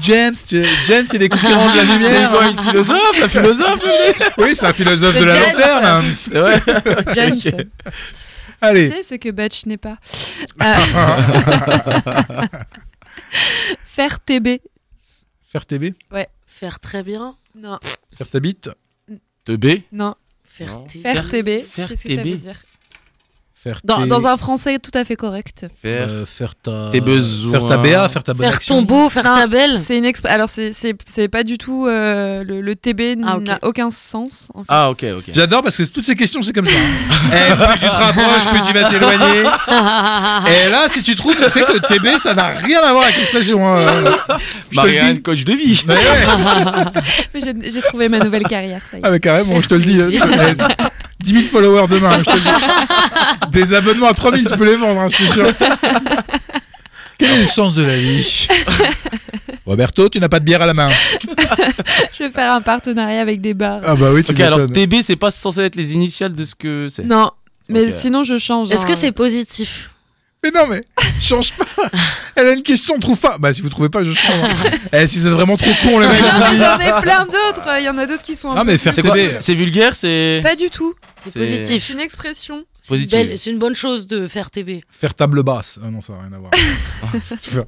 [SPEAKER 1] Jens, tu- Jens, il est concurrent de la
[SPEAKER 2] C'est
[SPEAKER 1] lumière.
[SPEAKER 2] quoi, une philosophe La philosophe
[SPEAKER 1] Oui, c'est un philosophe
[SPEAKER 3] Le
[SPEAKER 1] de la
[SPEAKER 3] Jens.
[SPEAKER 1] lanterne. hein.
[SPEAKER 2] C'est vrai.
[SPEAKER 4] Jens, tu
[SPEAKER 1] Allez.
[SPEAKER 4] sais ce que Butch n'est
[SPEAKER 2] *laughs*
[SPEAKER 4] pas. Euh, *laughs* Faire TB.
[SPEAKER 1] Faire tes baies,
[SPEAKER 3] Faire très bien.
[SPEAKER 4] Non,
[SPEAKER 1] faire ta bite,
[SPEAKER 2] De B
[SPEAKER 4] non.
[SPEAKER 3] Faire
[SPEAKER 2] Non.
[SPEAKER 3] tes-
[SPEAKER 4] Faire TB.
[SPEAKER 2] Faire
[SPEAKER 4] Qu'est-ce que ça
[SPEAKER 2] TB.
[SPEAKER 4] veut dire
[SPEAKER 1] faire
[SPEAKER 4] dans,
[SPEAKER 1] tes...
[SPEAKER 4] dans un français tout à fait correct.
[SPEAKER 2] Faire.
[SPEAKER 1] euh, faire ta...
[SPEAKER 2] tes besoins.
[SPEAKER 1] Faire ta BA, faire ta bonne
[SPEAKER 3] Faire
[SPEAKER 1] action.
[SPEAKER 3] ton beau, faire ta
[SPEAKER 4] *laughs*
[SPEAKER 3] belle. *laughs*
[SPEAKER 4] Ah. C'est une exp- Alors c'est- c'est c'est pas du tout euh, le, le TB
[SPEAKER 3] Ah, ok.
[SPEAKER 4] n'a aucun sens. En fait.
[SPEAKER 2] Ah, ok, ok.
[SPEAKER 1] J'adore parce que toutes ces questions, c'est comme *laughs* ça. Eh, plus tu te rapproches, plus tu vas t'éloigner.
[SPEAKER 4] *laughs*
[SPEAKER 1] Et là, si tu trouves, c'est que TB, ça n'a rien à voir avec l'expression. hein. Je te le
[SPEAKER 2] Marianne,
[SPEAKER 1] dis.
[SPEAKER 2] coach de vie.
[SPEAKER 1] Ouais, ouais.
[SPEAKER 4] *laughs* Mais J'ai j'ai trouvé ma nouvelle carrière. Ça y est.
[SPEAKER 1] Ah, mais carrément, je te le dis.
[SPEAKER 4] *laughs*
[SPEAKER 1] euh, eh, 10 000 followers demain, hein, je te le dis. Des abonnements à 3 000,
[SPEAKER 4] *laughs*
[SPEAKER 1] tu peux les vendre, hein, je te jure. Quel est le sens de la vie Roberto, tu n'as pas de bière à la main.
[SPEAKER 2] Ah.
[SPEAKER 4] Je vais faire un partenariat avec des bars.
[SPEAKER 1] Ah bah oui, tu
[SPEAKER 2] Ok, alors
[SPEAKER 1] m'étonnes.
[SPEAKER 2] TB, c'est pas censé être les initiales de ce que c'est.
[SPEAKER 4] Non, mais
[SPEAKER 2] Ok.
[SPEAKER 4] sinon je change.
[SPEAKER 3] Est-ce
[SPEAKER 4] hein.
[SPEAKER 2] euh,
[SPEAKER 3] que c'est positif
[SPEAKER 1] Mais non, mais change pas. Elle a une question, on trouve pas. Bah si vous trouvez pas, je change. eh, si vous êtes vraiment trop con, les
[SPEAKER 4] *laughs*
[SPEAKER 1] mecs.
[SPEAKER 4] *laughs* Non, mais J'en ai plein d'autres. Il y en a d'autres qui sont. un
[SPEAKER 1] Non
[SPEAKER 4] peu
[SPEAKER 1] mais faire
[SPEAKER 2] C'est quoi
[SPEAKER 1] TB.
[SPEAKER 2] C'est c'est vulgaire, c'est
[SPEAKER 4] plus- Pas du tout.
[SPEAKER 3] C'est
[SPEAKER 2] C'est-
[SPEAKER 4] C'est
[SPEAKER 3] positif.
[SPEAKER 4] une expression.
[SPEAKER 2] positif.
[SPEAKER 3] Belle- C'est une bonne chose de faire TB.
[SPEAKER 1] Faire table basse. Ah non, ça n'a rien à voir. Tu vois.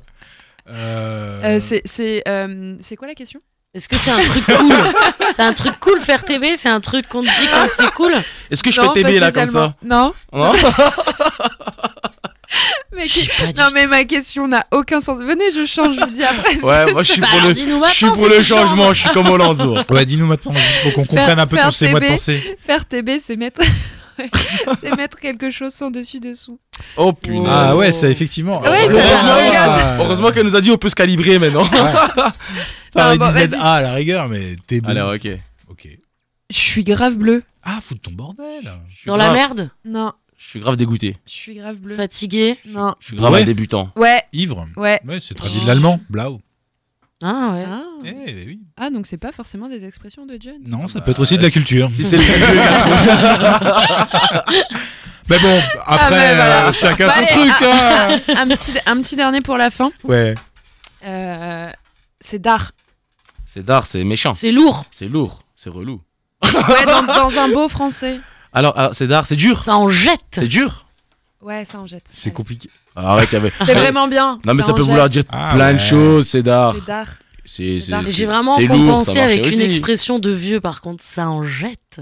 [SPEAKER 1] Euh,
[SPEAKER 4] Euh, c'est c'est euh, c'est quoi la question
[SPEAKER 3] Est-ce que c'est un truc
[SPEAKER 2] *laughs*
[SPEAKER 3] cool C'est un truc cool faire TB C'est un truc qu'on te dit quand c'est cool
[SPEAKER 2] Est-ce que je
[SPEAKER 4] Non,
[SPEAKER 2] fais
[SPEAKER 4] pas
[SPEAKER 2] TB là comme ça
[SPEAKER 4] spécialement. Non. *laughs*
[SPEAKER 2] Non
[SPEAKER 4] Mais
[SPEAKER 3] Je sais pas du
[SPEAKER 4] Non mais ma question n'a aucun sens. Venez, je change, je vous dis après. *laughs*
[SPEAKER 2] Ouais, moi je suis
[SPEAKER 3] Bah,
[SPEAKER 2] pour le,
[SPEAKER 3] dis-nous
[SPEAKER 2] je suis
[SPEAKER 3] maintenant,
[SPEAKER 2] pour
[SPEAKER 3] si
[SPEAKER 2] le
[SPEAKER 3] tu changes.
[SPEAKER 2] changement, je suis comme Hollande.
[SPEAKER 1] Ouais, dis-nous maintenant pour qu'on comprenne un peu
[SPEAKER 4] faire
[SPEAKER 1] tous ces mois de
[SPEAKER 4] TB.
[SPEAKER 1] pensée.
[SPEAKER 4] Faire TB, c'est mettre *laughs* c'est mettre quelque chose sans dessus dessous.
[SPEAKER 2] *laughs* Oh punaise.
[SPEAKER 1] Ah ouais, ça effectivement.
[SPEAKER 4] Ouais, ça
[SPEAKER 2] heureusement
[SPEAKER 4] va,
[SPEAKER 1] Ah.
[SPEAKER 2] heureusement qu'elle nous a dit on peut se calibrer maintenant.
[SPEAKER 1] Ça aurait
[SPEAKER 4] Non, bon,
[SPEAKER 1] dit
[SPEAKER 4] vas-y.
[SPEAKER 1] ZA à la rigueur, mais TB.
[SPEAKER 2] *laughs* Alors ok.
[SPEAKER 1] Ok.
[SPEAKER 4] Je suis grave bleu.
[SPEAKER 1] Ah, foutre ton bordel.
[SPEAKER 2] Je suis
[SPEAKER 3] Dans la
[SPEAKER 2] grave-
[SPEAKER 3] merde
[SPEAKER 4] Non,
[SPEAKER 2] Je suis grave dégoûté.
[SPEAKER 4] je suis grave bleu.
[SPEAKER 3] Fatigué
[SPEAKER 4] Non.
[SPEAKER 2] Je suis grave
[SPEAKER 1] Ouais.
[SPEAKER 2] un débutant.
[SPEAKER 4] Ouais,
[SPEAKER 1] Ivre.
[SPEAKER 4] ouais.
[SPEAKER 1] Ouais, c'est traduit de l'allemand. Blau.
[SPEAKER 3] Ah ouais.
[SPEAKER 4] Ah,
[SPEAKER 1] Eh, ben oui.
[SPEAKER 4] Ah, donc c'est pas forcément des expressions de Jones.
[SPEAKER 1] Non, ça
[SPEAKER 2] Bah,
[SPEAKER 1] peut être aussi de la culture.
[SPEAKER 2] Si c'est le cas, je vais-
[SPEAKER 1] Mais bon, après,
[SPEAKER 4] ben voilà. ah,
[SPEAKER 1] euh, chacun son
[SPEAKER 4] Allez,
[SPEAKER 1] truc. hein.
[SPEAKER 4] Un petit un petit dernier pour la fin.
[SPEAKER 1] Ouais.
[SPEAKER 4] Euh, c'est d'art.
[SPEAKER 2] c'est d'art, c'est méchant,
[SPEAKER 3] C'est lourd.
[SPEAKER 2] c'est lourd, c'est relou.
[SPEAKER 4] Ouais, dans, dans un beau français.
[SPEAKER 2] Alors ah, c'est d'art, c'est dur,
[SPEAKER 3] Ça en jette.
[SPEAKER 2] c'est dur.
[SPEAKER 4] Ouais, ça en jette.
[SPEAKER 1] C'est compliqué.
[SPEAKER 2] Ah ouais, t'avais-
[SPEAKER 4] C'est vraiment bien.
[SPEAKER 2] Non mais ça,
[SPEAKER 4] en
[SPEAKER 2] peut
[SPEAKER 4] jette.
[SPEAKER 2] vouloir dire
[SPEAKER 1] Ah
[SPEAKER 2] plein
[SPEAKER 1] ouais.
[SPEAKER 2] de choses, c'est d'art.
[SPEAKER 4] C'est d'art.
[SPEAKER 2] C'est
[SPEAKER 4] c'est
[SPEAKER 2] c'est-
[SPEAKER 4] d'art.
[SPEAKER 2] c'est-
[SPEAKER 3] J'ai vraiment
[SPEAKER 2] c'est lourd,
[SPEAKER 3] compensé
[SPEAKER 2] ça marchait
[SPEAKER 3] avec
[SPEAKER 2] aussi.
[SPEAKER 3] une expression de vieux, par contre, ça en jette.
[SPEAKER 1] *laughs*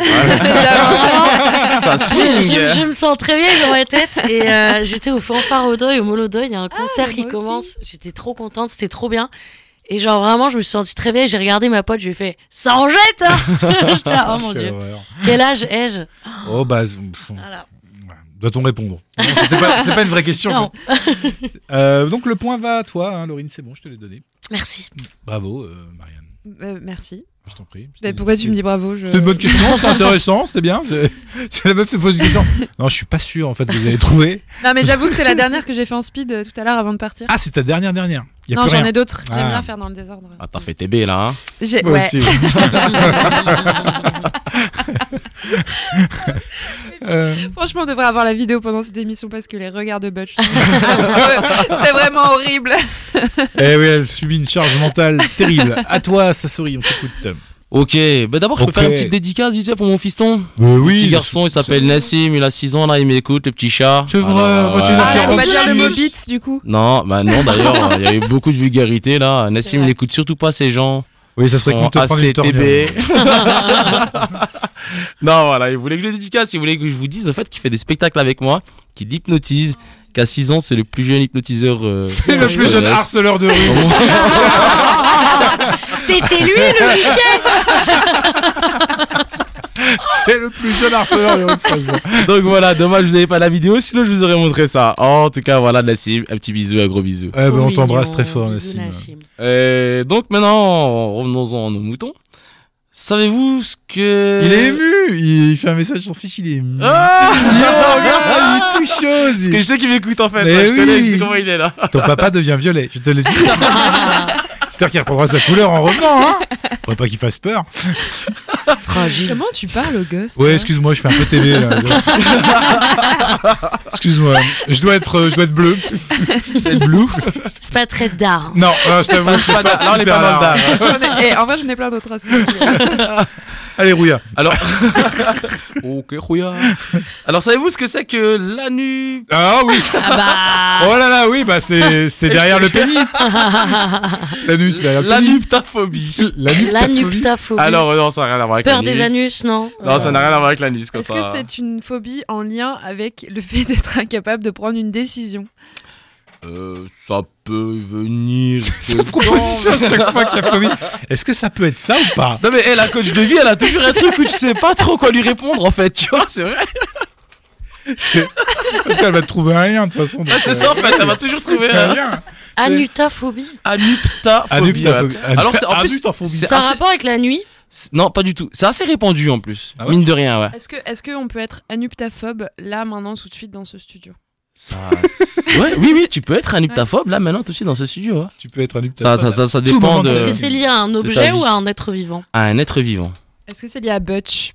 [SPEAKER 2] Ah. Ça
[SPEAKER 3] Je,
[SPEAKER 2] swing.
[SPEAKER 3] je- je me sens très bien dans ma tête.
[SPEAKER 1] *laughs*
[SPEAKER 3] Et euh, j'étais au Fanfare au Deuil, au Molo Deuil. Il y
[SPEAKER 1] Ah,
[SPEAKER 3] a un concert
[SPEAKER 4] moi
[SPEAKER 3] qui
[SPEAKER 4] aussi.
[SPEAKER 3] commence. J'étais trop contente, c'était trop bien. Et genre, vraiment, je me suis sentie très bien. J'ai regardé ma pote, je lui ai fait Ça en jette hein
[SPEAKER 1] *laughs*
[SPEAKER 3] J'étais là, Oh mon
[SPEAKER 1] Quelle
[SPEAKER 3] dieu.
[SPEAKER 1] horreur.
[SPEAKER 3] Quel âge ai-je
[SPEAKER 1] Oh, bah. z- pff,
[SPEAKER 3] Voilà.
[SPEAKER 1] ouais. Doit-on répondre Non, C'était pas, c'était pas une vraie question.
[SPEAKER 3] Non.
[SPEAKER 1] Euh, donc le point va à toi, hein, Laurine, c'est bon, je te l'ai donné.
[SPEAKER 3] Merci.
[SPEAKER 1] Bravo, euh, Marianne.
[SPEAKER 4] Euh, merci.
[SPEAKER 1] Je t'en prie.
[SPEAKER 4] Mais Pourquoi tu me dis bravo je...
[SPEAKER 1] C'est une bonne question,
[SPEAKER 4] *laughs*
[SPEAKER 1] c'est intéressant, c'était bien. C'est c'est la meuf te pose une question. Non, je suis pas sûr en fait que vous avez trouvé.
[SPEAKER 4] Non, mais j'avoue que c'est la dernière que j'ai fait en speed euh, tout à l'heure avant de partir.
[SPEAKER 1] Ah, c'est ta dernière dernière. Y a
[SPEAKER 4] non,
[SPEAKER 1] plus
[SPEAKER 4] j'en
[SPEAKER 1] rien.
[SPEAKER 4] ai d'autres. J'aime
[SPEAKER 1] Ah.
[SPEAKER 4] bien faire dans le désordre.
[SPEAKER 2] Ah t'as fait TB là. Hein.
[SPEAKER 4] J'ai-
[SPEAKER 1] Moi
[SPEAKER 4] ouais.
[SPEAKER 1] aussi,
[SPEAKER 4] *laughs*
[SPEAKER 1] oui. *laughs* Euh,
[SPEAKER 4] Franchement, on devrait avoir la vidéo pendant cette émission parce que les regards de Butch, sont- *laughs* c'est vraiment horrible.
[SPEAKER 2] Euh,
[SPEAKER 1] eh oui, elle subit une charge mentale terrible. À toi, Sassori, on
[SPEAKER 2] Euh,
[SPEAKER 1] t'écoute.
[SPEAKER 2] Ok, bah d'abord je
[SPEAKER 1] Ok.
[SPEAKER 2] peux faire une petite dédicace vite fait pour mon fiston.
[SPEAKER 1] Euh, oui,
[SPEAKER 2] petit garçon, il s'appelle Nassim, il a 6 ans là, il m'écoute, le petit chat.
[SPEAKER 1] C'est vrai,
[SPEAKER 2] Alors,
[SPEAKER 1] vois-tu,
[SPEAKER 2] ouais.
[SPEAKER 1] la
[SPEAKER 4] Ah, on va
[SPEAKER 3] Merci.
[SPEAKER 4] dire le mot beat, du coup.
[SPEAKER 2] Non, bah non d'ailleurs, il y a eu beaucoup de vulgarité là. Nassim,
[SPEAKER 4] vrai.
[SPEAKER 2] il écoute surtout pas ces gens.
[SPEAKER 1] Oui, ça serait cool de te
[SPEAKER 2] en
[SPEAKER 1] prendre une
[SPEAKER 2] ACTB.
[SPEAKER 1] torgnole.
[SPEAKER 2] *laughs* non, voilà, il voulait que je le dédicace, il voulait que je vous dise en fait qu'il fait des spectacles avec moi, qu'il hypnotise, qu'à 6 ans c'est le plus jeune hypnotiseur. euh,
[SPEAKER 1] C'est
[SPEAKER 2] que
[SPEAKER 1] le
[SPEAKER 2] je
[SPEAKER 1] plus jeune
[SPEAKER 2] connaisse.
[SPEAKER 1] harceleur de rue.
[SPEAKER 3] C'était lui
[SPEAKER 1] *laughs*
[SPEAKER 3] le week-end
[SPEAKER 1] *laughs* C'est le plus jeune harceleur de rue. ça se voit.
[SPEAKER 2] *laughs* Donc voilà, dommage vous avez pas la vidéo, sinon je vous aurais montré ça. en tout cas, voilà, Nassim, un petit bisou, un gros bisou.
[SPEAKER 1] Eh ben,
[SPEAKER 3] Trop
[SPEAKER 1] on t'embrasse
[SPEAKER 3] mignon.
[SPEAKER 1] très fort,
[SPEAKER 3] Bisous,
[SPEAKER 1] Nassim.
[SPEAKER 3] Nachim.
[SPEAKER 2] Et donc maintenant, revenons-en à nos moutons. Savez-vous ce que...
[SPEAKER 1] Il est ému, il fait un message à son fils, il est ému.
[SPEAKER 2] Ah
[SPEAKER 1] C'est mignon, regarde, il est tout chaud.
[SPEAKER 2] Parce *laughs* que je sais qu'il m'écoute en fait,
[SPEAKER 1] Mais
[SPEAKER 2] Ouais, je connais,
[SPEAKER 1] oui.
[SPEAKER 2] je sais comment il est là.
[SPEAKER 1] Ton papa devient violet, je te le dis.
[SPEAKER 3] Ah,
[SPEAKER 1] J'espère qu'il reprendra sa couleur en revenant. Hein Faudrait pas qu'il fasse peur.
[SPEAKER 3] fragile.
[SPEAKER 4] Comment tu parles au gosse
[SPEAKER 1] Ouais, excuse-moi, je fais un peu TV là. excuse-moi, je dois être, euh, je dois être bleu. Je dois être bleu.
[SPEAKER 3] C'est pas
[SPEAKER 1] *laughs*
[SPEAKER 3] très d'art.
[SPEAKER 1] Non, non, je t'avoue, c'est pas,
[SPEAKER 2] Là, on est
[SPEAKER 1] super
[SPEAKER 2] pas mal
[SPEAKER 1] rare.
[SPEAKER 2] d'art.
[SPEAKER 4] Et en vrai, j'en ai plein
[SPEAKER 2] *laughs*
[SPEAKER 4] d'autres aussi.
[SPEAKER 1] Allez, Rouya.
[SPEAKER 2] Alors.
[SPEAKER 1] hein.
[SPEAKER 2] ok, rouillard. Alors, savez-vous ce que c'est que l'anu.
[SPEAKER 1] Ah oui.
[SPEAKER 3] Ah
[SPEAKER 1] Oh là là, oui, bah c'est, c'est derrière le pénis. L'anus, derrière le pénis.
[SPEAKER 2] L'anuptaphobie
[SPEAKER 3] bah,
[SPEAKER 1] L'anus.
[SPEAKER 3] la
[SPEAKER 2] *laughs*
[SPEAKER 1] L'anus.
[SPEAKER 3] nuptaphobie.
[SPEAKER 2] Alors, euh, non, ça n'a rien à voir avec
[SPEAKER 3] Peur
[SPEAKER 2] l'anus.
[SPEAKER 3] des anus, non Euh,
[SPEAKER 2] Non, ça n'a rien à voir avec l'anus comme
[SPEAKER 4] Est-ce
[SPEAKER 2] ça.
[SPEAKER 4] que c'est une phobie en lien avec le fait d'être incapable de prendre une décision
[SPEAKER 2] Euh, ça peut venir.
[SPEAKER 1] Sa proposition à chaque fois qu'il y a famille. Est-ce que ça peut être ça ou pas
[SPEAKER 2] Non mais eh, la coach de vie elle a toujours un truc où tu sais pas trop quoi lui répondre en fait tu vois c'est vrai
[SPEAKER 1] Parce qu'elle va te trouver un lien de toute façon. donc,
[SPEAKER 2] Ah, c'est
[SPEAKER 1] euh,
[SPEAKER 2] ça en fait elle va toujours trouver
[SPEAKER 1] un
[SPEAKER 2] un
[SPEAKER 1] lien.
[SPEAKER 3] Anutaphobie.
[SPEAKER 2] anuptaphobie
[SPEAKER 1] Anuptaphobie.
[SPEAKER 2] ouais. hein. alors c'est en plus
[SPEAKER 1] Anuptaphobie.
[SPEAKER 2] c'est
[SPEAKER 3] Ça a
[SPEAKER 2] assez-
[SPEAKER 3] rapport avec la nuit
[SPEAKER 2] c'est- non pas du tout c'est assez répandu en plus
[SPEAKER 1] Ah ouais
[SPEAKER 2] mine de rien ouais
[SPEAKER 4] Est-ce que est-ce qu'on peut être anuptaphobe là maintenant tout de suite dans ce studio
[SPEAKER 2] Ça, c'est- ouais, oui, oui, tu peux être un nyctaphobe là maintenant tout de suite dans ce studio. hein.
[SPEAKER 1] Tu peux être un
[SPEAKER 2] Ça,
[SPEAKER 1] luptaphobe.
[SPEAKER 2] ça, ça, ça
[SPEAKER 1] Tout moment
[SPEAKER 2] dépend Euh, de,
[SPEAKER 1] de-
[SPEAKER 3] Est-ce que c'est lié à un objet
[SPEAKER 2] vie.
[SPEAKER 3] ou à un être vivant
[SPEAKER 2] à un être vivant.
[SPEAKER 4] Est-ce que c'est lié à Butch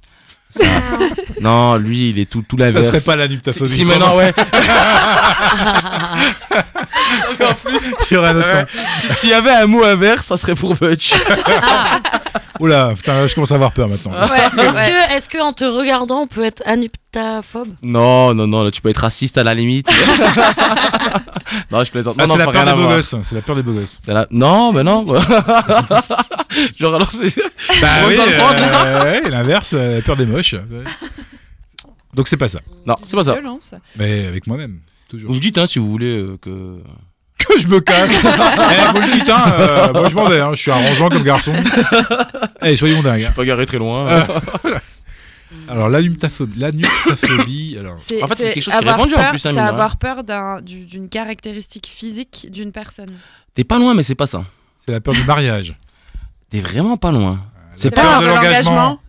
[SPEAKER 2] Non, lui, il est tout, tout
[SPEAKER 1] Ça
[SPEAKER 2] l'inverse.
[SPEAKER 1] serait pas la
[SPEAKER 2] si,
[SPEAKER 1] nuptaphobie.
[SPEAKER 2] si maintenant, ouais.
[SPEAKER 1] Il y aura un autre nom.
[SPEAKER 2] Si- S'il y avait un mot inverse, ça serait pour Butch.
[SPEAKER 1] Oula, putain, je commence à avoir peur maintenant.
[SPEAKER 2] Ah.
[SPEAKER 3] Est-ce que, est-ce que en te regardant, on peut être anuptaphobe
[SPEAKER 2] Non, non, non, là, tu peux être raciste à
[SPEAKER 1] *laughs*
[SPEAKER 2] la limite. non, je plaisante.
[SPEAKER 1] Ah, c'est
[SPEAKER 2] Non, non,
[SPEAKER 1] la
[SPEAKER 2] faut
[SPEAKER 1] peur
[SPEAKER 2] rien
[SPEAKER 1] des beaux
[SPEAKER 2] avoir.
[SPEAKER 1] gosses. C'est la peur des beaux
[SPEAKER 2] *laughs*
[SPEAKER 1] gosses.
[SPEAKER 2] C'est la- Non, mais non. *laughs* Genre, alors, c'est.
[SPEAKER 1] Bah
[SPEAKER 2] Grosse
[SPEAKER 1] oui,
[SPEAKER 2] dans le ventre,
[SPEAKER 1] euh, ouais, l'inverse, euh, la peur des moches. Donc c'est pas ça.
[SPEAKER 2] Non, c'est pas ça.
[SPEAKER 4] Violence.
[SPEAKER 1] Mais avec moi-même,
[SPEAKER 2] Vous
[SPEAKER 1] toujours.
[SPEAKER 2] me dites, hein, si vous voulez euh, que.
[SPEAKER 1] Que je me casse *laughs* Eh, vous le dites, hein, euh, moi je m'en vais, hein, je suis arrangeant comme *laughs* garçon. Eh, soyons dingues. hein.
[SPEAKER 2] Pas garer très loin.
[SPEAKER 1] Alors, la nuptaphobie, la *laughs* nuptaphobie, alors...
[SPEAKER 2] En fait, c'est quelque chose qui est
[SPEAKER 4] avoir
[SPEAKER 2] répandu, en
[SPEAKER 4] peur-
[SPEAKER 2] plus, hein,
[SPEAKER 4] C'est
[SPEAKER 2] mine de rien.
[SPEAKER 4] avoir peur d'un- du- d'une caractéristique physique d'une personne.
[SPEAKER 2] T'es pas loin, mais c'est pas ça.
[SPEAKER 1] C'est la peur du mariage.
[SPEAKER 2] T'es vraiment pas loin. C'est
[SPEAKER 1] La peur
[SPEAKER 4] pas
[SPEAKER 1] de
[SPEAKER 4] avoir
[SPEAKER 1] l'engagement.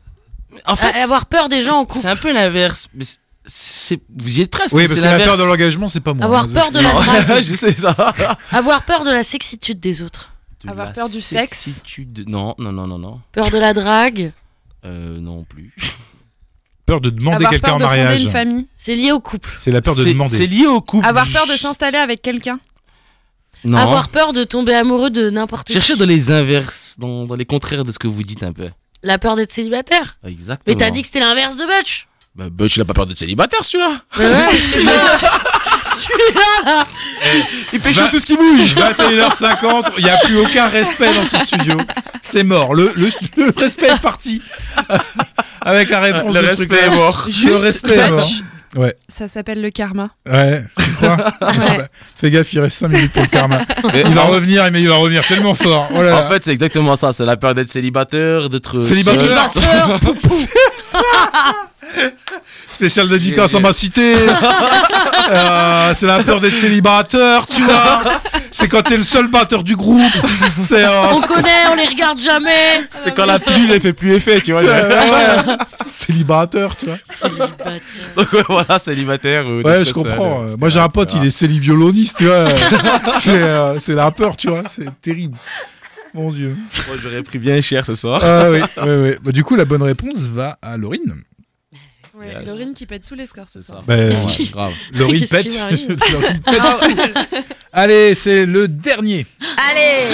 [SPEAKER 2] En
[SPEAKER 3] À-
[SPEAKER 2] fait,
[SPEAKER 3] Ah, Avoir peur des gens en couple
[SPEAKER 2] c'est un peu l'inverse. mais c'est- c'est- Vous y êtes presque.
[SPEAKER 1] Oui,
[SPEAKER 2] mais
[SPEAKER 1] parce que
[SPEAKER 2] c'est
[SPEAKER 1] la peur
[SPEAKER 2] l'inverse.
[SPEAKER 1] de l'engagement, c'est pas moi.
[SPEAKER 3] Avoir
[SPEAKER 1] hein,
[SPEAKER 3] peur
[SPEAKER 1] c'est-
[SPEAKER 3] de *laughs* la
[SPEAKER 2] *laughs*
[SPEAKER 3] drague
[SPEAKER 2] Je sais ça.
[SPEAKER 3] Avoir peur de la sexitude des autres
[SPEAKER 2] De
[SPEAKER 4] Avoir
[SPEAKER 2] la
[SPEAKER 4] peur du sexe.
[SPEAKER 2] sexitude. Non, non, non, non, non.
[SPEAKER 3] Peur de la drague
[SPEAKER 2] Euh, non plus.
[SPEAKER 1] Peur de demander
[SPEAKER 4] Avoir
[SPEAKER 1] quelqu'un
[SPEAKER 4] peur
[SPEAKER 1] en
[SPEAKER 4] de fonder une
[SPEAKER 1] mariage.
[SPEAKER 4] famille.
[SPEAKER 3] C'est lié au couple
[SPEAKER 1] C'est la peur de
[SPEAKER 2] C'est- C'est
[SPEAKER 1] demander.
[SPEAKER 2] lié au couple.
[SPEAKER 4] Avoir peur de s'installer avec quelqu'un.
[SPEAKER 2] Non.
[SPEAKER 3] Avoir peur de tomber amoureux de n'importe qui
[SPEAKER 2] Cherchez dans les inverses, dans, dans les contraires de ce que vous dites un peu.
[SPEAKER 3] La peur d'être célibataire
[SPEAKER 2] Exactement.
[SPEAKER 3] Mais t'as dit que c'était l'inverse de Butch
[SPEAKER 2] Bah, Butch, il a pas peur d'être célibataire, celui-là.
[SPEAKER 3] Mais ouais,
[SPEAKER 2] *laughs*
[SPEAKER 3] je suis là. Je suis là, là.
[SPEAKER 2] Eh, Il pêche
[SPEAKER 1] Va-
[SPEAKER 2] tout ce qui bouge.
[SPEAKER 1] 21h50, il n'y a plus aucun respect dans ce studio. C'est mort. Le, le, le respect est parti. *laughs* Avec la réponse de ce truc-là.
[SPEAKER 2] mort.
[SPEAKER 1] Le respect est mort.
[SPEAKER 4] Butch,
[SPEAKER 1] Ouais.
[SPEAKER 4] ça s'appelle le karma.
[SPEAKER 1] Ouais, tu crois
[SPEAKER 4] Ouais.
[SPEAKER 1] Fais gaffe, il reste 5 minutes pour le karma. Il va revenir, mais il va revenir tellement fort. Oh là là.
[SPEAKER 2] *laughs* En fait, c'est exactement ça. C'est la peur d'être célibataire, d'être.
[SPEAKER 1] Célibataire.
[SPEAKER 2] seul.
[SPEAKER 1] Spécial dédicace à ma cité. Euh, c'est la peur d'être célibataire, tu vois. C'est quand t'es le seul batteur du groupe. C'est euh,
[SPEAKER 3] On connaît, on les regarde jamais
[SPEAKER 2] C'est quand la pluie ne fait plus effet, tu vois.
[SPEAKER 1] Euh, ouais. Célibataire, tu vois.
[SPEAKER 3] Célibataire
[SPEAKER 2] Donc ouais, voilà, célibataire. Ou
[SPEAKER 1] Ouais,
[SPEAKER 2] d'être
[SPEAKER 1] je
[SPEAKER 2] seul, euh,
[SPEAKER 1] comprends.
[SPEAKER 2] etc.,
[SPEAKER 1] Moi, j'ai un pote,
[SPEAKER 2] etc.
[SPEAKER 1] il est célivioloniste, tu vois. c'est, euh, c'est la peur, tu vois. C'est terrible. Mon
[SPEAKER 2] *laughs*
[SPEAKER 1] Dieu.
[SPEAKER 2] Moi, j'aurais pris bien cher ce soir.
[SPEAKER 1] Ah oui, oui, oui. Bah, du coup, la bonne réponse va à Laurine.
[SPEAKER 4] Ouais,
[SPEAKER 2] Yes.
[SPEAKER 4] C'est Laurine qui pète tous les scores ce soir.
[SPEAKER 2] Ben,
[SPEAKER 1] Bah,
[SPEAKER 3] Qu'est-ce
[SPEAKER 1] ouais.
[SPEAKER 3] qui-
[SPEAKER 2] grave.
[SPEAKER 1] Laurine
[SPEAKER 3] Qu'est-ce
[SPEAKER 1] pète. *laughs*
[SPEAKER 3] qui m'arrive Ah
[SPEAKER 1] Laurine pète. Allez, c'est le dernier.
[SPEAKER 7] Allez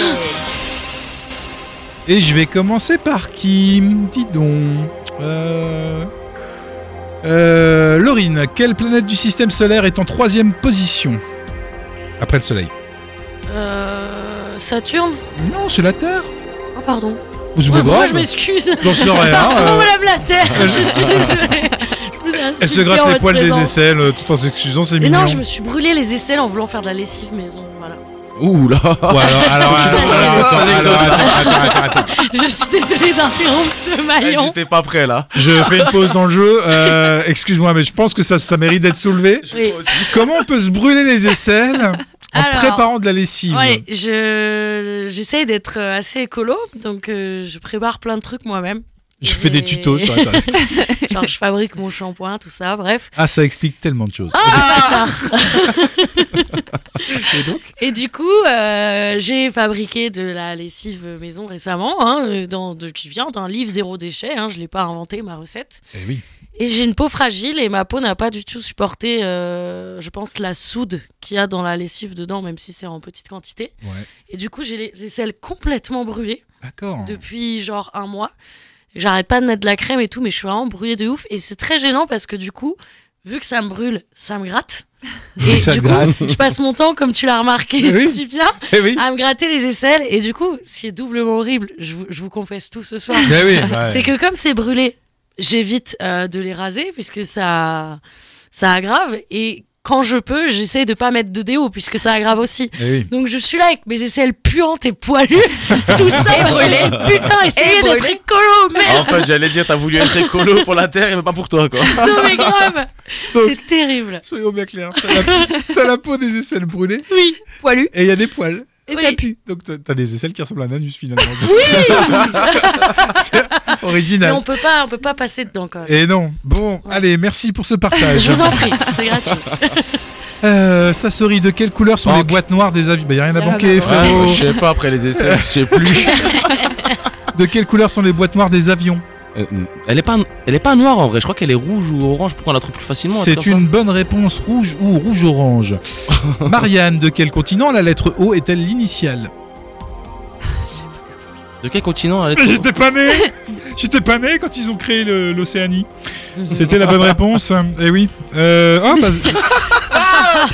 [SPEAKER 1] Et je vais commencer par qui Dis donc. Euh... euh, Laurine, quelle planète du système solaire est en troisième position Après le Soleil.
[SPEAKER 3] Euh, Saturne
[SPEAKER 1] Non, c'est la Terre.
[SPEAKER 3] Oh pardon
[SPEAKER 1] Vous
[SPEAKER 3] Ouais,
[SPEAKER 1] oubliez
[SPEAKER 3] Moi
[SPEAKER 1] pas,
[SPEAKER 3] je m'excuse
[SPEAKER 1] J'en
[SPEAKER 3] *laughs*
[SPEAKER 1] saurais, hein,
[SPEAKER 3] Pardon
[SPEAKER 1] euh.
[SPEAKER 3] madame la Terre Je suis désolée Je vous ai
[SPEAKER 1] Elle se
[SPEAKER 3] insultée en
[SPEAKER 1] gratte les
[SPEAKER 3] votre
[SPEAKER 1] poils des
[SPEAKER 3] présence.
[SPEAKER 1] aisselles euh, tout en s'excusant, c'est
[SPEAKER 3] Mais
[SPEAKER 1] mignon.
[SPEAKER 3] non, je me suis brûlé les aisselles en voulant faire de la lessive maison. Voilà.
[SPEAKER 2] Ouh
[SPEAKER 4] *laughs*
[SPEAKER 2] là.
[SPEAKER 1] Ouais, alors,
[SPEAKER 3] *laughs*
[SPEAKER 1] alors,
[SPEAKER 2] Tu
[SPEAKER 1] alors,
[SPEAKER 3] sais,
[SPEAKER 1] alors,
[SPEAKER 2] c'est
[SPEAKER 1] attends,
[SPEAKER 2] une
[SPEAKER 1] alors,
[SPEAKER 2] anecdote.
[SPEAKER 1] attends, attends, attends, attends.
[SPEAKER 3] Je suis désolée d'interrompre ce
[SPEAKER 2] Eh,
[SPEAKER 3] maillon.
[SPEAKER 2] J'étais pas prêt là.
[SPEAKER 1] Je fais une pause dans le jeu. Euh, Excuse-moi, mais je pense que ça, ça mérite d'être soulevé.
[SPEAKER 3] Oui.
[SPEAKER 1] Comment on peut se brûler les aisselles en
[SPEAKER 3] Alors,
[SPEAKER 1] préparant de la lessive
[SPEAKER 3] Ouais, je j'essaye d'être euh, assez écolo, donc euh, je prépare plein de trucs moi-même.
[SPEAKER 1] Je fais des
[SPEAKER 3] Et-
[SPEAKER 1] tutos sur Internet.
[SPEAKER 3] Genre je fabrique mon shampoing, tout ça, bref.
[SPEAKER 1] Ah, ça explique tellement de
[SPEAKER 3] Oh.
[SPEAKER 1] choses.
[SPEAKER 3] Ah. Et du coup, euh, j'ai fabriqué de la lessive maison récemment, hein, euh, dans, de, qui vient d'un livre zéro déchet. Hein, je l'ai pas inventé ma recette.
[SPEAKER 1] Eh oui.
[SPEAKER 3] Et j'ai une peau fragile et ma peau n'a pas du tout supporté, euh, je pense, la soude qu'il y a dans la lessive dedans, même si c'est en petite quantité.
[SPEAKER 1] Ouais.
[SPEAKER 3] Et du coup, j'ai les aisselles complètement brûlées
[SPEAKER 1] D'accord.
[SPEAKER 3] depuis genre un mois. J'arrête pas de mettre de la crème et tout, mais je suis vraiment brûlée de ouf. Et c'est très gênant parce que du coup, vu que ça me brûle, ça
[SPEAKER 1] *laughs*
[SPEAKER 3] me gratte. Et
[SPEAKER 1] Ça
[SPEAKER 3] du
[SPEAKER 1] te
[SPEAKER 3] coup,
[SPEAKER 1] gratte.
[SPEAKER 3] je passe mon temps, comme tu l'as remarqué
[SPEAKER 1] *laughs* Oui.
[SPEAKER 3] si bien,
[SPEAKER 1] Eh oui.
[SPEAKER 3] à me gratter les aisselles. Et du coup, ce qui est doublement horrible, je vous, je vous confesse tout ce soir,
[SPEAKER 1] Eh oui.
[SPEAKER 3] Ah, c'est que comme c'est brûlé, j'évite euh, de les raser puisque ça, ça aggrave. Et quand je peux, j'essaie de pas mettre de déo puisque ça aggrave aussi.
[SPEAKER 1] Eh oui.
[SPEAKER 3] Donc je suis là avec mes aisselles puantes
[SPEAKER 1] *laughs*
[SPEAKER 3] et poilues, tout ça parce que j'ai putain essayé
[SPEAKER 7] Et
[SPEAKER 3] d'être
[SPEAKER 7] brûlées.
[SPEAKER 3] écolo, merde
[SPEAKER 2] Ah, En fait, j'allais dire, t'as voulu être écolo pour la terre, mais pas pour toi *laughs* quoi.
[SPEAKER 3] Non
[SPEAKER 1] *laughs*
[SPEAKER 3] mais grave,
[SPEAKER 1] Donc-
[SPEAKER 3] c'est terrible.
[SPEAKER 1] Soyons bien clairs. T'as la,
[SPEAKER 3] *laughs*
[SPEAKER 1] t'as la peau des aisselles brûlées
[SPEAKER 3] Oui,
[SPEAKER 4] Poilu.
[SPEAKER 1] et il y a des poils.
[SPEAKER 4] Et
[SPEAKER 3] Oui.
[SPEAKER 4] ça pue.
[SPEAKER 1] Donc t'as t'as des aisselles qui ressemblent à un anus
[SPEAKER 3] *laughs*
[SPEAKER 1] finalement. Oui C'est
[SPEAKER 3] mais
[SPEAKER 1] original.
[SPEAKER 3] on peut pas, on peut pas passer dedans quand même.
[SPEAKER 1] Et euh, non. Bon, allez, merci pour ce partage. *laughs*
[SPEAKER 3] Je vous en prie, c'est gratuit.
[SPEAKER 1] Euh, Euh, Sassori, de quelle couleur sont
[SPEAKER 2] Banque.
[SPEAKER 1] les boîtes noires des avions Bah, y a rien à
[SPEAKER 4] Y a rien
[SPEAKER 1] banquer,
[SPEAKER 4] à banquer.
[SPEAKER 1] frérot.
[SPEAKER 2] Ouais, je sais pas, après les essais, je sais plus.
[SPEAKER 1] De quelle couleur sont les boîtes noires des avions
[SPEAKER 2] *laughs* Euh, elle, est pas, elle est pas noire en vrai, je crois qu'elle est rouge ou orange pour qu'on la trouve plus facilement. un truc
[SPEAKER 1] C'est
[SPEAKER 2] comme
[SPEAKER 1] une bonne réponse, rouge ou rouge-orange. Marianne, de quel continent la lettre O est-elle l'initiale
[SPEAKER 2] ça. De quel continent elle est
[SPEAKER 1] J'étais pas né J'étais pas né quand ils ont créé le- l'Océanie. C'était la bonne réponse. Eh oui. Euh, oh, bah,
[SPEAKER 4] Ah,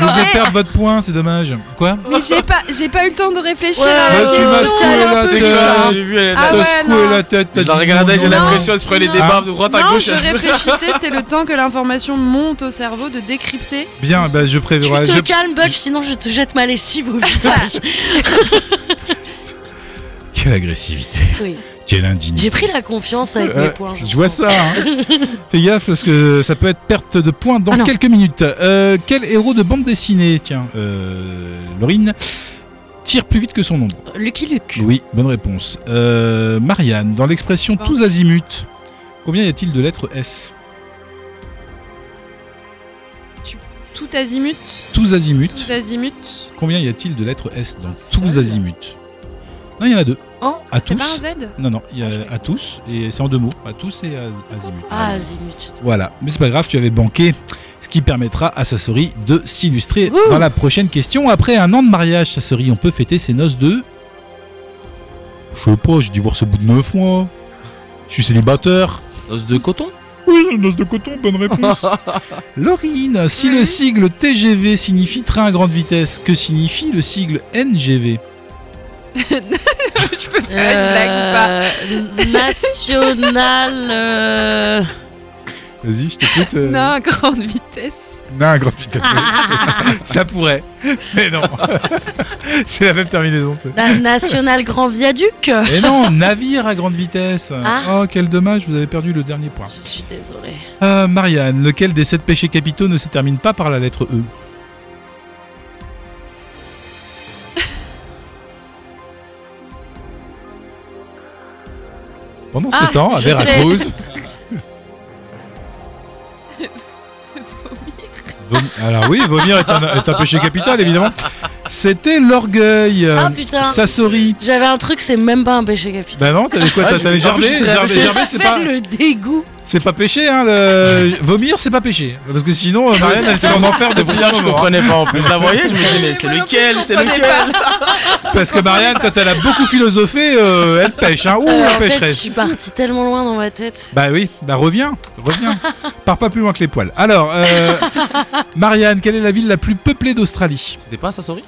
[SPEAKER 1] vous venez de perdre votre point, c'est dommage. Quoi
[SPEAKER 4] Mais j'ai pas, j'ai pas eu le temps de réfléchir
[SPEAKER 3] Ouais,
[SPEAKER 4] à la
[SPEAKER 3] ouais,
[SPEAKER 1] tu m'as
[SPEAKER 4] question.
[SPEAKER 1] secoué
[SPEAKER 4] j'allais un
[SPEAKER 1] la
[SPEAKER 4] peu
[SPEAKER 1] tête.
[SPEAKER 4] vite, là.
[SPEAKER 1] J'ai
[SPEAKER 2] vu, elle
[SPEAKER 4] Ah
[SPEAKER 1] T'as
[SPEAKER 4] ouais,
[SPEAKER 1] secoué
[SPEAKER 4] non.
[SPEAKER 1] la tête, t'as
[SPEAKER 2] Je la
[SPEAKER 1] dit
[SPEAKER 2] regardais,
[SPEAKER 1] non,
[SPEAKER 2] j'ai
[SPEAKER 1] non.
[SPEAKER 2] l'impression, elle se prenait des
[SPEAKER 1] Ah.
[SPEAKER 2] barres de droite à
[SPEAKER 4] Non,
[SPEAKER 2] gauche.
[SPEAKER 4] je réfléchissais, c'était le temps que l'information monte au cerveau de décrypter.
[SPEAKER 1] Bien, bah, je
[SPEAKER 3] Tu
[SPEAKER 1] préviens.
[SPEAKER 3] te
[SPEAKER 1] je-
[SPEAKER 3] calmes, Butch, sinon je te jette ma lessive
[SPEAKER 1] *laughs*
[SPEAKER 3] au visage.
[SPEAKER 1] Quelle agressivité.
[SPEAKER 3] Oui.
[SPEAKER 1] Quelle indignité.
[SPEAKER 3] J'ai pris la confiance avec mes
[SPEAKER 1] Euh,
[SPEAKER 3] points.
[SPEAKER 1] Je vois ça. hein. Fais gaffe parce que ça peut être perte de points dans
[SPEAKER 3] Ah non.
[SPEAKER 1] quelques minutes. Euh, quel héros de bande dessinée, tiens, euh, Laurine, tire plus vite que son ombre
[SPEAKER 3] Lucky Luke.
[SPEAKER 1] Oui, bonne réponse. Euh, Marianne, dans l'expression tous azimuts, combien y a-t-il de lettres S
[SPEAKER 4] Tout azimut,
[SPEAKER 1] Tous azimuts,
[SPEAKER 4] tout azimut.
[SPEAKER 1] combien y a-t-il de lettres S dans
[SPEAKER 4] Un
[SPEAKER 1] tous
[SPEAKER 4] seul
[SPEAKER 1] azimuts Non, il y en a deux.
[SPEAKER 4] Oh,
[SPEAKER 1] à
[SPEAKER 4] c'est pas un
[SPEAKER 1] tous
[SPEAKER 4] Z
[SPEAKER 1] Non, non, il y a
[SPEAKER 4] Ah, je croyais
[SPEAKER 1] à tous, et c'est en deux mots, à tous et à azimut.
[SPEAKER 3] Ah,
[SPEAKER 1] *laughs*
[SPEAKER 3] zimut.
[SPEAKER 1] Voilà, mais c'est pas grave, tu avais banqué, ce qui permettra à Sassori de s'illustrer
[SPEAKER 3] Ouh.
[SPEAKER 1] dans la prochaine question. Après un an de mariage, Sassori, on peut fêter ses noces de. Je sais pas, j'ai divorce au bout de 9 mois. Je suis célibataire.
[SPEAKER 2] Os Euh, de coton
[SPEAKER 1] Oui, noces de coton, bonne réponse. *laughs* Laurine, si le sigle TGV signifie train à grande vitesse, que signifie le sigle NGV
[SPEAKER 4] Je peux faire
[SPEAKER 3] Euh, National. euh,
[SPEAKER 1] Vas-y, je t'écoute. euh,
[SPEAKER 4] une blague ou pas Non, grande vitesse.
[SPEAKER 1] Non, à grande vitesse. Ça pourrait, mais non. *laughs* C'est la même terminaison, tu sais.
[SPEAKER 3] Na- National Grand Viaduc.
[SPEAKER 1] Et non, navire à grande vitesse.
[SPEAKER 3] Ah.
[SPEAKER 1] Oh, quel dommage, vous avez perdu le dernier point.
[SPEAKER 3] Je suis désolée.
[SPEAKER 1] Euh, Marianne, lequel des sept péchés capitaux ne se termine pas par la lettre E Pendant ce
[SPEAKER 3] Ah,
[SPEAKER 1] temps, à
[SPEAKER 3] je sais.
[SPEAKER 1] Veracruz. Vom- Alors oui, vomir est un, est un péché capital, évidemment. C'était l'orgueil.
[SPEAKER 3] Ah,
[SPEAKER 1] euh,
[SPEAKER 3] putain.
[SPEAKER 1] Sassori.
[SPEAKER 3] J'avais un truc, c'est même pas un péché capital.
[SPEAKER 1] Bah non, t'avais quoi
[SPEAKER 2] Ah,
[SPEAKER 1] T'as-
[SPEAKER 2] je-
[SPEAKER 1] T'avais
[SPEAKER 2] en plus,
[SPEAKER 1] gerbé
[SPEAKER 2] je l'avais-
[SPEAKER 1] Gerbé,
[SPEAKER 2] je
[SPEAKER 1] gerbé, c'est pas.
[SPEAKER 3] le dégoût.
[SPEAKER 1] C'est pas péché, hein, le... vomir, c'est pas péché. Parce que sinon, euh, Marianne, elle s'est en enfer
[SPEAKER 2] C'est pour
[SPEAKER 1] depuis
[SPEAKER 2] ça
[SPEAKER 1] un
[SPEAKER 2] que je
[SPEAKER 1] moment. hein.
[SPEAKER 2] comprenais pas en plus. Je la voyais, je me disais, mais c'est lequel C'est lequel
[SPEAKER 1] Parce que Marianne, quand elle a beaucoup philosophé, euh, elle pêche, hein. Ouh,
[SPEAKER 3] Euh,
[SPEAKER 1] elle
[SPEAKER 3] en fait, je
[SPEAKER 1] pêcheresse.
[SPEAKER 3] suis partie tellement loin dans ma tête.
[SPEAKER 1] Bah oui, bah reviens, reviens. Pars pas plus loin que les poils. Alors, euh, Marianne, quelle est la ville la plus peuplée d'Australie
[SPEAKER 2] C'était pas un Sassori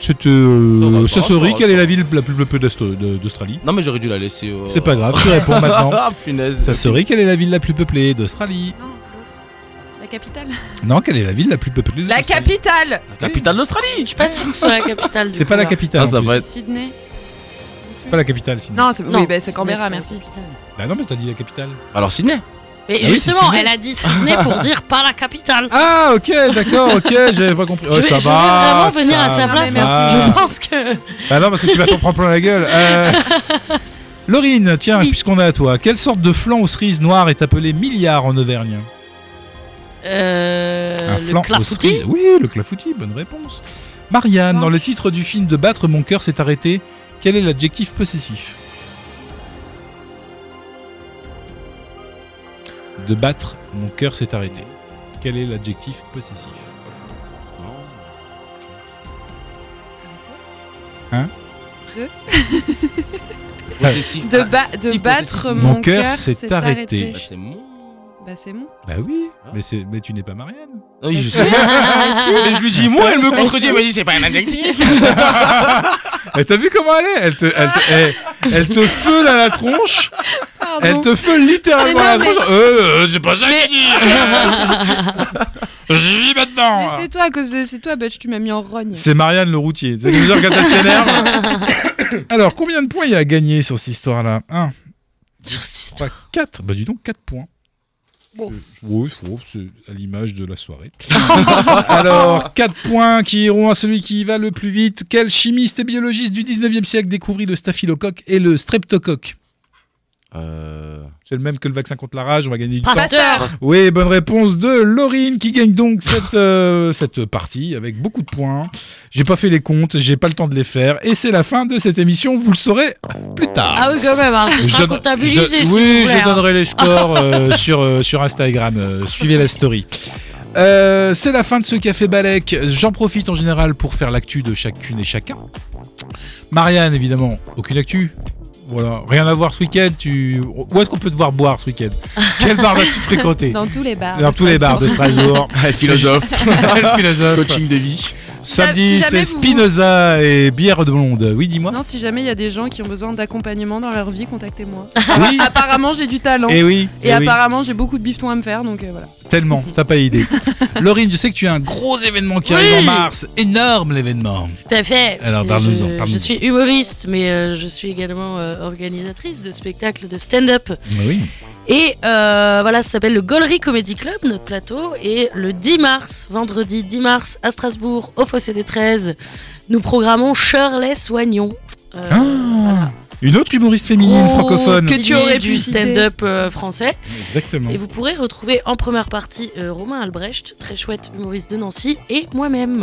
[SPEAKER 1] C'était
[SPEAKER 2] Non,
[SPEAKER 1] euh,
[SPEAKER 2] bah,
[SPEAKER 1] Sassori,
[SPEAKER 2] bah,
[SPEAKER 1] quelle
[SPEAKER 2] bah.
[SPEAKER 1] est la ville la plus peuplée d'Aust- de- d'Australie
[SPEAKER 2] Non, mais j'aurais dû la laisser. euh,
[SPEAKER 1] C'est pas
[SPEAKER 2] *laughs*
[SPEAKER 1] grave, tu réponds maintenant.
[SPEAKER 2] Ah punaise.
[SPEAKER 1] Sassori, quelle est la ville la plus peuplée d'Australie
[SPEAKER 4] Non, l'autre. La capitale.
[SPEAKER 1] Non, quelle est la ville la plus peuplée
[SPEAKER 4] La
[SPEAKER 1] d'Australie
[SPEAKER 4] capitale
[SPEAKER 2] La capitale d'Australie
[SPEAKER 3] Je suis pas sûre que ce soit la capitale. du
[SPEAKER 1] C'est
[SPEAKER 3] coup,
[SPEAKER 1] pas la
[SPEAKER 3] là.
[SPEAKER 1] capitale.
[SPEAKER 2] Ah, ça
[SPEAKER 1] en plus.
[SPEAKER 2] devrait être-
[SPEAKER 4] Sydney.
[SPEAKER 1] C'est pas la capitale, sinon.
[SPEAKER 4] Non, c'est
[SPEAKER 3] Non,
[SPEAKER 4] oui, bah, c'est
[SPEAKER 3] Sydney,
[SPEAKER 4] Canberra,
[SPEAKER 3] pas
[SPEAKER 4] merci.
[SPEAKER 3] la capitale.
[SPEAKER 1] Bah non, mais t'as dit la capitale.
[SPEAKER 2] Alors Sydney
[SPEAKER 3] Mais
[SPEAKER 1] Ah oui, c'est
[SPEAKER 3] justement,
[SPEAKER 1] Sydney.
[SPEAKER 3] elle a dit Sydney pour dire pas la capitale.
[SPEAKER 1] Ah ok d'accord ok
[SPEAKER 3] *laughs*
[SPEAKER 1] j'avais pas compris.
[SPEAKER 3] je
[SPEAKER 1] Ouais,
[SPEAKER 3] vais,
[SPEAKER 1] Oh, ça
[SPEAKER 3] je vais
[SPEAKER 1] va.
[SPEAKER 3] vraiment venir
[SPEAKER 1] ça
[SPEAKER 3] à sa place. hein.
[SPEAKER 1] va.
[SPEAKER 3] Je pense que.
[SPEAKER 1] Ah non parce que tu vas t'en prendre plein la gueule. Euh,
[SPEAKER 3] *laughs*
[SPEAKER 1] Laurine tiens
[SPEAKER 3] Oui.
[SPEAKER 1] puisqu'on est à toi quelle sorte de flan aux cerises noires est appelé milliard en Auvergne
[SPEAKER 3] Euh, le clafoutis.
[SPEAKER 1] Oui le clafoutis bonne réponse. Marianne dans le titre du film de battre mon cœur s'est arrêté quel est l'adjectif possessif De battre mon cœur s'est arrêté quel est l'adjectif possessif Hein
[SPEAKER 4] De-
[SPEAKER 2] Ouais, c'est si.
[SPEAKER 4] De,
[SPEAKER 1] Bah,
[SPEAKER 4] ba-
[SPEAKER 2] si,
[SPEAKER 4] de
[SPEAKER 2] pour-
[SPEAKER 4] battre
[SPEAKER 1] Mon
[SPEAKER 4] mon,
[SPEAKER 1] cœur
[SPEAKER 4] cœur
[SPEAKER 1] s'est
[SPEAKER 4] s'est arrêté.
[SPEAKER 2] Bah, c'est mon.
[SPEAKER 4] Bah c'est mon.
[SPEAKER 1] Bah oui
[SPEAKER 2] Ah.
[SPEAKER 1] mais c'est mais tu n'es pas Marianne.
[SPEAKER 2] Oui, je sais.
[SPEAKER 3] Ah, si.
[SPEAKER 2] Mais je lui dis, moi, elle me contredit,
[SPEAKER 3] si.
[SPEAKER 2] elle me dit, c'est pas un adjectif.
[SPEAKER 1] Elle Eh, t'as vu comment elle est Elle te, elle
[SPEAKER 4] Ah.
[SPEAKER 1] te, elle- elle te feule à la tronche. Elle
[SPEAKER 4] Pardon.
[SPEAKER 1] te feule littéralement à la
[SPEAKER 4] Ah Mais non,
[SPEAKER 1] tronche. Euh, euh, c'est pas ça qu'il
[SPEAKER 4] *laughs*
[SPEAKER 1] dit. euh. J'y vis
[SPEAKER 4] Mais
[SPEAKER 1] maintenant.
[SPEAKER 4] c'est toi, à cause de... c'est toi, Butch, tu m'as mis en rogne.
[SPEAKER 1] C'est Marianne le routier. C'est comme ça quand elle s'énerve. Alors, combien de points il y a à gagner sur cette histoire-là 1,
[SPEAKER 3] Sur cette histoire.
[SPEAKER 1] 3, 4. Bah, dis donc, 4 points. Euh, Oui, c'est à l'image de la soirée. *laughs* Alors, 4 points qui iront à celui qui y va le plus vite. Quel chimiste et biologiste du 19e siècle découvrit le staphylocoque et le streptocoque
[SPEAKER 2] *laughs* Euh,
[SPEAKER 1] C'est le même que le vaccin contre la rage, on va gagner du temps.
[SPEAKER 3] Ah, Pasteur
[SPEAKER 1] Oui, bonne réponse de Laurine qui gagne donc cette, euh, cette partie avec beaucoup de points. J'ai pas fait les comptes, j'ai pas le temps de les faire. Et c'est la fin de cette émission, vous le saurez plus tard.
[SPEAKER 4] Oh,
[SPEAKER 3] Ah oui, quand même, hein, ce
[SPEAKER 1] Je
[SPEAKER 3] sera
[SPEAKER 1] donne-
[SPEAKER 3] comptabilisé.
[SPEAKER 1] je
[SPEAKER 3] s'il
[SPEAKER 1] donne-
[SPEAKER 3] vous
[SPEAKER 1] Oui,
[SPEAKER 3] plaît,
[SPEAKER 1] je
[SPEAKER 3] hein.
[SPEAKER 1] donnerai les scores
[SPEAKER 3] *laughs*
[SPEAKER 1] euh, sur, euh, sur Instagram. euh, suivez la story. Euh, c'est la fin de ce café Balek. J'en profite en général pour faire l'actu de chacune et chacun. Marianne, évidemment, aucune actu. Voilà, rien à voir ce week-end. Tu... Où est-ce qu'on peut te voir boire ce
[SPEAKER 3] *laughs*
[SPEAKER 1] week-end Quel bar vas-tu fréquenter
[SPEAKER 4] Dans tous les bars.
[SPEAKER 1] Dans tous les bars de
[SPEAKER 4] *laughs*
[SPEAKER 1] Strasbourg.
[SPEAKER 2] Philosophe,
[SPEAKER 1] Le philosophe.
[SPEAKER 2] coaching de vie.
[SPEAKER 1] Samedi,
[SPEAKER 4] Si jamais
[SPEAKER 1] c'est
[SPEAKER 4] vous-
[SPEAKER 1] Spinoza et bière de blonde. Oui, dis-moi.
[SPEAKER 4] Non, si jamais il y a des gens qui ont besoin d'accompagnement dans leur vie, contactez-moi.
[SPEAKER 1] Oui.
[SPEAKER 4] *laughs* apparemment, j'ai du talent.
[SPEAKER 1] Et oui.
[SPEAKER 4] ah, Et,
[SPEAKER 1] eh oui.
[SPEAKER 4] apparemment, j'ai beaucoup de bifetons à me faire, donc euh, voilà.
[SPEAKER 1] Tellement, t'as pas idée. *laughs* Laurine, je sais que tu as un gros événement qui arrive
[SPEAKER 3] Oui.
[SPEAKER 1] en mars. Énorme l'événement.
[SPEAKER 3] Tout à fait. parce
[SPEAKER 1] Alors,
[SPEAKER 3] que
[SPEAKER 1] parle-nous-en,
[SPEAKER 3] je,
[SPEAKER 1] parle-nous-en.
[SPEAKER 3] je suis humoriste, mais euh, je suis également euh, organisatrice de spectacles de stand-up.
[SPEAKER 1] Oui.
[SPEAKER 3] Et euh, voilà, ça s'appelle le Gaulerie Comedy Club, notre plateau. Et le 10 mars, vendredi 10 mars, à Strasbourg, au Fossé des 13, nous programmons Shirley Soignon. Euh, voilà.
[SPEAKER 1] Hein, Ah, Une autre humoriste féminine
[SPEAKER 3] Gros
[SPEAKER 1] francophone.
[SPEAKER 4] que- tu
[SPEAKER 3] pilier
[SPEAKER 4] aurais
[SPEAKER 3] du
[SPEAKER 4] pu citer.
[SPEAKER 3] stand-up euh, français.
[SPEAKER 1] Exactement.
[SPEAKER 3] Et vous pourrez retrouver en première partie euh, Romain Albrecht, très chouette humoriste de Nancy, et moi-même.